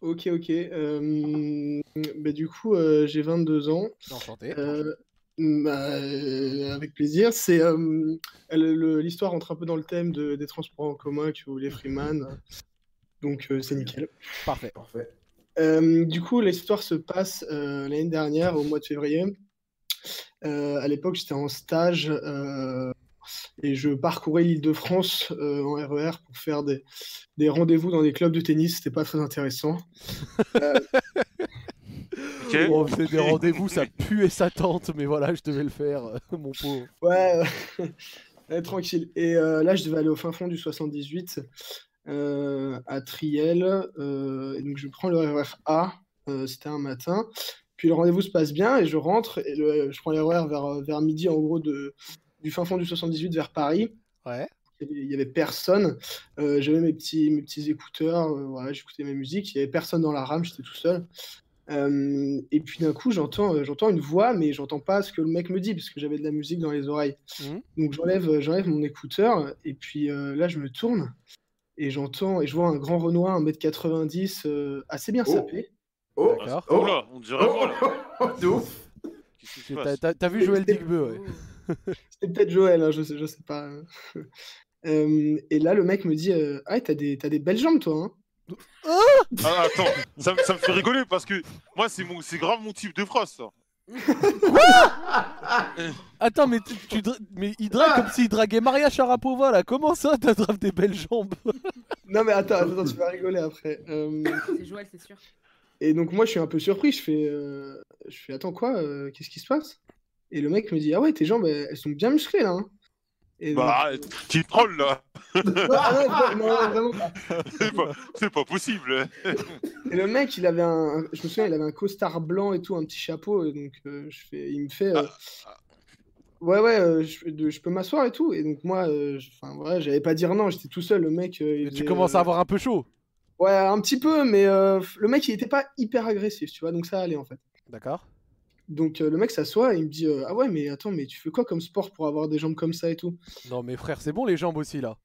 [SPEAKER 8] Ok, ok. euh, bah, du coup, euh, j'ai 22 ans.
[SPEAKER 1] Enchanté.
[SPEAKER 8] Euh, bah, euh, avec plaisir. C'est euh, le- le- l'histoire rentre un peu dans le thème de- des transports en commun que vous voulez, Freeman. Donc euh, c'est nickel.
[SPEAKER 1] Parfait.
[SPEAKER 2] Parfait.
[SPEAKER 8] Euh, du coup, l'histoire se passe euh, l'année dernière, au mois de février. Euh, à l'époque, j'étais en stage euh, et je parcourais l'Île-de-France euh, en RER pour faire des, des rendez-vous dans des clubs de tennis. C'était pas très intéressant.
[SPEAKER 1] Oh, On faisait des rendez-vous, ça pue et ça tente, mais voilà, je devais le faire, euh, mon pauvre.
[SPEAKER 8] Ouais, ouais, tranquille. Et euh, là, je devais aller au fin fond du 78 euh, à Triel. euh, et donc, je prends le RER A. euh, c'était un matin. Puis le rendez-vous se passe bien et je rentre. Et le- je prends le RER vers, vers midi, en gros, de, du fin fond du 78 vers Paris.
[SPEAKER 1] Ouais.
[SPEAKER 8] Il y avait- il y avait personne. Euh, j'avais mes petits, mes petits écouteurs. euh, voilà, j'écoutais ma musique. Il y avait personne dans la rame. J'étais tout seul. Euh, et puis d'un coup, j'entends, euh, j'entends une voix, mais j'entends pas ce que le mec me dit parce que j'avais de la musique dans les oreilles.
[SPEAKER 1] Hmm
[SPEAKER 8] Donc j'enlève, euh, j'enlève mon écouteur et puis euh, là, je me tourne et j'entends et je vois un grand Renoir, 1m90, euh, assez bien sapé.
[SPEAKER 2] Oh,
[SPEAKER 1] D'accord.
[SPEAKER 4] oh là, on dirait moi là.
[SPEAKER 2] De ouf.
[SPEAKER 1] T'as- T'as t'as vu Joël Digbeu, ouais.
[SPEAKER 8] C'était peut-être Joël, hein, je sais, je sais pas. Euh, et là, le mec me dit euh, Ah, t'as des, t'as des belles jambes, toi. hein.
[SPEAKER 1] Oh
[SPEAKER 4] Ah, attends, ça, me- ça me fait rigoler parce que moi, c'est mon- c'est grave mon type de phrase, ça.
[SPEAKER 1] Attends, mais, tu, tu dra- mais il drague
[SPEAKER 2] Ah
[SPEAKER 1] comme s'il draguait Maria Sharapova là. Comment ça, t'as drape des belles jambes
[SPEAKER 8] Non, mais attends, attends, tu vas rigoler après. Euh,
[SPEAKER 3] C'est Joël, c'est sûr.
[SPEAKER 8] Et donc moi je suis un peu surpris, je fais, euh, je fais attends quoi, euh, qu'est-ce qui se passe? Et le mec me dit ah ouais tes jambes elles elles sont bien musclées là. hein. Et donc-
[SPEAKER 4] Bah, arrête, tu te trolles là.
[SPEAKER 8] Ah, non, non, vraiment pas.
[SPEAKER 4] C'est pas- c'est pas possible.
[SPEAKER 8] Et le mec il avait un, je me souviens il avait un costard blanc et tout, un petit chapeau, et donc euh, je fais, il me fait euh, ouais ouais euh, je, de- je peux m'asseoir et tout, et donc moi, euh, je- enfin voilà j'allais pas dire non, j'étais tout seul, le mec. euh, il
[SPEAKER 1] Tu
[SPEAKER 8] faisait,
[SPEAKER 1] commences
[SPEAKER 8] euh,
[SPEAKER 1] à avoir un peu chaud.
[SPEAKER 8] Ouais un petit peu, mais euh, le mec il était pas hyper agressif, tu vois, donc ça allait en fait.
[SPEAKER 1] D'accord.
[SPEAKER 8] Donc euh, le mec s'assoit et il me dit euh, Ah ouais, mais attends, mais tu fais quoi comme sport pour avoir des jambes comme ça et tout
[SPEAKER 1] Non, mais frère, c'est bon les jambes aussi là.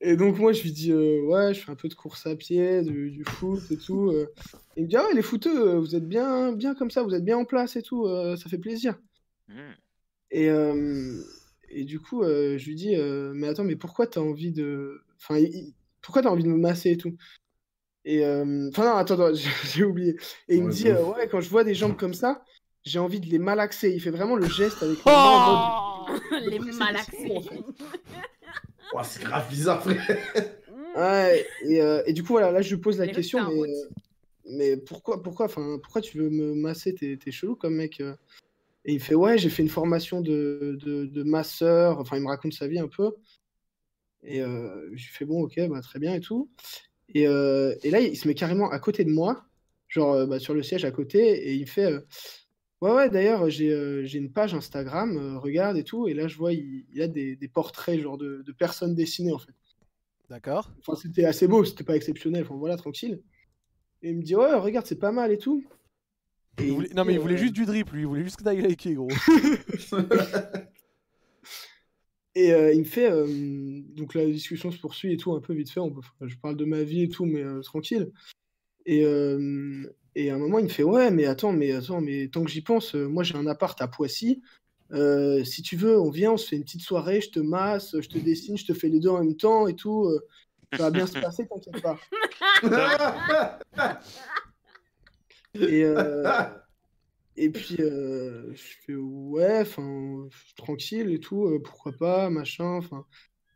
[SPEAKER 8] Et donc moi je lui dis euh, Ouais, je fais un peu de course à pied, du, du foot et tout. euh. Il me dit Ah ouais, les footeux, euh, vous êtes bien, bien comme ça, vous êtes bien en place et tout, euh, ça fait plaisir. Et, euh, et du coup, euh, je lui dis euh, Mais attends, mais pourquoi t'as envie de. Enfin, il- il- pourquoi t'as envie de me masser et tout Et. euh, Enfin, non, attends, attends, j'ai j'ai oublié. Et il me
[SPEAKER 2] Ouais,
[SPEAKER 8] dit
[SPEAKER 2] de
[SPEAKER 8] euh,
[SPEAKER 2] ouf.
[SPEAKER 8] Ouais, quand je vois des jambes comme ça, j'ai envie de les malaxer. Il fait vraiment le geste avec les mains en mode-
[SPEAKER 3] Oh Les malaxés.
[SPEAKER 2] Oh, c'est grave bizarre, frère.
[SPEAKER 8] Ouais, et, euh, et du coup, voilà, là, je lui pose la
[SPEAKER 3] Les
[SPEAKER 8] question,
[SPEAKER 3] reptiles en
[SPEAKER 8] mais, mais pourquoi, pourquoi, enfin, pourquoi tu veux me masser T'es t'es chelou comme mec. euh. Et il fait ouais, j'ai fait une formation de, de, de masseur. Enfin, il me raconte sa vie un peu. Et euh, je lui fais bon, ok, bah, très bien et tout. Et, euh, et là, il se met carrément à côté de moi, genre euh, bah, sur le siège à côté, et il fait euh, ouais, ouais, d'ailleurs, j'ai euh, j'ai une page Instagram, euh, regarde et tout. Et là, je vois, il, il a des, des portraits genre de, de personnes dessinées en fait.
[SPEAKER 1] D'accord.
[SPEAKER 8] Enfin, c'était assez beau, c'était pas exceptionnel. Enfin, voilà, tranquille. Et il me dit ouais, regarde, c'est pas mal et tout.
[SPEAKER 1] Il voulait- Non, mais il voulait juste du drip, lui. Il voulait juste que t'ailles liker, gros.
[SPEAKER 8] Et euh, il me fait. euh, donc la discussion se poursuit et tout, un peu vite fait. On peut, enfin, je parle de ma vie et tout, mais euh, tranquille. Et, euh, et à un moment, il me fait Ouais, mais attends, mais attends, mais tant que j'y pense, euh, moi j'ai un appart à Poissy. Euh, si tu veux, on vient, on se fait une petite soirée, je te masse, je te dessine, je te fais les deux en même temps et tout. euh, ça va bien se passer, t'inquiète pas. Et, euh, et puis, euh, je fais ouais, enfin, tranquille et tout, euh, pourquoi pas, machin, enfin.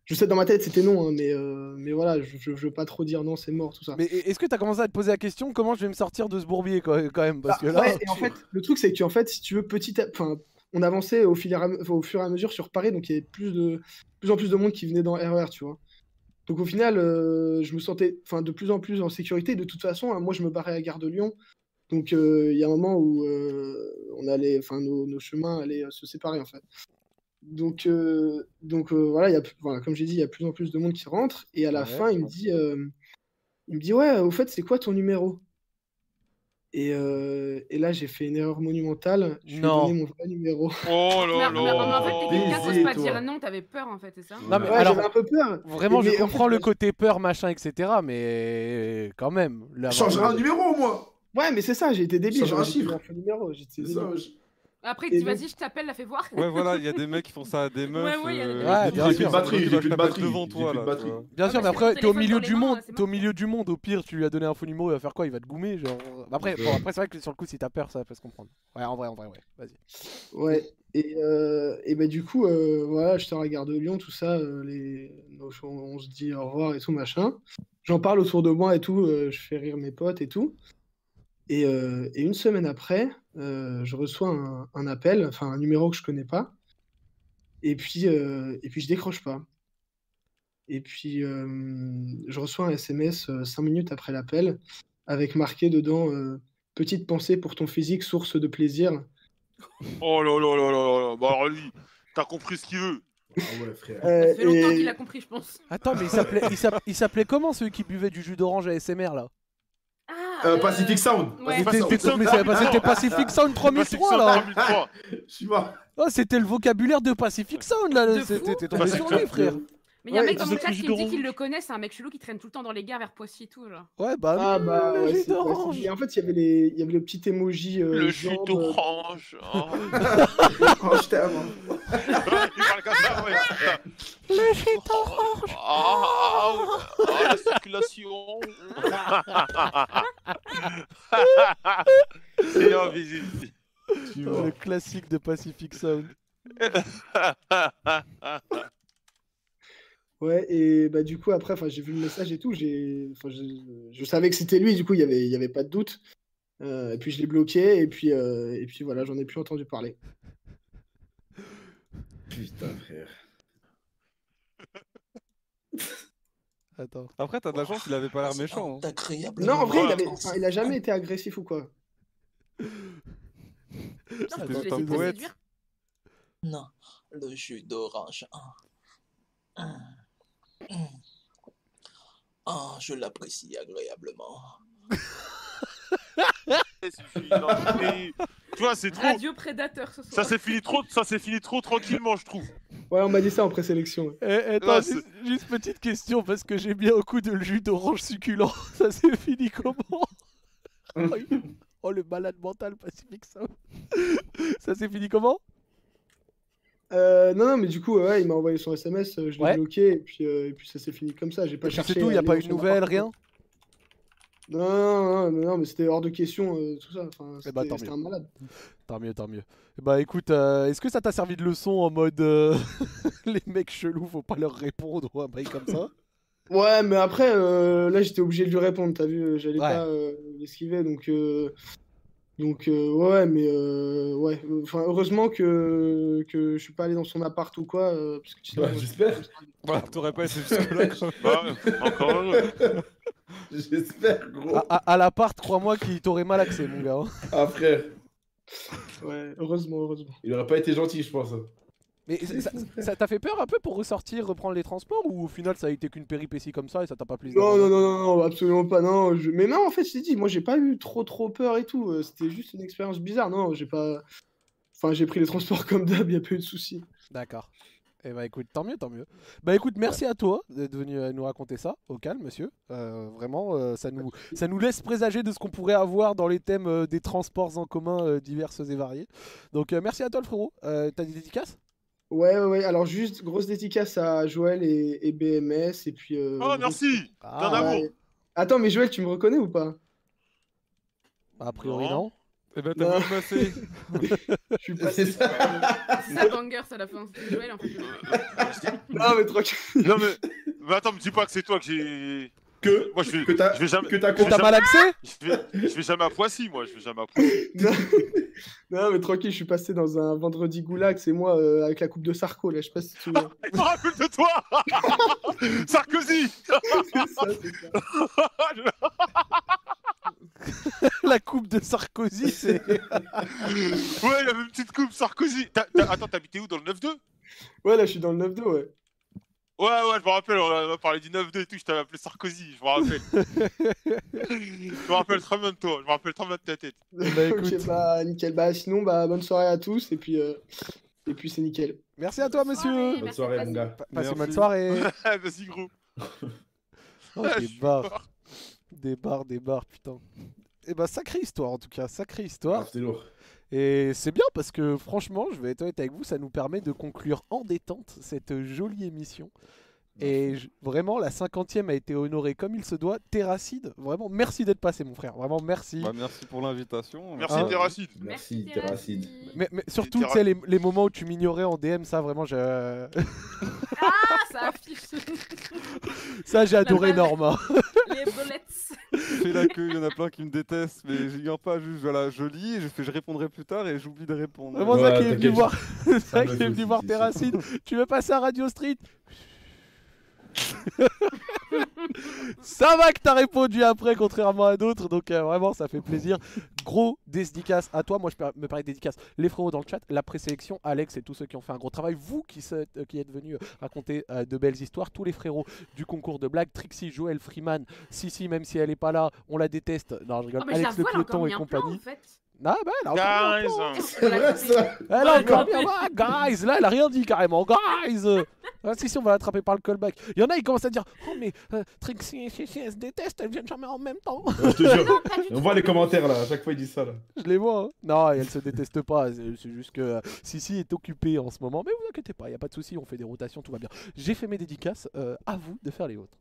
[SPEAKER 8] Je sais, dans ma tête, c'était non, hein, mais, euh, mais voilà, je, je- je veux pas trop dire non, c'est mort, tout ça.
[SPEAKER 1] Mais est-ce que t'as commencé à te poser la question comment je vais me sortir de ce bourbier quoi, quand même Parce que là.
[SPEAKER 8] Bah, Ouais, et en fait, le truc, c'est qu'en fait, si tu veux, petit à... enfin, on avançait au, fil et à- enfin, au fur et à mesure sur Paris, donc il y avait plus, de... plus en plus de monde qui venait dans RER, tu vois. Donc au final, euh, je me sentais enfin, de plus en plus en sécurité. De toute façon, hein, moi, je me barrais à la gare de Lyon. Donc euh, il y a un moment où euh, on allait, enfin, nos, nos chemins allaient euh, se séparer, en fait. Donc, euh, donc euh, voilà, il y a, voilà, comme j'ai dit, il y a de plus en plus de monde qui rentre. Et à la
[SPEAKER 1] Ouais.
[SPEAKER 8] fin, il me dit, euh, il me dit, ouais, au fait, c'est quoi ton numéro et, euh, et là, j'ai fait une erreur monumentale. Je lui ai
[SPEAKER 1] Non.
[SPEAKER 8] donné mon vrai numéro.
[SPEAKER 4] Oh là
[SPEAKER 3] Non, mais en fait, t'es quelqu'un qui
[SPEAKER 8] Baisé,
[SPEAKER 3] ose pas
[SPEAKER 8] toi.
[SPEAKER 3] dire non, t'avais peur en fait, c'est ça
[SPEAKER 1] Non, mais
[SPEAKER 8] Ouais,
[SPEAKER 1] alors,
[SPEAKER 8] j'avais un peu peur.
[SPEAKER 1] Vraiment,
[SPEAKER 8] Mais-
[SPEAKER 1] je
[SPEAKER 8] mais en
[SPEAKER 1] comprends
[SPEAKER 8] fait,
[SPEAKER 1] le côté peur, machin, etc. Mais quand même. là, vraiment-
[SPEAKER 2] Changera un numéro, moi
[SPEAKER 8] Ouais, mais c'est ça, j'ai été débile.
[SPEAKER 2] Ça
[SPEAKER 8] genre,
[SPEAKER 2] va,
[SPEAKER 8] j'ai
[SPEAKER 2] chiffre.
[SPEAKER 8] fait un numéro, j'étais
[SPEAKER 2] C'est ça,
[SPEAKER 8] débile.
[SPEAKER 3] Après,
[SPEAKER 8] Et
[SPEAKER 3] il dit
[SPEAKER 8] donc-
[SPEAKER 3] vas-y, je t'appelle, la fais voir.
[SPEAKER 5] Ouais, voilà, il y a des mecs qui font ça à des meufs.
[SPEAKER 3] ouais, il y a des
[SPEAKER 5] euh,
[SPEAKER 3] mecs Ouais,
[SPEAKER 5] qui
[SPEAKER 1] bien
[SPEAKER 5] disent,
[SPEAKER 1] sûr.
[SPEAKER 5] c'est pas
[SPEAKER 1] Il a plus
[SPEAKER 5] toi, tu vas
[SPEAKER 1] de batterie, il a
[SPEAKER 5] taper
[SPEAKER 1] plus de
[SPEAKER 5] devant
[SPEAKER 1] batterie,
[SPEAKER 5] toi,
[SPEAKER 1] il a
[SPEAKER 5] là.
[SPEAKER 1] plus de
[SPEAKER 8] Ah,
[SPEAKER 5] tu vois.
[SPEAKER 1] Bien sûr, mais après, t'es au milieu du
[SPEAKER 3] mains,
[SPEAKER 1] monde. T'es au milieu du monde. Au pire, tu lui as donné un faux numéro, il va faire quoi Il va te goumer, genre. Après, bon, après c'est vrai que sur le coup, si t'as peur, ça peut se comprendre. Ouais, en vrai, en vrai, ouais. Vas-y.
[SPEAKER 8] Ouais. Et, euh, et ben, du coup, euh, voilà, je sors à la gare de Lyon, tout ça. euh, les... nos- On, se dit au revoir et tout, machin. J'en parle autour de moi et tout. euh, je fais rire mes potes et tout. Et, euh, et une semaine après, euh, je reçois un, un appel, enfin un numéro que je connais pas. Et puis, euh, et puis je décroche pas. Et puis, euh, je reçois un SMS 5 euh, minutes après l'appel, avec marqué dedans euh, Petite pensée pour ton physique, source de plaisir.
[SPEAKER 4] Oh là là là là là. Bah alors lui, t'as compris ce qu'il veut.
[SPEAKER 2] Ah ouais, frère.
[SPEAKER 8] Euh,
[SPEAKER 3] fait longtemps
[SPEAKER 8] et-
[SPEAKER 3] qu'il a compris, je pense.
[SPEAKER 1] Attends, mais il s'appelait- il s'app- il s'appelait comment celui qui buvait du jus d'orange à SMR là
[SPEAKER 2] Euh, Pacific Sound.
[SPEAKER 1] Mais
[SPEAKER 2] Pacific
[SPEAKER 1] t'es- t'es-
[SPEAKER 2] Sound.
[SPEAKER 1] mais c'est- bah, C'était Pacific Sound 3003 là
[SPEAKER 2] Je suis mort.
[SPEAKER 1] Oh, C'était le vocabulaire de Pacific Sound là C'était t'es tombé sur lui frère
[SPEAKER 3] Mais il y a un
[SPEAKER 1] Ouais,
[SPEAKER 3] mec dans
[SPEAKER 1] tu
[SPEAKER 3] mon
[SPEAKER 1] sais
[SPEAKER 3] chat
[SPEAKER 1] que
[SPEAKER 3] qui
[SPEAKER 1] jus
[SPEAKER 3] me dit
[SPEAKER 1] d'orange.
[SPEAKER 3] qu'il le connaît, c'est un mec chelou qui traîne tout le temps dans les gares vers Poissy et tout. Genre.
[SPEAKER 1] Ouais, bah,
[SPEAKER 8] Ah bah
[SPEAKER 1] le
[SPEAKER 8] ouais,
[SPEAKER 1] jus
[SPEAKER 8] c'est possible.
[SPEAKER 1] d'orange.
[SPEAKER 8] Et en fait, il y avait les, il y avait le petit emoji. euh,
[SPEAKER 4] Le jus
[SPEAKER 8] jambe.
[SPEAKER 4] d'orange. Oh.
[SPEAKER 2] Oh, je t'aime.
[SPEAKER 4] Il parle comme ça, ouais.
[SPEAKER 1] Le jus d'orange.
[SPEAKER 4] Ah, ouais. Ah, la circulation. C'est invisible.
[SPEAKER 1] Le classique de Pacific Sound.
[SPEAKER 8] Ouais, et bah du coup, après, enfin, j'ai vu le message et tout. J'ai, enfin, j'ai- je savais que c'était lui, du coup, il y avait, il y avait pas de doute. Euh, et puis, je l'ai bloqué, et puis, euh, et puis voilà, j'en ai plus entendu parler.
[SPEAKER 2] Putain, frère.
[SPEAKER 1] Attends.
[SPEAKER 5] Après, t'as de la chance, il avait pas l'air méchant. hein.
[SPEAKER 8] Non, en vrai, il, avait, enfin, il a jamais été agressif ou quoi.
[SPEAKER 5] C'était
[SPEAKER 8] tu l'as
[SPEAKER 5] juste un
[SPEAKER 8] essayé de
[SPEAKER 5] poète.
[SPEAKER 8] séduire
[SPEAKER 13] Non, le jus d'orange. Ah. Ah. Ah, je l'apprécie agréablement.
[SPEAKER 4] Et, tu vois, c'est trop.
[SPEAKER 3] Radio prédateur ce
[SPEAKER 4] Ça
[SPEAKER 3] soir.
[SPEAKER 4] s'est fini trop, ça s'est fini trop tranquillement, je trouve.
[SPEAKER 8] Ouais, on m'a dit ça en présélection.
[SPEAKER 1] Eh, eh, attends,
[SPEAKER 4] Ouais,
[SPEAKER 1] juste, juste petite question, parce que j'ai bien au coup de le jus d'orange succulent. Ça s'est fini comment oh, il- oh, le malade mental Pacific Sound. ça s'est fini comment
[SPEAKER 8] Euh, non, non, mais du coup, ouais, il m'a envoyé son SMS, euh, je l'ai
[SPEAKER 1] Ouais.
[SPEAKER 8] bloqué, et puis, euh, et puis ça s'est fini comme ça. J'ai pas
[SPEAKER 1] Et puis
[SPEAKER 8] cherché.
[SPEAKER 1] c'est tout,
[SPEAKER 8] à
[SPEAKER 1] y a
[SPEAKER 8] aller
[SPEAKER 1] pas
[SPEAKER 8] dans
[SPEAKER 1] eu de
[SPEAKER 8] son
[SPEAKER 1] nouvelles,
[SPEAKER 8] appart, quoi.
[SPEAKER 1] rien
[SPEAKER 8] Non, non, non, non, non, mais c'était hors de question, euh, tout ça. Enfin, c'était
[SPEAKER 1] bah, tant
[SPEAKER 8] c'était
[SPEAKER 1] mieux.
[SPEAKER 8] un malade.
[SPEAKER 1] Tant mieux, tant mieux. Bah écoute, euh, est-ce que ça t'a servi de leçon en mode euh, les mecs chelous, faut pas leur répondre ou un bail comme ça
[SPEAKER 8] Ouais, mais après, euh, là, j'étais obligé de lui répondre, t'as vu, euh, j'allais
[SPEAKER 1] Ouais.
[SPEAKER 8] pas euh, l'esquiver, donc... euh, Donc, euh, ouais, mais... euh, ouais, enfin, heureusement que... que je suis pas allé dans son appart ou quoi, euh, parce que tu sais...
[SPEAKER 2] Bah,
[SPEAKER 8] moi,
[SPEAKER 2] j'espère.
[SPEAKER 1] Bah,
[SPEAKER 5] Voilà, t'aurais pas été jusque-là.
[SPEAKER 4] encore
[SPEAKER 2] J'espère, gros.
[SPEAKER 1] À, à- à l'appart, crois-moi qu'il t'aurait mal axé, mon gars. hein.
[SPEAKER 2] Ah, frère.
[SPEAKER 8] Ouais, heureusement, heureusement.
[SPEAKER 2] Il aurait pas été gentil, je pense.
[SPEAKER 1] Mais ça- ça ça t'a fait peur un peu pour ressortir, reprendre les transports ou au final ça a été qu'une péripétie comme ça et ça t'a pas plus
[SPEAKER 8] Non, non, non, non, non, absolument pas, non. je- Mais non, en fait, je t'ai dit, moi, j'ai pas eu trop, trop peur et tout. euh, C'était juste une expérience bizarre, non, j'ai pas... Enfin, j'ai pris les transports comme d'hab, y a pas eu de soucis.
[SPEAKER 1] D'accord. Eh bah écoute, tant mieux, tant mieux. Bah écoute, merci à toi d'être venu euh, nous raconter ça, au calme, monsieur. Euh, vraiment, euh, ça, nous, ça nous laisse présager de ce qu'on pourrait avoir dans les thèmes euh, des transports en commun euh, divers et variés. Donc euh, merci à toi, le frérot. Euh, T'as des dédicaces
[SPEAKER 8] Ouais, ouais, ouais, alors juste, grosse dédicace à Joël et, et BMS, et puis... euh,
[SPEAKER 4] Oh,
[SPEAKER 8] grosse-
[SPEAKER 4] merci T'es un
[SPEAKER 8] Ah,
[SPEAKER 4] amour
[SPEAKER 8] ouais. Attends, mais Joël, tu me reconnais ou pas
[SPEAKER 1] A priori, non.
[SPEAKER 5] Eh ben,
[SPEAKER 8] Non.
[SPEAKER 5] t'as vu passer.
[SPEAKER 8] Je suis passé ça.
[SPEAKER 3] C'est ça, banger, ça, la fin de Joël, en fait.
[SPEAKER 8] Non, Ah, mais
[SPEAKER 4] Non, mais, mais attends, me dis pas que c'est toi que j'ai. Que Moi, je vais, je vais jamais.
[SPEAKER 8] que t'as
[SPEAKER 4] je vais
[SPEAKER 8] con- t'as
[SPEAKER 4] jamais-
[SPEAKER 8] mal axé
[SPEAKER 4] je vais, je vais jamais à Poissy, moi, je vais jamais à Poissy.
[SPEAKER 8] Non, mais tranquille, je suis passé dans un vendredi goulag, c'est moi euh, avec la coupe de Sarko, là, je sais pas si tu vois.
[SPEAKER 4] Je me rappelle de toi Sarkozy
[SPEAKER 1] La coupe de Sarkozy, c'est.
[SPEAKER 4] ouais, il avait une petite coupe Sarkozy. T'as- t'as- attends, t'habitais où dans le 9-2
[SPEAKER 8] Ouais, là, je suis dans le 9-2, ouais.
[SPEAKER 4] Ouais, ouais, je me rappelle, on a on a parlé du 9-2 et tout, je t'avais appelé Sarkozy, je me rappelle. je me rappelle très bien de toi, je me rappelle très bien de ta tête.
[SPEAKER 1] Eh ben,
[SPEAKER 8] ok, bah, nickel. Bah, sinon, bah, bonne soirée à tous, et puis, euh, et puis c'est nickel.
[SPEAKER 1] Merci à toi, monsieur.
[SPEAKER 8] Bonne soirée,
[SPEAKER 3] Ah,
[SPEAKER 8] mon gars.
[SPEAKER 1] Pa- Passe une bonne
[SPEAKER 8] Merci.
[SPEAKER 1] soirée.
[SPEAKER 4] Vas-y, gros.
[SPEAKER 1] Oh, des barres. Des barres, des barres, putain. Et bah, sacrée histoire en tout cas, sacrée histoire.
[SPEAKER 2] C'était lourd.
[SPEAKER 1] Et c'est bien parce que franchement, je vais être honnête avec vous, ça nous permet de conclure en détente cette jolie émission. Et je- vraiment, la 50e a été honorée comme il se doit. Terracide, vraiment, merci d'être passé, mon frère. Vraiment, merci.
[SPEAKER 5] Bah, merci pour l'invitation. Ah.
[SPEAKER 1] Merci, Terracide.
[SPEAKER 2] Merci, Terracide.
[SPEAKER 1] Mais, mais surtout, tu sais, les, les moments où tu m'ignorais en DM, ça vraiment, euh, je...
[SPEAKER 3] Ah, ça affiche.
[SPEAKER 1] ça j'ai
[SPEAKER 3] La
[SPEAKER 1] adoré
[SPEAKER 3] balle.
[SPEAKER 1] Norma.
[SPEAKER 3] Les bullets.
[SPEAKER 5] bah, Fais la queue, il y en a plein qui me détestent, mais j'ignore pas, juste voilà, je lis et je fais je répondrai plus tard et j'oublie de répondre.
[SPEAKER 1] Vraiment, ça qui est venu voir, ça
[SPEAKER 5] me
[SPEAKER 1] qui est venu
[SPEAKER 5] soucie,
[SPEAKER 1] voir
[SPEAKER 5] c'est
[SPEAKER 1] Terracide. Tu veux passer à Radio Street Ça va que t'as répondu après, contrairement à d'autres, donc euh, vraiment ça fait plaisir. Gros dédicace à toi, moi je per- me parlais de dédicace, les frérots dans le chat, la présélection, Alex et tous ceux qui ont fait un gros travail, vous qui, se- euh, qui êtes venus euh, raconter euh, de belles histoires, tous les frérots du concours de blagues, Trixie, Joël, Freeman, Sissi, même si elle est pas là, on la déteste, non je rigole,
[SPEAKER 3] Oh, mais je la
[SPEAKER 1] Alex le
[SPEAKER 3] vois, elle a encore
[SPEAKER 1] peloton
[SPEAKER 3] mis
[SPEAKER 1] et
[SPEAKER 3] un plan, en
[SPEAKER 1] compagnie.
[SPEAKER 3] fait.
[SPEAKER 1] Ah bah elle a encore mis un plan.
[SPEAKER 2] C'est vrai, ça.
[SPEAKER 1] Elle a encore mis un plan. Ah, guys, là elle a rien dit carrément, guys Ah, si, si, on va l'attraper par le callback. Il y en a, ils commencelles à dire Oh, mais euh, Trixie et Sissi, elles se détestent, elles viennent jamais en même temps.
[SPEAKER 2] Ouais, je te jure. On voit les commentaires là, à chaque fois ils disent ça là.
[SPEAKER 1] Je les vois. hein. Non, et elles se détestent pas. C'est c'est juste que euh, Sissi est occupée en ce moment. Mais vous inquiétez pas, il n'y a pas de souci. On fait des rotations, tout va bien. J'ai fait mes dédicaces. euh, à vous de faire les vôtres.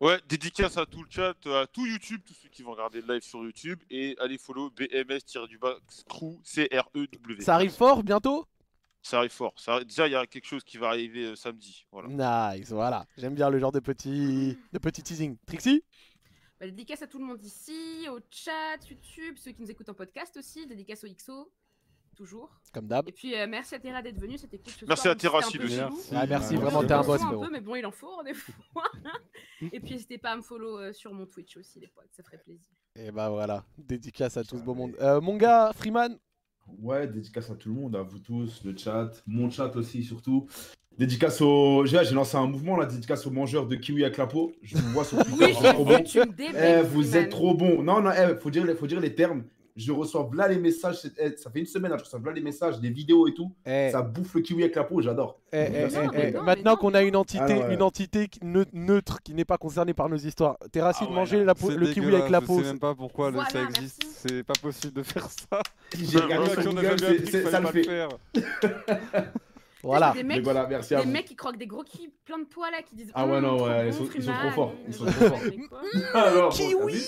[SPEAKER 4] Ouais, dédicace à tout le chat, à tout YouTube, tous ceux qui vont regarder le live sur YouTube, et allez follow BMS-du-bas Crew, C-R-E-W.
[SPEAKER 1] Ça arrive fort bientôt
[SPEAKER 4] E Ça arrive fort. Ça arri- Déjà, il y a quelque chose qui va arriver euh, samedi. Voilà.
[SPEAKER 1] Nice, voilà. J'aime bien le genre de petit, de petit teasing. Trixie
[SPEAKER 3] Bah, dédicace à tout le monde ici, au chat, YouTube, ceux qui nous écoutent en podcast aussi, dédicace au XO, toujours.
[SPEAKER 1] Comme d'hab.
[SPEAKER 3] Et puis euh, merci à Terra d'être venu, c'était cool ce
[SPEAKER 1] Merci
[SPEAKER 3] soir,
[SPEAKER 1] à Terra
[SPEAKER 3] même si c'était
[SPEAKER 1] aussi,
[SPEAKER 3] un peu
[SPEAKER 1] aussi.
[SPEAKER 3] chelou.
[SPEAKER 1] Ah, merci,
[SPEAKER 3] On
[SPEAKER 1] vraiment,
[SPEAKER 3] se
[SPEAKER 1] t'es un
[SPEAKER 3] reprend
[SPEAKER 1] boss,
[SPEAKER 2] Bah
[SPEAKER 1] frérot.
[SPEAKER 3] peu, mais bon, il en faut hein, des fois. Et puis n'hésitez pas à me follow euh, sur mon Twitch aussi, les potes, ça ferait plaisir.
[SPEAKER 1] Et bah voilà. Dédicace à tout ce beau monde. Euh, mon gars, Freeman
[SPEAKER 2] Ouais, dédicace à tout le monde, à vous tous, le chat, mon chat aussi surtout. Dédicace au. J'ai j'ai lancé un mouvement là, dédicace aux mangeurs de kiwi avec la peau. Je vous vois sur Twitter,
[SPEAKER 1] Oui,
[SPEAKER 2] vous
[SPEAKER 1] j'ai
[SPEAKER 2] êtes trop
[SPEAKER 1] vu,
[SPEAKER 2] bon.
[SPEAKER 1] tu me débectes,
[SPEAKER 2] vous
[SPEAKER 1] Freeman.
[SPEAKER 2] êtes trop bon. Non, non, eh, faut, dire, les- faut dire les termes. Je reçois là les messages. c'est- eh, ça fait une semaine là, je reçois là les messages, des vidéos et tout.
[SPEAKER 1] Eh.
[SPEAKER 2] Ça bouffe le kiwi avec la peau, j'adore.
[SPEAKER 1] Eh, eh,
[SPEAKER 2] Merci
[SPEAKER 1] eh,
[SPEAKER 2] beaucoup,
[SPEAKER 1] eh,
[SPEAKER 2] les gars.
[SPEAKER 1] maintenant qu'on a une entité,
[SPEAKER 2] Ah, ouais.
[SPEAKER 1] une entité qui- neu- neutre qui n'est pas concernée par nos histoires,
[SPEAKER 2] Ah
[SPEAKER 1] Terracide, manger la peau-
[SPEAKER 5] C'est
[SPEAKER 1] le kiwi avec la
[SPEAKER 5] dégueulasse,
[SPEAKER 1] peau.
[SPEAKER 5] Je sais même pas pourquoi le- ça
[SPEAKER 1] Voilà,
[SPEAKER 5] existe, c'est pas possible de faire ça.
[SPEAKER 2] J'ai regardé
[SPEAKER 5] Heureusement
[SPEAKER 2] sur
[SPEAKER 5] qu'on a jamais
[SPEAKER 2] Google, c'est-
[SPEAKER 5] appris qu'il
[SPEAKER 2] c'est- ça
[SPEAKER 5] fallait
[SPEAKER 2] le
[SPEAKER 5] pas
[SPEAKER 2] fait.
[SPEAKER 5] faire.
[SPEAKER 1] Voilà.
[SPEAKER 3] Des mecs,
[SPEAKER 2] Mais voilà, merci à
[SPEAKER 3] des
[SPEAKER 2] vous.
[SPEAKER 3] mecs qui croquent des gros kiwis plein de poils là, qui disent
[SPEAKER 2] Ah ouais,
[SPEAKER 3] Hum,
[SPEAKER 2] non,
[SPEAKER 3] trop
[SPEAKER 2] ouais,
[SPEAKER 3] bon,
[SPEAKER 2] ils sont- ils sont
[SPEAKER 3] Freeman,
[SPEAKER 2] trop forts,
[SPEAKER 3] hum,
[SPEAKER 2] ils sont trop forts.
[SPEAKER 3] mais quoi.
[SPEAKER 2] Alors, bon,
[SPEAKER 3] Kiwi.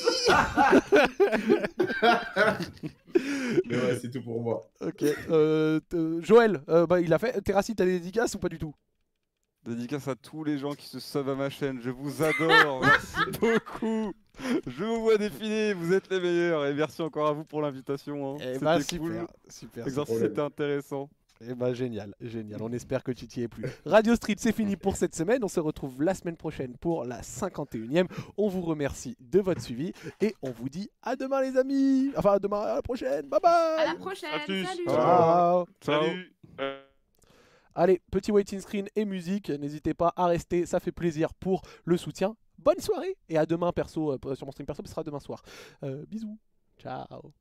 [SPEAKER 2] Mais ouais, c'est tout pour moi.
[SPEAKER 1] Ok. euh, t- euh, Joël, euh, bah, il a fait. Terracide, t'as des dédicaces ou pas du tout
[SPEAKER 5] Dédicace à tous les gens qui se subent à ma chaîne. Je vous adore. merci beaucoup. Je vous vois défiler. Vous êtes les meilleurs. Et merci encore à vous pour l'invitation. hein.
[SPEAKER 1] Eh
[SPEAKER 5] C'était
[SPEAKER 2] ben,
[SPEAKER 1] bah,
[SPEAKER 5] cool.
[SPEAKER 1] super, super,
[SPEAKER 5] L'exercice
[SPEAKER 1] super.
[SPEAKER 5] était intéressant.
[SPEAKER 1] Eh ben génial, génial. On espère que tu t'y es plus. Radio Street, c'est fini pour cette semaine. On se retrouve la semaine prochaine pour la 51e. On vous remercie de votre suivi et on vous dit à demain les amis. Enfin à demain, à la prochaine. Bye bye.
[SPEAKER 3] À la prochaine. Salut.
[SPEAKER 1] Ciao.
[SPEAKER 4] Salut.
[SPEAKER 1] Mm. Allez, petit waiting screen et musique. N'hésitez pas à rester, ça fait plaisir pour le soutien. Bonne soirée et à demain perso euh, sur mon stream perso, ce sera demain soir. Euh, bisous. Ciao.